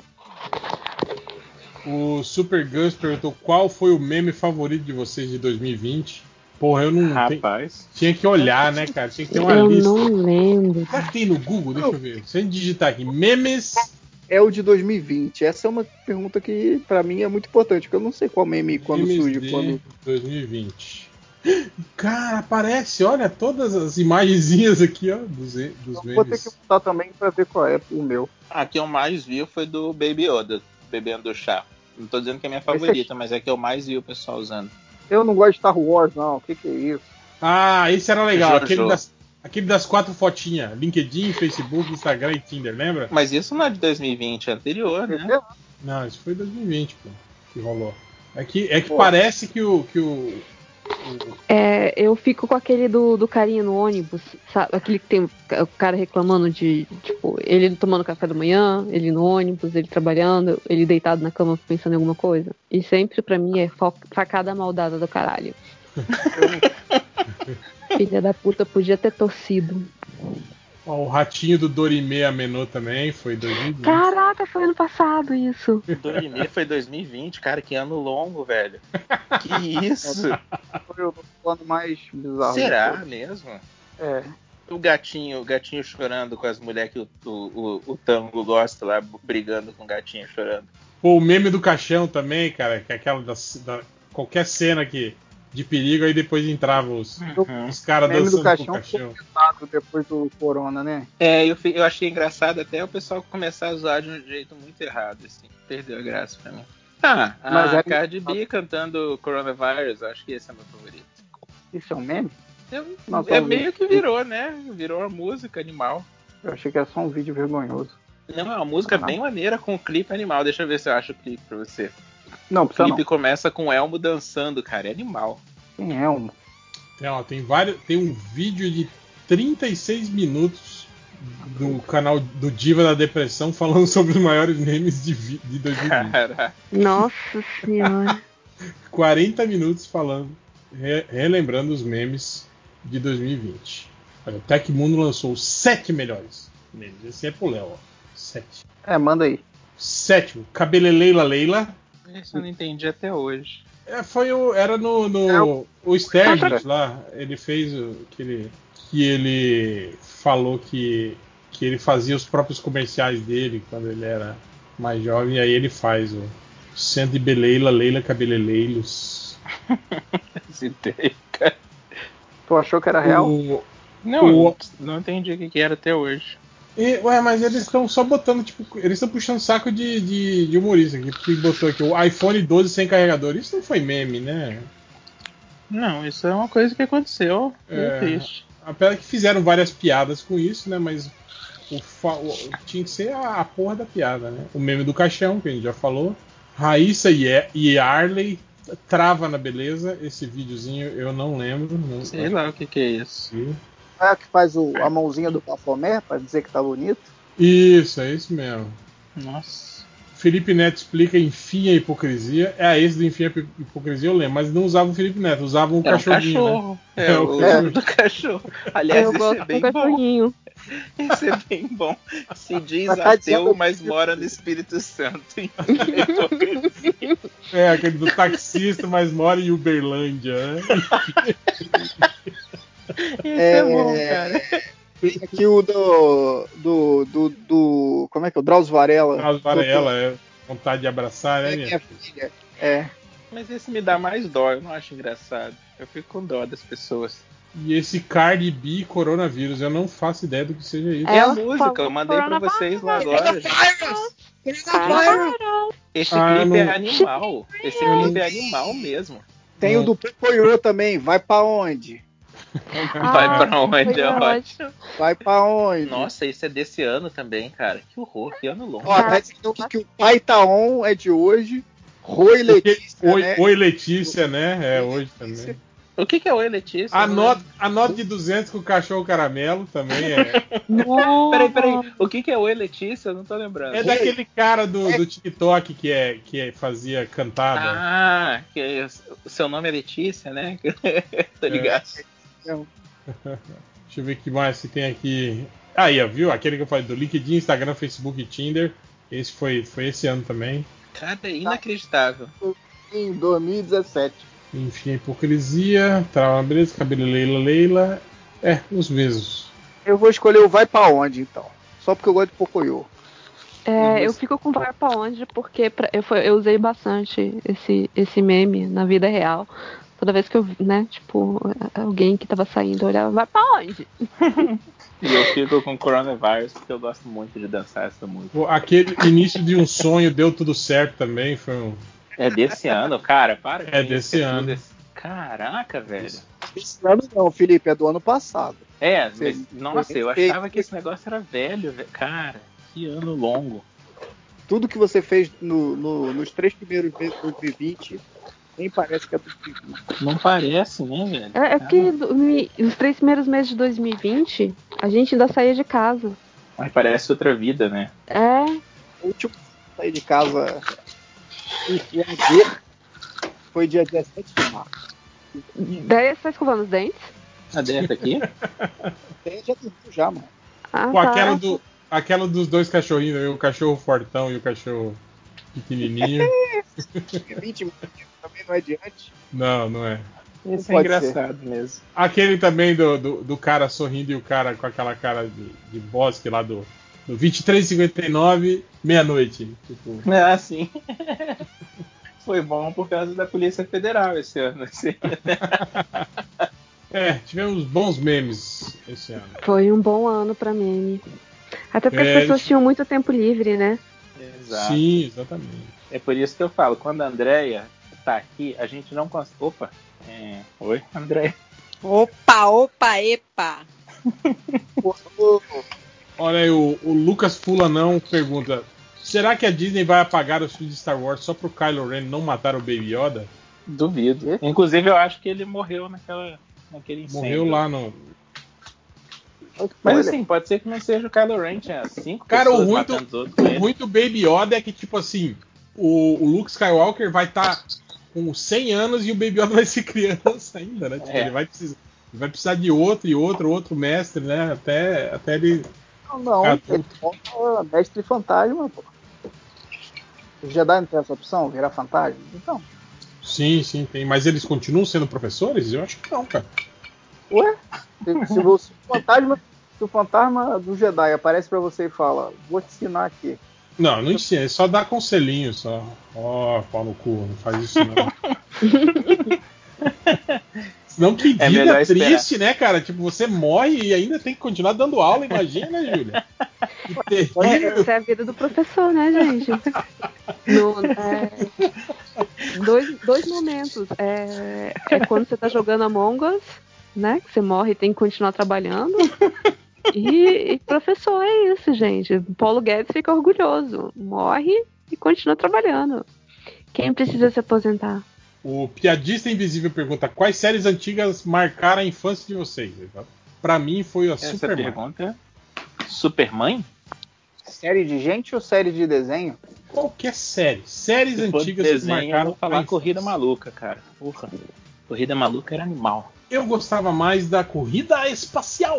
O Super Gus perguntou qual foi o meme favorito de vocês de 2020. Porra, eu não.
Rapaz.
Tinha que olhar, né, cara? Tinha que ter uma
eu
lista.
não lembro.
Será que tem no Google? Deixa eu ver. Se a gente digitar aqui, memes.
É o de 2020. Essa é uma pergunta que pra mim é muito importante, porque eu não sei qual meme quando
memes
surge,
de
quando
2020. Cara, aparece, olha, todas as imagenzinhas aqui, ó, Tá dos, e- dos
Vou ter
memes.
que botar também pra ver qual é o meu.
Ah, A que eu mais vi foi do Baby Yoda, bebendo chá. Não tô dizendo que é minha favorita, mas é que eu mais vi o pessoal usando.
Eu não gosto de Star Wars, não. O que, que é isso?
Ah, esse era legal.
Jojo.
Aquele das, aquele das quatro fotinhas. LinkedIn, Facebook, Instagram e Tinder, lembra?
Mas isso não é de 2020, é anterior, né?
Não, isso foi 2020, pô, que rolou. É que, é que
Pô.
parece que o, que o.
É, eu fico com aquele do, do carinha no ônibus, sabe? Aquele que tem o ca- o cara reclamando de, tipo, ele tomando café da manhã, ele no ônibus, ele trabalhando, ele deitado na cama pensando em alguma coisa. E sempre pra mim é fo- facada maldada do caralho. Filha da puta, podia ter torcido.
ó, o ratinho do Dorime Amenô também, foi 2020.
Caraca, foi ano passado isso.
Dorime foi 2020, cara, que ano longo, velho. Que isso?
Foi o plano mais bizarro.
Será
de todos.
mesmo?
É.
O gatinho, o gatinho chorando com as mulheres que o, o, o, o Tango gosta lá, brigando com o gatinho chorando.
Pô, o meme do caixão também, cara, que é aquela da, da- qualquer cena que, de perigo, aí depois entrava os, os caras
Meme
dançando
do
com
caixão
o caixão.
Claro, depois do Corona, né?
É, eu, fi- eu achei engraçado até o pessoal começar a zoar de um jeito muito errado, assim. Perdeu a graça pra mim. Ah,
Mas
a
é-
Cardi B cantando Coronavirus, acho que esse é meu favorito.
Isso é um meme? um
Eu-
Nossa,
é
eu-
meio que virou, né? Virou uma música animal.
Eu achei que era só um vídeo vergonhoso.
Não, é uma música
Ah.
bem maneira com um clipe animal. Deixa eu ver se eu acho o clipe pra você.
Não,
O
precisa
clipe
não.
começa com Elmo dançando, cara. É animal.
Quem é um?
Tem, ó, tem, vários, tem um vídeo de 36 minutos do canal do Diva da Depressão falando sobre os maiores memes de, vi- de 2020.
Caraca.
Nossa senhora.
40 minutos falando, re- relembrando os memes de 2020. Olha, o Tecmundo lançou os 7 melhores memes. Esse é pro Léo, ó. 7.
É, manda aí.
Sétimo, Cabeleleila Leila.
Isso eu não entendi até hoje.
É, foi o, era no, no
É
o Sturgis lá, ele fez o, que, ele, que ele falou que, que ele fazia os próprios comerciais dele quando ele era mais jovem, e aí ele faz o Sandy Beleila, Leila Cabeleleilos.
Essa ideia, cara.
Tu achou que era real?
O,
Não,
O-
eu não entendi o que que era até hoje.
e, ué, mas eles estão só botando, tipo, eles estão puxando saco de, de, de humorista aqui, porque botou aqui o iPhone 12 sem carregador. Isso não foi meme, né?
Não, isso é uma coisa que aconteceu.
É.
É. Triste.
Apesar que fizeram várias piadas com isso, né? Mas o fa- o- tinha que ser a, a porra da piada, né? O meme do caixão, que a gente já falou. Raíssa e, e- e Arley trava na beleza. Esse videozinho eu não lembro. Não,
Sei lá o que, que é isso.
Não é o que faz o- a mãozinha do Bafomé pra dizer que tá bonito?
Isso, é isso mesmo.
Nossa.
Felipe Neto explica enfim a hipocrisia. É, esse do enfim a pi- hipocrisia eu lembro, mas não usava o Felipe Neto, usava o
É um
cachorrinho.
cachorro.
né?
É, o nome do cachorro. Aliás,
eu
esse
gosto
é
do
bem bom.
cachorrinho.
Esse é bem bom. Se diz
Mas tá dizendo
ateu,
que-
mas mora no Espírito Santo.
É, aquele do taxista, mas mora em Uberlândia, né?
é, bom, cara.
Aqui é, o do, do, do, do- Como é que é? O Drauzio Varela.
As Varela, é vontade de abraçar, né,
É
minha
minha filha. É.
Mas esse me dá mais dó, eu não acho engraçado. Eu fico com dó das pessoas.
E esse Cardi B coronavírus, eu não faço ideia do que seja isso.
É a
Ela
música,
falou
eu mandei pra
coronavírus.
vocês lá agora. gente. Esse
Ah,
clipe é
não-
animal. Esse clipe é animal mesmo.
Tem o do Poirô também. Vai pra onde?
Vai
Ah,
pra onde?
foi
É ótimo.
Vai pra onde?
Nossa, esse é desse ano também, cara. Que horror, que ano longo.
Ó, tá dizendo que, que o Pai Tá On é de hoje. Rui Letícia,
Oi,
né?
Oi, é Letícia, né? É hoje também.
O que, que é o Letícia?
A nota, a nota de 200 com o cachorro caramelo também é.
Peraí, peraí. O que, que é o Letícia? Eu não tô lembrando.
É daquele cara do,
É.
do TikTok que, é, que é- fazia cantada.
Ah, que é- o seu nome é Letícia, né?
É.
tô ligado. Ah.
Deixa eu ver o que mais se tem aqui. Aí, ó, viu? Aquele que eu falei do LinkedIn, Instagram, Facebook e Tinder. Esse foi, foi esse ano também.
Cara,
Tá.
é inacreditável.
Em 2017.
Enfim, a hipocrisia, trava na beleza, cabelo Leila Leila. É, os mesmos.
Eu vou escolher o Vai Pra Onde, então. Só porque eu gosto de Pocoyo.
É, eu fico com vai pra onde porque pra- eu, foi- eu usei bastante esse, esse meme na vida real. Toda vez que eu, vi, né, tipo, alguém que tava saindo eu olhava, vai pra onde?
E eu fico com coronavírus porque eu gosto muito de dançar essa música.
Pô, Aquele início de um sonho deu tudo certo também. Foi um.
É desse ano, cara, para. com
É
isso,
desse
tudo
ano.
esse- Caraca, velho.
Esse ano não, Felipe, é do ano passado.
É,
Sim.
mas, nossa, eu
Perfeito.
achava que esse negócio era velho, velho. Cara, que ano longo.
Tudo que você fez no- no- nos três primeiros meses de 2020 nem parece que é 2020.
Não parece, né, velho?
É,
Tá
é porque do- me- os três primeiros meses de 2020 a gente ainda saía de casa.
Mas parece outra vida, né?
É,
O último que saí de casa em janeiro foi dia 17 de março.
daí você tá escovando os dentes?
Tá
A dessa aqui?
Até já dormiu já, mano.
Ah,
Pô,
tá.
aquela, do, aquela dos dois cachorrinhos, né? o cachorro fortão e o cachorro pequenininho.
20 minutos também não é adiante.
Não, não é.
Esse
Pode
é engraçado mesmo.
Aquele também do, do, do cara sorrindo e o cara com aquela cara de, de bosque lá do, do 2359, meia-noite. Tipo,
Ah, sim. Foi bom por causa da Polícia Federal esse ano. Assim.
é, tivemos bons memes esse ano.
Foi um bom ano pra meme. Até porque
É,
as pessoas tinham muito tempo livre, né?
Exato.
Sim, exatamente.
É por isso que eu falo, quando a Andrea tá aqui, a gente não consegue. Opa! É... Oi, Andréia.
Opa, opa, epa.
Olha aí, o, o Lucas Fulanão pergunta: será que a Disney vai apagar os filhos de Star Wars só pro Kylo Ren não matar o Baby Yoda?
Duvido. É. Inclusive, eu acho que ele morreu naquela, naquele incêndio.
Morreu lá no.
Olha,
Mas assim, pode ser que não seja o Kylo Ren, tinha cinco
Cara, o
pessoas
ruim
matando os outros
O
com ele.
ruim do Baby Yoda é que, tipo assim, o, o Luke Skywalker vai estar com 100 anos e o Baby Yoda vai ser criança ainda, né? Tipo,
É.
ele vai precisar, ele vai precisar de outro e outro, outro mestre, né? Até, até ele.
não, não.
Cara,
Ele volta mestre fantasma, pô. O Jedi não tem essa opção, virar fantasma? Então.
Sim, sim, tem. Mas eles continuam sendo professores? Eu acho que não, cara.
Ué? Se, se você- o fantasma, se o fantasma do Jedi aparece pra você e fala, vou te ensinar aqui.
Não, não ensina, ele só dá conselhinho, só. Ó, pau no cu, não faz isso não. Não que
É melhor
vida
esperar.
triste, né, cara? Tipo, você morre e ainda tem que continuar dando aula, imagina, Júlia. Que terrível.
Essa é a vida do professor, né, gente? No- é, dois, dois momentos. É, é quando você tá jogando Among Us né? Que você morre e tem que continuar trabalhando. E, e professor é isso, gente. Paulo Guedes fica orgulhoso. Morre e continua trabalhando. Quem precisa se aposentar?
O Piadista Invisível pergunta: quais séries antigas marcaram a infância de vocês? Pra mim foi a
Essa
Superman.
pergunta é Superman?
Série de gente ou série de desenho?
Qualquer série. Séries
Se for
antigas
desenho,
que marcaram
eu vou falar
a
Corrida Maluca, cara. Porra. Corrida Maluca era animal.
Eu gostava mais da corrida espacial.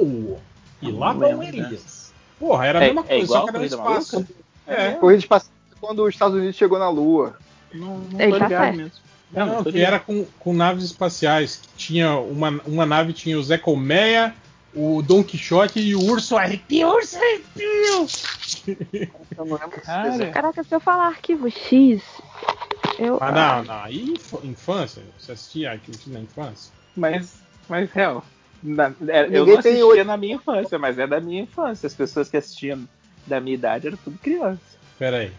E lá
Não
vão
lembro
Elias. Porra, era a
É-
mesma
é
coisa,
igual
só que era no
a Corrida
espaço. É.
Corrida espacial quando os Estados Unidos chegou na Lua.
Não, não
Ele tá certo.
Não,
não, tô
que
ligado.
era com, com naves espaciais. Que tinha uma, uma nave tinha o Zé Colmeia, o Don Quixote e o Urso Arrepio. Urso Arrepio!
Eu
Então,
não lembro desse desenho.
Cara,
é Caraca, se eu falar arquivo X, eu.
Ah, não, não. Aí inf- infância, você assistia aquilo na infância?
Mas, mas real. na- é, eu
Ninguém
não
tem
assistia
oito-
na minha infância, mas é da minha infância. As pessoas que assistiam da minha idade eram tudo criança.
Pera aí.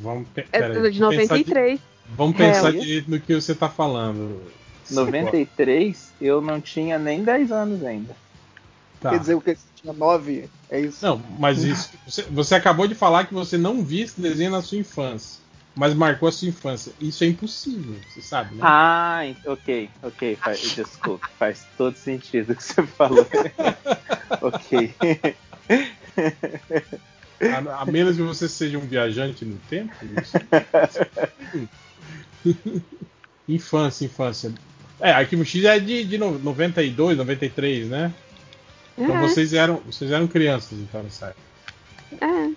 Vamos, pe
É
pera aí.
de
Vamos pensar di-
93.
Vamos pensar
É.
direito no que você tá falando.
93, eu não tinha nem 10 anos ainda.
Tá.
Quer dizer, o que você tinha nove? É isso.
Não, mas isso. Você, você acabou de falar que você não viu esse desenho na sua infância. Mas marcou a sua infância. Isso é impossível, você sabe, né?
Ah, ent- ok, ok. Faz, desculpa, faz todo sentido o que você falou. ok.
A, a menos que você seja um viajante no tempo. isso- infância, infância. É, Arquivo X é de, de no- 92, 93, né? Então
Uhum.
É,
vocês eram, vocês eram crianças, então, nessa época.
é.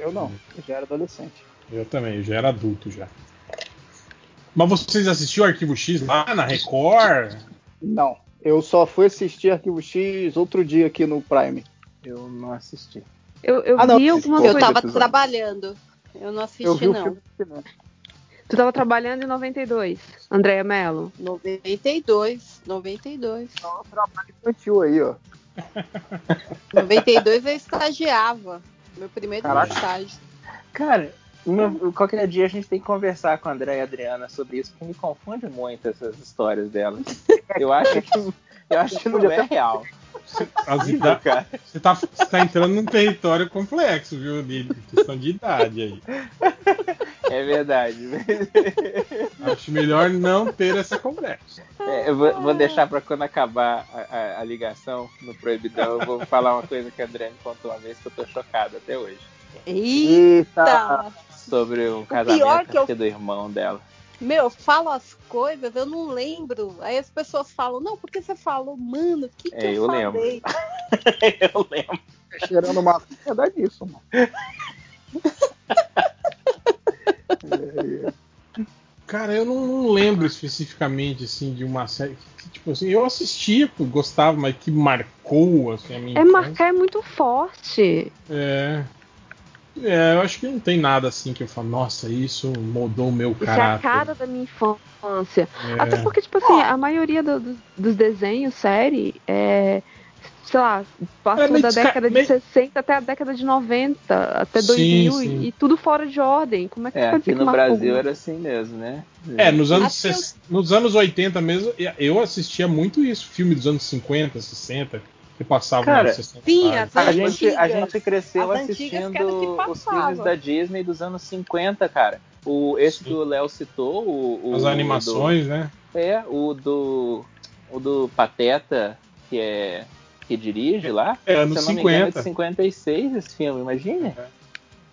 Eu não. Eu já era adolescente.
Eu também, eu já era adulto já. Mas vocês assistiam Arquivo X lá na Record?
Não. Eu só fui assistir Arquivo X outro dia aqui no Prime.
Eu não assisti.
Eu, eu
Ah, não,
vi alguma
desculpa.
coisa.
Eu tava
episódio.
trabalhando. Eu não assisti,
eu vi o
não.
filme que não.
Tu tava trabalhando em 92, Andréia Mello.
92, 92.
Então, é um trabalho infantil aí,
É
ó.
92 eu estagiava. Meu primeiro
Caraca.
estágio.
Cara, uma- qualquer dia a gente tem que conversar com a André e a Adriana sobre isso, porque me confunde muito essas histórias delas. Eu acho que, eu acho que não é real.
As ida-
Cara.
Você tá, você tá entrando num território complexo, viu? De de questão de idade aí.
É verdade.
Acho melhor não ter essa conversa.
É, eu vou, vou deixar pra quando acabar a, a- a ligação no Proibidão, eu vou falar uma coisa que a André me contou uma vez que eu tô chocado até hoje.
Eita!
Eita!
Tá.
Sobre o
pior
casamento é
que eu-
do irmão dela.
Meu, eu falo as coisas, eu não lembro. Aí as pessoas falam, não, porque você falou, mano, o que, que
É,
eu,
eu lembro.
falei?
eu lembro.
Tá cheirando uma merda disso, mano. É,
Cara, eu não, não lembro especificamente assim de uma série que, que, tipo assim, eu assistia, pô, gostava, mas que marcou assim, a minha
É
infância.
marcar é muito forte.
É. É, eu acho que não tem nada assim que eu falo, nossa, isso mudou o meu
Isso é a
caráter.
cara da minha infância.
É.
Até porque, tipo assim, a maioria do- do- dos desenhos, série, é. Sei lá, passa
É meio
da
desca-
década de
meio-
60 até a década de 90, até
Sim,
2000,
sim.
E, e tudo fora de ordem. Como é que
É,
pode ser
aqui no
que marcou?
Brasil era assim mesmo, né?
É, nos anos,
Até
ses- nos anos 80 mesmo, eu assistia muito isso, filme dos anos 50, 60, que passava
Cara,
nos 60.
Sim,
tarde.
as
A gente, a
antigas.
gente cresceu
As antigas que era
assistindo
que
os
passava.
filmes da Disney dos anos 50, cara. O, esse que o Léo citou, o, o-
As animações, né?
do- é, o do. O do Pateta, que é. que dirige lá.
É,
se
anos É.
eu não me engano, é
50.
de 56 esse filme, imagine.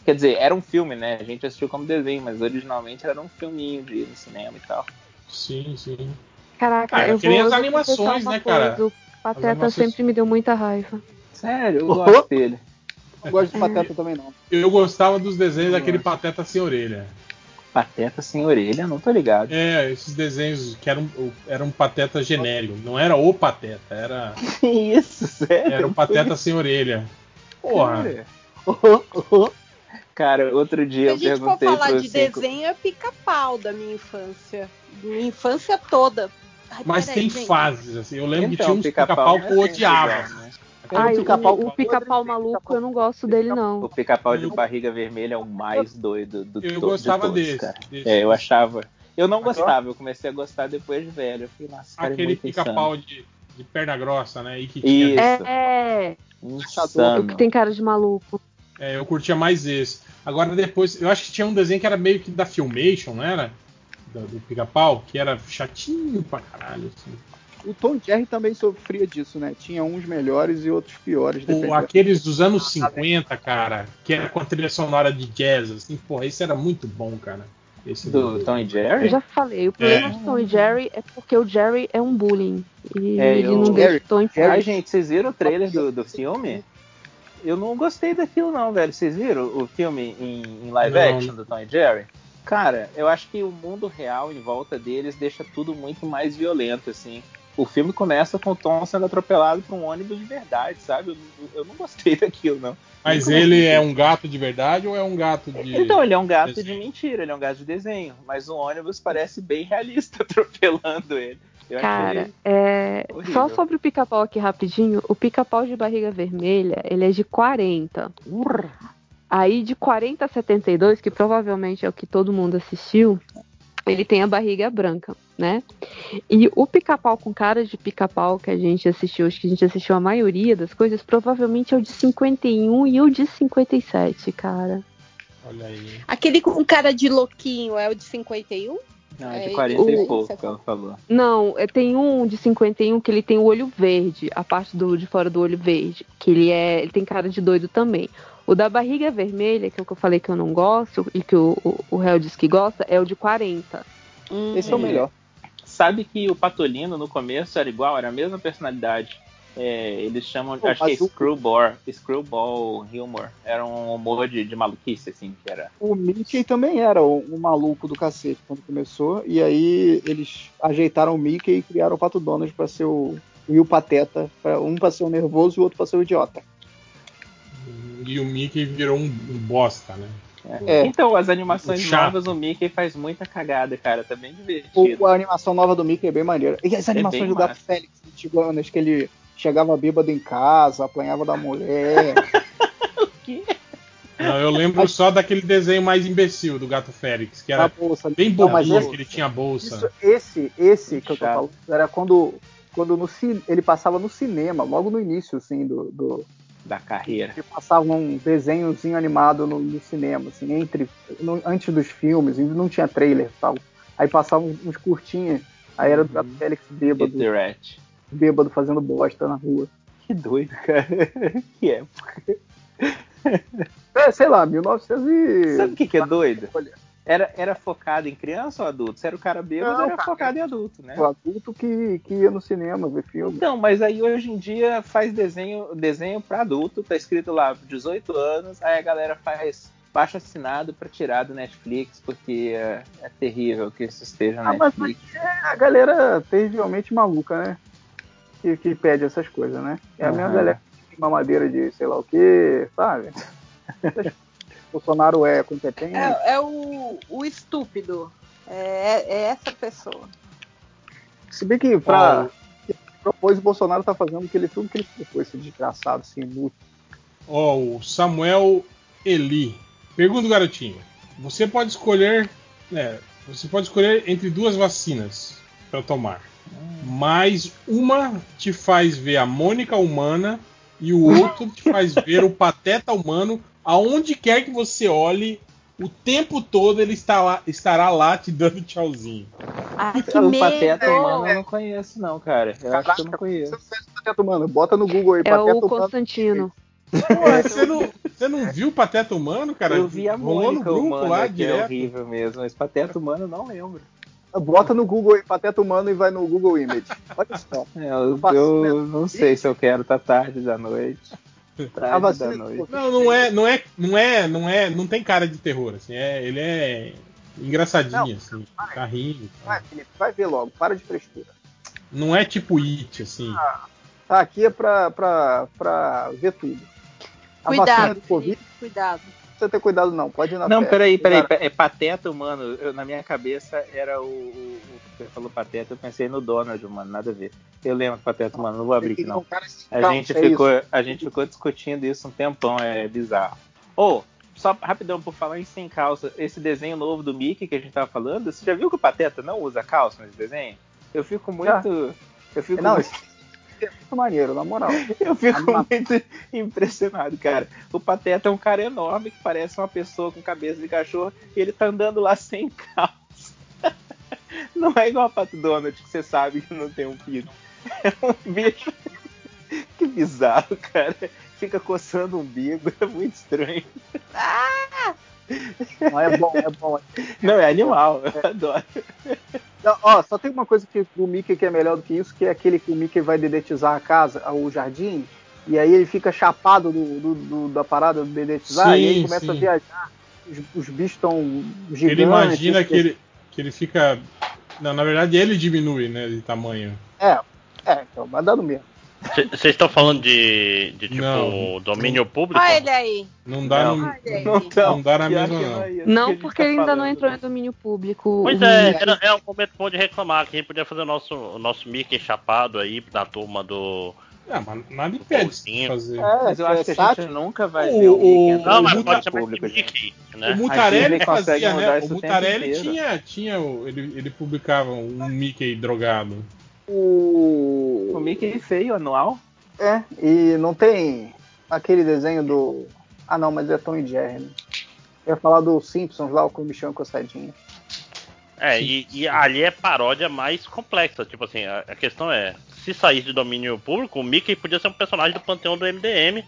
Quer dizer, era um filme, né? A gente assistiu como desenho, mas originalmente era um filminho de ir no cinema e tal.
Sim, sim.
Caraca,
Cara,
eu
que nem
vou,
as
eu vou confessar
animações,
uma
né, cara?
coisa, O Pateta
animações-
sempre me deu muita raiva.
Sério, eu
Oh.
gosto dele.
Não gosto de pateta também, não.
Eu gostava dos desenhos daquele pateta sem orelha.
Pateta sem orelha, não tô ligado.
É, esses desenhos que eram, eram um pateta genérico. Não era o pateta, era,
Que isso, sério?
era um pateta sem orelha. Porra,
Cara. Ô, ô. Cara, outro
Se
dia
a
eu
gente for
perguntei
falar
pro
de
Cinco-
desenho, é pica-pau da minha infância. Minha infância toda. Ai,
mas
peraí,
tem
gente.
fases, assim. Eu lembro que
Então,
tinha uns pica-pau que eu
não é
odiava.
igual, né?
Ai,
o
o
pica-pau-
o pica-pau maluco, eu não gosto dele, não.
O pica-pau de
Eu-
barriga vermelha é o mais doido do
Eu
to-
gostava
de todos,
desse.
cara.
desse.
É, eu achava. Eu não
Agora?
gostava, eu comecei a gostar depois de velho. Eu fui, nossa, esse cara, é
Aquele
muito
pica-pau de, de perna grossa, né? E que
Isso. um
É,
Insano.
o que tem cara de maluco.
É, eu curtia mais esse. Agora depois, eu acho que tinha um desenho que era meio que da Filmation, não era? Da- Do, Pica-Pau, que era chatinho pra caralho. Assim.
O Tom Jerry também sofria disso, né? Tinha uns melhores e outros piores.
Ou
dependendo.
aqueles dos anos
Ah, tá
50, cara, que era com a trilha sonora de jazz, assim, porra, esse era muito bom, cara. Esse
Do Tom e Jerry?
Eu já falei, o problema
É.
de Tom e Jerry é porque o Jerry é um bullying. E
É,
ele
eu-
não deixa o Tom em
Ai,
paz.
gente, vocês viram o trailer do, do filme? Eu não gostei daquilo, não, velho. Vocês viram o filme em, em live
Não.
action do Tom e Jerry? Cara, eu acho que o mundo real em volta deles deixa tudo muito mais violento, assim. O filme começa com o Tom sendo atropelado por um ônibus de verdade, sabe? Eu, eu não gostei daquilo, não.
Mas
Nunca
ele
gostei.
é um gato de verdade ou é um gato de.
Então, ele é um gato de
desenho?
mentira, ele é um gato de desenho. Mas o ônibus parece bem realista atropelando ele. Eu
Cara,
achei...
é,
horrível.
só sobre o pica-pau aqui rapidinho. O pica-pau de barriga vermelha, ele é de 40. Aí de 40 a 72, que provavelmente é o que todo mundo assistiu, ele tem a barriga branca, né? E o pica-pau com cara de pica-pau que a gente assistiu, acho que a gente assistiu a maioria das coisas, provavelmente é o de 51 e o de 57, cara.
Olha aí.
Aquele com cara de louquinho é o de 51?
Não, é de
É,
40
o-
e pouco, ela falou.
Não, é, tem um de 51 que ele tem o olho verde, a parte do, de fora do olho verde, que ele é, ele tem cara de doido também. O da barriga vermelha, que é o que eu falei que eu não gosto e que o, o, o réu diz que gosta, é o de 40.
Hum.
Esse é o melhor. Sabe que o Patolino no começo era igual, era a mesma personalidade. É, eles chamam,
Pô,
acho que é
mas o-
Screwball, Screwball Humor. Era um humor de, de maluquice, assim, que era.
O Mickey também era um um maluco do cacete quando começou. E aí eles ajeitaram o Mickey e criaram o Pato Donald pra ser o. E o Pateta, pra- um pra ser o nervoso e o outro pra ser o idiota.
E o Mickey virou um, um bosta, né?
É.
Então, as animações
Chato.
novas, o Mickey faz muita cagada, cara. Tá bem
O,
divertido.
a animação nova do Mickey é bem maneira. E as
É
animações
bem
do Gato
massa.
Félix antigas, que ele chegava bêbado em casa, apanhava da mulher.
Não, eu lembro só daquele desenho mais imbecil do Gato Félix, que
na
era
bolsa.
bem
Não, mas
bobinho,
esse-
que ele tinha bolsa.
Isso- esse, esse que eu tô
Chato.
falando era quando, quando no, ci- ele passava no cinema, logo no início, assim, do. do
Da carreira.
ele passava um desenhozinho animado no, no cinema, assim, entre. no- antes dos filmes, ainda não tinha trailer e tal. Aí passavam uns, uns curtinhas, aí era da
Uhum.
Félix
It's
bêbado,
the Rat.
bêbado fazendo bosta na rua.
Que doido, cara. que é?
É, sei lá, 1900 e.
Sabe o que, que é doido?
Olha.
Era, era focado em criança ou adulto? Se era o cara bêbado,
Não,
era
cara.
focado em adulto, né?
O adulto que, que ia no cinema ver filme.
Então, mas aí hoje em dia faz desenho, desenho para adulto, tá escrito lá 18 anos, aí a galera faz baixa assinado para tirar do Netflix, porque é, é terrível que isso esteja na
Ah, mas
Netflix.
É a galera terrivelmente maluca, né? Que, que pede essas coisas, né? É a mesma
Aham.
galera que tem mamadeira de sei lá o que, sabe? Bolsonaro é competente.
É, é o, o estúpido. É, é essa pessoa.
Se bem que pra. Propôs, o Bolsonaro tá fazendo aquele, tudo que ele propôs, esse desgraçado, assim, muito.
Ó, o Samuel Eli. Pergunta, garotinho. Você pode escolher. né, você pode escolher entre duas vacinas para tomar. Mas uma te faz ver a Mônica humana e o outro te faz ver o pateta humano. Aonde quer que você olhe, o tempo todo ele está lá- estará lá te dando tchauzinho.
É
Ai, que
o
medo.
Pateta Humano eu não conheço, não, cara. Eu acho que eu não
Se
conheço.
É, você faz pateta humano, bota no Google aí,
É o
pateta humano.
Constantino.
Porra, você, não, você não viu o pateta humano, É, cara?
eu vi a
Rolou no
Mônica
grupo lá
Humana, que é
direto.
horrível mesmo, mas Pateta Humano eu não lembro.
Bota no Google aí, pateta humano e vai no Google Image. Olha só.
É, Eu,
Vacina.
eu não sei se eu quero, tá tarde da noite.
A
Tarde da
vacina.
noite.
Não, não é, não é, não é, não é, não tem cara de terror, assim, é, ele é engraçadinho, assim, tá rindo. tá.
Vai, Felipe, vai ver logo, para de frescura.
Não é tipo It, assim.
Ah,
Tá, aqui é pra, pra, pra ver tudo. A vacina
Cuidado,
do Covid,
Felipe, cuidado.
não precisa ter cuidado não, pode ir na
Não,
fé.
peraí, peraí.
Cara,
pe- É pateta, humano. Eu- na minha cabeça era o, o- o- Você falou pateta, eu pensei no Donald, mano. Nada a ver. Eu lembro do pateta, humano. Não vou abrir aqui,
tem que
não.
um cara se
A
calma,
gente,
é
ficou,
isso.
a gente ficou discutindo isso um tempão. É bizarro. Ô, só rapidão, por falar em sem calça. Esse desenho novo do Mickey que a gente tava falando, você já viu que o pateta não usa calça nesse desenho? Eu fico muito. Eu fico
Ah. Não,
muito- É muito maneiro, na moral. Eu fico muito
É
impressionado, cara. O Pateta é um cara enorme que parece uma pessoa com cabeça de cachorro e ele tá andando lá sem calça. Não é igual a Pato Donald, que você sabe que não tem um pino. É um bicho. Que bizarro, cara. Fica coçando o umbigo, é muito estranho. Ah!
Não, é bom, é bom.
Não, é animal, eu adoro.
Não, ó, só tem uma coisa que do Mickey que é melhor do que isso, que é aquele que o Mickey vai dedetizar a casa, o jardim, e aí ele fica chapado do, do- do- da parada do dedetizar,
Sim,
e aí começa
sim.
a viajar. Os, os bichos estão gigantes.
Ele imagina que ele, que ele fica. Não, na verdade ele diminui, né? De tamanho.
É, é, então, vai dando mesmo.
C- Vocês estão falando de, de tipo,
Não.
domínio público?
Olha ele aí.
Não dá,
Não.
no-
Olha ele.
não,
dá.
dá na mesma,
Pior que
não.
não é isso.
Não,
Ele
porque
tá
ele ainda não entrou em domínio público.
Pois
O-
é, era, é um momento bom de reclamar, que a gente podia fazer o nosso, o nosso Mickey chapado aí da turma do.
Ah, mas nada impede de fazer.
É,
É,
mas eu acho que a gente nunca vai
O-
ver um
o-
Mickey
Não,
entrar
mas
no
pode
chamar de
público. gente.
né?
O
A
Mutarelli
Disney consegue
fazia,
mudar
né?
isso
O
o tempo
Mutarelli
inteiro.
tinha, tinha o- ele, ele publicava um Mickey drogado.
O...
O Mickey feio anual?
É, e não tem aquele desenho do. Ah não, mas é Tom e Jerry, né? Eu ia falar do Simpsons lá, o com o bichão coçadinho.
É, e, e ali é paródia mais complexa. Tipo assim, a, a questão é: se saísse de domínio público, o Mickey podia ser um personagem do panteão do MDM.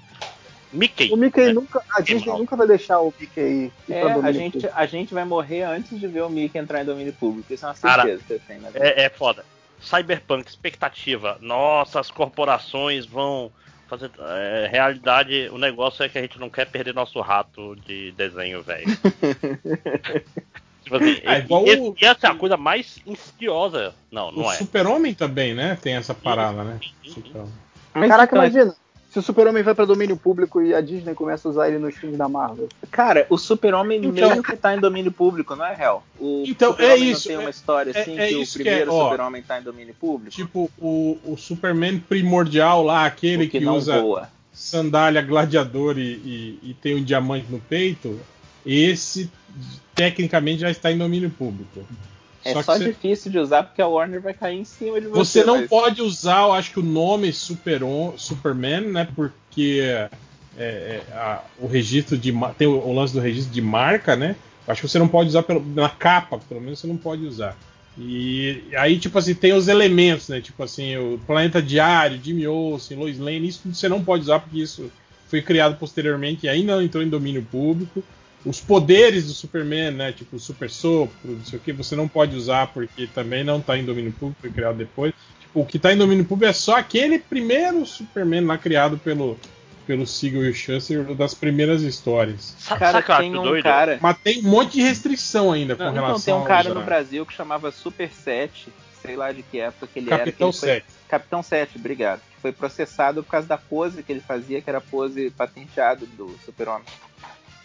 Mickey.
O Mickey nunca. A Disney
mal.
nunca vai deixar o Mickey ir
É,
pra
a
domínio
gente,
público.
a gente vai morrer antes de ver o Mickey entrar em domínio público. Isso é uma
Cara,
certeza que eu tenho, né?
É, é foda. Cyberpunk, expectativa. Nossa, as corporações vão fazer. é, realidade, o negócio é que a gente não quer perder nosso rato de desenho, velho. tipo assim,
É
e-
igual
e-
o-
e essa é a coisa mais insidiosa. Não,
O
não é.
Super-Homem também, né? Tem essa parada, né? Super-Homem.
Caraca,
então,
imagina. Se o Super-Homem vai pra domínio público e a Disney começa a usar ele nos filmes da Marvel.
Cara, o Super-Homem
Então-
meio que tá em domínio público, não é, réu? O
Então,
Super-Homem
é
não
isso,
tem
é-
uma história
é-
assim
é
que o
isso que
primeiro
é, ó.
Super-Homem tá em domínio público?
Tipo o, o Superman primordial lá, aquele
O que
que,
não
usa
voa.
sandália gladiador e, e- e tem um diamante no peito, esse tecnicamente já está em domínio público.
É
Só
só,
que você-
difícil de usar porque a Warner vai cair em cima de você.
Você não
mas-
pode usar, eu acho que o nome Super Superman, né? Porque é, é, a- o registro de ma- tem o, o lance do registro de marca, né? Eu Acho que você não pode usar pelo- na capa, pelo menos você não pode usar. E aí, tipo assim, tem os elementos, né? Tipo assim, o Planeta Diário, Jimmy Olsen, Lois Lane, isso tudo você não pode usar porque isso foi criado posteriormente e ainda não entrou em domínio público. Os poderes do Superman, né? Tipo, super sopro, não sei o que, você não pode usar porque também não tá em domínio público, foi criado depois. Tipo, o que tá em domínio público é só aquele primeiro Superman lá criado pelo, pelo Siegel e o Schuster das primeiras histórias.
Cara, tem um cara.
Mas tem um monte de restrição ainda com
Não, então,
relação
tem um
a
cara
usar.
no Brasil que chamava Super 7, sei lá de que época que ele era. que
Capitão
ele foi-
7.
Capitão 7, obrigado. Que foi processado por causa da pose que ele fazia, que era a pose patenteada do Super-Homem.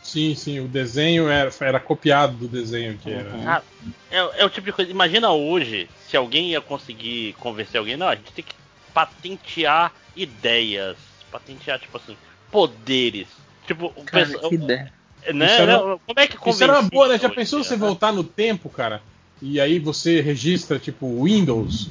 Sim, sim, o desenho era, era copiado do desenho
Uhum.
que era.
Ah, é, é o tipo de coisa. Imagina hoje se alguém ia conseguir convencer alguém. Não, a gente tem que patentear ideias. Patentear, tipo assim, poderes. Tipo, o
Cara,
pessoal-
que ideia.
Né?
Isso era-
Não, Como é que
Isso era uma
convencia
boa, né? Já
hoje
pensou
em dia,
você
né?
voltar no tempo, cara? E aí você registra, tipo, Windows,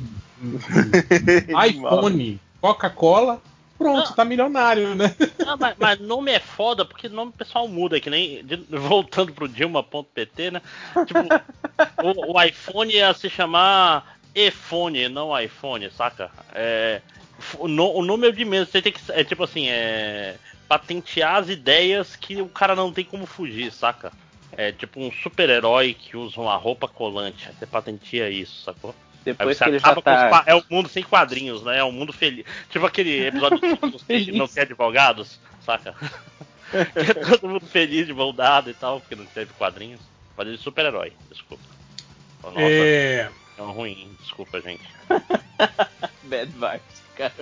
iPhone, Coca-Cola, pronto, tá milionário, né?
Ah, mas, mas nome é foda porque nome pessoal muda, que nem de- voltando pro Dilma.pt, né? Tipo, o, o iPhone ia se chamar iPhone, não iPhone, saca? É, f- o, no- o nome é o de menos, você tem que. É tipo assim, é. Patentear as ideias que o cara não tem como fugir, saca? É tipo um super-herói que usa uma roupa colante. Aí Você patenteia isso, sacou?
Depois que
Aí você
ele já
acaba com os
tá-
pa- É o mundo sem quadrinhos, né? É um mundo feliz. Tipo aquele episódio
Um
dos que não tem advogados, saca? Que é todo mundo feliz de mão dada e tal, porque não teve quadrinhos. Falei de super-herói, desculpa. Oh, Nossa,
É.
é um ruim, desculpa, gente.
Bad vibes, cara.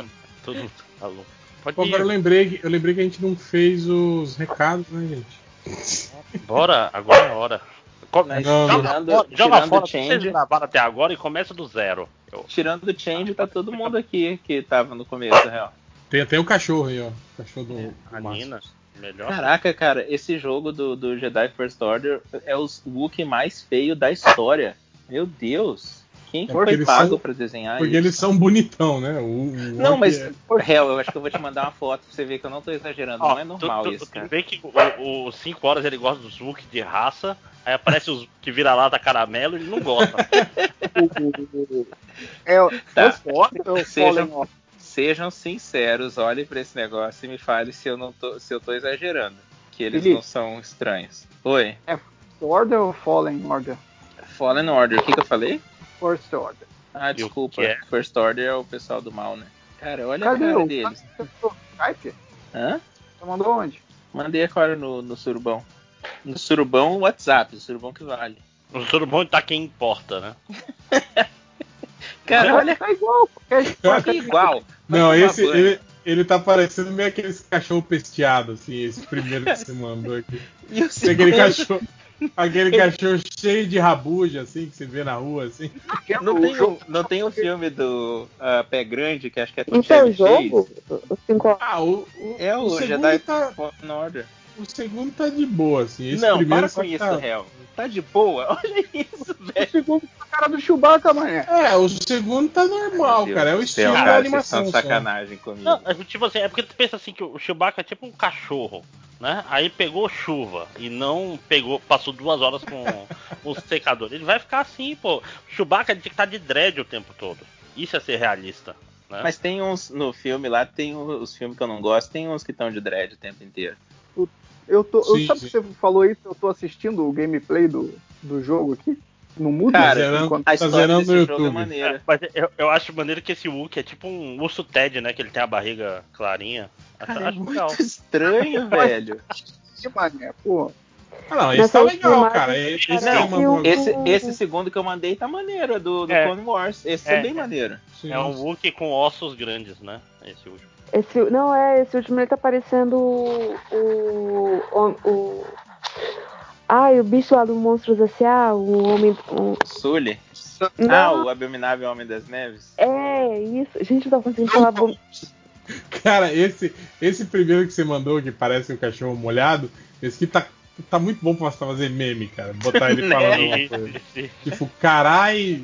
Tudo falou. tá Pode
Pô,
ir.
agora eu lembrei, que- eu lembrei que a gente não fez os recados, né, gente?
Bora, agora é a hora. Co-
Mas
joga
tirando-
fora, joga
tirando
fora
o
o que vocês
Change.
gravaram até agora e começa do zero. Eu-
Tirando o Change, tá todo mundo aqui que tava no começo, real.
Tem até o cachorro aí, ó. O cachorro do. do Márcio.
É, Nina, melhor.
Caraca, cara, esse jogo do, do Jedi First Order é os Wookiee mais feio da história. Meu Deus. Quem
É porque
foi
eles
pago
são-
pra desenhar
Porque
isso?
eles são bonitão, né? O, o
Não,
Loki
mas
é-
por réu, eu acho que eu vou te mandar uma foto pra você ver que eu não tô exagerando.
Ó,
não é normal
tu, tu,
isso,
tu
cara.
vê que o- o 5 horas ele gosta dos Hulk de raça, aí aparece os que vira lata caramelo e ele não gosta.
É,
Tá.
é foda, é o Fallen
Sejam,
Off.
sejam sinceros, olhem pra esse negócio e me falem se eu não tô, se eu tô exagerando. Que eles
Felipe.
não são estranhos. Oi,
É First Order ou Fallen Order?
Fallen Order, o que, que eu falei?
First Order.
Ah, desculpa. First Order é o pessoal do mal, né? Cara, olha
Cadê
a cara
o-
deles.
Skype?
Hã?
Você mandou onde?
Mandei agora no, no surubão. No surubão WhatsApp, o surubão que vale.
O surubão tá quem importa, né?
Cara, olha, tá igual. Porque é igual. Mas,
Não,
por
esse
favor,
ele, ele tá parecendo meio aqueles cachorro pesteado, assim, esse primeiro que você mandou aqui.
E o
Tem aquele
segundo?
cachorro, aquele cachorro cheio de rabuja, assim, que você vê na rua, assim.
Não tem, um, não tem um filme do ah, Pé Grande, que acho que é
Não tem
Chevy
jogo?
Chase?
Ah, o, o,
É o,
o segundo
Jedi
tá-
Fallen Order.
O segundo tá de boa, assim. Esse
não,
primeiro
para com
só
isso,
tá...
réu. Tá de boa? Olha isso, velho.
Chegou tá com a cara do Chewbacca, mané.
É, o segundo tá normal,
Meu
cara. É o
Deus do
estilo
céu,
da
cara,
animação.
Vocês
só.
estão de sacanagem comigo.
Não, é que, tipo assim, é porque tu pensa assim que o Chewbacca é tipo um cachorro, né? Aí pegou chuva e não pegou, passou duas horas com o secador. Ele vai ficar assim, pô. O Chewbacca ele tinha que estar de dread o tempo todo. Isso é ser realista, né?
Mas tem uns no filme lá, tem os filmes que eu não gosto, tem uns que estão de dread o tempo inteiro.
Eu tô. eu-
Sim,
sabe
sim.
que você falou isso? Eu tô assistindo o gameplay do, do jogo aqui. Não muda?
tá
Cara,
enquanto- tá
a história desse jogo é maneira.
É, mas eu, eu acho maneiro que esse Hulk é tipo um urso Ted, né? Que ele tem a barriga clarinha.
Cara,
acho
é
acho
muito
legal.
estranho, velho.
Que mané, pô.
Ah, não,
esse tá legal,
cara.
Esse,
esse é uma boa-
esse, segundo que eu mandei tá maneiro, é do, do
É.
Clone Wars. Esse é,
É.
bem maneiro.
É um Hulk com ossos grandes, né? Esse último.
Esse, não, é, esse último ele tá parecendo o. o, o, o ai, o bicho lá do Monstros S.A., o homem. o-
Sully. Ah,
Não.
o Abominável Homem das Neves.
é, isso. Gente, eu tava conseguindo falar. bom.
Cara, esse, esse primeiro que você mandou, que parece um cachorro molhado, esse aqui tá, tá muito bom pra fazer meme, cara. Botar ele
Né?
falando alguma coisa. Tipo, carai,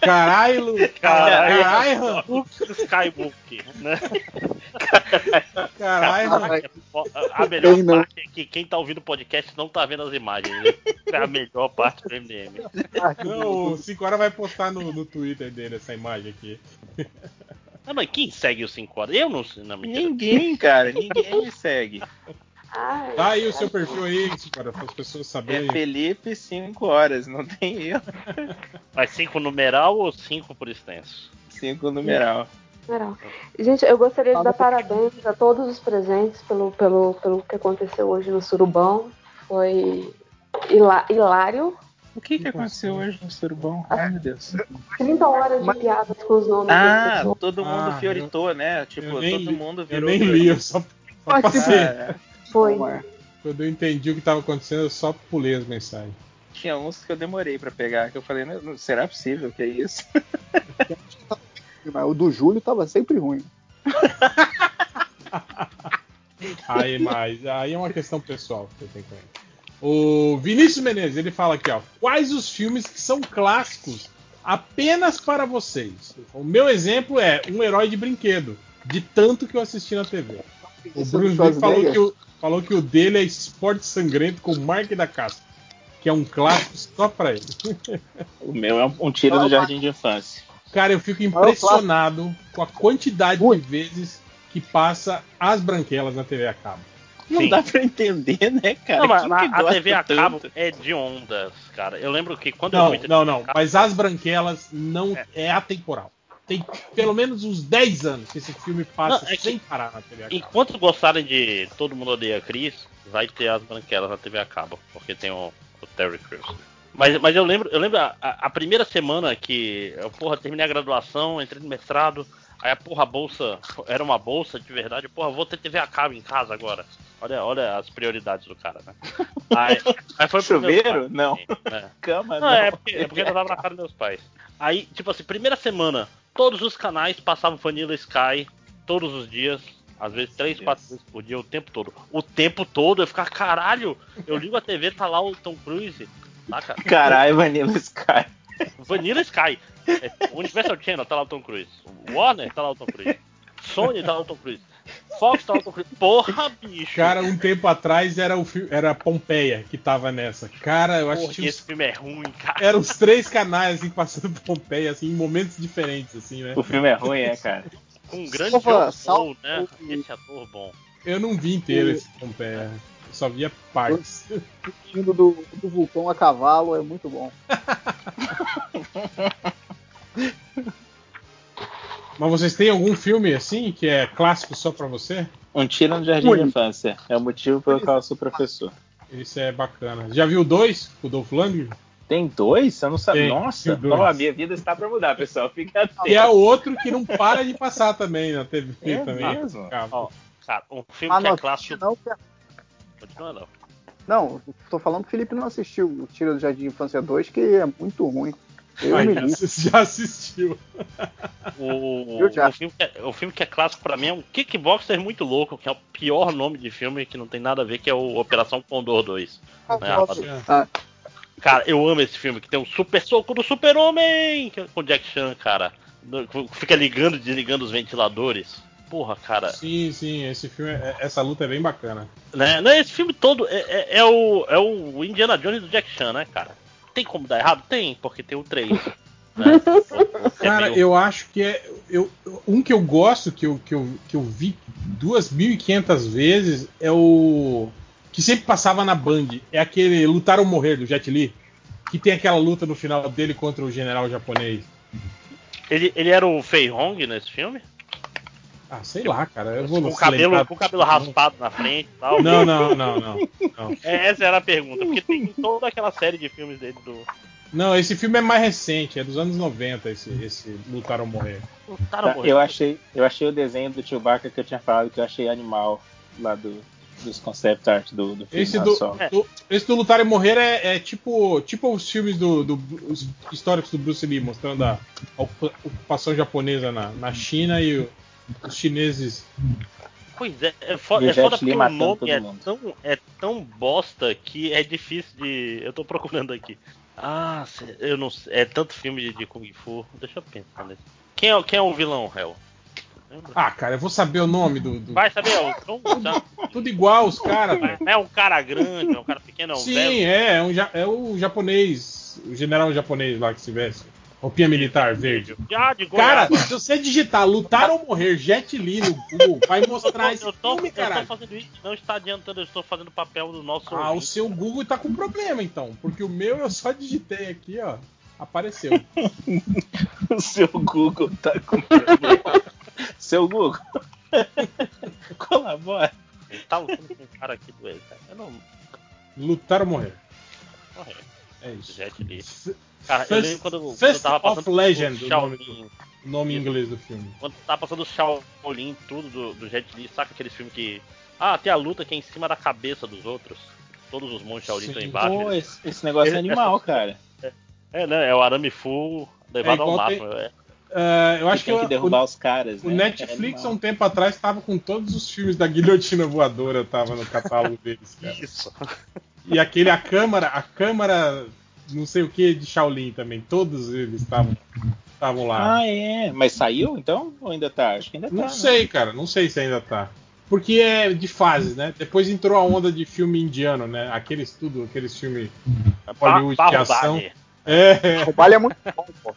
carai, Lu- carai, carai, Han-
Hulk do Skywalker, né?
carai, Han-
A melhor
Tem, não.
parte é que quem tá ouvindo o podcast não tá vendo as imagens. Né? É a melhor parte do MDM.
Não, o 5 horas vai postar no, no Twitter dele essa imagem aqui.
Ah, mas quem segue o 5 horas? Eu não sei. Não, mentira.
Ninguém, cara, ninguém me segue.
Dá Tá aí o seu perfil aí, 5 horas, para as pessoas
É
saberem.
Felipe 5 horas, não tem eu.
Mas 5 numeral ou 5 por extenso?
5 numeral.
Pera. Gente, eu gostaria de dar parabéns a todos os presentes pelo, pelo, pelo que aconteceu hoje no Surubão. Foi hila- hilário.
O que, que aconteceu hoje no Surubão? Ai, meu Deus.
30 horas de piadas com os nomes das
Ah,
pessoas.
todo mundo
Ah,
fioritou, né? Tipo,
eu nem
todo
li-
mundo
Eu
virou. É,
nem li, eu só, só
Pode
passei.
ser.
Foi.
Quando eu entendi o que estava acontecendo, eu só pulei as mensagens.
Tinha uns que eu demorei pra pegar, que eu falei, "Não, não, será possível que é isso?
Mas o do Júlio tava sempre ruim.
Aí, mas aí é uma questão pessoal que eu tenho com ele. O Vinícius Menezes, ele fala aqui, ó. Quais os filmes que são clássicos apenas para vocês? O meu exemplo é Um Herói de Brinquedo, de tanto que eu assisti na TV. O
Isso é
Bruce
do
Lee falou
Schwarzenegger?
que, o, falou que o dele é Esporte Sangrento com Mark da Casta, que é um clássico só pra ele.
O meu é um tiro do jardim de infância.
Cara, eu
Ah,
fico impressionado com a quantidade de vezes que passa as branquelas na TV a cabo.
Não
Sim.
dá pra entender, né, cara?
Não, mas
Quem
mas
que
a
gosta
TV a
tanto?
cabo é de ondas, cara. Eu lembro que quando é eu
Não,
fui-
não, não. Mas As Branquelas não é, atemporal. Tem pelo menos uns 10 anos que esse filme passa
Não, é que-
sem parar na TV a cabo.
Enquanto gostarem de Todo Mundo Odeia Chris, vai ter as branquelas na TV a cabo, porque tem o, o Terry Crews. Mas, mas eu lembro, eu lembro a, a- a primeira semana que eu, porra, terminei a graduação, entrei no mestrado, aí a porra a bolsa, era uma bolsa de verdade, porra, vou ter TV a cabo em casa agora. Olha, olha as prioridades do cara, né? Aí, aí foi pro meu
Chuveiro?
pai.
Não.
É.
Cama,
Não,
não.
é porque, é porque eu tava na casa dos meus pais. Aí, tipo assim, primeira semana, todos os canais passavam Vanilla Sky, todos os dias, às vezes três, quatro vezes por dia, o tempo todo. O tempo todo eu ficava, caralho, eu ligo a TV, tá lá o Tom Cruise. Saca?
Caralho, Vanilla Sky.
Vanilla Sky. É, Universal Channel tá lá o Tom Cruise. Warner tá lá o Tom Cruise. Sony tá lá o Tom Cruise. Fox tá lá o Tom Cruise. Porra, bicho.
Cara, um tempo atrás era, o fi- era Pompeia que tava nessa. Cara, eu acho
Porra,
que tinha
esse
os-
filme é ruim, cara.
eram os três canais assim passando Pompeia assim, em momentos diferentes assim, né?
O filme é ruim, é, cara.
Um grande
Opa,
Opa,
sal-
né? Esse ator bom.
Eu não vi inteiro esse Pompeia. Eu só via partes.
Indo do, do vulcão a cavalo é muito bom.
Mas vocês têm algum filme assim que é clássico só pra você?
Um tiro no jardim de infância. É o motivo pelo qual eu sou professor.
Isso é bacana. Já viu dois com o Dolph Lundgren?
Tem dois? Eu não sabia.
Tem,
Nossa,
tem dois.
ó, a minha vida está pra mudar, pessoal. Fica atento.
E é o outro que não para de passar também na TV
É
também.
mesmo?
Cabo.
Cara, um filme
Ah,
que é
não,
clássico.
não, cara.
Continua, não.
Não, tô falando que o Felipe não assistiu o Tira do Jardim de Infância 2, que é muito ruim. Eu
Ai,
me
já,
livro.
já assistiu.
O,
Eu já.
o filme que é, o filme que é clássico pra mim é um Kickboxer muito louco, que é o pior nome de filme que não tem nada a ver, que é o Operação Condor 2. né, rapaziada?
Ah,
Cara, eu amo esse filme, que tem um super soco do super-homem que é com o Jack Chan, cara. No- Fica ligando e desligando os ventiladores. Porra, cara.
Sim, sim, esse filme, é- essa luta é bem bacana.
Né? Não, esse filme todo é, é- é o, é o Indiana Jones do Jack Chan, né, cara? Tem como dar errado? Tem, porque tem o 3. É.
Cara,
meu.
eu acho que é. Eu, um que eu gosto, que eu, que eu, que eu vi 2.500 vezes, é o. Que sempre passava na Band. É aquele Lutar ou Morrer do Jet Li. Que tem aquela luta no final dele contra o general japonês.
Ele, ele era o Fei Hong nesse filme?
Ah, sei lá, cara. Eu vou
Com o
se
cabelo,
lembrar.
com o cabelo raspado na frente e tal.
Não, não, não, não, não.
É, essa era a pergunta, porque tem toda aquela série de filmes dele do.
Não, esse filme é mais recente, é dos anos 90, esse, esse Lutar ou Morrer.
Cara,
tá, eu achei, eu achei o desenho do Tio Barca que eu tinha falado que eu achei animal lá do, dos concept art do, do filme.
Esse
lá
do,
solo.
do- esse do Lutar e Morrer é, é tipo, tipo os filmes do, do- os históricos do Bruce Lee, mostrando a, a ocupa- ocupação japonesa na, na China e o- os chineses.
Pois é, é, fo
E o
é
Jet
foda
Li
porque o
matando
nome
todo
é
mundo.
tão, é tão bosta que é difícil de. Eu tô procurando aqui. Ah, cê- eu não sei. É tanto filme de, de Kung Fu. Deixa eu pensar nesse. Quem é, o- quem é o vilão, réu?
Ah, cara, eu vou saber o nome do. do-
Vai saber, é o Tom, sabe?
tudo igual os caras, velho.
Não é um cara grande, é um cara pequeno, é um velho.
Sim, é, é, um ja- é o japonês, o general japonês lá que se veste. Roupinha militar verde.
Já de
Cara,
goiaba.
se você digitar lutar ou morrer Jet Li no Google, vai mostrar esse
eu tô,
filme,
eu tô
caralho.
fazendo isso, não está adiantando, eu estou fazendo o papel do nosso.
Ah, o
ouvinte.
seu Google tá com problema então, porque o meu eu só digitei aqui, ó, apareceu.
O seu Google tá com problema. seu Google,
Ah,
colabora.
Eu tava falando com um cara aqui do ex, cara. Eu não.
Lutar ou morrer.
Corre.
É isso.
Jet Li. Cara, eu
Fist-
lembro quando, quando eu
Fist
tava
of
passando.
Legend,
o
o
Shaolin,
nome, do, o nome em inglês do filme.
Quando tava passando o Shaolin, tudo do, do Jet Li, saca aqueles filmes que. Ah, tem a luta que é em cima da cabeça dos outros. Todos os monstros Shaolin estão embaixo.
Pô,
eles-
esse, esse negócio é animal, cara.
É, né? É o arame full levado ao
igual
máximo. é.
Ah, eu acho que,
tem que
o-
derrubar
o,
os caras,
o
né?
Netflix, há
é
um tempo atrás, tava com todos os filmes da Guilhotina Voadora, tava no catálogo deles, cara.
Isso.
E aquele, a Câmara, a Câmara, não sei o que, de Shaolin também, todos eles estavam estavam lá.
Ah, é. Mas saiu então? Ou ainda tá? Acho que ainda tá.
Não
né?
sei, cara, não sei se ainda tá. Porque é de fases, né? Depois entrou a onda de filme indiano, né? Aqueles tudo, aqueles filmes Hollywood
Ba-
de
Barro
ação.
Bali.
É.
O baile é muito bom, pô.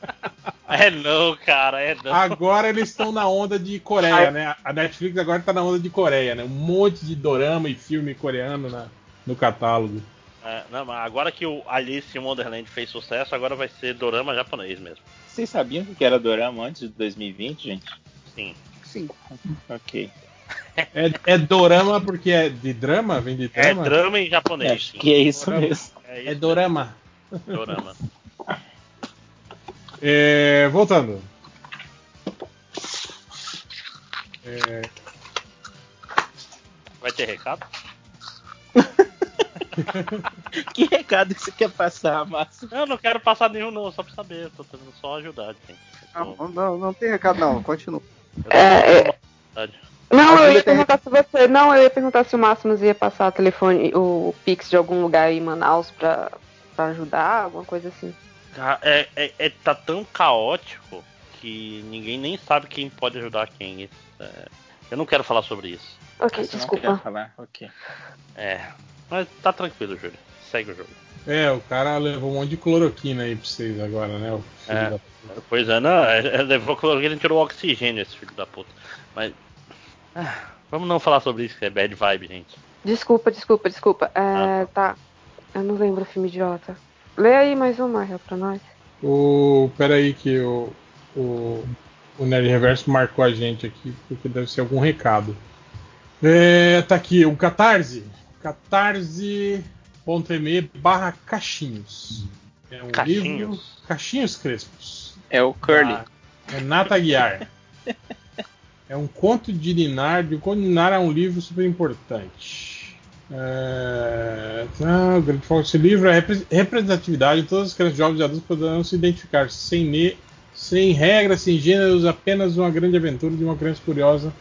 É não, cara, é não.
Agora eles estão na onda de Coreia, né? A Netflix agora tá na onda de Coreia, né? Um monte de dorama e filme coreano na- no catálogo.
É, não, mas agora que o Alice in Wonderland fez sucesso, agora vai ser dorama japonês mesmo.
Vocês sabiam o que era Dorama antes de 2020, gente?
Sim.
Sim.
Ok.
É, é dorama porque é de drama? Vem de
É
drama?
drama em japonês.
Acho que é isso
Dorama.
mesmo.
É,
É
isso,
dorama.
dorama.
É, voltando. É,
Vai ter recado?
Que recado que você quer passar, Márcio?
Não, não quero passar nenhum não, só pra saber. Tô tentando só ajudar, gente.
Não, não, não tem recado, não. Continua.
É, é-
Verdade.
Não, eu
Alguém tem-
ia perguntar se você. Não, eu ia perguntar se o Máximos ia passar o telefone, o Pix de algum lugar em Manaus pra, pra ajudar, alguma coisa assim.
Ca- É, é- é- tá tão caótico que ninguém nem sabe quem pode ajudar quem. Isso, é, Eu não quero falar sobre isso.
Ok,
Você não
desculpa.
quer falar? Ok. É. Mas tá tranquilo, Júlio. Segue o jogo.
É, o cara levou um monte de cloroquina aí pra vocês agora, né? O filho
É.
da-
Pois é, não, é- é, levou cloroquina e tirou o oxigênio, esse filho da puta. Mas. ah, Vamos não falar sobre isso, que é bad vibe, gente.
Desculpa, desculpa, desculpa. É, tá. Eu não lembro o filme idiota. Lê aí mais uma, Rael, pra nós.
O. Peraí, que o. O, o Nerd Reverso marcou a gente aqui, porque deve ser algum recado. É, tá aqui, o Catarse. catarse.me barra caixinhos. É um
Caixinhos?
livro. Caixinhos Crespos.
É o Curly.
Ah.
Renata Guiar. É um conto de Dinardi. O Conto de Dinardi é um livro super importante. É... tá, o grande foco desse livro é repre- representatividade. Todas as crianças jovens e adultos poderão se identificar sem, ne... sem regras, sem gêneros, apenas uma grande aventura de uma criança curiosa.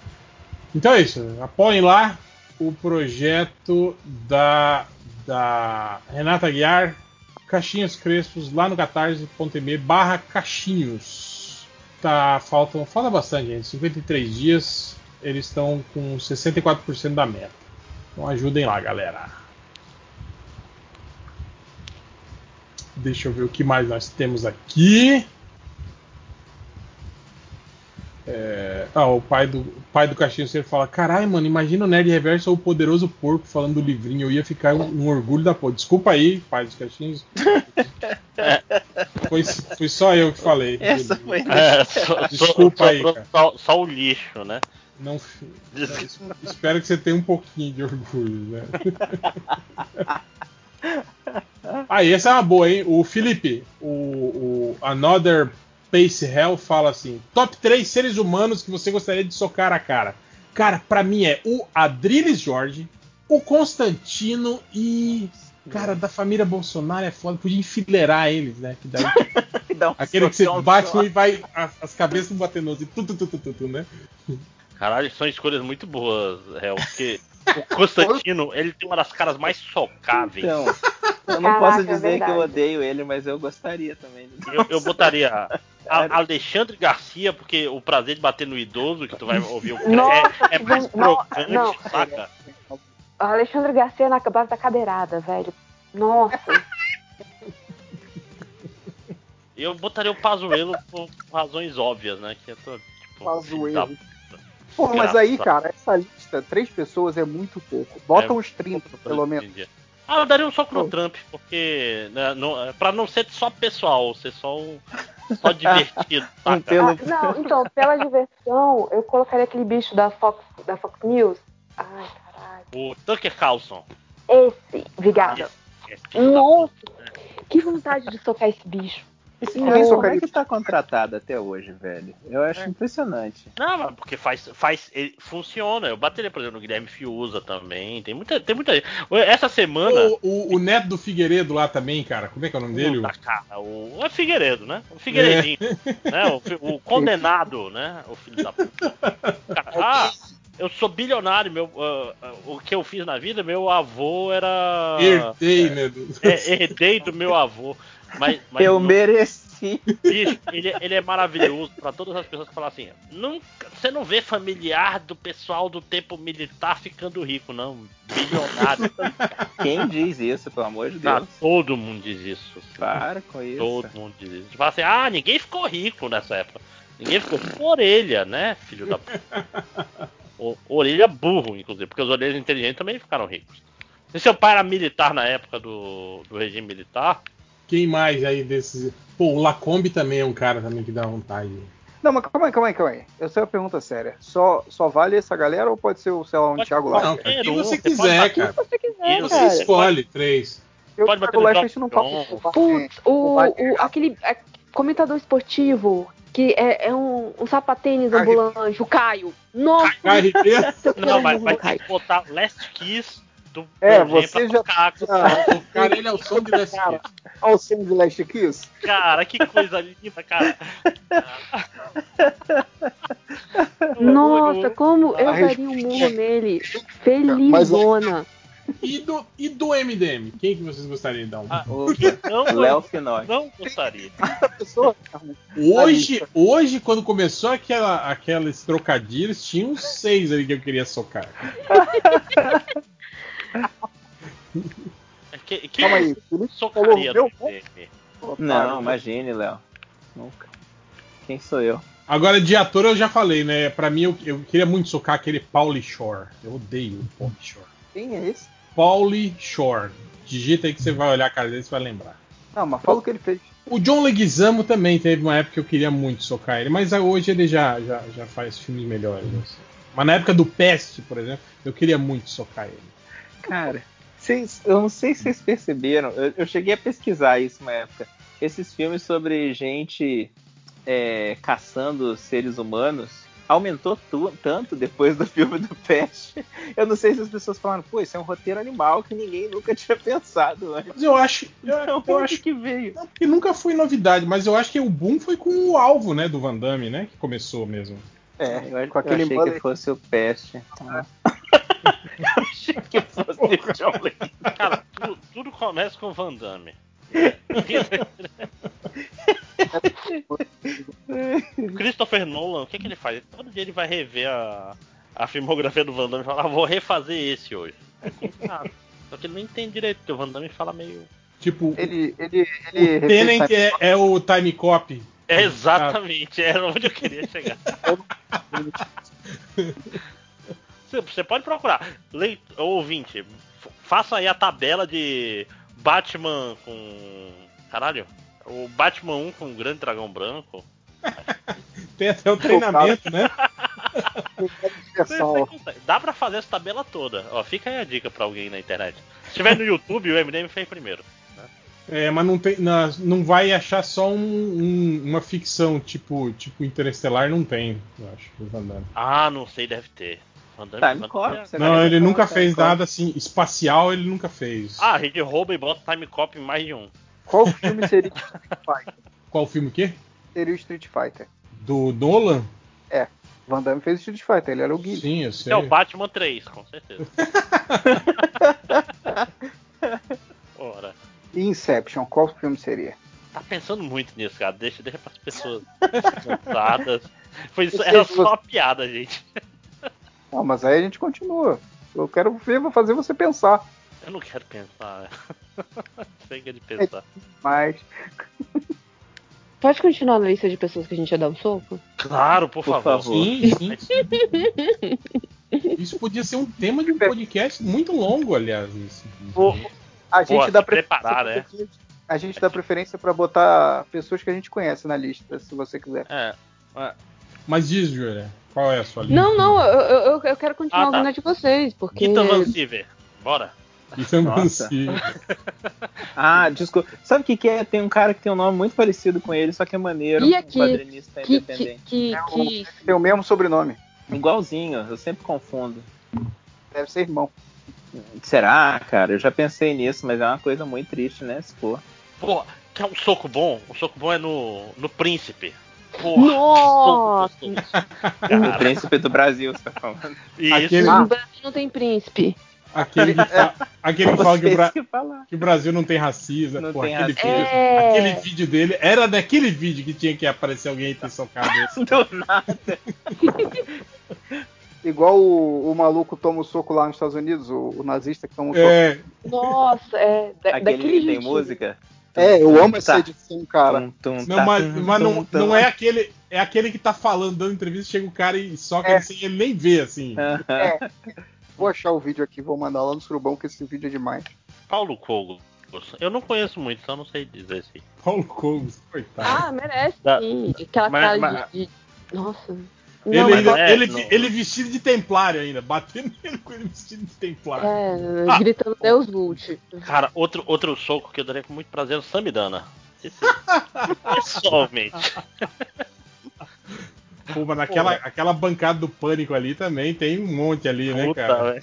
Então é isso. Apoiem lá o projeto da, da Renata Guiar, Caixinhos Crespos, lá no catarse.me barra caixinhos. Tá, faltam, falta bastante, gente. 53 dias, eles estão com 64% da meta. Então ajudem lá, galera. Deixa eu ver o que mais nós temos aqui. É, ah, o pai do, o pai do Caixinho Ser fala: Caralho, mano, imagina o Nerd Reverso ou o Poderoso Porco falando do livrinho. Eu ia ficar um, um orgulho da porra. Desculpa aí, pai dos Caixinhos. foi, foi só eu que falei.
Essa
foi.
É, só,
Desculpa
só-
aí,
só-
cara.
só- só o lixo, né?
Não, É, Espero que você tenha um pouquinho de orgulho, né? Aí, essa é uma boa, hein? O Felipe, o, o Another Pace Hell fala assim: top 3 seres humanos que você gostaria de socar a cara. Cara, pra mim é o Adriles Jorge, o Constantino e. Cara, da família Bolsonaro é foda, podia enfileirar eles, né? Que daí, aquele que você
um socão
bate
só.
e vai. As, as cabeças vão batendo assim, tu, tu, tu, tu, tu, tu, né?
Caralho, são escolhas muito boas, Hel, porque o Constantino, ele tem uma das caras mais socáveis.
Então, eu não
é
posso dizer que eu odeio ele, mas eu gostaria também.
Eu, eu botaria a- Alexandre Garcia, porque o prazer de bater no idoso, que tu vai ouvir o
Nossa,
é, é mais
que bom. Não,
crocante,
não.
saca?
O Alexandre Garcia na base da cadeirada, velho. Nossa.
Eu botaria o Pazuello por razões óbvias, né? Que eu tô, tipo,
Pazuello.
filho da puta.
Pô, mas aí,
Desgraçado.
cara, essa lista, três pessoas é muito pouco. Bota
É,
uns 30, pelo menos.
Ah, eu daria um soco no Trump, porque. Né, não, pra não ser só pessoal, ser só um. Só divertido,
Um
saca?
Ah, não, então, pela diversão, eu colocaria aquele bicho da Fox, da Fox News. Ai,
O Tucker Carlson.
esse, obrigada. Nossa, que vontade de socar esse bicho.
Esse
Nossa.
cara, como é que tá contratado até hoje, velho? Eu acho
É.
impressionante.
Não, mas porque faz, faz, ele- funciona. Eu bateria, por exemplo, no Guilherme Fiuza também. Tem muita, tem muita. Essa semana,
O, o- o neto do Figueiredo lá também, cara. Como é que é o nome dele?
Puta, cara, o é Figueiredo, né? O Figueiredinho, né? O, fi- o condenado, né? O filho da puta. Cara, ah, eu sou bilionário, meu, ah, ah, o que eu fiz na vida, meu avô era
Herdei, né? do-
é, herdei do meu avô, mas, mas
eu
não-
mereci.
Bicho, ele, ele é maravilhoso pra todas as pessoas que falam assim: nunca, você não vê familiar do pessoal do tempo militar ficando rico, não. Bilionário.
Quem diz isso, pelo amor de
Ah,
Deus?
todo mundo diz isso.
Para com isso.
Todo mundo diz isso. Fala assim: ah, ninguém ficou rico nessa época. Ninguém ficou com orelha, né, filho da puta? O- Orelha é burro, inclusive, porque os orelhas inteligentes também ficaram ricos. E seu pai era militar na época do, do regime militar?
Quem mais aí desses. Pô, o Lacombe também é um cara também que dá vontade.
Não, mas calma aí, calma aí, calma aí. Eu sei uma pergunta séria. Só, só vale essa galera ou pode ser, o, sei lá, um Thiago Leifert?
Não, cara, quem você quiser, cara. Quem você escolhe, três.
Eu,
né?
Pode
Thiago Leifert, não posso.
Putz, o, o- aquele a- comentador esportivo que é, é um, um sapatênis ambulante, o Caio. Nossa,
Não, mas vai ter que botar Last Kiss do
É,
Pearl Jam
você
pra tocar.
já- tá.
O cara, ele é o som de Last Kiss.
Olha o som de Last Kiss.
Cara, que coisa linda, cara.
nossa, como eu
A
daria um murro nele. Felizona.
E do, e do MDM? Quem que vocês gostariam de dar um?
Ah, não,
Léo Finói.
Não gostaria.
Hoje, hoje, quando começou aquela, aqueles trocadilhos, tinha uns seis ali que eu queria socar.
Que, que
Calma aí,
socaria
falou
do MDM?
Não, imagine, Léo. Nunca. Quem sou eu?
Agora, de ator eu já falei, né? Pra mim, eu, eu queria muito socar aquele Pauly Shore. Eu odeio o Pauly Shore.
Quem é esse?
Pauly Shore. Digita aí que você vai olhar a cara dele e você vai lembrar.
Não, mas fala o que ele fez.
O John Leguizamo também teve uma época que eu queria muito socar ele, mas ah, hoje ele já, já, já faz filmes melhores. não sei. Mas na época do Peste, por exemplo, eu queria muito socar ele.
Cara, vocês, eu não sei se vocês perceberam, eu, eu cheguei a pesquisar isso uma época. Esses filmes sobre gente é, caçando seres humanos aumentou tu- tanto depois do filme do Peste. Eu não sei se as pessoas falaram, pô, isso é um roteiro animal que ninguém nunca tinha pensado antes.
Mas eu acho, eu,
Então,
eu
onde
acho
que veio.
não, porque nunca foi novidade, mas eu acho que o boom foi com o alvo, né, do Van Damme, né, que começou mesmo.
É, eu,
Com aquele
eu achei
mullet.
que fosse o Peste. tá?
que fosse o John Lennon. Cara, tudo, tudo começa com o Van Damme. Christopher Nolan, o que, que ele faz? Todo dia ele vai rever a, a filmografia do Van Damme e fala, ah, vou refazer esse hoje. É complicado. Só que ele não entende direito, porque o Van Damme fala meio.
Tipo,
Ele. ele,
o
ele
Tenant é, é o Time Cop.
É exatamente, era onde eu queria chegar. Você, você pode procurar. Leit, ouvinte, f- faça aí a tabela de Batman com. Caralho. O Batman 1 com o Grande Dragão Branco.
Tem até o treinamento, né?
Você- você consegue. Dá pra fazer essa tabela toda. Ó, fica aí a dica pra alguém na internet. Se tiver no YouTube, o MDM fez primeiro.
É, mas não, tem, na- não, vai achar só um- um- uma ficção tipo, tipo Interestelar, não tem, eu acho, o Van Damme.
Ah, não sei, deve ter. Van Damme-
Time
Van-
Cop, você
Não,
vai
ele
ver
nunca
como
é
fez
Time Cop.
nada assim, espacial ele nunca fez.
Ah, a gente rouba e bota Time Cop em mais de um.
Qual filme seria o Street Fighter?
Qual filme que?
Seria o Street Fighter. É,
Do Nolan?
Van Damme fez o Street Fighter, ele era o Guile.
Sim, eu sei.
É o Batman 3, com certeza. Ora,
E Inception, qual filme seria?
tá pensando muito nisso, cara. Deixa, deixa pras pessoas cansadas. Foi,
Eu sei
era
que
só uma piada, gente.
Não, mas aí a gente continua. Eu quero ver, vou fazer você pensar.
Eu não quero pensar. Chega de pensar.
Mas
Pode continuar na lista de pessoas que a gente ia dar um soco?
Claro, por,
Por
favor.
favor.
Sim, sim, sim. Isso podia ser um tema de um podcast muito longo, aliás. Isso.
Vou-
a
Pô,
gente
se
dá
preparar, né?
preferência. A gente dá preferência pra botar pessoas que a gente conhece na lista, se você quiser.
É.
Mas diz, Júlia, qual é a sua lista?
Não, não, eu, eu, eu quero continuar
Ah, tá.
ouvindo a de vocês, porque.
Kita Van Siever. Bora.
Ethan Van
Nossa.
Siever.
Ah, desculpa. Sabe o que, que é? Tem um cara que tem um nome muito parecido com ele, só que é maneiro.
E
um
aqui?
quadrinista
Que, que,
independente.
que, que-
Tem o mesmo sobrenome.
Igualzinho, eu sempre confundo.
Deve ser irmão.
Será, cara? Eu já pensei nisso, mas é uma coisa muito triste, né? Se for.
Porra, quer um soco bom? O soco bom é no, no Príncipe. Porra.
Nossa!
soco gostoso.
O príncipe do Brasil, você tá falando.
E
Aquele-
isso,
No Brasil não tem príncipe.
Aquele que, fa- aquele que fala que o, Bra-
que falar.
que o Brasil não tem racismo.
Não
pô,
tem
aquele,
racismo.
vídeo,
É.
aquele vídeo dele era daquele vídeo que tinha que aparecer alguém e ter socado ele.
Do nada.
Igual o, o maluco toma o soco lá nos Estados Unidos, o, o nazista que toma o soco.
É,
Nossa, é. Da,
Aquele
daquele
que tem
jeitinho.
música.
É, eu amo
Tá.
essa edição, cara.
Tum, tum,
não,
tá,
mas,
Uhum.
tum,
mas não,
tum, tum.
não é aquele. É aquele que tá falando, dando entrevista, chega o cara e soca
É.
ele sem ele nem ver, assim.
Aham.
Vou achar o vídeo aqui, vou mandar lá no surubão, que esse vídeo é demais.
Paulo Cogo. Eu não conheço muito, então não sei dizer se.
Paulo Cogus, coitado.
Ah, merece
Da-
sim. Aquela
Mas-
cara
mas-
de, de- Nossa.
Ele,
Não, mas-
ainda-
é,
ele-
não.
ele vestido de templário ainda, batendo nele com ele vestido de templário.
É,
Ah.
gritando Deus Lute.
Cara, outro, outro soco que eu daria com muito prazer é o Samidana. Esse- Pessoalmente.
É.
Pô, mas naquela aquela bancada do pânico ali também tem um monte ali, né,
Puta,
cara?
velho.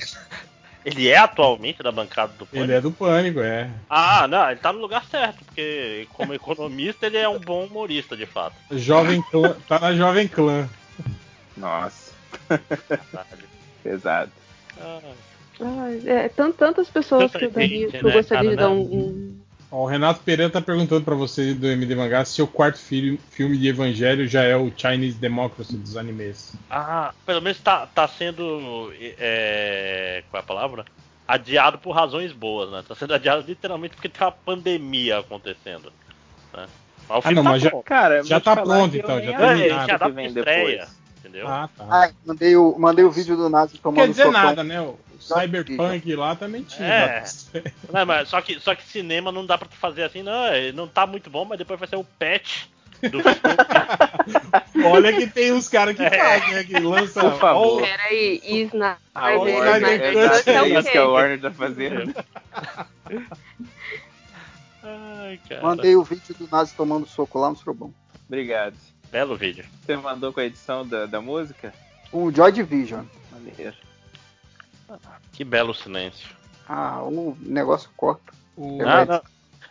Ele é atualmente da bancada do Pânico?
Ele é do pânico, é.
Ah, não, ele tá no lugar certo, porque como economista ele é um bom humorista, de fato.
Jovem Clã, tá na Jovem Clã.
Nossa,
Caralho.
pesado.
Ah,
Ai, É, tan- tantas pessoas
Tanta
que eu, daria-
gente,
que eu
né,
gostaria de
cara,
dar um,
né?
um-
Ó, o Renato Pereira tá perguntando pra você do MD Mangá se o quarto filme, filme de Evangelho já é o Chinese Democracy dos animes.
Ah, pelo menos tá, tá sendo. É, qual é a palavra? Adiado por razões boas, né? Tá sendo adiado literalmente porque tem uma pandemia acontecendo. Né? Mas o
Ah,
filme
não,
tá
mas já,
pronto.
Cara,
já
vou te
tá
falar
pronto
que eu
então, já
nem
tá
É, ele
terminado.
já dá pra estreia, entendeu?
Ah, tá.
Ai, mandei o, mandei o vídeo do Nazi
Não
tomando
quer dizer
socão.
nada, né? O
é
Cyberpunk lá tá mentindo.
É. Não, mas só, que, só que cinema não dá pra tu fazer assim, não. ele Não tá muito bom, mas depois vai ser o patch do filme.
Olha que tem uns caras
É.
que fazem, né? Que lançam.
Por favor.
Oh, Peraí, e Snyder.
Ah,
A Warner,
Snyder
é,
Cut
é,
o
isso
quê?
que a Warner tá fazendo.
Ai,
É.
cara.
Mandei o vídeo do Nazi tomando soco lá no Sorobão.
Obrigado.
Belo vídeo.
Você mandou com a edição da, da música?
Com o Joy Division.
Maneiro.
Que belo silêncio.
Ah, o negócio corta.
O...
Não, não.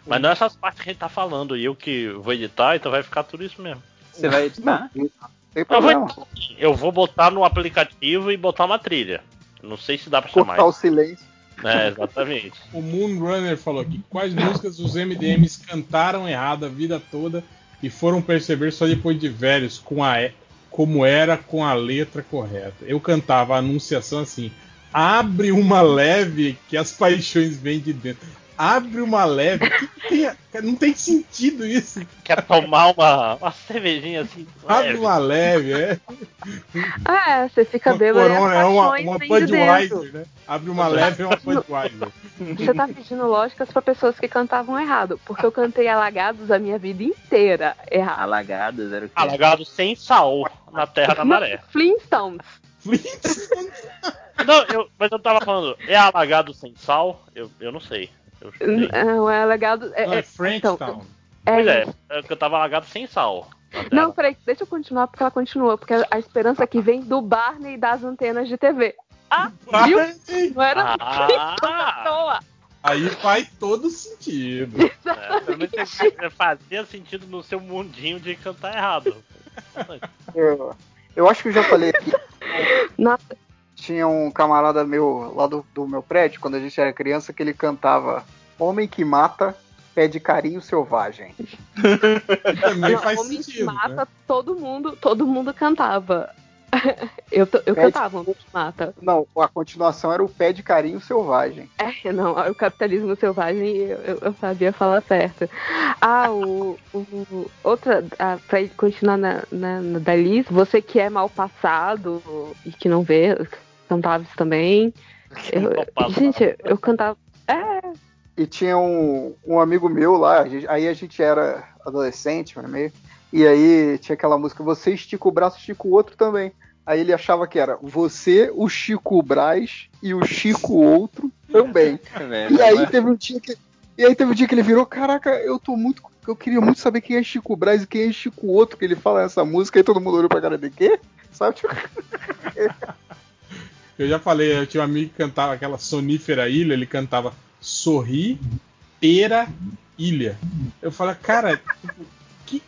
Mas não essas partes que a gente tá falando, e eu que vou editar, então vai ficar tudo isso mesmo.
Você vai editar?
Não, tem
Eu vou,
problema.
editar, sim. eu vou botar no aplicativo e botar uma trilha. Não sei se dá pra chamar.
Cortar Tá o silêncio.
É, exatamente.
O Moonrunner falou aqui: quais músicas os MDMs cantaram errado a vida toda e foram perceber só depois de velhos com a e- como era com a letra correta? Eu cantava a anunciação assim: abre uma leve que as paixões vêm de dentro. Abre uma leve. que que tem a- cara, Não tem sentido isso.
Quer tomar uma, Ah, uma cervejinha assim?
Abre
leve?
uma leve, é.
Ah, é, você fica bêbado. e
Corona,
as
é uma,
paixões
uma
vêm de dentro.
Budweiser, né? Abre uma leve é uma Budweiser.
Você tá pedindo lógicas pra pessoas que cantavam errado, porque eu cantei alagados a minha vida inteira errado.
Alagadas, era o quê?
Alagado sem sal na terra da maré.
Flintstones.
Não, eu- mas eu tava falando, é alagado sem sal? Eu, eu não sei. Eu chutei.
Não é alagado. É,
Não, é
é-
Frankstown.
Pois
é,
é, é que eu tava alagado sem sal. na terra.
Não, peraí, deixa eu continuar porque ela continua, porque a esperança que vem do Barney e das antenas de TV. Ah, viu? Não era
Ah!
à toa.
Aí faz todo sentido.
É, pelo menos você- você fazia sentido no seu mundinho de cantar errado.
Eu, eu acho que eu já falei aqui.
Nossa,
Tinha um camarada meu lá do, do meu prédio, quando a gente era criança, que ele cantava Homem que mata, pede carinho selvagem.
Também
não,
faz
homem que
sentido.
mata,
né?
todo mundo, todo mundo cantava. Eu, to- eu
Pede-
cantava Homem que Mata.
Não, a continuação era o pé de carinho selvagem.
É, não, o capitalismo selvagem eu, eu- eu sabia falar certo. Ah, o, o- outra, ah, pra continuar na, na, na da Liz, você que é mal passado e que não vê, eu cantava isso também. Eu-
Mal passado.
gente, eu cantava. É,
E tinha um, um amigo meu lá, a gente- aí a gente era adolescente, né, meio, e aí tinha aquela música, você estica o braço, estica o outro também. Aí ele achava que era você, o Chico Brás e o Chico Outro também.
É
E aí teve um dia que. E aí teve um dia que ele virou, caraca, eu tô muito. Eu queria muito saber quem é Chico Braz e quem é Chico Outro, que ele fala nessa música, aí todo mundo olhou pra cara de quê? Sabe? Tipo,
Eu já falei, eu tinha um amigo que cantava aquela sonífera ilha, ele cantava sorri, pera, ilha. Eu falei, cara, tipo, que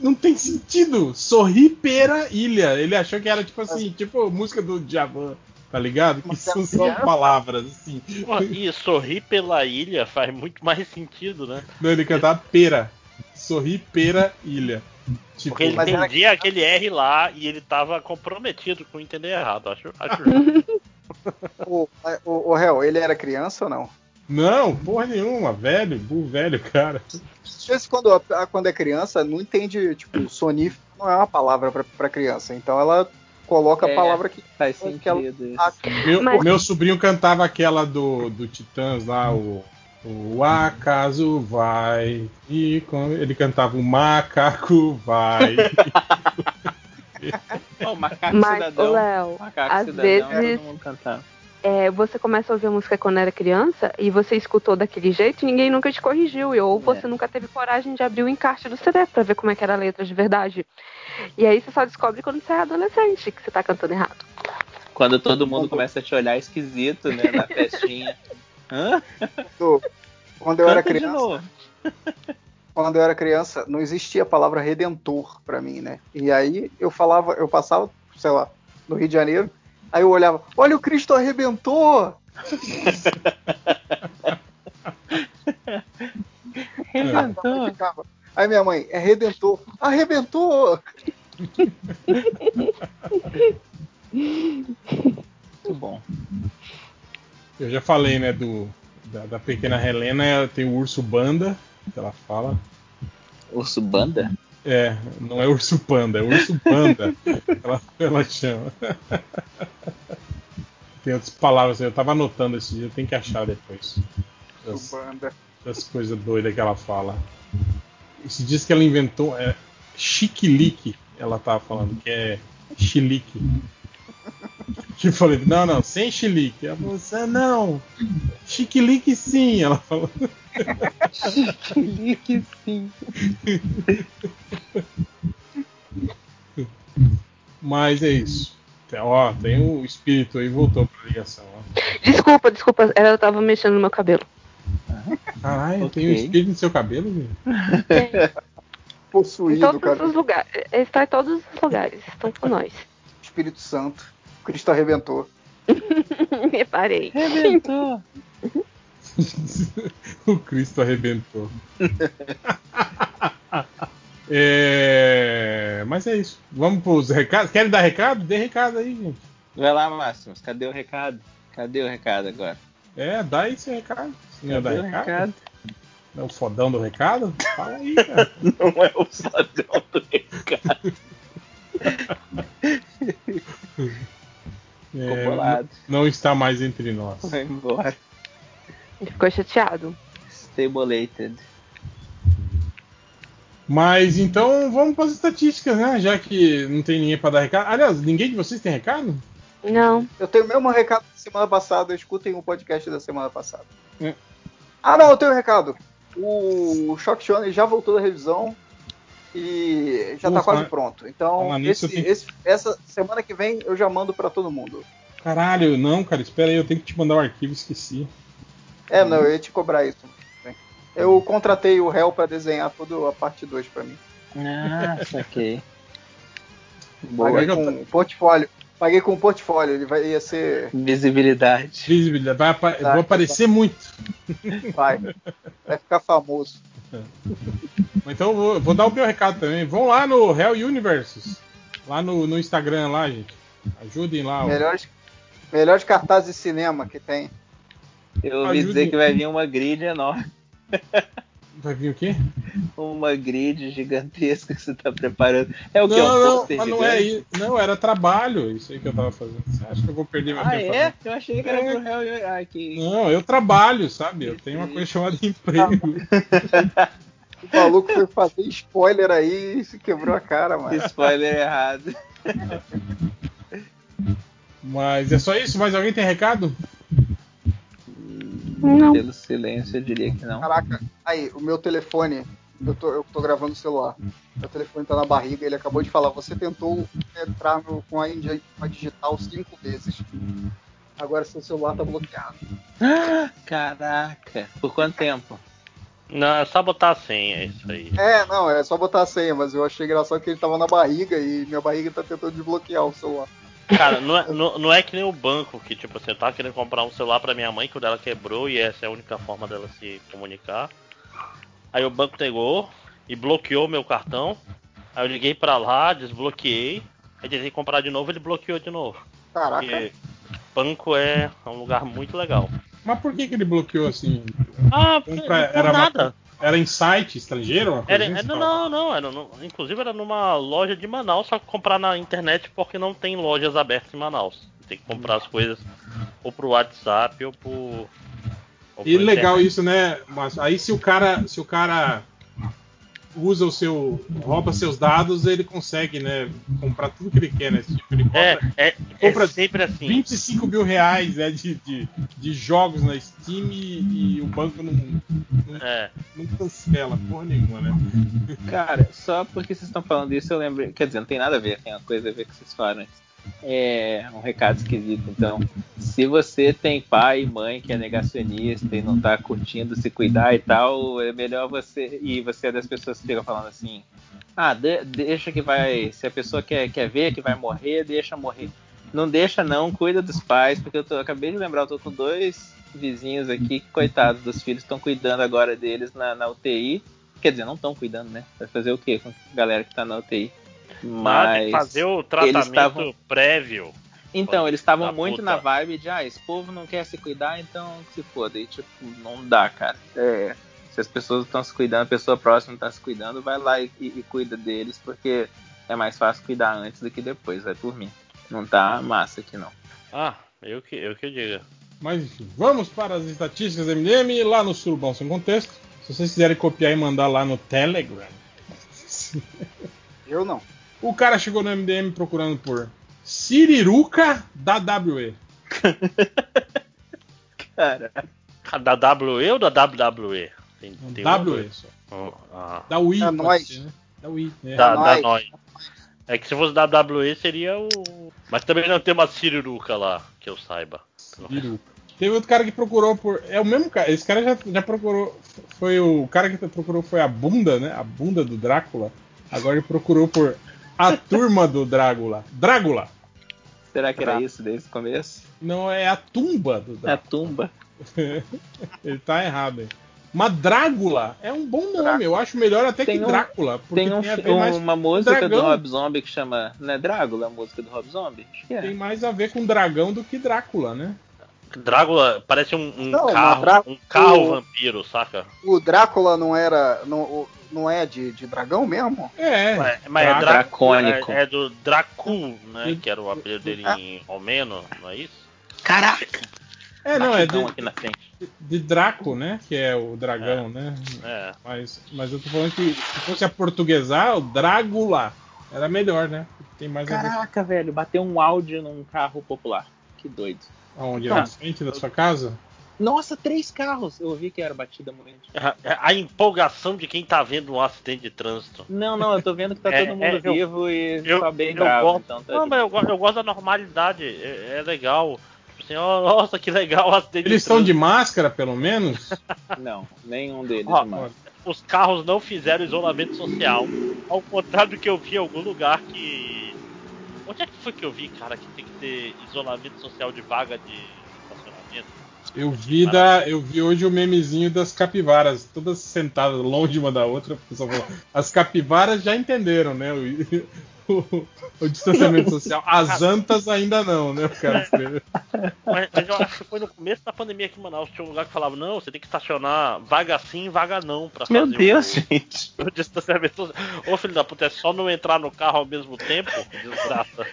não tem sentido. Sorri, pera, ilha. Ele achou que era tipo assim, tipo música do Djavan, tá ligado? Que são só palavras, assim.
Pô, E sorrir pela ilha faz muito mais sentido, né?
Não, ele cantava pera. Sorri, pera, ilha. Tipo,
Porque ele
Mas era-
entendia aquele R lá e ele tava comprometido com entender errado. Acho, acho justo.
o, o, o réu, ele era criança ou não?
não, porra nenhuma, velho, burro velho, cara.
Às vezes quando, a- quando é criança, não entende, tipo, sonífero não é uma palavra pra, pra criança. Então ela coloca
É.
a palavra que.
Faz
que ela tá
sentido. isso.
acha.
Meu,
Mas-
meu sobrinho cantava aquela do, do Titãs lá, o, o acaso vai. E com- ele cantava o macaco vai.
Ó, o macaco
mas, ô,
cidadão.
Léo,
macaco
às
cidadão,
vezes-
todo mundo cantava.
é, você começa a ouvir a música quando era criança e você escutou daquele jeito e ninguém nunca te corrigiu. E, ou
É.
você nunca teve coragem de abrir o encarte do CD pra ver como é que era a letra de verdade. E aí você só descobre quando você é adolescente que você tá cantando errado.
Quando todo mundo começa a te olhar esquisito, né? Na festinha. Hã?
Quando- Quando eu era
Canta de
criança,
novo.
quando eu era criança, não existia a palavra redentor pra mim, né? E aí eu falava, eu passava, sei lá, no Rio de Janeiro, aí eu olhava, olha o Cristo arrebentou! Redentor. Aí minha mãe, é Redentor. Arrebentou!
Muito bom. Eu já falei, né, do da, da pequena Helena, ela tem o urso banda, que ela fala.
Urso banda?
É, não é urso panda, é urso banda. ela, ela chama. tem outras palavras, eu tava anotando esse dia, tem que achar depois. Das,
Banda.
das coisas doidas que ela fala. E se diz que ela inventou. É, chiquilique, ela tava falando, que é chilique. Eu falei, não, não, sem chilique. Ela falou, "Sa- não, chiquilique sim, ela falou.
Chiquilique sim.
Mas é isso. Tem- Ó, tem o espírito aí, voltou pra ligação. Ó.
Desculpa, desculpa, é, eu tava mexendo no meu cabelo.
Caralho, tem o espírito no seu cabelo, velho?
Em
Possuído,
todos
cara.
os lugares. Está em todos os lugares. Estão com nós.
Espírito Santo. Cristo arrebentou.
Reparei.
Arrebentou.
O Cristo arrebentou. É, Mas é isso. Vamos pros recados. Querem dar recado? Dê recado aí, gente.
Vai lá, Máximos, cadê o recado? Cadê o recado agora?
É, dá esse recado. Não ia dar
Cadê o
recado?
recado?
Não é o fodão do recado? Fala aí, cara.
Não é o fodão do recado.
É,
bolado.
Não não está mais entre nós.
Vai embora.
Ficou chateado.
Stabulated.
Mas então vamos para as estatísticas, né? Já que não tem ninguém para dar recado. Aliás, ninguém de vocês tem recado?
Não.
Eu tenho o mesmo recado da semana passada, escutem o podcast da semana passada.
É.
Ah não, eu tenho um recado. O Shock Shonen já voltou da revisão e já
Ufa,
tá quase
né?
pronto. Então,
Falar
esse-
nisso, eu tenho-
esse- essa semana que vem eu já mando pra todo mundo.
Caralho, não, cara, espera aí, eu tenho que te mandar o arquivo, esqueci.
É,
Uhum.
não, eu ia te cobrar isso. Eu contratei o réu pra desenhar toda a parte 2 pra mim.
Ah, saquei.
Boa.
Paguei com um portfólio. Paguei com um portfólio, ele vai, ia ser.
Visibilidade. Tá.
Visibilidade, vai apa- vou aparecer muito.
Vai. Vai ficar famoso.
Então eu vou, eu vou dar o meu recado também. Vão lá no Hell Universes, lá no, no Instagram, lá, gente. Ajudem lá. ó.
Melhores, melhores cartazes de cinema que tem.
Eu ouvi
Ajude.
dizer que vai vir uma grid enorme.
Vai vir o quê?
Uma grid gigantesca que você tá preparando. É o que?
não,
é um
não,
pôster
mas não é
gigante?
isso. Não, era trabalho, isso aí que eu tava fazendo. Você acha que eu vou perder meu
Ah,
tempo?
é?
fazendo?
Eu achei que era pro Hell. Ai, que. Tá
Não, eu trabalho, sabe? Eu tenho uma coisa chamada emprego.
O maluco foi fazer spoiler aí e se quebrou a cara, mano.
Spoiler é. errado.
Mas é só isso? Mais alguém tem recado?
Não.
Pelo silêncio, eu diria que não.
Caraca, aí, o meu telefone, eu tô, eu tô gravando o celular. Meu telefone tá na barriga, ele acabou de falar, você tentou entrar no- com a indi- com a digital cinco vezes. Agora seu celular tá bloqueado.
Caraca. É, Por quanto tempo?
Não, é só botar a senha, é isso aí.
É, não, é só botar a senha, mas eu achei engraçado que ele tava na barriga e minha barriga tá tentando desbloquear o celular.
Cara, não é, não, não é que nem o banco que, tipo assim, eu tava querendo comprar um celular pra minha mãe, que o dela quebrou e essa é a única forma dela se comunicar. Aí o banco pegou e bloqueou meu cartão. Aí eu liguei pra lá, desbloqueei. Aí tentei comprar de novo, ele bloqueou de novo.
Caraca.
Porque banco é um lugar muito legal.
Mas por que, que ele bloqueou assim?
Ah,
Compra-
por nada.
é, Uma, era em site estrangeiro? uma coisa
Era,
assim,
é, não,
você fala?
não, não, era no- inclusive era numa loja de Manaus, só que comprar na internet porque não tem lojas abertas em Manaus. Tem que comprar as coisas ou pro WhatsApp ou por. ou por
E legal
internet.
isso, né? Mas aí se o cara, se o cara usa o seu, rouba seus dados, ele consegue, né, comprar tudo que ele quer, né? Esse tipo, ele
É,
compra,
é, é
compra
sempre assim.
25 mil reais né, de, de, de jogos na Steam e, e o banco não, não,
É.
não cancela porra nenhuma, né?
Cara, só porque vocês estão falando isso, eu lembrei. Quer dizer, não tem nada a ver, tem uma coisa a ver com vocês falaram antes. É um recado esquisito, então. Se você tem pai e mãe que é negacionista e não tá curtindo se cuidar e tal, é melhor você. E você é das pessoas que ficam falando assim: ah, de- deixa que vai. Se a pessoa quer, quer ver que vai morrer, deixa morrer. Não deixa não, cuida dos pais, porque eu, tô- eu acabei de lembrar, eu tô com dois vizinhos aqui, que, coitados dos filhos, estão cuidando agora deles na, na UTI. Quer dizer, não estão cuidando, né? Vai fazer o quê com a galera que tá na UTI? Mas
Mas... fazer o
eles
tratamento
estavam-
prévio.
Então, eles estavam
Da
muito
puta.
na vibe de, ah, esse povo não quer se cuidar, então que se foda. E, tipo, não dá, cara. É, se as pessoas estão se cuidando, a pessoa próxima está se cuidando, vai lá e, e- e cuida deles, porque é mais fácil cuidar antes do que depois, vai por mim. Não tá massa aqui, não.
Ah, eu que, eu que diga.
Mas enfim, vamos para as estatísticas do MDM lá no Surubal Sem Contexto. Se vocês quiserem copiar e mandar lá no Telegram.
Eu não.
O cara chegou no MDM procurando por Siriruca da WE.
Cara.
Ah, Da WE ou da WWE? Tem, tem uma
WE
coisa.
só.
Oh, ah.
Da
É
Wii.
Da
pode
nós.
ser, né? Da Wii. né?
Tá,
Da, da nós. É que se fosse WWE seria o. Mas também não tem uma Ciruruca lá, que eu saiba.
Ciruca. Teve outro cara que procurou por. É o mesmo cara. Esse cara já, já procurou. Foi o cara que procurou foi a bunda, né? A bunda do Drácula. Agora ele procurou por a turma do Drácula. Drácula!
Será que era
Tá.
isso desde o começo?
Não, é a tumba do
É a
Drácula.
tumba.
ele tá errado aí. Mas Drácula é um bom nome. Eu acho melhor até
Tem
que
um-
Drácula. Porque
Tem,
tem,
um
a
fi-
ver mais
uma
com
música do
dragão.
Rob Zombie que chama. Não é Drácula a música do Rob Zombie? Acho que é.
Tem mais a ver com dragão do que Drácula, né?
Drácula parece um, um
Não, mas
carro.
Drá-
Um carro
o-
vampiro, saca?
O Drácula não era. Não, o- não é de, de dragão mesmo?
É.
Mas, mas é
Drá-
Dracônico.
dracônico.
É, é do Dracu, né? Que era o apelido dele
Ah.
em romeno, não é isso?
Caraca!
É, não, é de,
Então, aqui na frente.
de Draco, né? Que é o dragão, né?
É.
Mas, mas eu tô falando que se fosse a portuguesar, o Drácula era melhor, né? Tem mais a ver
Caraca, velho, bateu um áudio num carro popular. Que doido.
com- aonde?
Tá.
Na frente da sua casa?
Nossa, três carros! Eu ouvi que era batida moente.
É, A, a empolgação de quem tá vendo um acidente de trânsito.
Não, não, eu tô vendo que tá
É,
todo mundo
é, eu-
vivo e
Eu,
tá bem
eu
bravo,
gosto.
então tá
não,
de
mas eu, go- eu gosto da normalidade. É, é legal. Tipo assim, ó, nossa, que legal o acidente
Eles
de
estão
trânsito.
de máscara, pelo menos?
Não, nenhum deles.
Ó,
mano.
os carros não fizeram isolamento social. Ao contrário do que eu vi em algum lugar que. Onde é que foi que eu vi, cara, que tem que ter isolamento social de vaga de estacionamento?
Eu vi, da, eu vi hoje o memezinho das capivaras, todas sentadas longe uma da outra. o pessoal falou, As capivaras já entenderam, né? O, o- o distanciamento social. As antas ainda não, né? O cara escreveu.
Mas, mas eu acho que foi no começo da pandemia aqui em Manaus. Tinha um lugar que falava: não, você tem que estacionar vaga sim, vaga não. Pra
Meu
fazer
Deus,
o, gente. O distanciamento social. Ô filho da puta, é só não entrar no carro ao mesmo tempo? Que Desgraça.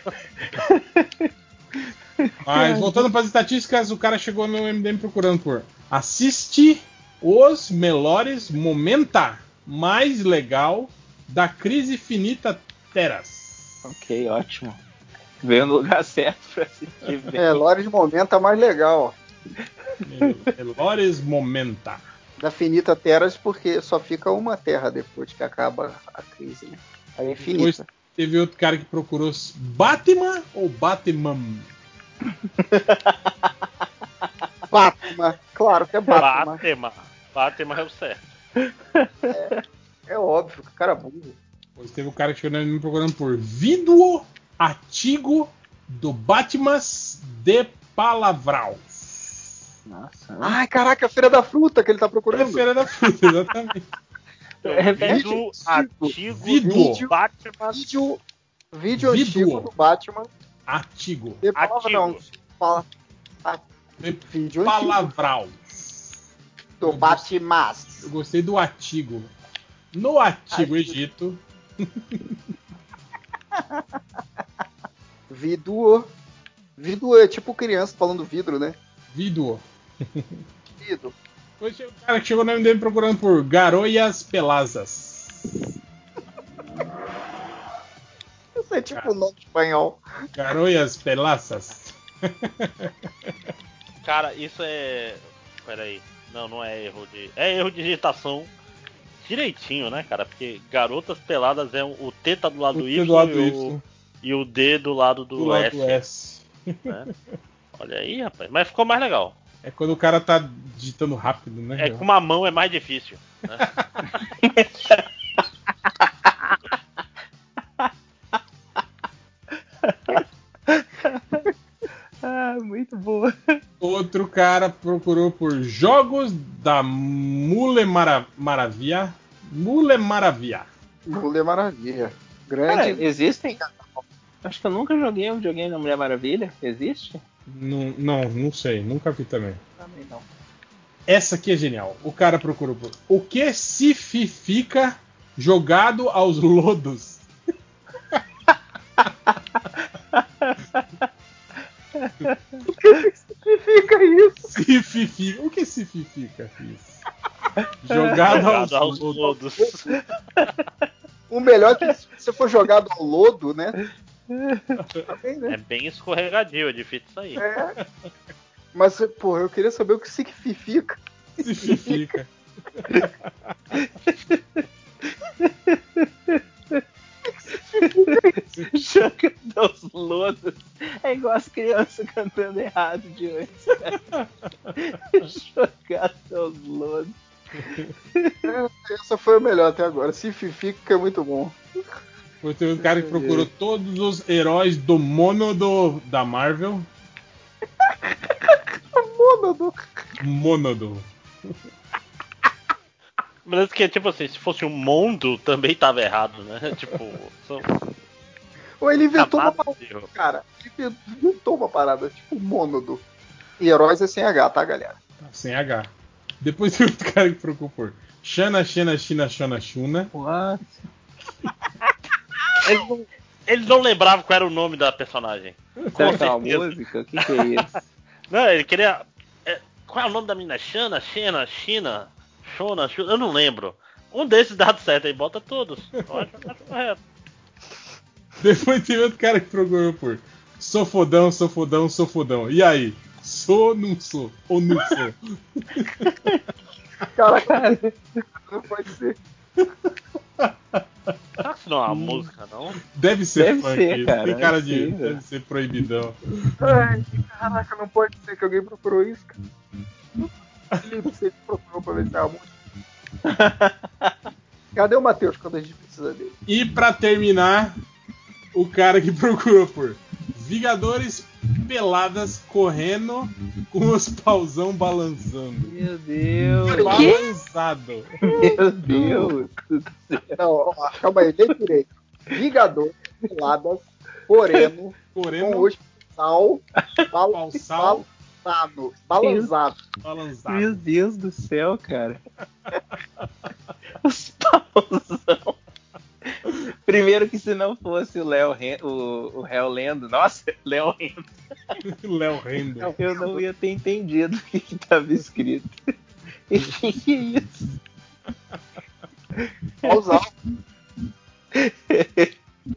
Mas voltando para as estatísticas, o cara chegou no MDM procurando por assiste os melhores momenta mais legal da crise finita teras.
Ok, ótimo. Veio no lugar certo pra assistir. bem.
É, Lores Momenta mais legal.
Melhores momenta.
Da finita Terras, porque só fica uma terra depois que acaba a crise, né? Aí é
Depois
infinita.
teve outro cara que procurou s- Batman ou Batman?
Batman, claro que é Batman.
Batema. Batema é o certo.
É óbvio, que o cara é burro.
Depois teve o cara que chegou no MDM procurando por vídeo artigo do Batman de Palavral.
Nossa.
Ai, caraca, Feira da Fruta que ele tá procurando.
É Feira da Fruta, exatamente.
É vídeo
Vídeo Então, artigo
Vídeo.
do Batman.
Vídeo, vídeo
Vídeo.
antigo do Batman.
Artigo.
De palavra não. Fala. a-
De
Vídeo antigo
Palavral.
do Batman.
Eu gostei do artigo. No Antigo Egito,
Vidro. Vidro é tipo criança falando vidro, né?
vidro.
Vidro.
Depois chegou o cara que chegou no MDM procurando por Garoias Pelazas.
Isso é tipo um nome espanhol.
Garoias Pelazas.
Cara, isso é. Peraí. Não, não é erro de. É erro de digitação direitinho, né, cara? Porque garotas peladas é o T tá do lado do Y,
Do lado do
e,
Y,
o... e o D do lado do,
do lado
S.
do S.
né? Olha aí, rapaz. Mas ficou mais legal.
É quando o cara tá digitando rápido, né?
É com uma mão é mais difícil. né?
Ah,
muito boa.
Outro cara procurou por jogos da Mule Mara- Maravilha. Mule Maravilha.
Mulher é Maravilha.
Cara,
Grande.
existem. Acho que eu nunca joguei um videogame da Mulher Maravilha. Existe?
Não, não, não sei, nunca vi também.
Também não.
Essa aqui é genial. O cara procurou por o que se fi- fica jogado aos lodos.
O que significa isso?
Se fi- fi- O que se fi- fica? Isso. Jogado aos
Jogado aos
lodos.
lodos.
O melhor é que se você for jogado ao lodo, né?
É bem escorregadio, é difícil sair.
É. Mas, porra, eu queria saber o que significa.
Se fi- fica.
Jogando aos lodos. É igual as crianças cantando errado de antes. cara. Jogado aos lodos.
É, Essa foi a melhor até agora. Se fica é muito bom.
Foi o cara que procurou todos os heróis do mono do- da Marvel.
Mônado.
Mônado.
Mas que, tipo assim, se fosse um mundo, também tava errado, né? Tipo, são
Ou ele inventou uma
camadas
parada,
de erro.
cara. Ele inventou uma parada, tipo mônado. E heróis é sem H, tá, galera?
Sem H. Depois tem outro cara que procurou por Xana, Xana, Xina, Xana, Xuna.
What?
Eles não, eles não lembravam qual era o nome da personagem.
Sabe aquela
certeza.
música? O que, que é isso?
Não, ele queria. é, qual é o nome da menina? Xana, Xena, China, Shona, Shuna? Eu não lembro. Um desses dá certo aí, bota todos. Eu acho, acho correto.
Depois tem outro cara que procurou por Sou fodão, sou fodão, sou fodão. E aí? Sou, não sou? Ou não sou?
Cara, não pode ser.
Será que isso não é uma música, não?
Hum. Deve ser
Deve
funk.
ser, cara, é
tem cara
deve
de.
ser,
Deve
velho.
ser proibidão.
Ai, caraca, não pode ser que alguém procurou isso, cara. Felipe, você procurou pra ver se é a música. Cadê o Matheus quando a gente precisa dele?
E pra terminar, o cara que procurou por Vingadores peladas correndo com os pauzão balançando.
Meu Deus.
Balançado.
Meu Deus.
Não, ó, calma aí, lê direito. Vingador, Peladas, Moreno, com
Correndo,
o sal,
Pausal.
balançado, balançado.
balançado.
Meu Deus do céu, cara. Os pauzão. Primeiro que se não fosse o Léo Ren- o, o réu Lendo, nossa, Léo Rendo,
Léo Rendo.
eu não ia ter entendido o que, que tava escrito. E que, que é isso?
Pausal.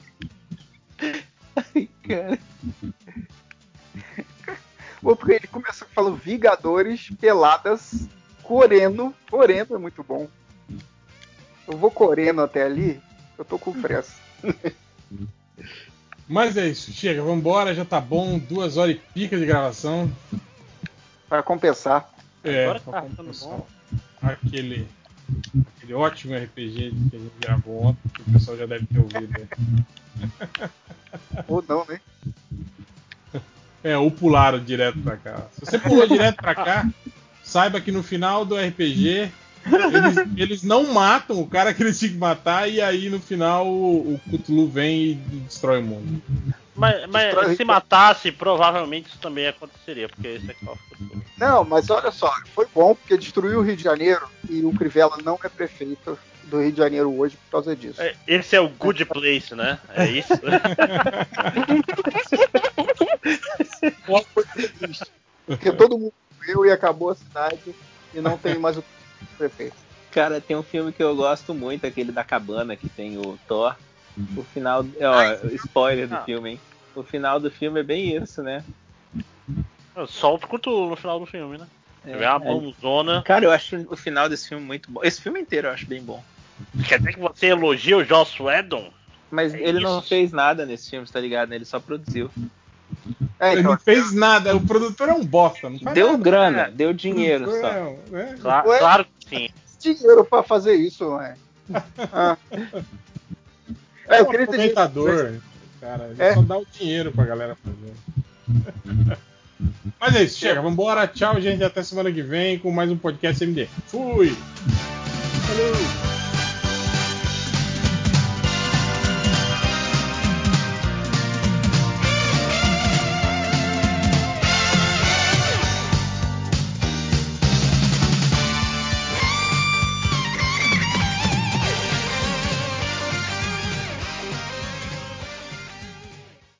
Ai, cara.
Ou porque ele começou falando Vingadores, Peladas, Coreno. Coreno é muito bom. Eu vou Coreno até ali, eu tô com pressa.
Mas é isso, chega, vambora, já tá bom, duas horas e pica de gravação.
Pra compensar.
É,
Agora
só
tá
pra
ficando
começar.
bom.
Aquele, aquele ótimo RPG que a gente gravou ontem, que o pessoal já deve ter ouvido. né?
Ou não, né?
É, ou pularam direto pra cá. Se você pulou direto pra cá, saiba que no final do RPG eles, eles não matam o cara que eles tinham que matar, e aí no final o, o Cthulhu vem e destrói o mundo.
Mas, mas
Destrói-
se matasse, provavelmente isso também aconteceria, porque esse é o futuro.
Não, mas olha só, foi bom porque destruiu o Rio de Janeiro e o Crivella não é prefeito do Rio de Janeiro hoje por causa disso.
É, Esse é o good place, né? É isso.
Porque todo mundo morreu e acabou a cidade e não tem mais o prefeito.
Cara, tem um filme que eu gosto muito, aquele da cabana que tem o Thor.
Uhum.
O final. Ó, spoiler do
Ah.
filme, hein? O final do filme é bem isso, né?
Solta o cutulo no final do filme, né? É, uma mãozona.
Cara, eu acho o final desse filme muito bom. Esse filme inteiro eu acho bem bom.
Quer dizer que você elogia o Joss Whedon?
Mas
É
ele não
isso.
fez nada nesse filme, tá ligado? Ele só produziu.
É,
Ele
então,
não fez nada, o produtor é um bosta, não faz
Deu
nada.
grana, deu dinheiro
Produtor
só.
é um- né?
Cla-
Ué?
Claro que sim.
dinheiro pra fazer isso, não é? Ah. É, eu
um
queria ter dinheiro.
aproveitador. Cara, ele
É.
só dá o dinheiro pra galera fazer. Mas é isso, chega, vambora. Tchau, gente. Até semana que vem com mais um podcast MD. Fui! Valeu!